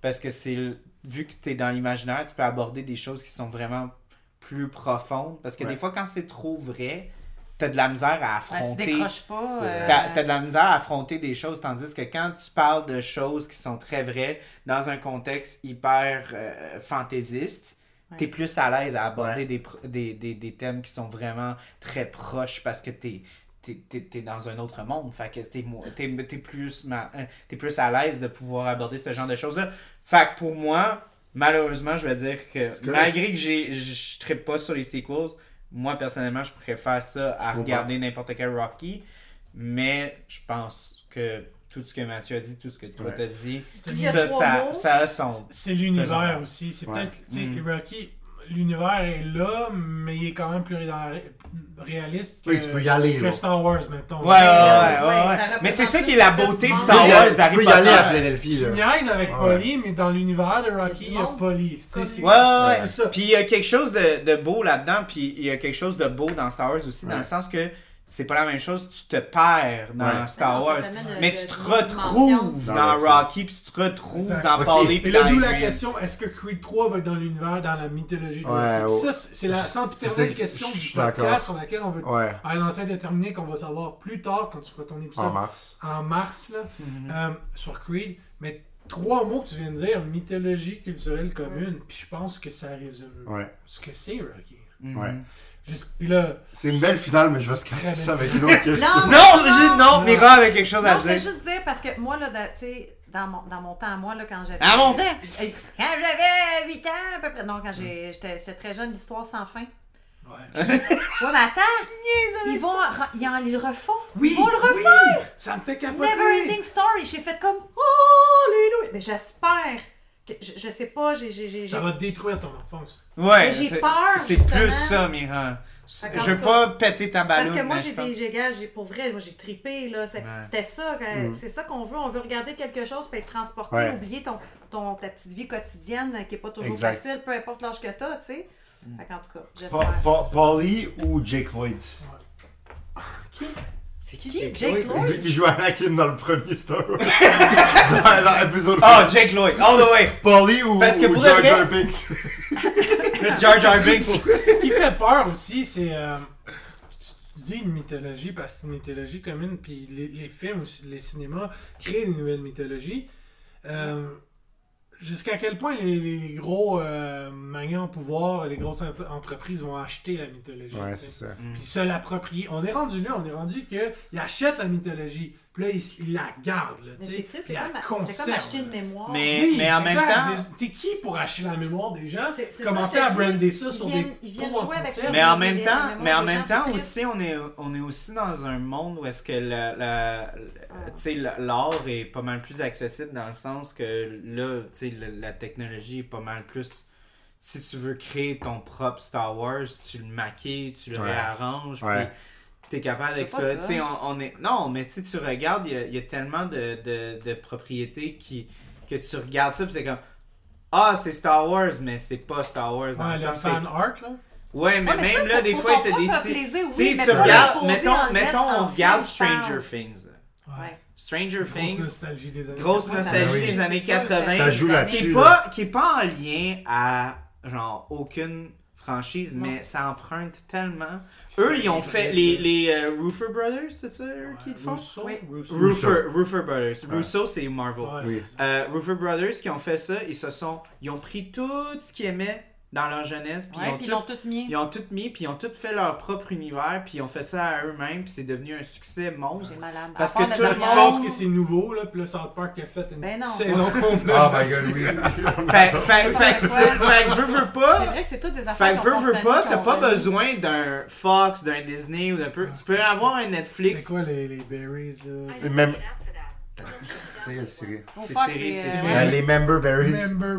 [SPEAKER 2] parce que c'est le- vu que tu es dans l'imaginaire, tu peux aborder des choses qui sont vraiment plus profondes parce que
[SPEAKER 3] Ouais.
[SPEAKER 2] des fois quand c'est trop vrai, tu as de la misère à
[SPEAKER 4] Ben, tu
[SPEAKER 2] affronter
[SPEAKER 4] décroches pas.
[SPEAKER 3] C'est-
[SPEAKER 4] euh,
[SPEAKER 2] T'as t'as de la misère à affronter des choses, tandis que quand tu parles de choses qui sont très vraies dans un contexte hyper euh, fantaisiste,
[SPEAKER 4] Ouais.
[SPEAKER 2] t'es plus à l'aise à aborder
[SPEAKER 3] Ouais.
[SPEAKER 2] des, pr- des, des, des thèmes qui sont vraiment très proches parce que t'es t'es- t'es- t'es dans un autre monde. Fait que t'es mo- t'es t'es plus, ma- hein, t'es plus à l'aise de pouvoir aborder ce genre de choses-là. Fait que pour moi, malheureusement, je vais dire que
[SPEAKER 3] correct.
[SPEAKER 2] malgré que j'ai- je ne pas sur les sequels, moi personnellement, je préfère ça à
[SPEAKER 3] comprends.
[SPEAKER 2] regarder n'importe quel Rocky. Mais je pense que tout ce que Mathieu a dit, tout ce que toi
[SPEAKER 3] Ouais.
[SPEAKER 2] t'as dit,
[SPEAKER 5] C'est
[SPEAKER 4] Il y a
[SPEAKER 2] ça,
[SPEAKER 4] trois
[SPEAKER 2] ça,
[SPEAKER 4] mots.
[SPEAKER 2] ça a son.
[SPEAKER 5] C'est l'univers aussi. C'est
[SPEAKER 3] Ouais.
[SPEAKER 5] peut-être. tu sais,
[SPEAKER 2] Mm.
[SPEAKER 5] Rocky, l'univers est là, mais il est quand même plus ré- dans la ré- réaliste que,
[SPEAKER 3] Oui, tu peux y aller,
[SPEAKER 5] que
[SPEAKER 3] là.
[SPEAKER 5] Star Wars, mettons.
[SPEAKER 2] Ouais, ouais, ouais,
[SPEAKER 4] ça
[SPEAKER 2] ouais, ouais.
[SPEAKER 4] représente
[SPEAKER 2] Mais c'est ça
[SPEAKER 4] plus
[SPEAKER 2] qui est la
[SPEAKER 4] le
[SPEAKER 2] beauté
[SPEAKER 4] monde.
[SPEAKER 2] du
[SPEAKER 3] Tu
[SPEAKER 2] Star
[SPEAKER 3] peux y
[SPEAKER 2] Wars
[SPEAKER 3] aller-
[SPEAKER 2] d'Harry
[SPEAKER 3] Tu peux y aller à
[SPEAKER 2] Potter.
[SPEAKER 3] Philadelphie,
[SPEAKER 5] Tu
[SPEAKER 3] là.
[SPEAKER 5] niaises avec
[SPEAKER 3] Ouais.
[SPEAKER 5] Polly, mais dans l'univers de Rocky, il y a
[SPEAKER 4] monde
[SPEAKER 5] Polly. Tu sais, c'est-
[SPEAKER 2] Ouais, ouais, ouais.
[SPEAKER 5] C'est ça.
[SPEAKER 2] Puis il y a quelque chose de, de beau là-dedans, puis il y a quelque chose de beau dans Star Wars aussi, dans
[SPEAKER 3] Ouais.
[SPEAKER 2] le sens que c'est pas la même chose, tu te perds dans
[SPEAKER 3] Ouais.
[SPEAKER 4] Ben
[SPEAKER 2] Star
[SPEAKER 4] non, ça
[SPEAKER 2] Wars.
[SPEAKER 4] t'amène le-
[SPEAKER 2] Mais
[SPEAKER 4] le-
[SPEAKER 2] tu te
[SPEAKER 4] une dimension.
[SPEAKER 2] retrouves
[SPEAKER 3] Dans
[SPEAKER 2] dans
[SPEAKER 3] Rocky.
[SPEAKER 2] Rocky, puis tu te retrouves
[SPEAKER 5] Exact.
[SPEAKER 2] dans
[SPEAKER 3] Ok.
[SPEAKER 2] Paulie,
[SPEAKER 5] Et
[SPEAKER 2] puis dans
[SPEAKER 5] là, d'où la
[SPEAKER 2] Adrian.
[SPEAKER 5] question, est-ce que Creed 3 va être dans l'univers, dans la mythologie de
[SPEAKER 3] Ouais,
[SPEAKER 5] Rocky? Puis
[SPEAKER 3] ouais.
[SPEAKER 5] Ça, c'est la
[SPEAKER 3] Je- c'est
[SPEAKER 5] sempiternelle
[SPEAKER 3] ça que je-
[SPEAKER 5] question
[SPEAKER 3] je
[SPEAKER 5] du
[SPEAKER 3] suis d'accord.
[SPEAKER 5] podcast sur laquelle on veut...
[SPEAKER 3] Ouais,
[SPEAKER 5] Ah, non, c'est déterminé qu'on va savoir plus tard, quand tu feras ton épisode
[SPEAKER 3] en mars.
[SPEAKER 5] en mars, là,
[SPEAKER 2] Mhm.
[SPEAKER 5] euh, sur Creed. Mais trois mots que tu viens de dire, mythologie culturelle commune, puis je pense que ça résume
[SPEAKER 3] Ouais.
[SPEAKER 5] ce que c'est Rocky.
[SPEAKER 2] Mhm.
[SPEAKER 3] Ouais.
[SPEAKER 5] Juste, puis là,
[SPEAKER 3] C'est une belle finale, mais je vais se calmer ça avec une autre question.
[SPEAKER 4] Non,
[SPEAKER 2] Non, j'ai- non,
[SPEAKER 5] Non.
[SPEAKER 2] Mira avait quelque chose à
[SPEAKER 4] Non, je voulais
[SPEAKER 2] dire.
[SPEAKER 4] juste dire parce que moi, là, dans- tu sais, dans mon, dans mon temps, moi, là, quand j'avais.
[SPEAKER 2] À mon temps?
[SPEAKER 4] Euh, Quand j'avais 8 ans, à peu près. Non, quand
[SPEAKER 2] Hmm.
[SPEAKER 4] j'ai- j'étais j'étais très jeune, l'histoire sans fin.
[SPEAKER 5] ouais,
[SPEAKER 4] Ouais, mais attends! Ils vont. re- Ils, en, ils le refont.
[SPEAKER 5] Oui,
[SPEAKER 4] ils vont le
[SPEAKER 5] oui.
[SPEAKER 4] refaire!
[SPEAKER 5] ça me fait capoter.
[SPEAKER 4] Never Ending Story. J'ai fait comme. Oh, Alléluia! Mais j'espère. que- Je, je sais pas, j'ai. j'ai- j'ai- j'ai-
[SPEAKER 5] Ça va détruire ton enfance.
[SPEAKER 2] Ouais,
[SPEAKER 4] Mais j'ai
[SPEAKER 2] c'est-
[SPEAKER 4] peur,
[SPEAKER 2] C'est
[SPEAKER 4] justement.
[SPEAKER 2] plus ça, Mira.
[SPEAKER 4] Fait qu'en
[SPEAKER 2] Je veux
[SPEAKER 4] tout
[SPEAKER 2] pas péter ta
[SPEAKER 4] Parce
[SPEAKER 2] ballon.
[SPEAKER 4] que moi, j'ai des. j'ai- gars, j'ai- Pour vrai, moi, j'ai tripé, là. C'est-
[SPEAKER 2] Ouais.
[SPEAKER 4] C'était ça. que- C'est ça qu'on veut. On veut regarder quelque chose, puis être transporté,
[SPEAKER 3] Ouais.
[SPEAKER 4] oublier ton, ton, ta petite vie quotidienne euh, qui est pas toujours
[SPEAKER 3] Exact.
[SPEAKER 4] facile, peu importe l'âge que t'as, tu sais. Fait qu'en tout cas,
[SPEAKER 3] Pa-
[SPEAKER 4] j'espère.
[SPEAKER 3] Pa- Paulie ou Jake Lloyd
[SPEAKER 2] C'est
[SPEAKER 4] Qui? Jake Lloyd?
[SPEAKER 3] Lui qui joue Anakin dans le premier Star [laughs] Wars. dans dans l'épisode
[SPEAKER 2] Oh, Jake Lloyd, all the way.
[SPEAKER 3] Paulie ou,
[SPEAKER 2] Parce que
[SPEAKER 3] ou
[SPEAKER 2] pour
[SPEAKER 3] Jar
[SPEAKER 2] de
[SPEAKER 3] Jar Binks
[SPEAKER 2] Jar Jar
[SPEAKER 4] [laughs]
[SPEAKER 2] Binks.
[SPEAKER 5] Ce qui fait peur aussi, c'est. euh, tu, tu dis une mythologie parce que c'est une mythologie commune, puis les, les films, aussi, les cinémas créent des nouvelles mythologies. Euh, Jusqu'à quel point les, les gros euh, maniants au pouvoir, les grosses entre- entreprises vont acheter la mythologie.
[SPEAKER 3] Ouais,
[SPEAKER 5] tu sais.
[SPEAKER 2] [laughs]
[SPEAKER 3] c'est ça.
[SPEAKER 5] Puis se l'approprier. On est rendu là, on est rendu qu'ils achètent la mythologie. Puis là, ils, ils la gardent. Là,
[SPEAKER 4] Mais
[SPEAKER 5] tu sais,
[SPEAKER 4] c'est
[SPEAKER 5] puis
[SPEAKER 4] triste, c'est
[SPEAKER 5] la
[SPEAKER 4] comme, c'est comme
[SPEAKER 5] conservent.
[SPEAKER 4] acheter une mémoire.
[SPEAKER 2] Mais-
[SPEAKER 5] Oui,
[SPEAKER 2] en même
[SPEAKER 5] exact.
[SPEAKER 2] temps-
[SPEAKER 5] T'es qui pour acheter la mémoire des gens?
[SPEAKER 4] C'est- c'est
[SPEAKER 5] Commencer
[SPEAKER 4] ça,
[SPEAKER 5] à
[SPEAKER 4] je te
[SPEAKER 5] brander
[SPEAKER 4] dis,
[SPEAKER 5] ça
[SPEAKER 4] ils
[SPEAKER 5] sur
[SPEAKER 4] viennent-
[SPEAKER 5] des
[SPEAKER 4] ils viennent
[SPEAKER 5] pots en
[SPEAKER 4] jouer avec
[SPEAKER 5] conserve.
[SPEAKER 4] la-
[SPEAKER 2] Mais en même
[SPEAKER 4] les-
[SPEAKER 2] temps,
[SPEAKER 4] les-
[SPEAKER 2] mais en
[SPEAKER 4] les
[SPEAKER 2] même
[SPEAKER 4] gens
[SPEAKER 2] temps
[SPEAKER 4] sont
[SPEAKER 2] aussi, on est, on est aussi dans un monde où est-ce que la, la- la-
[SPEAKER 4] Ah.
[SPEAKER 2] tu sais, la- l'art est pas mal plus accessible dans le sens que là, tu sais, la, la technologie est pas mal plus. Si tu veux créer ton propre Star Wars, tu le maquilles, tu le
[SPEAKER 3] Ouais.
[SPEAKER 2] réarranges,
[SPEAKER 3] Ouais.
[SPEAKER 2] puis t'es capable
[SPEAKER 4] C'est
[SPEAKER 2] d'explorer.
[SPEAKER 4] pas
[SPEAKER 2] Tu
[SPEAKER 4] ça.
[SPEAKER 2] sais, on, on est... Non, mais tu sais, tu regardes, il y a- il y, a tellement de, de, de propriétés qui, que tu regardes ça, puis t'es comme. Ah, c'est Star Wars, mais c'est pas Star Wars dans
[SPEAKER 5] Ouais,
[SPEAKER 2] le
[SPEAKER 5] le
[SPEAKER 2] sens que-
[SPEAKER 5] fan art, là.
[SPEAKER 2] Ouais, mais,
[SPEAKER 4] Ouais, mais
[SPEAKER 2] même
[SPEAKER 4] ça,
[SPEAKER 2] là,
[SPEAKER 4] pour-
[SPEAKER 2] des
[SPEAKER 4] pour
[SPEAKER 2] fois,
[SPEAKER 4] ton
[SPEAKER 2] il te
[SPEAKER 4] propre
[SPEAKER 2] décide.
[SPEAKER 4] plaisir, oui,
[SPEAKER 2] tu sais,
[SPEAKER 4] mais
[SPEAKER 2] tu
[SPEAKER 4] pas
[SPEAKER 2] regardes,
[SPEAKER 4] le poser
[SPEAKER 2] mettons,
[SPEAKER 4] en le
[SPEAKER 2] mettons,
[SPEAKER 4] mettre en
[SPEAKER 2] on regarde
[SPEAKER 4] film, je
[SPEAKER 2] Stranger
[SPEAKER 4] pense.
[SPEAKER 2] Things. là.
[SPEAKER 4] Ouais.
[SPEAKER 2] Stranger
[SPEAKER 5] Grosse
[SPEAKER 2] Things,
[SPEAKER 5] nostalgie des années.
[SPEAKER 2] grosse
[SPEAKER 4] Ouais, ça
[SPEAKER 2] nostalgie
[SPEAKER 3] joue.
[SPEAKER 2] des années
[SPEAKER 4] C'est ça,
[SPEAKER 2] 80,
[SPEAKER 3] Ça joue
[SPEAKER 2] qui
[SPEAKER 3] là-dessus.
[SPEAKER 2] est pas, qui est pas en lien à, genre, aucune franchise,
[SPEAKER 4] Non.
[SPEAKER 2] mais ça emprunte tellement.
[SPEAKER 5] C'est
[SPEAKER 2] Eux, ils ont
[SPEAKER 5] vrai,
[SPEAKER 2] fait,
[SPEAKER 5] ça.
[SPEAKER 2] les, les euh, Roofer Brothers, c'est ça
[SPEAKER 3] Ah
[SPEAKER 5] Ouais,
[SPEAKER 2] qu'ils font?
[SPEAKER 5] Rousseau,
[SPEAKER 4] Oui.
[SPEAKER 5] Rousseau.
[SPEAKER 2] Roofer, Roofer Brothers.
[SPEAKER 3] Ouais.
[SPEAKER 2] Rousseau, c'est Marvel.
[SPEAKER 5] Ouais,
[SPEAKER 3] Oui.
[SPEAKER 5] c'est ça.
[SPEAKER 2] Euh, Roofer Brothers qui ont fait ça, ils se sont, ils ont pris tout ce qu'ils aimaient dans leur jeunesse, puis
[SPEAKER 4] Ouais, puis ils
[SPEAKER 2] ils ont
[SPEAKER 4] l'ont
[SPEAKER 2] tout-
[SPEAKER 4] tout mis.
[SPEAKER 2] ils ont tout mis, puis ils ont tout fait leur propre univers, puis ils ont fait ça à eux-mêmes, puis c'est devenu un succès monstre.
[SPEAKER 5] [laughs]
[SPEAKER 4] C'est malade. À
[SPEAKER 2] Parce
[SPEAKER 4] part
[SPEAKER 2] que
[SPEAKER 4] le
[SPEAKER 2] tout le
[SPEAKER 5] Là,
[SPEAKER 4] dernier-
[SPEAKER 5] tu penses que c'est nouveau, là, puis le South Park a fait une
[SPEAKER 4] Ben
[SPEAKER 2] [laughs]
[SPEAKER 4] non.
[SPEAKER 5] saison complète.
[SPEAKER 3] Oh my god, oui.
[SPEAKER 2] Fait, fait, fait, que c'est- fait que veux, veux
[SPEAKER 4] C'est
[SPEAKER 2] pas,
[SPEAKER 4] vrai que c'est toutes des affaires.
[SPEAKER 2] fait que
[SPEAKER 4] qu'on
[SPEAKER 2] veux, veux
[SPEAKER 4] fonctionne,
[SPEAKER 2] pas,
[SPEAKER 4] qu'on
[SPEAKER 2] t'as pas
[SPEAKER 4] veut.
[SPEAKER 2] besoin d'un Fox, d'un Disney ou d'un peu. Tu peux avoir un
[SPEAKER 5] Ah, C'est
[SPEAKER 2] Netflix.
[SPEAKER 5] quoi les, les berries, là?
[SPEAKER 3] Même-
[SPEAKER 6] C'est
[SPEAKER 3] Siri.
[SPEAKER 4] Faut
[SPEAKER 2] C'est
[SPEAKER 4] pas que
[SPEAKER 2] serré,
[SPEAKER 4] c'est,
[SPEAKER 2] c'est
[SPEAKER 4] euh,
[SPEAKER 2] serré.
[SPEAKER 3] Euh, les member berries.
[SPEAKER 5] Member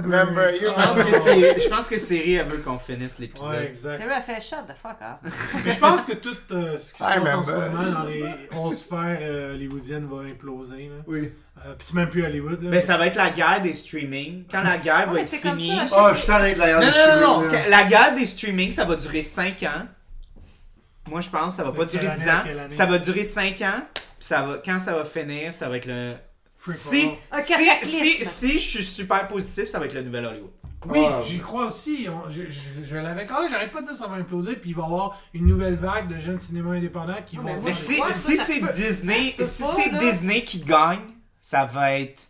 [SPEAKER 3] Member-
[SPEAKER 5] berries.
[SPEAKER 2] Je pense que
[SPEAKER 5] [laughs]
[SPEAKER 2] c'est, je pense que Siri, elle veut qu'on finisse
[SPEAKER 5] Ouais,
[SPEAKER 2] l'épisode.
[SPEAKER 5] exact.
[SPEAKER 4] Siri a fait shot the fuck off.
[SPEAKER 5] Mais je pense que tout euh, ce qui se
[SPEAKER 3] I
[SPEAKER 5] passe en ce
[SPEAKER 3] remember.
[SPEAKER 5] moment dans
[SPEAKER 3] ben.
[SPEAKER 5] les 11 sphères euh, hollywoodiennes va imploser. Là.
[SPEAKER 3] [laughs] Oui.
[SPEAKER 5] Euh, Puis c'est même plus Hollywood. Là.
[SPEAKER 2] Ben, ça va être la guerre des streamings. Quand la guerre
[SPEAKER 4] Non,
[SPEAKER 2] va
[SPEAKER 4] mais
[SPEAKER 2] être
[SPEAKER 4] c'est comme
[SPEAKER 2] finie.
[SPEAKER 4] ça, à chaque-
[SPEAKER 3] Oh, je suis en train de la
[SPEAKER 2] Non, non, non, non. que- La guerre des streamings, ça va durer 5 ans. Moi, je pense que ça va pas
[SPEAKER 5] De quelle
[SPEAKER 2] durer
[SPEAKER 5] année
[SPEAKER 2] 10
[SPEAKER 5] à
[SPEAKER 2] ans.
[SPEAKER 5] quelle année?
[SPEAKER 2] Ça va durer 5 ans. Puis ça va, quand ça va finir, ça va être le.
[SPEAKER 5] Free for
[SPEAKER 2] Si,
[SPEAKER 5] all.
[SPEAKER 4] Un
[SPEAKER 2] si, si,
[SPEAKER 4] cataclysme.
[SPEAKER 2] si je suis super positif, ça va être le nouvel Hollywood.
[SPEAKER 5] Oui,
[SPEAKER 3] Ah.
[SPEAKER 5] j'y crois aussi. On- je je- je l'avais quand même, j'arrête pas de dire que ça va imploser, puis il va y avoir une nouvelle vague de jeunes cinémas indépendants qui
[SPEAKER 4] Ah,
[SPEAKER 5] vont.
[SPEAKER 4] mais
[SPEAKER 5] voir-
[SPEAKER 2] Mais
[SPEAKER 4] Ouais,
[SPEAKER 2] si,
[SPEAKER 4] ouais,
[SPEAKER 2] si
[SPEAKER 4] ça, ça
[SPEAKER 2] c'est
[SPEAKER 4] peut-
[SPEAKER 2] Disney,
[SPEAKER 4] ça se
[SPEAKER 2] si
[SPEAKER 4] peut pas,
[SPEAKER 2] c'est
[SPEAKER 4] là.
[SPEAKER 2] Disney qui gagne, ça va être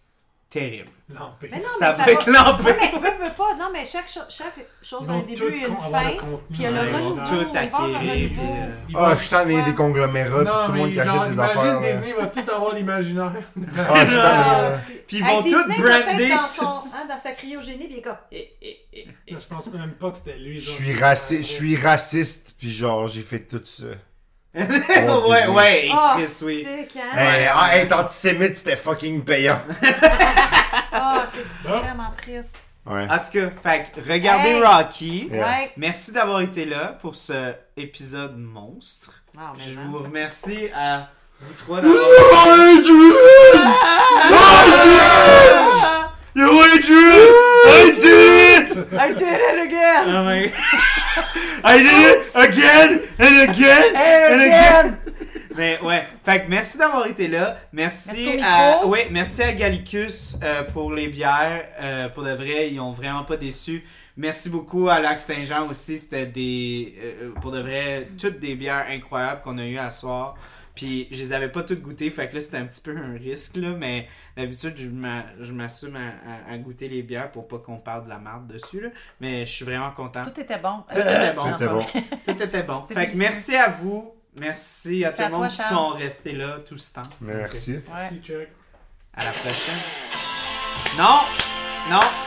[SPEAKER 2] terrible.
[SPEAKER 5] L'empire.
[SPEAKER 4] Mais non,
[SPEAKER 2] ça
[SPEAKER 4] mais
[SPEAKER 2] va être [laughs] l'empire.
[SPEAKER 4] Ouais, mais veux, veux pas. Non, mais chaque, cho- chaque chose
[SPEAKER 5] Ils
[SPEAKER 4] a un
[SPEAKER 5] vont tout
[SPEAKER 4] début et une
[SPEAKER 5] con- avoir
[SPEAKER 4] fin.
[SPEAKER 5] le contenu.
[SPEAKER 4] Puis il y a le
[SPEAKER 5] Ouais, ils
[SPEAKER 4] renouveau.
[SPEAKER 5] vont
[SPEAKER 4] il
[SPEAKER 2] tout
[SPEAKER 4] va y avoir un
[SPEAKER 2] acquérir,
[SPEAKER 4] renouveau.
[SPEAKER 2] puis, euh,
[SPEAKER 5] Ils
[SPEAKER 3] Ah,
[SPEAKER 5] vont-
[SPEAKER 3] je suis tanné des conglomérats puis
[SPEAKER 5] Non,
[SPEAKER 3] tout le
[SPEAKER 5] mais
[SPEAKER 3] monde qui
[SPEAKER 5] genre,
[SPEAKER 3] achète des
[SPEAKER 5] imagine
[SPEAKER 3] affaires. là.
[SPEAKER 5] Disney va tout avoir l'imaginaire.
[SPEAKER 3] Ah, je
[SPEAKER 5] [laughs]
[SPEAKER 3] suis tanné.
[SPEAKER 4] Ah, si.
[SPEAKER 2] Puis ils
[SPEAKER 4] Hey,
[SPEAKER 2] vont
[SPEAKER 4] Disney,
[SPEAKER 2] tous
[SPEAKER 4] il va
[SPEAKER 2] brander
[SPEAKER 4] peut-être Dans,
[SPEAKER 2] sur-
[SPEAKER 4] son, hein, dans sa cryogénie, puis il est comme. eh, eh, eh.
[SPEAKER 5] je pense même pas que c'était lui.
[SPEAKER 3] Je
[SPEAKER 5] genre.
[SPEAKER 3] suis raciste, je suis raciste puis genre j'ai fait tout ça.
[SPEAKER 2] [laughs]
[SPEAKER 4] eh.
[SPEAKER 2] ouais, ouais,
[SPEAKER 4] Ah,
[SPEAKER 2] Chris, oui.
[SPEAKER 4] C'est quand?
[SPEAKER 3] Hey, ah, être antisémite c'était fucking payant.
[SPEAKER 4] Ah, c'est
[SPEAKER 5] Ah.
[SPEAKER 4] vraiment triste.
[SPEAKER 3] Ouais.
[SPEAKER 2] En tout cas, fait que regardez
[SPEAKER 4] Hey.
[SPEAKER 2] Rocky.
[SPEAKER 3] Yeah.
[SPEAKER 4] Ouais.
[SPEAKER 2] Merci d'avoir été là pour ce épisode monstre.
[SPEAKER 4] Ah, mais
[SPEAKER 2] Je
[SPEAKER 4] non.
[SPEAKER 2] vous remercie à vous trois d'avoir.
[SPEAKER 4] Ah!
[SPEAKER 2] You I did it!
[SPEAKER 4] I did it again!
[SPEAKER 2] Oh my [laughs] I did it again and again
[SPEAKER 4] And again!
[SPEAKER 2] Mais ouais, fait que merci d'avoir été là. Merci,
[SPEAKER 4] Merci au
[SPEAKER 2] à
[SPEAKER 4] micro.
[SPEAKER 2] ouais, merci à Gallicus euh, pour les bières. Euh, pour de vrai, ils ont vraiment pas déçu. Merci beaucoup à Lac Saint-Jean aussi, c'était des euh, pour de vrai toutes des bières incroyables qu'on a eues à soir. Puis je les avais pas toutes goûtées, fait que là c'était un petit peu un risque là, mais d'habitude je m'a- je m'assume à, à- à goûter les bières pour pas qu'on parle de la marde dessus là, mais je suis vraiment content.
[SPEAKER 4] Tout était bon.
[SPEAKER 2] Tout était bon.
[SPEAKER 3] C'était bon.
[SPEAKER 2] Tout était bon.
[SPEAKER 4] C'était
[SPEAKER 2] Fait que
[SPEAKER 4] délicieux.
[SPEAKER 2] merci à vous. Merci à
[SPEAKER 4] Merci
[SPEAKER 2] tout le
[SPEAKER 4] à toi,
[SPEAKER 2] monde qui
[SPEAKER 4] Charles.
[SPEAKER 2] sont restés là tout ce temps.
[SPEAKER 3] Merci.
[SPEAKER 4] Ouais.
[SPEAKER 5] Si, check.
[SPEAKER 2] À la prochaine. Non! Non!